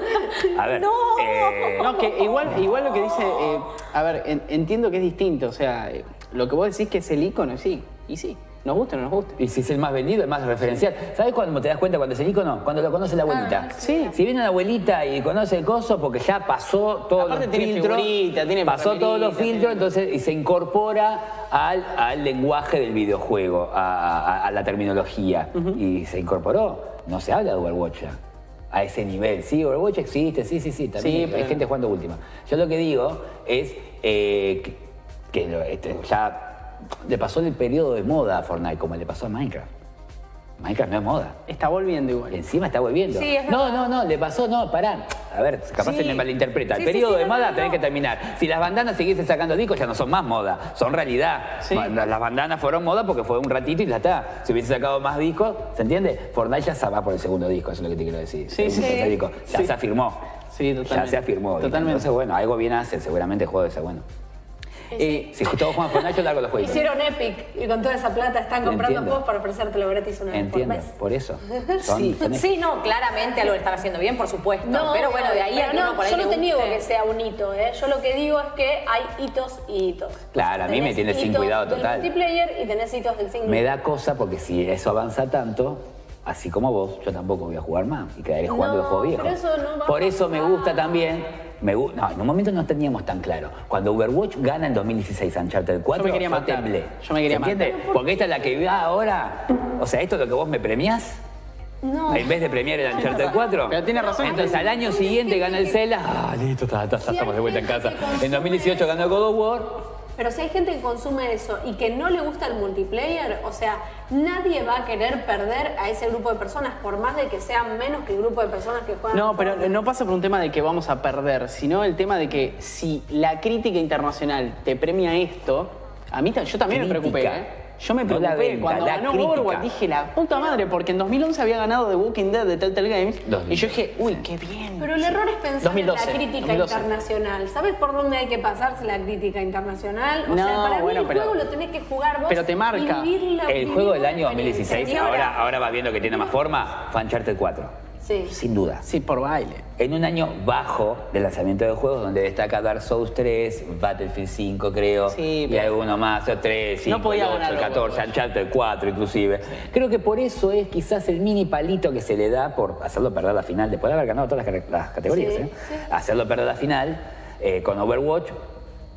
Speaker 5: A ver.
Speaker 4: No.
Speaker 5: eh,
Speaker 3: No, que igual, igual lo que dice, eh, a ver, en- entiendo que es distinto, o sea, eh, lo que vos decís que es el icono, sí, y sí, nos gusta o no nos gusta.
Speaker 5: Y si es el más vendido, el más referencial. ¿Sabes cuándo te das cuenta cuando es el icono? Cuando lo conoce la abuelita.
Speaker 3: Ah, sí.
Speaker 5: Si viene la abuelita y conoce el coso, porque ya pasó todos
Speaker 3: Aparte
Speaker 5: los
Speaker 3: tiene
Speaker 5: filtros.
Speaker 3: figurita, tiene
Speaker 5: pasó todos los
Speaker 3: remerita,
Speaker 5: filtros,
Speaker 3: tiene-
Speaker 5: entonces y se incorpora al, al lenguaje del videojuego, a, a- a la terminología. Y se incorporó. No se habla de Overwatch. ya, A ese nivel, sí, Overwatch existe, sí, sí, sí, también
Speaker 3: Sí,
Speaker 5: hay
Speaker 3: pero-
Speaker 5: gente jugando última. Yo lo que digo es eh, que, que lo- este, ya le pasó el periodo de moda a Fortnite, como le pasó a Minecraft. Minecraft no es moda.
Speaker 3: Está volviendo igual.
Speaker 5: Encima está volviendo.
Speaker 4: Sí, es
Speaker 5: no, no, no, le pasó, no, pará. A ver, capaz
Speaker 3: Sí.
Speaker 5: se me malinterpreta. El
Speaker 4: Sí, sí,
Speaker 5: periodo
Speaker 4: sí,
Speaker 5: de
Speaker 4: no,
Speaker 5: moda
Speaker 4: no,
Speaker 5: tenés
Speaker 4: no.
Speaker 5: que terminar. Si las bandanas siguiesen sacando discos, ya no son más moda, son realidad.
Speaker 3: Sí.
Speaker 5: Ba- Las bandanas fueron moda porque fue un ratito y ya está. Si hubiese sacado más discos, ¿se entiende? Fortnite ya se va por el segundo disco, eso es lo que te quiero decir.
Speaker 3: Sí,
Speaker 5: Segundo,
Speaker 3: sí.
Speaker 5: tercer disco. Ya
Speaker 3: Sí.
Speaker 5: se afirmó.
Speaker 3: Sí,
Speaker 5: Ya
Speaker 3: totalmente.
Speaker 5: se afirmó. digamos.
Speaker 3: Totalmente.
Speaker 5: Entonces, bueno, algo bien hace, seguramente el juego ese bueno.
Speaker 3: Eh,
Speaker 5: Si todos juegan Fortnite, yo largo los juegos.
Speaker 8: Hicieron Epic y con toda esa plata están comprando
Speaker 5: Entiendo.
Speaker 8: juegos para ofrecértelo gratis una vez
Speaker 5: Entiendo,
Speaker 8: por mes.
Speaker 5: por eso. Son- son estos.
Speaker 4: Sí, no, claramente algo están haciendo bien, por supuesto. pero bueno, de ahí
Speaker 8: pero
Speaker 4: a que
Speaker 8: no,
Speaker 4: uno por ahí
Speaker 8: yo
Speaker 4: le
Speaker 8: no te niego
Speaker 4: guste.
Speaker 8: que sea un hito, ¿eh? Yo lo que digo es que hay hitos y hitos.
Speaker 5: Claro, a mí me
Speaker 8: Tenés
Speaker 5: tiene sin
Speaker 8: hitos
Speaker 5: cuidado
Speaker 8: del
Speaker 5: total.
Speaker 8: multiplayer y tenés hitos del single.
Speaker 5: Me da cosa porque si eso avanza tanto, así como vos, yo tampoco voy a jugar más y quedaré jugando
Speaker 8: No,
Speaker 5: los juegos
Speaker 8: pero
Speaker 5: viejos.
Speaker 8: eso no va
Speaker 5: Por
Speaker 8: a
Speaker 5: eso me
Speaker 8: pasar.
Speaker 5: gusta también. Me gu- no, en un momento no teníamos tan claro. Cuando Overwatch gana en 2016 Uncharted 4,
Speaker 3: Yo me quería matar.
Speaker 5: temblé.
Speaker 3: Yo me quería
Speaker 5: ¿Se entiende?
Speaker 3: matar.
Speaker 5: Porque esta es la que va ahora. O sea, esto es lo que vos me premiás. En vez de premiar el Uncharted 4.
Speaker 3: Pero tiene razón.
Speaker 5: Entonces al año siguiente gana el Zelda. Ah, listo, ta, ta, ta, estamos de vuelta en casa. En 2018 ganó God of War.
Speaker 8: Pero si hay gente que consume eso y que no le gusta el multiplayer, o sea, nadie va a querer perder a ese grupo de personas, por más de que sean menos que el grupo de personas que juegan.
Speaker 3: No, pero no pasa por un tema de que vamos a perder, sino el tema de que si la crítica internacional te premia esto, a mí ta- yo también me
Speaker 5: Crítica.
Speaker 3: preocupé. ¿eh? Yo me
Speaker 5: No la
Speaker 3: preocupé
Speaker 5: venta,
Speaker 3: cuando
Speaker 5: la
Speaker 3: ganó
Speaker 5: crítica.
Speaker 3: Overwatch, dije la puta madre, porque en 2011 había ganado The Walking Dead de Telltale Games
Speaker 5: Dos mil
Speaker 3: y yo
Speaker 5: doce,
Speaker 3: dije, uy, qué bien.
Speaker 8: Pero el error es pensar en
Speaker 3: 2012,
Speaker 8: la crítica
Speaker 3: 2012.
Speaker 8: internacional. ¿Sabes por dónde hay que pasarse la crítica internacional? O
Speaker 3: No,
Speaker 8: sea, para
Speaker 3: bueno,
Speaker 8: mí el
Speaker 3: pero-
Speaker 8: juego lo tenés que jugar vos.
Speaker 3: pero te marca.
Speaker 8: vivirla,
Speaker 5: El juego
Speaker 8: vivir
Speaker 5: del
Speaker 8: la
Speaker 5: año 2016
Speaker 8: experiencia.
Speaker 5: ahora, ahora va viendo que tiene más forma, fue Uncharted 4.
Speaker 8: Sí.
Speaker 5: Sin duda.
Speaker 3: Sí, por baile.
Speaker 5: En un año bajo de lanzamiento de juegos donde destaca Dark Souls 3, Battlefield 5 creo,
Speaker 3: Sí,
Speaker 5: y
Speaker 3: pero-
Speaker 5: alguno más, o 3, 5,
Speaker 3: No podía
Speaker 5: 8,
Speaker 3: ganar los
Speaker 5: 14,
Speaker 3: juegos.
Speaker 5: Uncharted 4 inclusive. Creo que por eso es quizás el mini palito que se le da por hacerlo perder la final, después de haber ganado todas las, las categorías, ¿eh? hacerlo perder la final eh, con Overwatch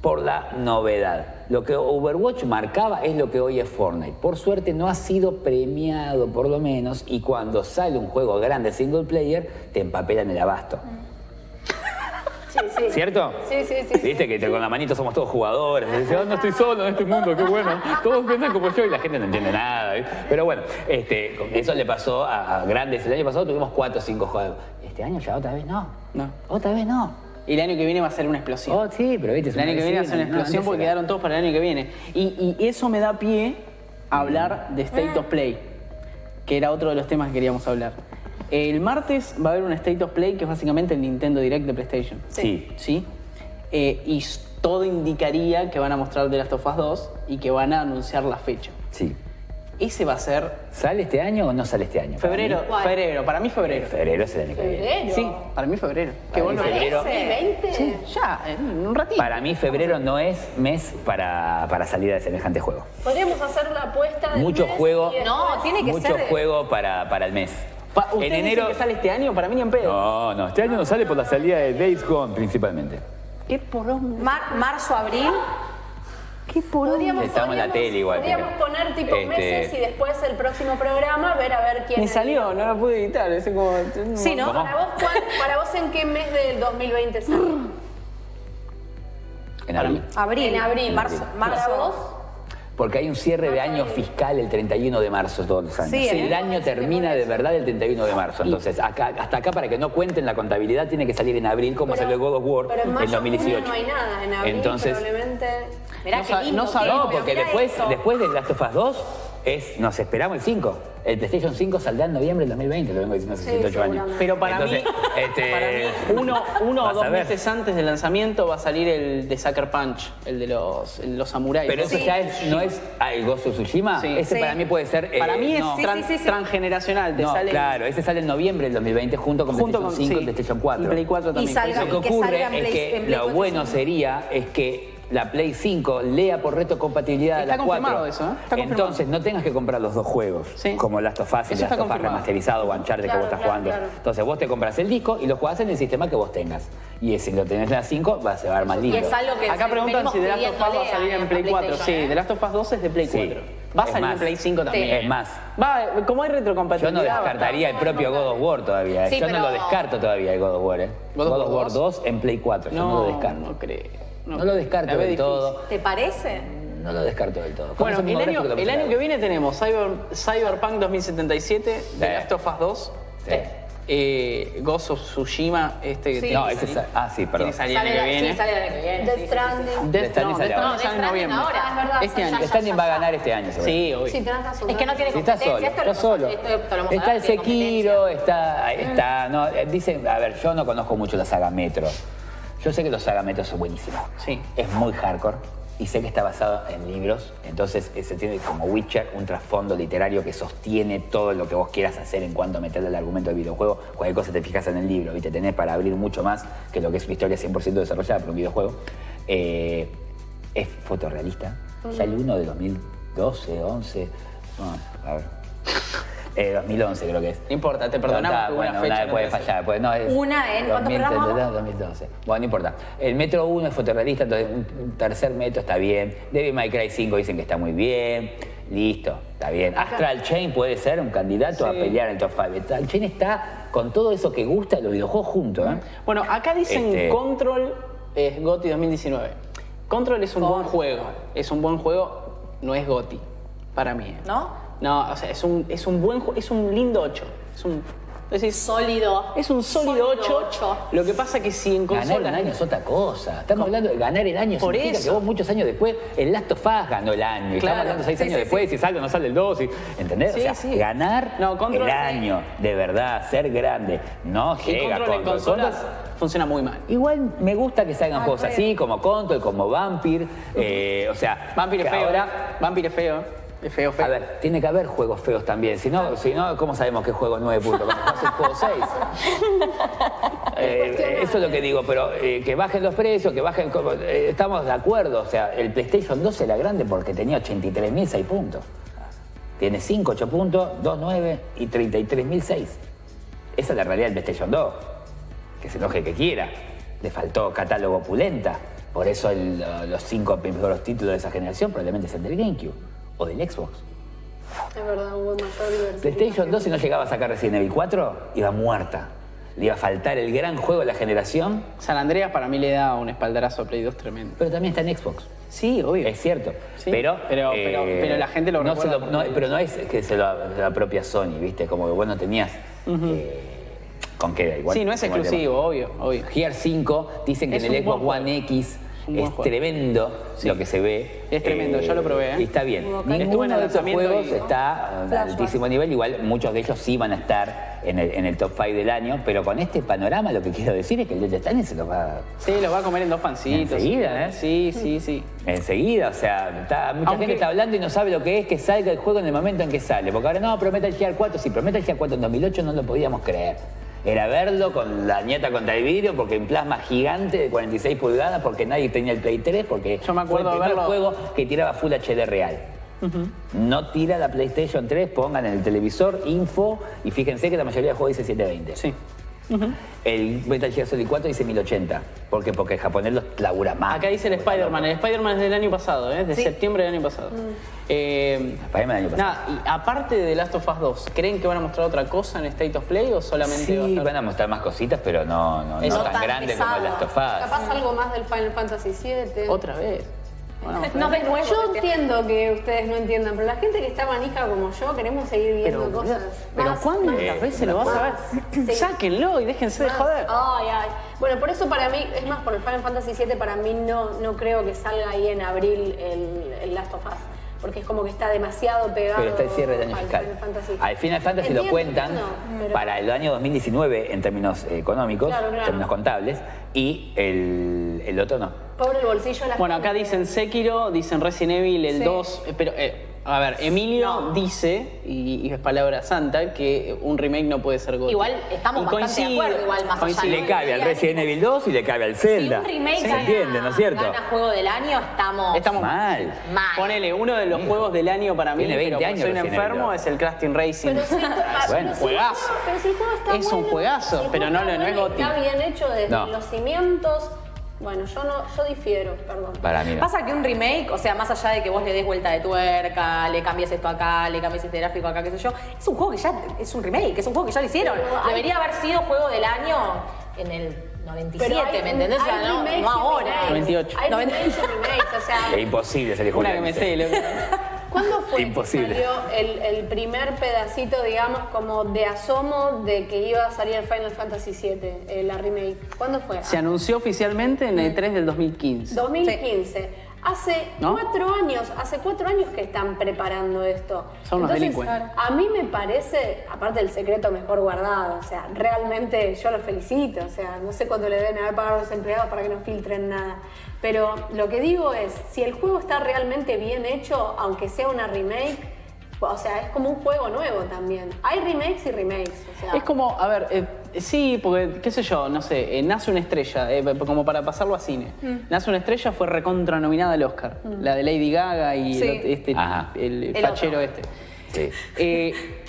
Speaker 5: por la novedad. Lo que Overwatch marcaba es lo que hoy es Fortnite. Por suerte no ha sido premiado por lo menos y cuando sale un juego grande single player te empapelan el abasto.
Speaker 8: Sí, sí.
Speaker 5: ¿Cierto?
Speaker 8: Sí, sí, sí.
Speaker 5: Viste que te- con la manito somos todos jugadores. Dice, "Ah, no estoy solo en este mundo, qué bueno. Todos piensan como yo y la gente no entiende nada. ¿viste? Pero bueno, este, eso le pasó a, a grandes. El año pasado tuvimos cuatro o cinco juegos. Este año ya otra vez no.
Speaker 3: No.
Speaker 5: Otra vez no.
Speaker 3: Y el año que viene va a ser una explosión.
Speaker 5: Oh, sí, pero viste, es
Speaker 3: El año
Speaker 5: una
Speaker 3: que viene va a
Speaker 5: vecina,
Speaker 3: ser una
Speaker 5: no, no
Speaker 3: explosión
Speaker 5: se
Speaker 3: porque
Speaker 5: da.
Speaker 3: quedaron todos para el año que viene. Y, y eso me da pie a hablar de State of Play, que era otro de los temas que queríamos hablar. El martes va a haber un State of Play que es básicamente el Nintendo Direct de PlayStation.
Speaker 5: Sí.
Speaker 3: ¿Sí? eh, y s- todo indicaría que van a mostrar The Last of Us 2 y que van a anunciar la fecha.
Speaker 5: Sí.
Speaker 3: Ese va a ser
Speaker 5: ¿Sale este año o no sale este año? Para
Speaker 3: febrero,
Speaker 5: mí,
Speaker 4: ¿Cuál?
Speaker 3: febrero, para mí febrero.
Speaker 5: Febrero es el año que viene.
Speaker 4: Febrero.
Speaker 3: Sí, para mí febrero. Qué
Speaker 5: mí
Speaker 3: bueno.
Speaker 5: febrero.
Speaker 4: ¿2020?
Speaker 3: Sí, ya, en un ratito.
Speaker 5: Para mí, febrero no es mes para, para salida de semejante juego.
Speaker 8: Podríamos hacer la apuesta de.
Speaker 5: Mucho juego.
Speaker 4: Ah, No, tiene que
Speaker 5: Mucho
Speaker 4: ser.
Speaker 5: juego para, para el mes.
Speaker 3: Pa- ¿ustedes
Speaker 5: en
Speaker 3: dicen
Speaker 5: enero.
Speaker 3: que sale este año? Para mí ni en pedo.
Speaker 5: No, no, este año no sale por la salida de Days Gone principalmente.
Speaker 3: ¿Qué poronga?
Speaker 4: Mar- marzo, abril.
Speaker 3: ¿Qué poronga?
Speaker 8: Podríamos,
Speaker 5: Estamos en la
Speaker 8: podríamos-
Speaker 5: tele igual,
Speaker 8: Podríamos
Speaker 5: pero-
Speaker 8: poner tipo
Speaker 5: Este-
Speaker 8: meses y después el próximo programa ver a ver quién.
Speaker 3: Ni salió, no lo pude evitar. Es como...
Speaker 4: Sí, ¿no?
Speaker 5: ¿Cómo?
Speaker 8: ¿Para vos, cuál- para vos en qué mes del 2020 salió?
Speaker 5: En abril.
Speaker 4: Abril.
Speaker 8: En abril.
Speaker 4: Marzo.
Speaker 5: Para
Speaker 4: marzo.
Speaker 8: Para vos.
Speaker 5: Porque hay un cierre de año fiscal el 31 de marzo todos los años.
Speaker 4: Sí, ¿eh?
Speaker 5: el año termina de verdad el 31 de marzo. Entonces, acá, hasta acá, para que no cuenten la contabilidad, tiene que salir en abril, como
Speaker 8: Pero-
Speaker 5: salió el God of War
Speaker 8: Pero en
Speaker 5: en,
Speaker 8: mayo, junio
Speaker 5: 2018.
Speaker 8: no hay nada. En abril
Speaker 5: Entonces-
Speaker 8: probablemente.
Speaker 4: Mirá
Speaker 3: No
Speaker 4: qué
Speaker 3: sa-
Speaker 4: lindo.
Speaker 3: no
Speaker 4: que es,
Speaker 3: sabemos
Speaker 5: No,
Speaker 4: pero
Speaker 5: porque
Speaker 4: mirá
Speaker 5: después,
Speaker 4: esto.
Speaker 5: después de Last of Us 2, es, nos esperamos el 5. El PlayStation 5 saldrá en noviembre del 2020, lo vengo diciendo hace 108 años.
Speaker 8: seguramente.
Speaker 3: Pero para
Speaker 5: Entonces,
Speaker 3: mí,
Speaker 5: este,
Speaker 3: para mí, uno, uno o
Speaker 5: vas a
Speaker 3: dos
Speaker 5: ver.
Speaker 3: meses antes del lanzamiento va a salir el de Sucker Punch, el de los, el de los samuráis.
Speaker 5: Pero eso
Speaker 4: Sí.
Speaker 5: ya es, no es algo su Tsushima.
Speaker 3: Sí.
Speaker 5: Ese
Speaker 4: Sí.
Speaker 5: para mí puede ser. eh,
Speaker 3: para mí es
Speaker 5: no.
Speaker 4: Sí,
Speaker 3: tran-
Speaker 4: sí, sí, sí.
Speaker 3: transgeneracional, te
Speaker 5: No,
Speaker 3: sale
Speaker 5: claro, ese sale en noviembre del 2020 junto con
Speaker 3: junto con
Speaker 5: PlayStation 5
Speaker 3: sí,
Speaker 5: y PlayStation 4.
Speaker 3: y Play 4 también.
Speaker 4: salga-
Speaker 5: Lo
Speaker 4: Y que
Speaker 5: que ocurre
Speaker 4: salga en
Speaker 5: es
Speaker 4: Play- en
Speaker 5: que
Speaker 4: Play
Speaker 5: lo
Speaker 4: 4
Speaker 5: bueno
Speaker 4: sí.
Speaker 5: sería es que la Play 5 lea por retrocompatibilidad
Speaker 3: Está
Speaker 5: a la 4.
Speaker 3: confirmado eso, ¿eh? Está confirmado.
Speaker 5: Entonces no tengas que comprar los dos juegos,
Speaker 3: Sí.
Speaker 5: como Last of Us y
Speaker 3: Eso
Speaker 5: Last
Speaker 3: está
Speaker 5: of Us
Speaker 3: confirmado.
Speaker 5: remasterizado o Uncharted que
Speaker 8: Claro,
Speaker 5: vos estás
Speaker 8: claro,
Speaker 5: jugando.
Speaker 8: claro.
Speaker 5: Entonces vos te compras el disco y lo jugás en el sistema que vos tengas. Y si lo tenés en la 5, va, se va a armar
Speaker 4: Y
Speaker 5: lindo.
Speaker 4: es algo que
Speaker 3: Acá
Speaker 4: se-
Speaker 3: preguntan
Speaker 4: venimos
Speaker 3: si The Last of Us va a
Speaker 4: pidiéndole
Speaker 3: salir en
Speaker 4: a
Speaker 3: Play 4.
Speaker 4: PlayStation,
Speaker 3: Sí,
Speaker 4: ¿eh?
Speaker 3: The Last of Us 2 es de Play
Speaker 5: Sí.
Speaker 3: 4. Va a
Speaker 5: Es
Speaker 3: salir en
Speaker 5: más.
Speaker 3: Play 5 también.
Speaker 5: Es más,
Speaker 3: Va, como hay
Speaker 5: Yo no
Speaker 3: retrocompatibilidad. va a estar.
Speaker 5: descartaría el propio God of War todavía. eh.
Speaker 4: Sí,
Speaker 5: yo no
Speaker 4: pero-
Speaker 5: lo descarto todavía el God of War, ¿eh?
Speaker 3: ¿God of
Speaker 5: God of
Speaker 3: War
Speaker 5: War 2 en Play 4. yo no lo descarto.
Speaker 3: No creo.
Speaker 5: No lo descarto
Speaker 3: La veo
Speaker 5: del
Speaker 3: difícil.
Speaker 5: todo.
Speaker 4: ¿Te parece?
Speaker 5: No lo descarto del todo. Con
Speaker 3: Bueno,
Speaker 5: eso mismo
Speaker 3: el año,
Speaker 5: gráfico lo
Speaker 3: el
Speaker 5: pensaba.
Speaker 3: año que viene tenemos Cyber- Cyberpunk 2077, The
Speaker 5: Sí.
Speaker 3: Last of Us 2,
Speaker 5: Sí.
Speaker 3: eh, Ghost of Tsushima, este que
Speaker 4: Sí.
Speaker 3: tiene
Speaker 5: No,
Speaker 3: que
Speaker 5: ese
Speaker 3: salir.
Speaker 5: sa- ah, sí,
Speaker 3: Tiene
Speaker 5: perdón.
Speaker 3: que salir el año que
Speaker 4: Sí,
Speaker 3: viene.
Speaker 4: sale el año que viene. sí,
Speaker 8: Death
Speaker 4: sí, sí, sí.
Speaker 8: Stranding.
Speaker 3: Death
Speaker 5: Death Stranding
Speaker 3: no,
Speaker 5: sale
Speaker 3: Death Stranding sale en
Speaker 4: No,
Speaker 5: ahora.
Speaker 4: Death Stranding
Speaker 3: noviembre.
Speaker 4: ahora.
Speaker 8: Ah, es verdad,
Speaker 3: Este
Speaker 8: ya,
Speaker 3: año.
Speaker 8: ya,
Speaker 5: El standing va a ganar este año, seguro.
Speaker 3: Sí, obvio.
Speaker 8: Sí, tenés razón.
Speaker 4: Es que no tiene
Speaker 5: Si está
Speaker 4: competencia,
Speaker 5: solo,
Speaker 4: esto
Speaker 5: está
Speaker 4: lo hemos-
Speaker 5: solo.
Speaker 4: esto lo hemos
Speaker 5: Está
Speaker 4: hablado,
Speaker 5: el
Speaker 4: tiene competencia.
Speaker 5: Sekiro, está, está, no, eh, dicen, a ver, yo no conozco mucho la saga Metro. Yo sé que los saga Metro son buenísimos.
Speaker 3: Sí.
Speaker 5: Es muy hardcore y sé que está basado en libros, entonces eh, se tiene como Witcher un trasfondo literario que sostiene todo lo que vos quieras hacer en cuanto a meterle el argumento del videojuego. Cualquier cosa te fijas en el libro, ¿viste? Tenés para abrir mucho más que lo que es una historia 100% desarrollada por un videojuego. Eh, es fotorrealista. Ya el 1 de 2012, 11, no, a ver. Eh, 2011 creo que es.
Speaker 3: No importa, te perdonamos
Speaker 5: Está,
Speaker 3: que
Speaker 5: bueno,
Speaker 3: una fecha.
Speaker 5: una puede
Speaker 3: no te-
Speaker 5: fallar, pues no es.
Speaker 4: Una en- ¿cuánto
Speaker 5: 2000,
Speaker 4: programa vamos?
Speaker 5: 2012. Bueno, no importa. El Metro 1 es fotorrealista, entonces un un tercer metro está bien. Devil May Cry 5 dicen que está muy bien. Listo, está bien. Astral Chain puede ser un candidato a
Speaker 3: Sí.
Speaker 5: pelear en el top 5. Astral Chain está con todo eso que gusta de los videojuegos juntos, ¿eh?
Speaker 3: Bueno, acá dicen
Speaker 5: Este-
Speaker 3: Control es GOTI 2019. Control es un buen juego. Es un buen juego, no es GOTI, para mí. ¿eh?
Speaker 4: ¿No?
Speaker 3: No, o sea, es un, es un buen ju- es un lindo 8. Es un, decís,
Speaker 4: Sólido.
Speaker 3: es un sólido, 8. Lo que pasa que si en
Speaker 5: Ganar un
Speaker 3: consola...
Speaker 5: año es otra cosa. Estamos hablando de ganar el año.
Speaker 3: Por
Speaker 5: significa
Speaker 3: eso.
Speaker 5: que vos muchos años después, el Last of Us ganó el año.
Speaker 3: Claro.
Speaker 5: y Estamos hablando seis
Speaker 4: Sí,
Speaker 5: años
Speaker 4: sí,
Speaker 5: después, si sale o no sale el 2. y- ¿Entendés?
Speaker 3: Sí,
Speaker 5: o sea,
Speaker 3: sí.
Speaker 5: ganar
Speaker 3: No, Control
Speaker 5: el
Speaker 3: sí.
Speaker 5: año, de verdad, ser grande. No
Speaker 3: y
Speaker 5: llega
Speaker 3: control en
Speaker 5: Control.
Speaker 3: consolas
Speaker 5: Control-
Speaker 3: funciona muy mal.
Speaker 5: Igual me gusta que salgan juegos así, como Control, como Vampir. eh, o sea,
Speaker 3: Vampire
Speaker 5: que
Speaker 3: es feo,
Speaker 5: ahora-
Speaker 3: Vampire es feo. Es feo, feo.
Speaker 5: A ver, tiene que haber juegos feos también. Si no, si no ¿cómo sabemos que juego 9 puntos? Cuando pasa el juego 6. eso es lo que digo, pero eh, que bajen los precios, que bajen. como- eh, estamos de acuerdo. O sea, el PlayStation 2 era grande porque tenía 83.006 puntos. Tiene 5, 8 puntos, 2, 9 y 33.006. Esa es la realidad del PlayStation 2. Que se enoje que quiera. Le faltó catálogo opulenta. Por eso el- los 5 primeros títulos de esa generación probablemente sean del GameCube o del Xbox.
Speaker 8: Es verdad, hubo mayor diversidad.
Speaker 5: PlayStation 2, si no llegaba a sacar Resident Evil 4, iba muerta. Le iba a faltar el gran juego de la generación,
Speaker 3: San Andreas para mí le da un espaldarazo a Play 2 tremendo.
Speaker 5: pero también está en Xbox.
Speaker 3: Sí, obvio.
Speaker 5: Es cierto.
Speaker 3: Sí,
Speaker 5: Pero, eh,
Speaker 3: pero- pero- pero la gente lo
Speaker 5: no
Speaker 3: recuerda
Speaker 5: se lo-
Speaker 3: por
Speaker 5: no,
Speaker 3: Play.
Speaker 5: Pero no es que se lo, se lo apropia Sony, ¿viste? Como que vos no tenías eh, con qué igual.
Speaker 3: sí, no es
Speaker 5: igual te va.
Speaker 3: exclusivo, obvio, obvio.
Speaker 5: Gear 5 dicen que
Speaker 3: Es
Speaker 5: en el
Speaker 3: un buen
Speaker 5: Xbox One X
Speaker 3: un buen
Speaker 5: es
Speaker 3: juego.
Speaker 5: tremendo
Speaker 3: Sí.
Speaker 5: lo que se ve.
Speaker 3: Es tremendo, yo lo probé, ¿eh?
Speaker 5: Y está bien.
Speaker 3: Estuvo en
Speaker 5: Ninguno de esos
Speaker 3: lanzamiento
Speaker 5: juegos
Speaker 3: y-
Speaker 5: está a
Speaker 8: Flashbacks.
Speaker 5: altísimo nivel. Igual muchos de ellos sí van a estar en el, en el top 5 del año, pero con este panorama lo que quiero decir es que el Dead Stranding se lo va
Speaker 3: Sí, los va a comer en dos pancitos.
Speaker 5: Enseguida, ¿eh?
Speaker 3: Sí, sí, sí.
Speaker 5: enseguida. O sea, está- mucha
Speaker 3: Aunque-
Speaker 5: gente está hablando y no sabe lo que es que salga el juego en el momento en que sale. Porque ahora no, promete el Gear 4. Si promete el Gear 4 en 2008 no lo podíamos creer. Era verlo con la nieta contra el vidrio, porque en plasma gigante de 46 pulgadas, porque nadie tenía el Play 3, porque
Speaker 3: Yo me acuerdo
Speaker 5: fue el primer
Speaker 3: verlo.
Speaker 5: juego que tiraba Full HD real. No tira la PlayStation 3, pongan en el televisor info y fíjense que la mayoría de juegos dice 720.
Speaker 3: Sí.
Speaker 5: El Metal Gear Solid 4 dice 1080. ¿Por qué? Porque el japonés los labura más.
Speaker 3: Acá dice el
Speaker 5: Porque
Speaker 3: Spider-Man. El Spider-Man es del año pasado, ¿eh? De
Speaker 4: Sí.
Speaker 3: septiembre del año pasado. Eh,
Speaker 5: Spider-Man del año pasado.
Speaker 3: Nada, y aparte de The Last of Us 2, ¿creen que van a mostrar otra cosa en State of Play o solamente va a
Speaker 5: Sí,
Speaker 3: estar-
Speaker 5: van a mostrar más cositas, pero no, no,
Speaker 4: Es
Speaker 5: no
Speaker 4: no
Speaker 5: tan
Speaker 4: tan
Speaker 5: grande como el
Speaker 4: pesado.
Speaker 5: Last of Us.
Speaker 8: Capaz algo más del Final Fantasy VII.
Speaker 3: Otra vez. Van a mostrar-
Speaker 4: No ves nuevo.
Speaker 8: Yo entiendo que ustedes no entiendan, pero la gente que está manija como yo queremos seguir viendo cosas.
Speaker 3: Pero
Speaker 8: más-
Speaker 3: ¿cuándo
Speaker 5: Eh,
Speaker 3: se lo vas a ver?
Speaker 8: Sí.
Speaker 3: Sáquenlo y déjense de
Speaker 8: más-
Speaker 3: joder.
Speaker 4: Ah,
Speaker 8: Ay, ay. Bueno, por eso para mí, es más, por el Final Fantasy VII para mí no, no creo que salga ahí en abril el, el Last of Us. Porque es como que está demasiado pegado.
Speaker 5: Pero está el cierre del año
Speaker 8: al
Speaker 5: fiscal.
Speaker 8: Final Fantasy.
Speaker 5: Al Final Fantasy lo
Speaker 8: Entiendo,
Speaker 5: cuentan
Speaker 8: entiendo, pero-
Speaker 5: para el año 2019 en términos eh, económicos,
Speaker 8: Claro, claro.
Speaker 5: en términos contables, y el, el otro no.
Speaker 8: Pobre el bolsillo
Speaker 4: ah.
Speaker 8: de la
Speaker 3: Bueno,
Speaker 8: gente.
Speaker 3: acá dicen Sekiro, dicen Resident Evil, el 2, eh, pero eh, a ver, Emilio dice, y, y es palabra santa, que un remake no puede ser GOTY.
Speaker 4: Igual estamos
Speaker 3: Y
Speaker 4: bastante de
Speaker 3: coincido,
Speaker 4: acuerdo, igual más allá
Speaker 3: coincido.
Speaker 4: de-
Speaker 5: Le cabe al Resident Evil 2 y le cabe al
Speaker 4: Si
Speaker 5: Zelda.
Speaker 4: un remake
Speaker 5: ¿Se
Speaker 4: gana-
Speaker 5: entiende, no es cierto?
Speaker 4: gana juego del año, estamos.
Speaker 3: Estamos
Speaker 5: Mal.
Speaker 4: Mal.
Speaker 3: Ponele, uno de los juegos del año para mí,
Speaker 5: Tiene 20
Speaker 3: pero porque
Speaker 5: años
Speaker 3: soy un
Speaker 5: Resident Evil
Speaker 3: enfermo,
Speaker 5: 2.
Speaker 3: es el Crafting Racing.
Speaker 8: Pero sí, pero-
Speaker 5: Bueno,
Speaker 8: sí,
Speaker 3: juegazo.
Speaker 8: Pero si el juego está
Speaker 3: Es un
Speaker 8: bueno,
Speaker 3: juegazo,
Speaker 8: si el juego
Speaker 3: pero no
Speaker 8: está
Speaker 3: lo- no es
Speaker 8: bueno y
Speaker 3: GOTY.
Speaker 8: Está bien hecho desde
Speaker 5: No.
Speaker 8: los cimientos. Bueno, yo no, yo difiero, perdón.
Speaker 5: Para mí no.
Speaker 4: Pasa que un remake, o sea, más allá de que vos le des vuelta de tuerca, le cambies esto acá, le cambies este gráfico acá, qué sé yo, es un juego que ya es un remake, es un juego que ya lo hicieron.
Speaker 8: Pero hay-
Speaker 4: Debería haber sido juego del año en el 97,
Speaker 8: Pero hay-
Speaker 4: ¿me entendés? O sea,
Speaker 8: hay
Speaker 4: no,
Speaker 8: remakes
Speaker 4: no
Speaker 8: y
Speaker 4: ahora.
Speaker 8: remakes.
Speaker 3: 98.
Speaker 8: Hay
Speaker 4: 90.
Speaker 8: remakes y remakes, o
Speaker 5: Es
Speaker 8: sea,
Speaker 5: imposible salir
Speaker 3: Una que me sé,
Speaker 5: jugando.
Speaker 3: loco.
Speaker 8: ¿cuándo fue
Speaker 5: Imposible.
Speaker 8: que salió el, el primer pedacito, digamos, como de asomo de que iba a salir el Final Fantasy VII, eh, la remake? ¿Cuándo fue?
Speaker 3: Se anunció oficialmente en el 3 del 2015.
Speaker 8: 2015. Hace
Speaker 3: ¿No?
Speaker 8: cuatro años, hace cuatro años que están preparando esto.
Speaker 3: Son unos
Speaker 8: Entonces,
Speaker 3: delincuentes.
Speaker 8: A mí me parece, aparte el secreto mejor guardado, o sea, realmente yo los felicito, o sea, no sé cuánto le deben haber pagado a los empleados para que no filtren nada. Pero lo que digo es, si el juego está realmente bien hecho, aunque sea una remake, o sea, es como un juego nuevo también. Hay remakes y remakes, o sea.
Speaker 3: Es como, a ver, eh, sí, porque, qué sé yo, no sé, eh, nace una estrella, eh, como para pasarlo a cine.
Speaker 4: Mm.
Speaker 3: Nace una estrella fue recontra nominada al Oscar. La de Lady Gaga y el
Speaker 4: Sí.
Speaker 3: ot- este,
Speaker 5: Ajá.
Speaker 3: el,
Speaker 4: El
Speaker 3: fachero
Speaker 4: otro.
Speaker 3: este.
Speaker 5: Sí.
Speaker 3: Eh,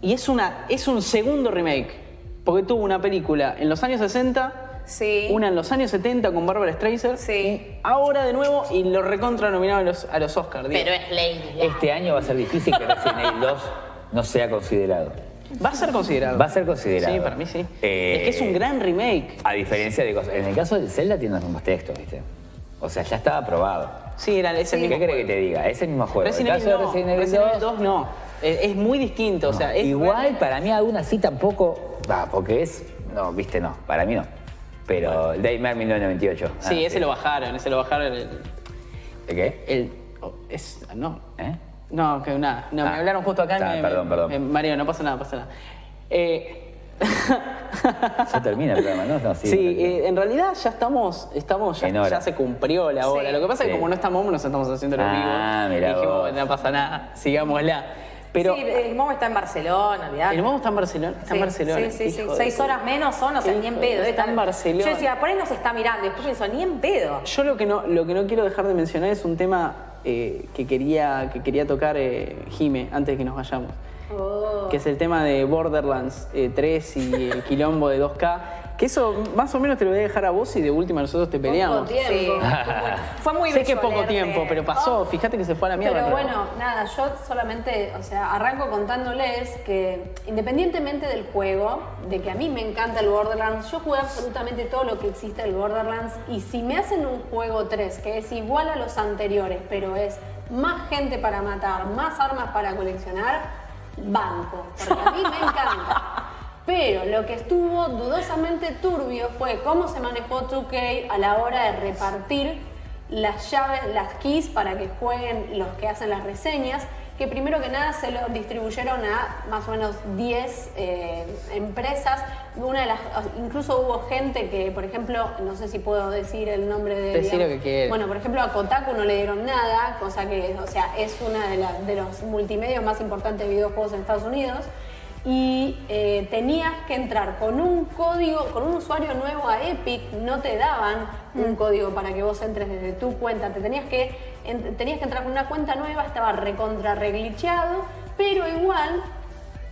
Speaker 3: y es, una, es un segundo remake, porque tuvo una película en los años 60,
Speaker 4: Sí.
Speaker 3: una en los años 70 con Barbara Streisand,
Speaker 4: Sí.
Speaker 3: y ahora de nuevo y lo recontra nominaron a los, a los Oscars. digo.
Speaker 4: Pero es Lady.
Speaker 3: eh,
Speaker 4: Gaga.
Speaker 5: Este año va a ser difícil que Resident Evil 2 no sea considerado.
Speaker 3: Va a ser considerado.
Speaker 5: Va a ser considerado.
Speaker 3: Sí, para mí sí.
Speaker 5: Eh,
Speaker 3: Es que es un gran remake.
Speaker 5: A diferencia de cosas. En el caso del Zelda tiene los mismos textos, ¿viste? O sea, ya estaba aprobado.
Speaker 3: Sí, era ese
Speaker 5: ¿Qué
Speaker 3: mismo.
Speaker 5: crees que te diga? Es el mismo juego.
Speaker 3: Resident
Speaker 5: el
Speaker 3: Evil,
Speaker 5: caso
Speaker 3: no.
Speaker 5: de Resident Evil 2,
Speaker 3: 2 no. Es, es muy distinto. O
Speaker 5: no.
Speaker 3: sea, es
Speaker 5: Igual
Speaker 3: realmente-
Speaker 5: para mí aún así tampoco. Va, porque es. No, viste, no. Para mí no. Pero el Daymare 1998. Ah,
Speaker 3: Sí, ese lo bajaron, ese lo bajaron. El.
Speaker 5: ¿De qué?
Speaker 3: el- oh, es, no.
Speaker 5: ¿Eh?
Speaker 3: No, que nada. No,
Speaker 5: Ah.
Speaker 3: me hablaron justo acá. y
Speaker 5: Ah,
Speaker 3: me-
Speaker 5: perdón,
Speaker 3: me-
Speaker 5: perdón.
Speaker 3: me mareo, no pasa nada, pasa nada. Eh,
Speaker 5: Ya termina el programa, ¿no? No, sí,
Speaker 3: sí,
Speaker 5: no termina.
Speaker 3: eh, en realidad ya estamos, estamos ya,
Speaker 5: En hora.
Speaker 3: ya se cumplió la hora. Lo que pasa es que
Speaker 5: Sí.
Speaker 3: como no estamos, nos estamos haciendo los
Speaker 5: Ah,
Speaker 3: vivos.
Speaker 5: mirá
Speaker 3: Y dijimos,
Speaker 5: vos.
Speaker 3: no pasa nada, sigámosla. Pero
Speaker 4: sí, el Momo está en Barcelona, olvidate.
Speaker 3: el momo está en Barcelona. Está
Speaker 4: Sí,
Speaker 3: en Barcelona.
Speaker 4: Sí, sí, sí.
Speaker 3: hijo de
Speaker 4: Seis
Speaker 3: puta.
Speaker 4: horas menos son, o sea, ni en
Speaker 3: Hijo
Speaker 4: pedo.
Speaker 3: de-
Speaker 4: eh,
Speaker 3: está en Barcelona.
Speaker 4: Yo decía, por ahí nos está mirando. y Después pienso, ni en pedo.
Speaker 3: Yo lo que no, lo que no quiero dejar de mencionar es un tema eh, que, quería, que quería tocar eh, Jime antes de que nos vayamos.
Speaker 8: Oh.
Speaker 3: Que es el tema de Borderlands eh, 3 y el quilombo de 2K. Que eso más o menos te lo voy a dejar a vos y de última nosotros te peleamos.
Speaker 8: tiempo.
Speaker 4: Sí. Fue muy
Speaker 3: sé
Speaker 4: bello
Speaker 3: que poco
Speaker 4: leerte.
Speaker 3: tiempo, pero pasó. Fíjate que se fue a la mierda.
Speaker 8: eh, Oh. Pero bueno, nada, yo solamente, o sea, arranco contándoles que independientemente del juego, de que a mí me encanta el Borderlands, yo jugué absolutamente todo lo que existe del Borderlands y si me hacen un juego 3 que es igual a los anteriores, pero es más gente para matar, más armas para coleccionar, banco, porque a mí me encanta. Pero lo que estuvo dudosamente turbio fue cómo se manejó 2K a la hora de repartir las llaves, las keys para que jueguen los que hacen las reseñas, que primero que nada se lo distribuyeron a más o menos 10 eh, empresas. Una de las, incluso hubo gente que, por ejemplo, no sé si puedo decir el nombre de...
Speaker 3: Decí lo que quieras.
Speaker 8: Bueno, por ejemplo, a Kotaku no le dieron nada, cosa que, o sea, es una de, las- de los multimedios más importantes de videojuegos en Estados Unidos. Y eh, tenías que entrar con un código, con un usuario nuevo a Epic, no te daban un código para que vos entres desde tu cuenta, te tenías que, en- tenías que entrar con una cuenta nueva, estaba recontra reglitcheado, pero igual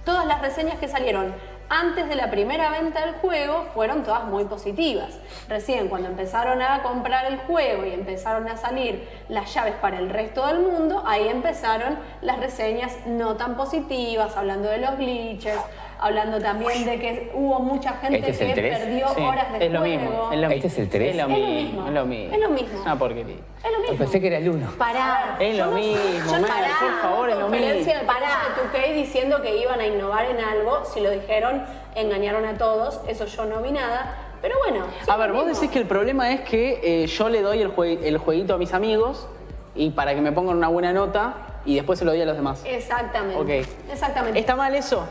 Speaker 8: todas las reseñas que salieron antes de la primera venta del juego fueron todas muy positivas. Recién cuando empezaron a comprar el juego y empezaron a salir las llaves para el resto del mundo, ahí empezaron las reseñas no tan positivas, hablando de los glitches, hablando también de que hubo mucha gente
Speaker 5: Este es
Speaker 8: que
Speaker 5: el tres.
Speaker 8: perdió
Speaker 3: Sí,
Speaker 8: horas de
Speaker 3: es lo
Speaker 8: juego.
Speaker 3: mismo. Es lo
Speaker 5: Este
Speaker 3: mismo.
Speaker 5: es el tres.
Speaker 3: Es lo
Speaker 8: Es lo
Speaker 3: mismo.
Speaker 8: mismo.
Speaker 3: Es lo mismo. Ah,
Speaker 8: Es lo mismo.
Speaker 3: Una porquería.
Speaker 8: Es lo mismo.
Speaker 5: Pensé que era el uno.
Speaker 8: Pará.
Speaker 3: Es
Speaker 8: Yo
Speaker 3: lo
Speaker 8: no-
Speaker 3: mismo,
Speaker 8: yo no-
Speaker 3: Mer, por favor, es lo
Speaker 8: conferencia de
Speaker 3: mismo.
Speaker 8: prensa de 2K diciendo que iban a innovar en algo. Si lo dijeron, engañaron a todos. Eso yo no vi nada. Pero bueno. sí,
Speaker 3: A ver,
Speaker 8: lo
Speaker 3: vos
Speaker 8: mismo.
Speaker 3: decís que el problema es que eh, yo le doy el, jue- el jueguito a mis amigos y para que me pongan una buena nota y después se lo doy a los demás.
Speaker 8: Exactamente.
Speaker 3: Ok.
Speaker 8: Eh, Exactamente.
Speaker 3: ¿Está mal eso?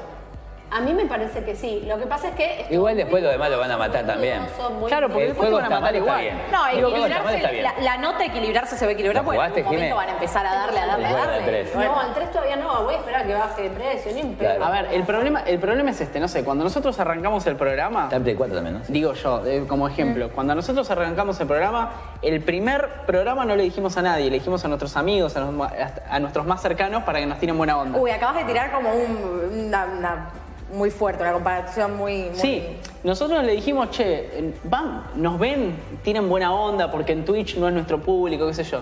Speaker 8: A mí me parece que sí. Lo que pasa es que.
Speaker 5: Igual después los demás lo van a matar también.
Speaker 8: Muy
Speaker 3: Claro, porque
Speaker 5: El
Speaker 3: después te
Speaker 5: juego
Speaker 3: van a
Speaker 5: está
Speaker 3: matar
Speaker 5: mal, está
Speaker 3: igual.
Speaker 5: bien.
Speaker 4: No,
Speaker 5: Digo, ¿cómo está mal? Está
Speaker 4: equilibrarse,
Speaker 5: bien.
Speaker 4: la, la nota equilibrarse se va a equilibrar
Speaker 5: ¿Lo
Speaker 4: porque en algún
Speaker 5: jugaste,
Speaker 4: momento
Speaker 5: Jimé?
Speaker 4: van a empezar a darle, a darle, a
Speaker 5: Bueno,
Speaker 4: darle.
Speaker 5: tres.
Speaker 4: Bueno.
Speaker 8: No, al 3 todavía no. Voy a esperar a que baje de precio. Ni un pedo.
Speaker 5: Claro.
Speaker 3: A ver, el problema, el problema es este, no sé, cuando nosotros arrancamos el programa,
Speaker 5: Está en Play 4 también, ¿no?
Speaker 3: digo yo, eh, como ejemplo, cuando nosotros arrancamos el programa, el primer programa no le dijimos a nadie, le dijimos a nuestros amigos, a, los ma- a nuestros más cercanos para que nos tiren buena onda.
Speaker 4: Uy, acabas de tirar como un, una, una- muy fuerte, una comparación muy... muy-
Speaker 3: Sí, nosotros le dijimos, che, eh, van, nos ven, tienen buena onda porque en Twitch no es nuestro público, qué sé yo.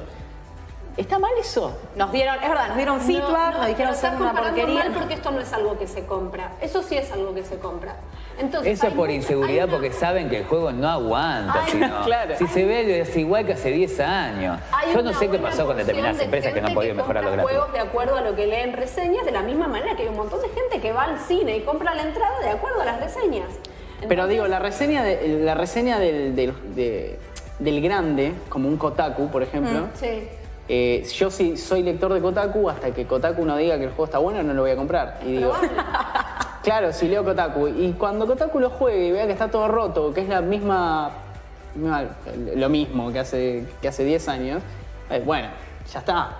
Speaker 3: ¿Está mal eso?
Speaker 4: Nos dieron, es verdad, nos dieron feedback, nos dijeron
Speaker 8: pero estás
Speaker 4: son una
Speaker 8: comparando
Speaker 4: porquería.
Speaker 8: mal porque esto no es algo que se compra. Eso sí es algo que se compra. Entonces,
Speaker 5: Eso es
Speaker 8: hay
Speaker 5: por
Speaker 8: mucha-
Speaker 5: inseguridad
Speaker 8: hay una-
Speaker 5: porque saben que el juego no aguanta.
Speaker 8: Ay,
Speaker 5: si no.
Speaker 3: claro.
Speaker 5: Si se ve, es igual que hace 10 años.
Speaker 8: Hay
Speaker 5: Yo no
Speaker 8: una
Speaker 5: sé qué
Speaker 8: buena
Speaker 5: pasó con determinadas
Speaker 8: porción de
Speaker 5: empresas que no han
Speaker 8: gente
Speaker 5: podido mejorar los
Speaker 8: compra
Speaker 5: gráficos.
Speaker 8: juegos de acuerdo a lo que leen reseñas, de la misma manera que hay un montón de gente que va al cine y compra la entrada de acuerdo a las reseñas.
Speaker 3: Pero
Speaker 8: Entonces,
Speaker 3: digo, la reseña, de- la reseña del, del- de- del grande, como un Kotaku, por ejemplo,
Speaker 8: Mm, Sí.
Speaker 3: eh, yo si soy lector de Kotaku, hasta que Kotaku no diga que el juego está bueno, no lo voy a comprar. Y digo, claro, si leo Kotaku. Y cuando Kotaku lo juegue y vea que está todo roto, que es la misma, misma- lo mismo que hace, que hace 10 años, eh, bueno, ya está.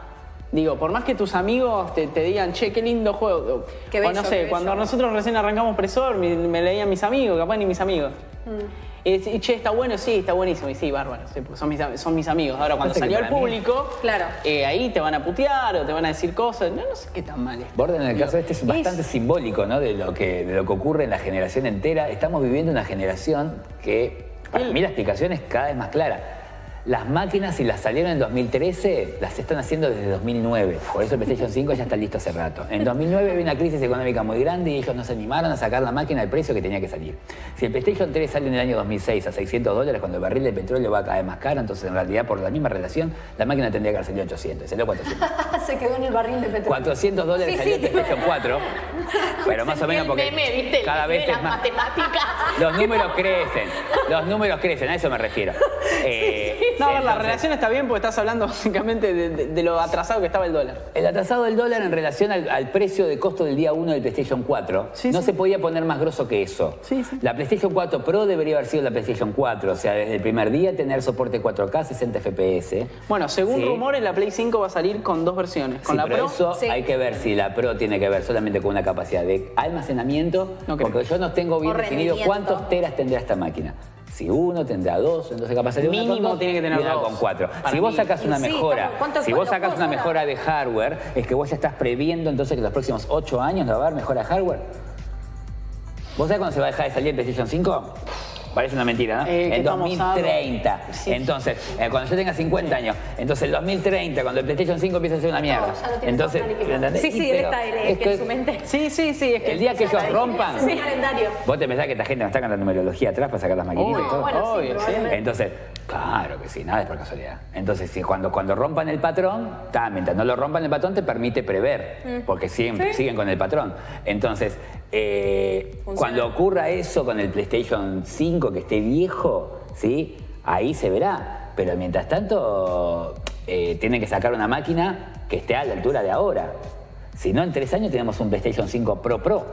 Speaker 3: Digo, por más que tus amigos te, te digan, che, qué lindo juego.
Speaker 4: Qué
Speaker 3: o
Speaker 4: bello,
Speaker 3: no
Speaker 4: qué
Speaker 3: sé,
Speaker 4: bello.
Speaker 3: cuando nosotros recién arrancamos Presor, me, me leían mis amigos, capaz ni mis amigos.
Speaker 4: Mm.
Speaker 3: Y decí, che, está bueno, sí, está buenísimo. Y sí, bárbaro, sí, porque son mis, am- son mis amigos. Ahora, cuando
Speaker 5: Pasa que
Speaker 3: salió al
Speaker 5: para mí-
Speaker 3: público,
Speaker 4: Claro.
Speaker 3: eh, ahí te van a putear o te van a decir cosas. No, no sé qué tan mal es.
Speaker 5: Borden, en el caso este es
Speaker 3: Digo,
Speaker 5: bastante simbólico, ¿no? De lo que de lo que ocurre en la generación entera. Estamos viviendo una generación que para mí la explicación es cada vez más clara. Las máquinas, si las salieron en 2013, las están haciendo desde 2009. Por eso el PlayStation 5 ya está listo hace rato. En 2009 había una crisis económica muy grande y ellos nos animaron a sacar la máquina al precio que tenía que salir. Si el PlayStation 3 sale en el año 2006 a 600 dólares, cuando el barril de petróleo va cada vez más caro, entonces en realidad por la misma relación, la máquina tendría que haber salido 800. Salió 400.
Speaker 8: Ah, Se quedó en el barril de petróleo.
Speaker 5: 400 dólares salió el PlayStation 4, pero más o menos porque cada vez es más. Los números crecen, los números crecen, a eso me refiero. Eh,
Speaker 3: No, a ver, la
Speaker 5: entonces,
Speaker 3: relación está bien porque estás hablando básicamente de, de- de lo atrasado que estaba el dólar.
Speaker 5: El atrasado del dólar en relación al, al precio de costo del día 1 del PlayStation 4
Speaker 3: Sí,
Speaker 5: no
Speaker 3: sí.
Speaker 5: se podía poner más grosso que eso.
Speaker 3: Sí, sí.
Speaker 5: La PlayStation 4 Pro debería haber sido la PlayStation 4, o sea, desde el primer día tener soporte 4K, 60 FPS.
Speaker 3: Bueno, según
Speaker 5: Sí.
Speaker 3: rumores, la Play 5 va a salir con dos versiones. Con
Speaker 5: Sí,
Speaker 3: la
Speaker 5: pero
Speaker 3: Pro.
Speaker 5: eso
Speaker 4: sí.
Speaker 5: hay que ver si la Pro tiene que ver solamente con una capacidad de almacenamiento,
Speaker 3: No creo.
Speaker 5: porque yo no tengo bien
Speaker 4: O
Speaker 5: definido
Speaker 4: rendimiento.
Speaker 5: cuántos teras tendrá esta máquina. Si uno tendrá dos, entonces capaz de una con
Speaker 3: Mínimo
Speaker 5: dos
Speaker 3: tiene que tener
Speaker 5: y una
Speaker 3: dos.
Speaker 5: con cuatro.
Speaker 3: Para
Speaker 5: si vos
Speaker 3: mí.
Speaker 5: sacas una
Speaker 4: Sí,
Speaker 5: mejora,
Speaker 4: ¿cómo? ¿Cuántos-
Speaker 5: si vos
Speaker 4: cuántos
Speaker 5: sacas una
Speaker 4: juegos
Speaker 5: mejora de hardware, es que vos ya estás previendo entonces que los próximos ocho años no va a haber mejora de hardware. ¿Vos sabés cuándo se va a dejar de salir el PlayStation 5? Parece una mentira, ¿no?
Speaker 3: Eh, que
Speaker 5: en
Speaker 3: estamos
Speaker 5: 2030.
Speaker 3: a- Sí.
Speaker 5: Entonces, eh, cuando yo tenga 50 años, entonces el 2030, cuando el PlayStation 5 empieza a ser una mierda.
Speaker 8: ya lo tiene
Speaker 5: entonces,
Speaker 8: todo planificado.
Speaker 5: ¿entendés?
Speaker 4: Sí, sí,
Speaker 5: Y,
Speaker 4: él
Speaker 5: pero
Speaker 4: está él, es que
Speaker 5: esto
Speaker 4: en
Speaker 5: es-
Speaker 4: su mente...
Speaker 3: Sí, sí, sí. Es que
Speaker 5: El día que ellos rompan,
Speaker 8: Es un calendario.
Speaker 5: vos te pensás que esta gente no está cantando numerología atrás para sacar las maquinitas. y
Speaker 3: Obvio,
Speaker 5: todo?
Speaker 8: Oh, bueno, sí,
Speaker 3: obvio, sí.
Speaker 8: probablemente.
Speaker 5: Entonces, claro que sí, nada es por casualidad. Entonces, si cuando, cuando rompan el patrón, ta, mientras no lo rompan el patrón, te permite
Speaker 8: Mm.
Speaker 5: prever, porque siempre siguen con el patrón. Entonces, eh, cuando ocurra eso con el PlayStation 5 que esté viejo, ¿sí? ahí se verá. Pero mientras tanto, eh, tienen que sacar una máquina que esté a la altura de ahora. Si no, en tres años tenemos un PlayStation 5 Pro Pro.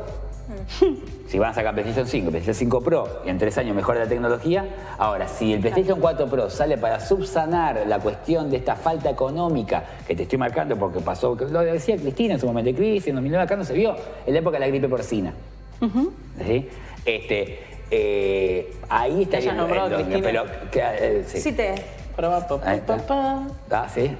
Speaker 5: Si van a sacar PlayStation 5, PlayStation 5 Pro y en tres años mejora la tecnología. Ahora, si el PlayStation 4 Pro sale para subsanar la cuestión de esta falta económica que te estoy marcando porque pasó, lo decía Cristina en su momento de crisis, en 2009 acá no se vio, en la época de la gripe porcina. ¿Sí? Este, eh, ahí está
Speaker 3: Te hayas
Speaker 5: bien.
Speaker 3: nombrado,
Speaker 5: el-
Speaker 3: Cristina.
Speaker 5: pero, que, eh, sí.
Speaker 4: Sí, te.
Speaker 3: Pará, pa,
Speaker 5: Ahí
Speaker 3: pa,
Speaker 5: está.
Speaker 3: pa, pa.
Speaker 5: Ah, sí.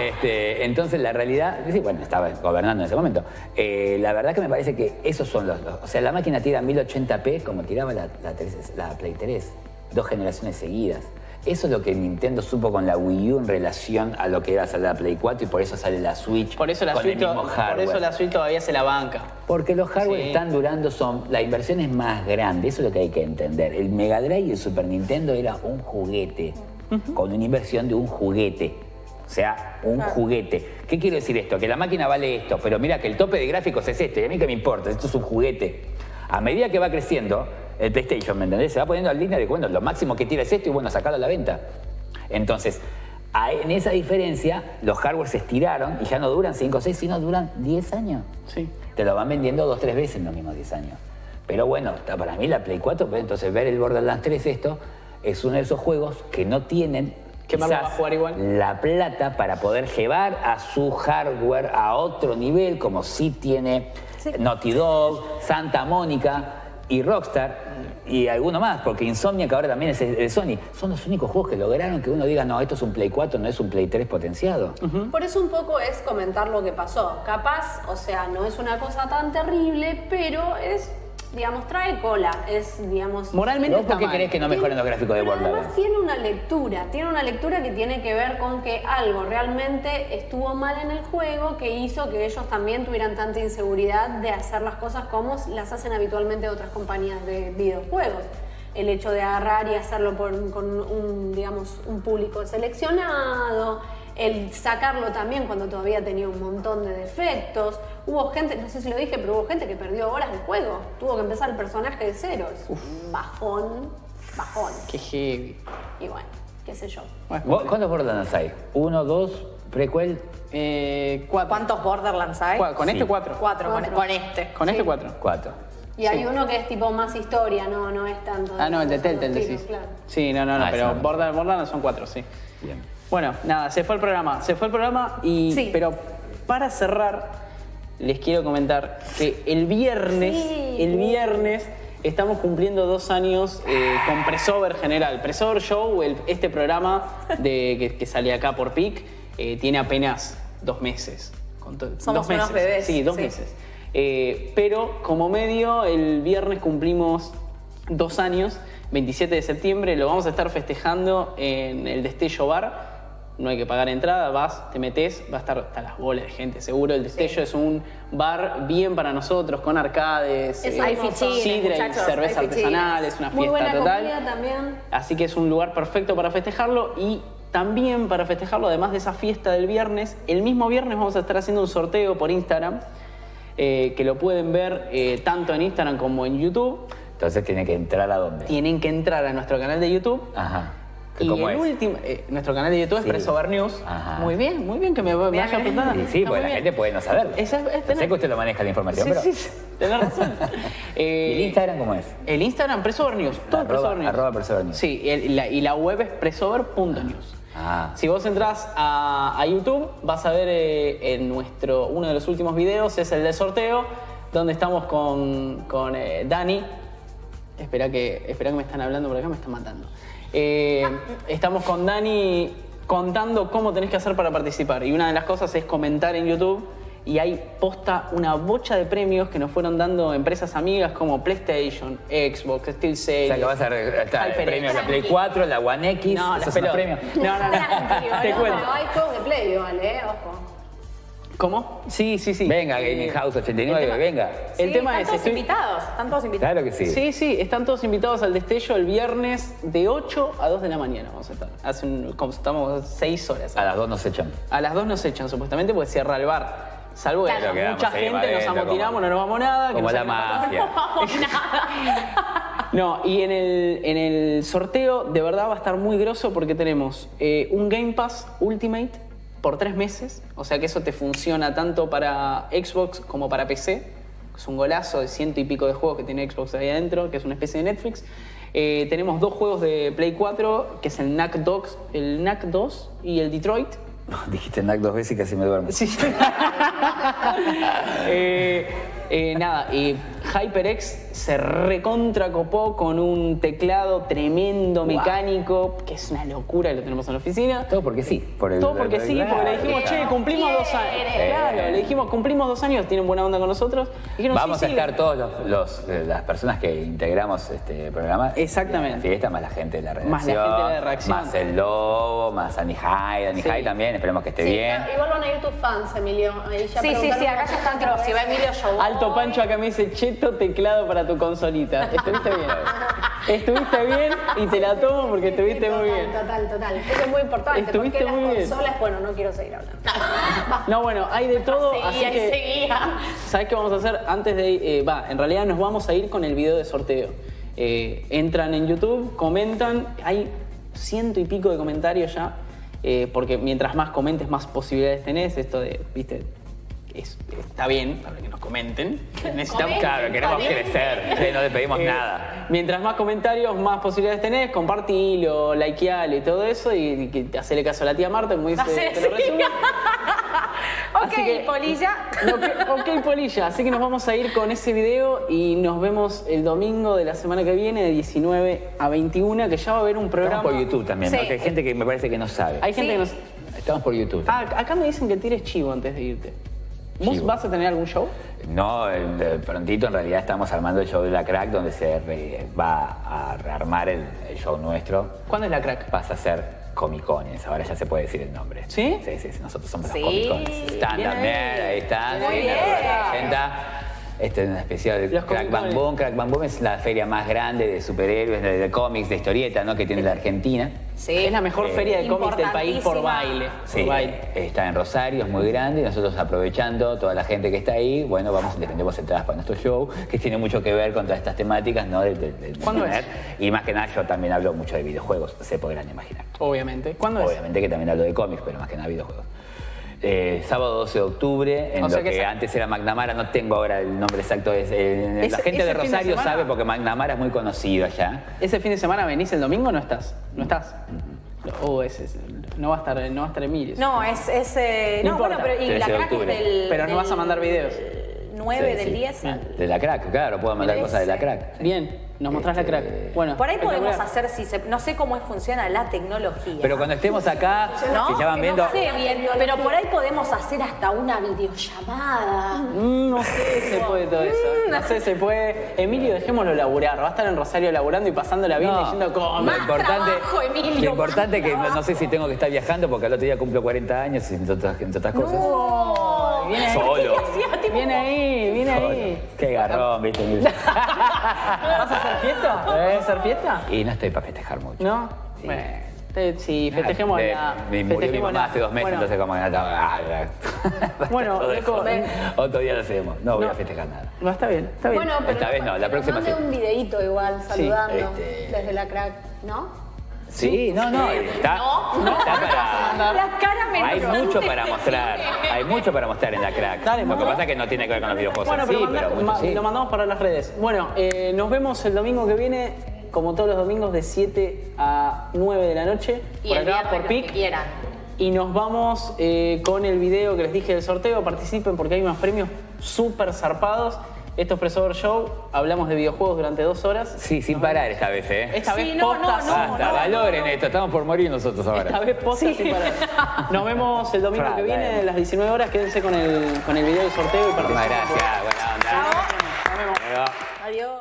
Speaker 5: Este, entonces, la realidad, sí, bueno, estaba gobernando en ese momento. Eh, la verdad que me parece que esos son los dos. O sea, la máquina tira 1080p como tiraba la, la 3, la Play 3, dos generaciones seguidas. Eso es lo que Nintendo supo con la Wii U en relación a lo que era salir la Play 4 y por eso sale la Switch.
Speaker 3: Por eso la
Speaker 5: con
Speaker 3: suite,
Speaker 5: el mismo
Speaker 3: por
Speaker 5: hardware.
Speaker 3: eso la suite todavía se la banca.
Speaker 5: Porque los hardware
Speaker 3: Sí.
Speaker 5: están durando, son la inversión es más grande, eso es lo que hay que entender. El Mega Drive y el Super Nintendo era un juguete, con una inversión de un juguete. O sea, un juguete. ¿Qué quiero decir esto? Que la máquina vale esto, pero mira que el tope de gráficos es este, y a mí que me importa, esto es un juguete. A medida que va creciendo, el PlayStation, ¿me entendés? Se va poniendo al línea de, bueno, lo máximo que tira es esto y bueno, sacarlo a la venta. Entonces, a- e, en esa diferencia, los hardware se estiraron y ya no duran 5 o 6, sino duran 10 años.
Speaker 3: Sí.
Speaker 5: Te lo van vendiendo dos, tres veces en los mismos 10 años. Pero bueno, está- para mí la Play 4, pues, entonces ver el Borderlands 3 esto, es uno de esos juegos que no tienen
Speaker 3: Que Marco va a
Speaker 5: quizás,
Speaker 3: jugar igual.
Speaker 5: la plata para poder llevar a su hardware a otro nivel, como sí tiene Naughty Dog, Santa Mónica y Rockstar. Y alguno más, porque Insomnia, que ahora también es de Sony, son los únicos juegos que lograron que uno diga, no, esto es un Play 4, no es un Play 3 potenciado.
Speaker 8: Por eso un poco es comentar lo que pasó. Capaz, o sea, no es una cosa tan terrible, pero es, digamos, trae cola. Es, digamos...
Speaker 3: Moralmente
Speaker 5: ¿Vos
Speaker 3: está
Speaker 5: por qué
Speaker 3: mal.
Speaker 5: crees que no
Speaker 8: Tiene-
Speaker 5: mejoran los gráficos de
Speaker 8: pero
Speaker 5: Borderlands?
Speaker 8: Además tiene una lectura, tiene una lectura que tiene que ver con que algo realmente estuvo mal en el juego que hizo que ellos también tuvieran tanta inseguridad de hacer las cosas como las hacen habitualmente otras compañías de videojuegos. El hecho de agarrar y hacerlo por- con un, digamos, un público seleccionado, el sacarlo también cuando todavía tenía un montón de defectos. Hubo gente, no sé si lo dije, pero hubo gente que perdió horas de juego. Tuvo que empezar el personaje de cero. Es un bajón, bajón.
Speaker 3: Qué heavy.
Speaker 8: Y bueno, qué sé yo.
Speaker 3: Bueno,
Speaker 5: ¿Vos- ¿Cuántos Borderlands hay? ¿Uno, dos, prequel?
Speaker 3: eh, cuatro.
Speaker 4: ¿Cuántos Borderlands hay?
Speaker 3: Cu- Con este cuatro.
Speaker 4: Cuatro, con-
Speaker 8: Cuatro.
Speaker 4: Con, este.
Speaker 3: Con este cuatro.
Speaker 5: Cuatro.
Speaker 8: Y hay uno que es tipo más historia, no, no es tanto.
Speaker 3: Ah, no, el de
Speaker 8: son
Speaker 3: Telltale
Speaker 8: los tiros,
Speaker 3: decís.
Speaker 8: claro.
Speaker 3: Sí, no, no, no,
Speaker 5: Ah, ese
Speaker 3: pero
Speaker 5: no.
Speaker 3: Border, Borderlands son cuatro, sí.
Speaker 5: Bien.
Speaker 3: Bueno, nada, se fue el programa. Se fue el programa y.
Speaker 4: Sí.
Speaker 3: Pero para cerrar, les quiero comentar que el viernes.
Speaker 8: Sí.
Speaker 3: El viernes. Estamos cumpliendo dos años eh, con Presover General. Presover Show, el- este programa de, que, que sale acá por PIC, eh, tiene apenas dos meses. Con to-
Speaker 4: Somos
Speaker 3: dos
Speaker 4: unos
Speaker 3: meses.
Speaker 4: bebés,
Speaker 3: Sí, dos
Speaker 4: sí.
Speaker 3: meses. Eh, pero como medio, el viernes cumplimos dos años, 27 de septiembre, lo vamos a estar festejando en el Destello Bar. No hay que pagar entrada, vas, te metes, va a estar hasta las bolas de gente, seguro. El Destello es un bar bien para nosotros, con arcades, eh,
Speaker 4: Es hay fichines,
Speaker 3: sidra y
Speaker 4: muchachos,
Speaker 3: cerveza
Speaker 4: hay fichines.
Speaker 3: artesanal, es una
Speaker 8: Muy
Speaker 3: fiesta
Speaker 8: buena
Speaker 3: total.
Speaker 8: comida también.
Speaker 3: Así que es un lugar perfecto para festejarlo y también para festejarlo, además de esa fiesta del viernes, el mismo viernes vamos a estar haciendo un sorteo por Instagram, eh, que lo pueden ver eh, tanto en Instagram como en YouTube.
Speaker 5: Entonces tiene que entrar a dónde?
Speaker 3: Tienen que entrar a nuestro canal de YouTube.
Speaker 5: Ajá.
Speaker 3: Y
Speaker 5: Ah, ¿Cómo
Speaker 3: el
Speaker 5: es?
Speaker 3: último, eh, nuestro canal de YouTube es
Speaker 5: Sí.
Speaker 3: Presover News.
Speaker 5: Ajá.
Speaker 3: Muy bien, muy bien que me, me
Speaker 4: Bien,
Speaker 3: haya
Speaker 4: bien.
Speaker 3: apuntado.
Speaker 5: Sí, sí,
Speaker 3: Está
Speaker 5: porque
Speaker 3: muy
Speaker 5: la
Speaker 3: bien.
Speaker 5: gente puede no saberlo.
Speaker 3: Es- es tener-
Speaker 5: Sé que usted lo maneja la información,
Speaker 3: Sí,
Speaker 5: pero...
Speaker 3: sí, sí, tenés razón.
Speaker 5: ¿Y
Speaker 3: Eh,
Speaker 5: el Instagram cómo es?
Speaker 3: El Instagram, Presover News. Todo es
Speaker 5: Arroba-
Speaker 3: Presover News.
Speaker 5: arroba Presover News.
Speaker 3: Sí, el- la- y la web es presover.news.
Speaker 5: Ah.
Speaker 3: Si vos entras a, a YouTube, vas a ver eh, en nuestro, uno de los últimos videos, es el del sorteo, donde estamos con, con eh, Dani. Espera que, espera que me están hablando por acá, me están matando. Eh, estamos con Dani contando cómo tenés que hacer para participar. Y una de las cosas es comentar en YouTube. Y hay posta una bocha de premios que nos fueron dando empresas amigas como PlayStation, Xbox,
Speaker 5: O
Speaker 3: SteelSeries.
Speaker 5: sea, que vas a... re- Está, el
Speaker 3: HyperX.
Speaker 5: premio de la Play 4, la One X...
Speaker 3: Eh, No,
Speaker 5: esos
Speaker 3: las
Speaker 5: son los
Speaker 3: pelotas.
Speaker 5: premios.
Speaker 3: No, no,
Speaker 8: Tranquilo,
Speaker 3: no. Te
Speaker 8: no,
Speaker 3: cuento.
Speaker 8: Pero hay juegos de play, vale, eh, ojo.
Speaker 3: ¿Cómo? Sí, sí, sí.
Speaker 5: Venga,
Speaker 3: Eh,
Speaker 5: Gaming House 89,
Speaker 3: el tema-
Speaker 5: venga.
Speaker 3: El tema es,
Speaker 4: Están todos
Speaker 3: estoy-
Speaker 4: invitados. Están todos invitados.
Speaker 5: Claro que sí.
Speaker 3: Sí, sí, están todos invitados al destello el viernes de 8 a 2 de la mañana. Vamos a estar. Hace un, como estamos 6 horas.
Speaker 5: A las dos nos echan.
Speaker 3: A las 2 nos echan supuestamente porque cierra el bar. Salvo que
Speaker 5: Claro,
Speaker 3: haya
Speaker 5: quedamos
Speaker 3: mucha
Speaker 5: ahí
Speaker 3: gente, nos
Speaker 5: adentro,
Speaker 3: amotinamos,
Speaker 5: como-
Speaker 3: no nos vamos nada. que
Speaker 5: Como
Speaker 3: nos
Speaker 5: la
Speaker 3: saquen a matar.
Speaker 5: mafia.
Speaker 3: No, y en el, en el sorteo de verdad va a estar muy grosso porque tenemos eh, un Game Pass Ultimate por tres meses, o sea que eso te funciona tanto para Xbox como para PC. Es un golazo de ciento y pico de juegos que tiene Xbox ahí adentro, que es una especie de Netflix. Eh, tenemos dos juegos de Play 4, que es el Knack Dogs, el Knack 2 y el Detroit.
Speaker 5: Dijiste NAC dos veces y casi me duermo.
Speaker 3: Sí. Eh, eh, nada, y HyperX se recontra copó con un teclado tremendo mecánico, que es una locura y lo tenemos en la oficina.
Speaker 5: Todo porque sí. por el-
Speaker 3: Todo porque sí, porque le dijimos, che,
Speaker 5: Claro.
Speaker 3: cumplimos dos años.
Speaker 5: Eh.
Speaker 3: Claro, le dijimos, cumplimos dos años, tienen buena onda con nosotros. Dijeron,
Speaker 5: Vamos
Speaker 3: sí,
Speaker 5: a
Speaker 3: sí,
Speaker 5: estar todos los, los- eh, las personas que integramos este programa.
Speaker 3: Exactamente.
Speaker 5: En la fiesta, más la gente de la redacción.
Speaker 3: Más la gente de la redacción.
Speaker 5: Más el lobo, más Annie High. Annie
Speaker 3: Sí.
Speaker 5: High también, esperemos que esté
Speaker 8: Sí,
Speaker 5: bien.
Speaker 8: no, igual van a ir tus fans, Emilio. Ahí ya
Speaker 4: Sí, sí, sí, acá ya están tipo, si va Emilio yo voy.
Speaker 3: Alto Pancho acá me dice, cheto teclado para tu consolita. Estuviste bien. estuviste bien y te la tomo porque estuviste muy bien.
Speaker 8: Total, total. Eso es muy importante.
Speaker 3: Estuviste
Speaker 8: porque
Speaker 3: muy
Speaker 8: las
Speaker 3: bien.
Speaker 8: consolas, bueno, no quiero seguir hablando.
Speaker 3: No, bueno, hay de todo, así
Speaker 7: Seguía y
Speaker 3: que...
Speaker 7: seguía.
Speaker 3: ¿Sabes qué vamos a hacer? Antes de. eh, Va, en realidad nos vamos a ir con el video de sorteo. Eh, entran en YouTube, comentan. Hay ciento y pico de comentarios ya. eh, porque mientras más comentes, más posibilidades tenés. Esto de, viste, es- está bien para que nos comenten. Necesitamos.
Speaker 5: Claro, queremos crecer. Sí, no le pedimos
Speaker 3: Eh,
Speaker 5: nada.
Speaker 3: Mientras más comentarios, más posibilidades tenés. Compartilo, likealo y todo eso. Y, y hacerle caso a la tía Marta, como dice.
Speaker 4: Hacé-
Speaker 3: te lo
Speaker 4: sí.
Speaker 3: resumo.
Speaker 4: Ok,
Speaker 3: Así que-
Speaker 4: polilla.
Speaker 3: Lo que- ok, Polilla, así que nos vamos a ir con ese video y nos vemos el domingo de la semana que viene de 19 a 21, que ya va a haber un programa.
Speaker 5: Estamos por YouTube también,
Speaker 4: Sí.
Speaker 5: ¿no? Que hay gente que me parece que no sabe.
Speaker 3: Hay gente que nos...
Speaker 5: Estamos por YouTube.
Speaker 3: Ah, acá me dicen que tires chivo antes de irte. ¿Vos
Speaker 5: Chivo.
Speaker 3: vas a tener algún show?
Speaker 5: No, el- el prontito en realidad estamos armando el show de la crack donde se re- va a rearmar el, el show nuestro.
Speaker 3: ¿Cuándo es la crack?
Speaker 5: Vas a ser comicones, ahora ya se puede decir el nombre.
Speaker 3: ¿Sí?
Speaker 5: Sí, sí, sí, nosotros somos
Speaker 4: Sí.
Speaker 5: los comicones. Están
Speaker 3: Bien
Speaker 5: también,
Speaker 3: ahí.
Speaker 5: ahí están.
Speaker 3: Muy
Speaker 5: sí,
Speaker 3: bien.
Speaker 5: la representa. Este es una especial de
Speaker 3: Los
Speaker 5: Crack Bang
Speaker 3: comicones.
Speaker 5: Boom. Crack Bang Boom es la feria más grande de superhéroes, de, de cómics, de historietas, ¿no? Que tiene la Argentina.
Speaker 4: Sí.
Speaker 3: Es la mejor
Speaker 5: Eh,
Speaker 3: feria de cómics del país por
Speaker 4: importantísima.
Speaker 3: baile. por
Speaker 5: Sí,
Speaker 3: baile.
Speaker 5: está en Rosario, es muy grande y nosotros aprovechando toda la gente que está ahí, bueno, vamos, le tendremos entradas para nuestro show, que tiene mucho que ver con todas estas temáticas, ¿no? Del- del- del
Speaker 3: ¿Cuándo
Speaker 5: internet. Y más que nada yo también hablo mucho de videojuegos, se podrán imaginar.
Speaker 3: Obviamente. ¿Cuándo es?
Speaker 5: Obviamente que también hablo de cómics, pero más que nada videojuegos. Eh, sábado 12 de octubre, en
Speaker 3: O
Speaker 5: lo
Speaker 3: sea que
Speaker 5: que,
Speaker 3: esa-
Speaker 5: antes era McNamara, no tengo ahora el nombre exacto. es, eh,
Speaker 3: Ese-
Speaker 5: la gente
Speaker 3: ese
Speaker 5: de
Speaker 3: fin de
Speaker 5: Rosario
Speaker 3: semana-
Speaker 5: sabe porque McNamara es muy conocido allá.
Speaker 3: ¿Ese fin de semana venís el domingo o no estás? ¿No estás? Oh, ese, ese- no va a estar, no va a estar Emilio.
Speaker 4: No, es. es eh,
Speaker 3: No
Speaker 4: no, bueno,
Speaker 3: importa.
Speaker 4: pero. Y
Speaker 5: 13
Speaker 4: la
Speaker 5: de
Speaker 4: crack es
Speaker 5: octubre.
Speaker 4: del.
Speaker 3: Pero no vas a mandar videos.
Speaker 4: 9
Speaker 5: Sí,
Speaker 4: del
Speaker 5: sí.
Speaker 4: 10. al-
Speaker 5: De la crack, claro, puedo mandar cosas de la crack.
Speaker 3: Bien, nos mostrás
Speaker 5: Este,
Speaker 3: la crack. Bueno,
Speaker 4: Por ahí podemos
Speaker 3: espectacular.
Speaker 4: hacer, si se, no sé cómo funciona la tecnología.
Speaker 5: Pero cuando estemos acá,
Speaker 4: ¿no?
Speaker 5: si ya van
Speaker 4: Que
Speaker 5: viendo,
Speaker 4: No sé bien, pero por ahí podemos hacer hasta una videollamada.
Speaker 3: Mm, No sé si se puede todo eso. No sé si se puede. Emilio, dejémoslo laburar. Va a estar en Rosario laburando y pasándola bien
Speaker 5: No.
Speaker 3: leyendo
Speaker 5: Lo
Speaker 3: cómics.
Speaker 5: importante,
Speaker 4: trabajo, Emilio,
Speaker 5: lo importante
Speaker 4: más
Speaker 5: que no sé si tengo que estar viajando porque al otro día cumplo 40 años y entre otras, entre otras cosas.
Speaker 3: Viene ahí.
Speaker 5: Solo.
Speaker 3: Viene ahí, viene
Speaker 5: Solo.
Speaker 3: ahí.
Speaker 5: Qué garrón, viste.
Speaker 3: ¿Vas a hacer fiesta? ¿Vas a hacer fiesta?
Speaker 5: y no estoy para festejar mucho.
Speaker 3: ¿No?
Speaker 5: Sí.
Speaker 3: Bueno, te- sí, festejemos
Speaker 5: Me-
Speaker 3: la.
Speaker 5: Me murió mi
Speaker 3: festejemos
Speaker 5: mamá
Speaker 3: la-
Speaker 5: hace dos meses,
Speaker 3: Bueno,
Speaker 5: entonces como... ah, ah,
Speaker 3: Bueno,
Speaker 5: todo eso.
Speaker 3: loco, ven.
Speaker 5: Otro día lo hacemos. No voy
Speaker 3: No.
Speaker 5: a festejar nada.
Speaker 3: No, está bien, está bien.
Speaker 8: Bueno, pero.
Speaker 5: Esta vez no, la
Speaker 8: pero
Speaker 5: próxima
Speaker 8: mande
Speaker 5: sí.
Speaker 8: un videíto igual, saludando.
Speaker 5: este-
Speaker 8: Desde la crack, ¿no?
Speaker 5: Sí, no, no. Está, está para...
Speaker 4: Las caras me
Speaker 5: Hay mucho para mostrar, hay mucho para mostrar en la crack.
Speaker 3: Dale,
Speaker 5: Lo que
Speaker 3: mandá.
Speaker 5: pasa es que no tiene que ver con los videojuegos
Speaker 3: Bueno,
Speaker 5: en
Speaker 3: pero
Speaker 5: sí,
Speaker 3: manda-
Speaker 5: pero mucho
Speaker 3: ma-
Speaker 5: sí.
Speaker 3: lo mandamos para las redes. Bueno, eh, nos vemos el domingo que viene, como todos los domingos, de 7 a 9 de la noche.
Speaker 4: Y
Speaker 3: por
Speaker 4: el
Speaker 3: acá,
Speaker 4: viernes,
Speaker 3: por
Speaker 4: los
Speaker 3: PIC.
Speaker 4: que quieran.
Speaker 3: Y nos vamos eh, con el video que les dije del sorteo. Participen porque hay unos premios súper zarpados. Esto es Presover Show. Hablamos de videojuegos durante dos horas.
Speaker 5: Sí, sin parar esta vez, ¿eh?
Speaker 3: Esta
Speaker 4: Sí,
Speaker 3: vez
Speaker 4: no,
Speaker 3: posta,
Speaker 4: no,
Speaker 3: sin-
Speaker 5: Basta, valoren esto, estamos por morir nosotros ahora.
Speaker 3: Esta vez posta sin parar. Nos vemos el domingo que viene a las 19 horas. Quédense con el, con el video del sorteo y participen.
Speaker 5: Muchísimas gracias, buena onda. Nos vemos.
Speaker 4: Adiós.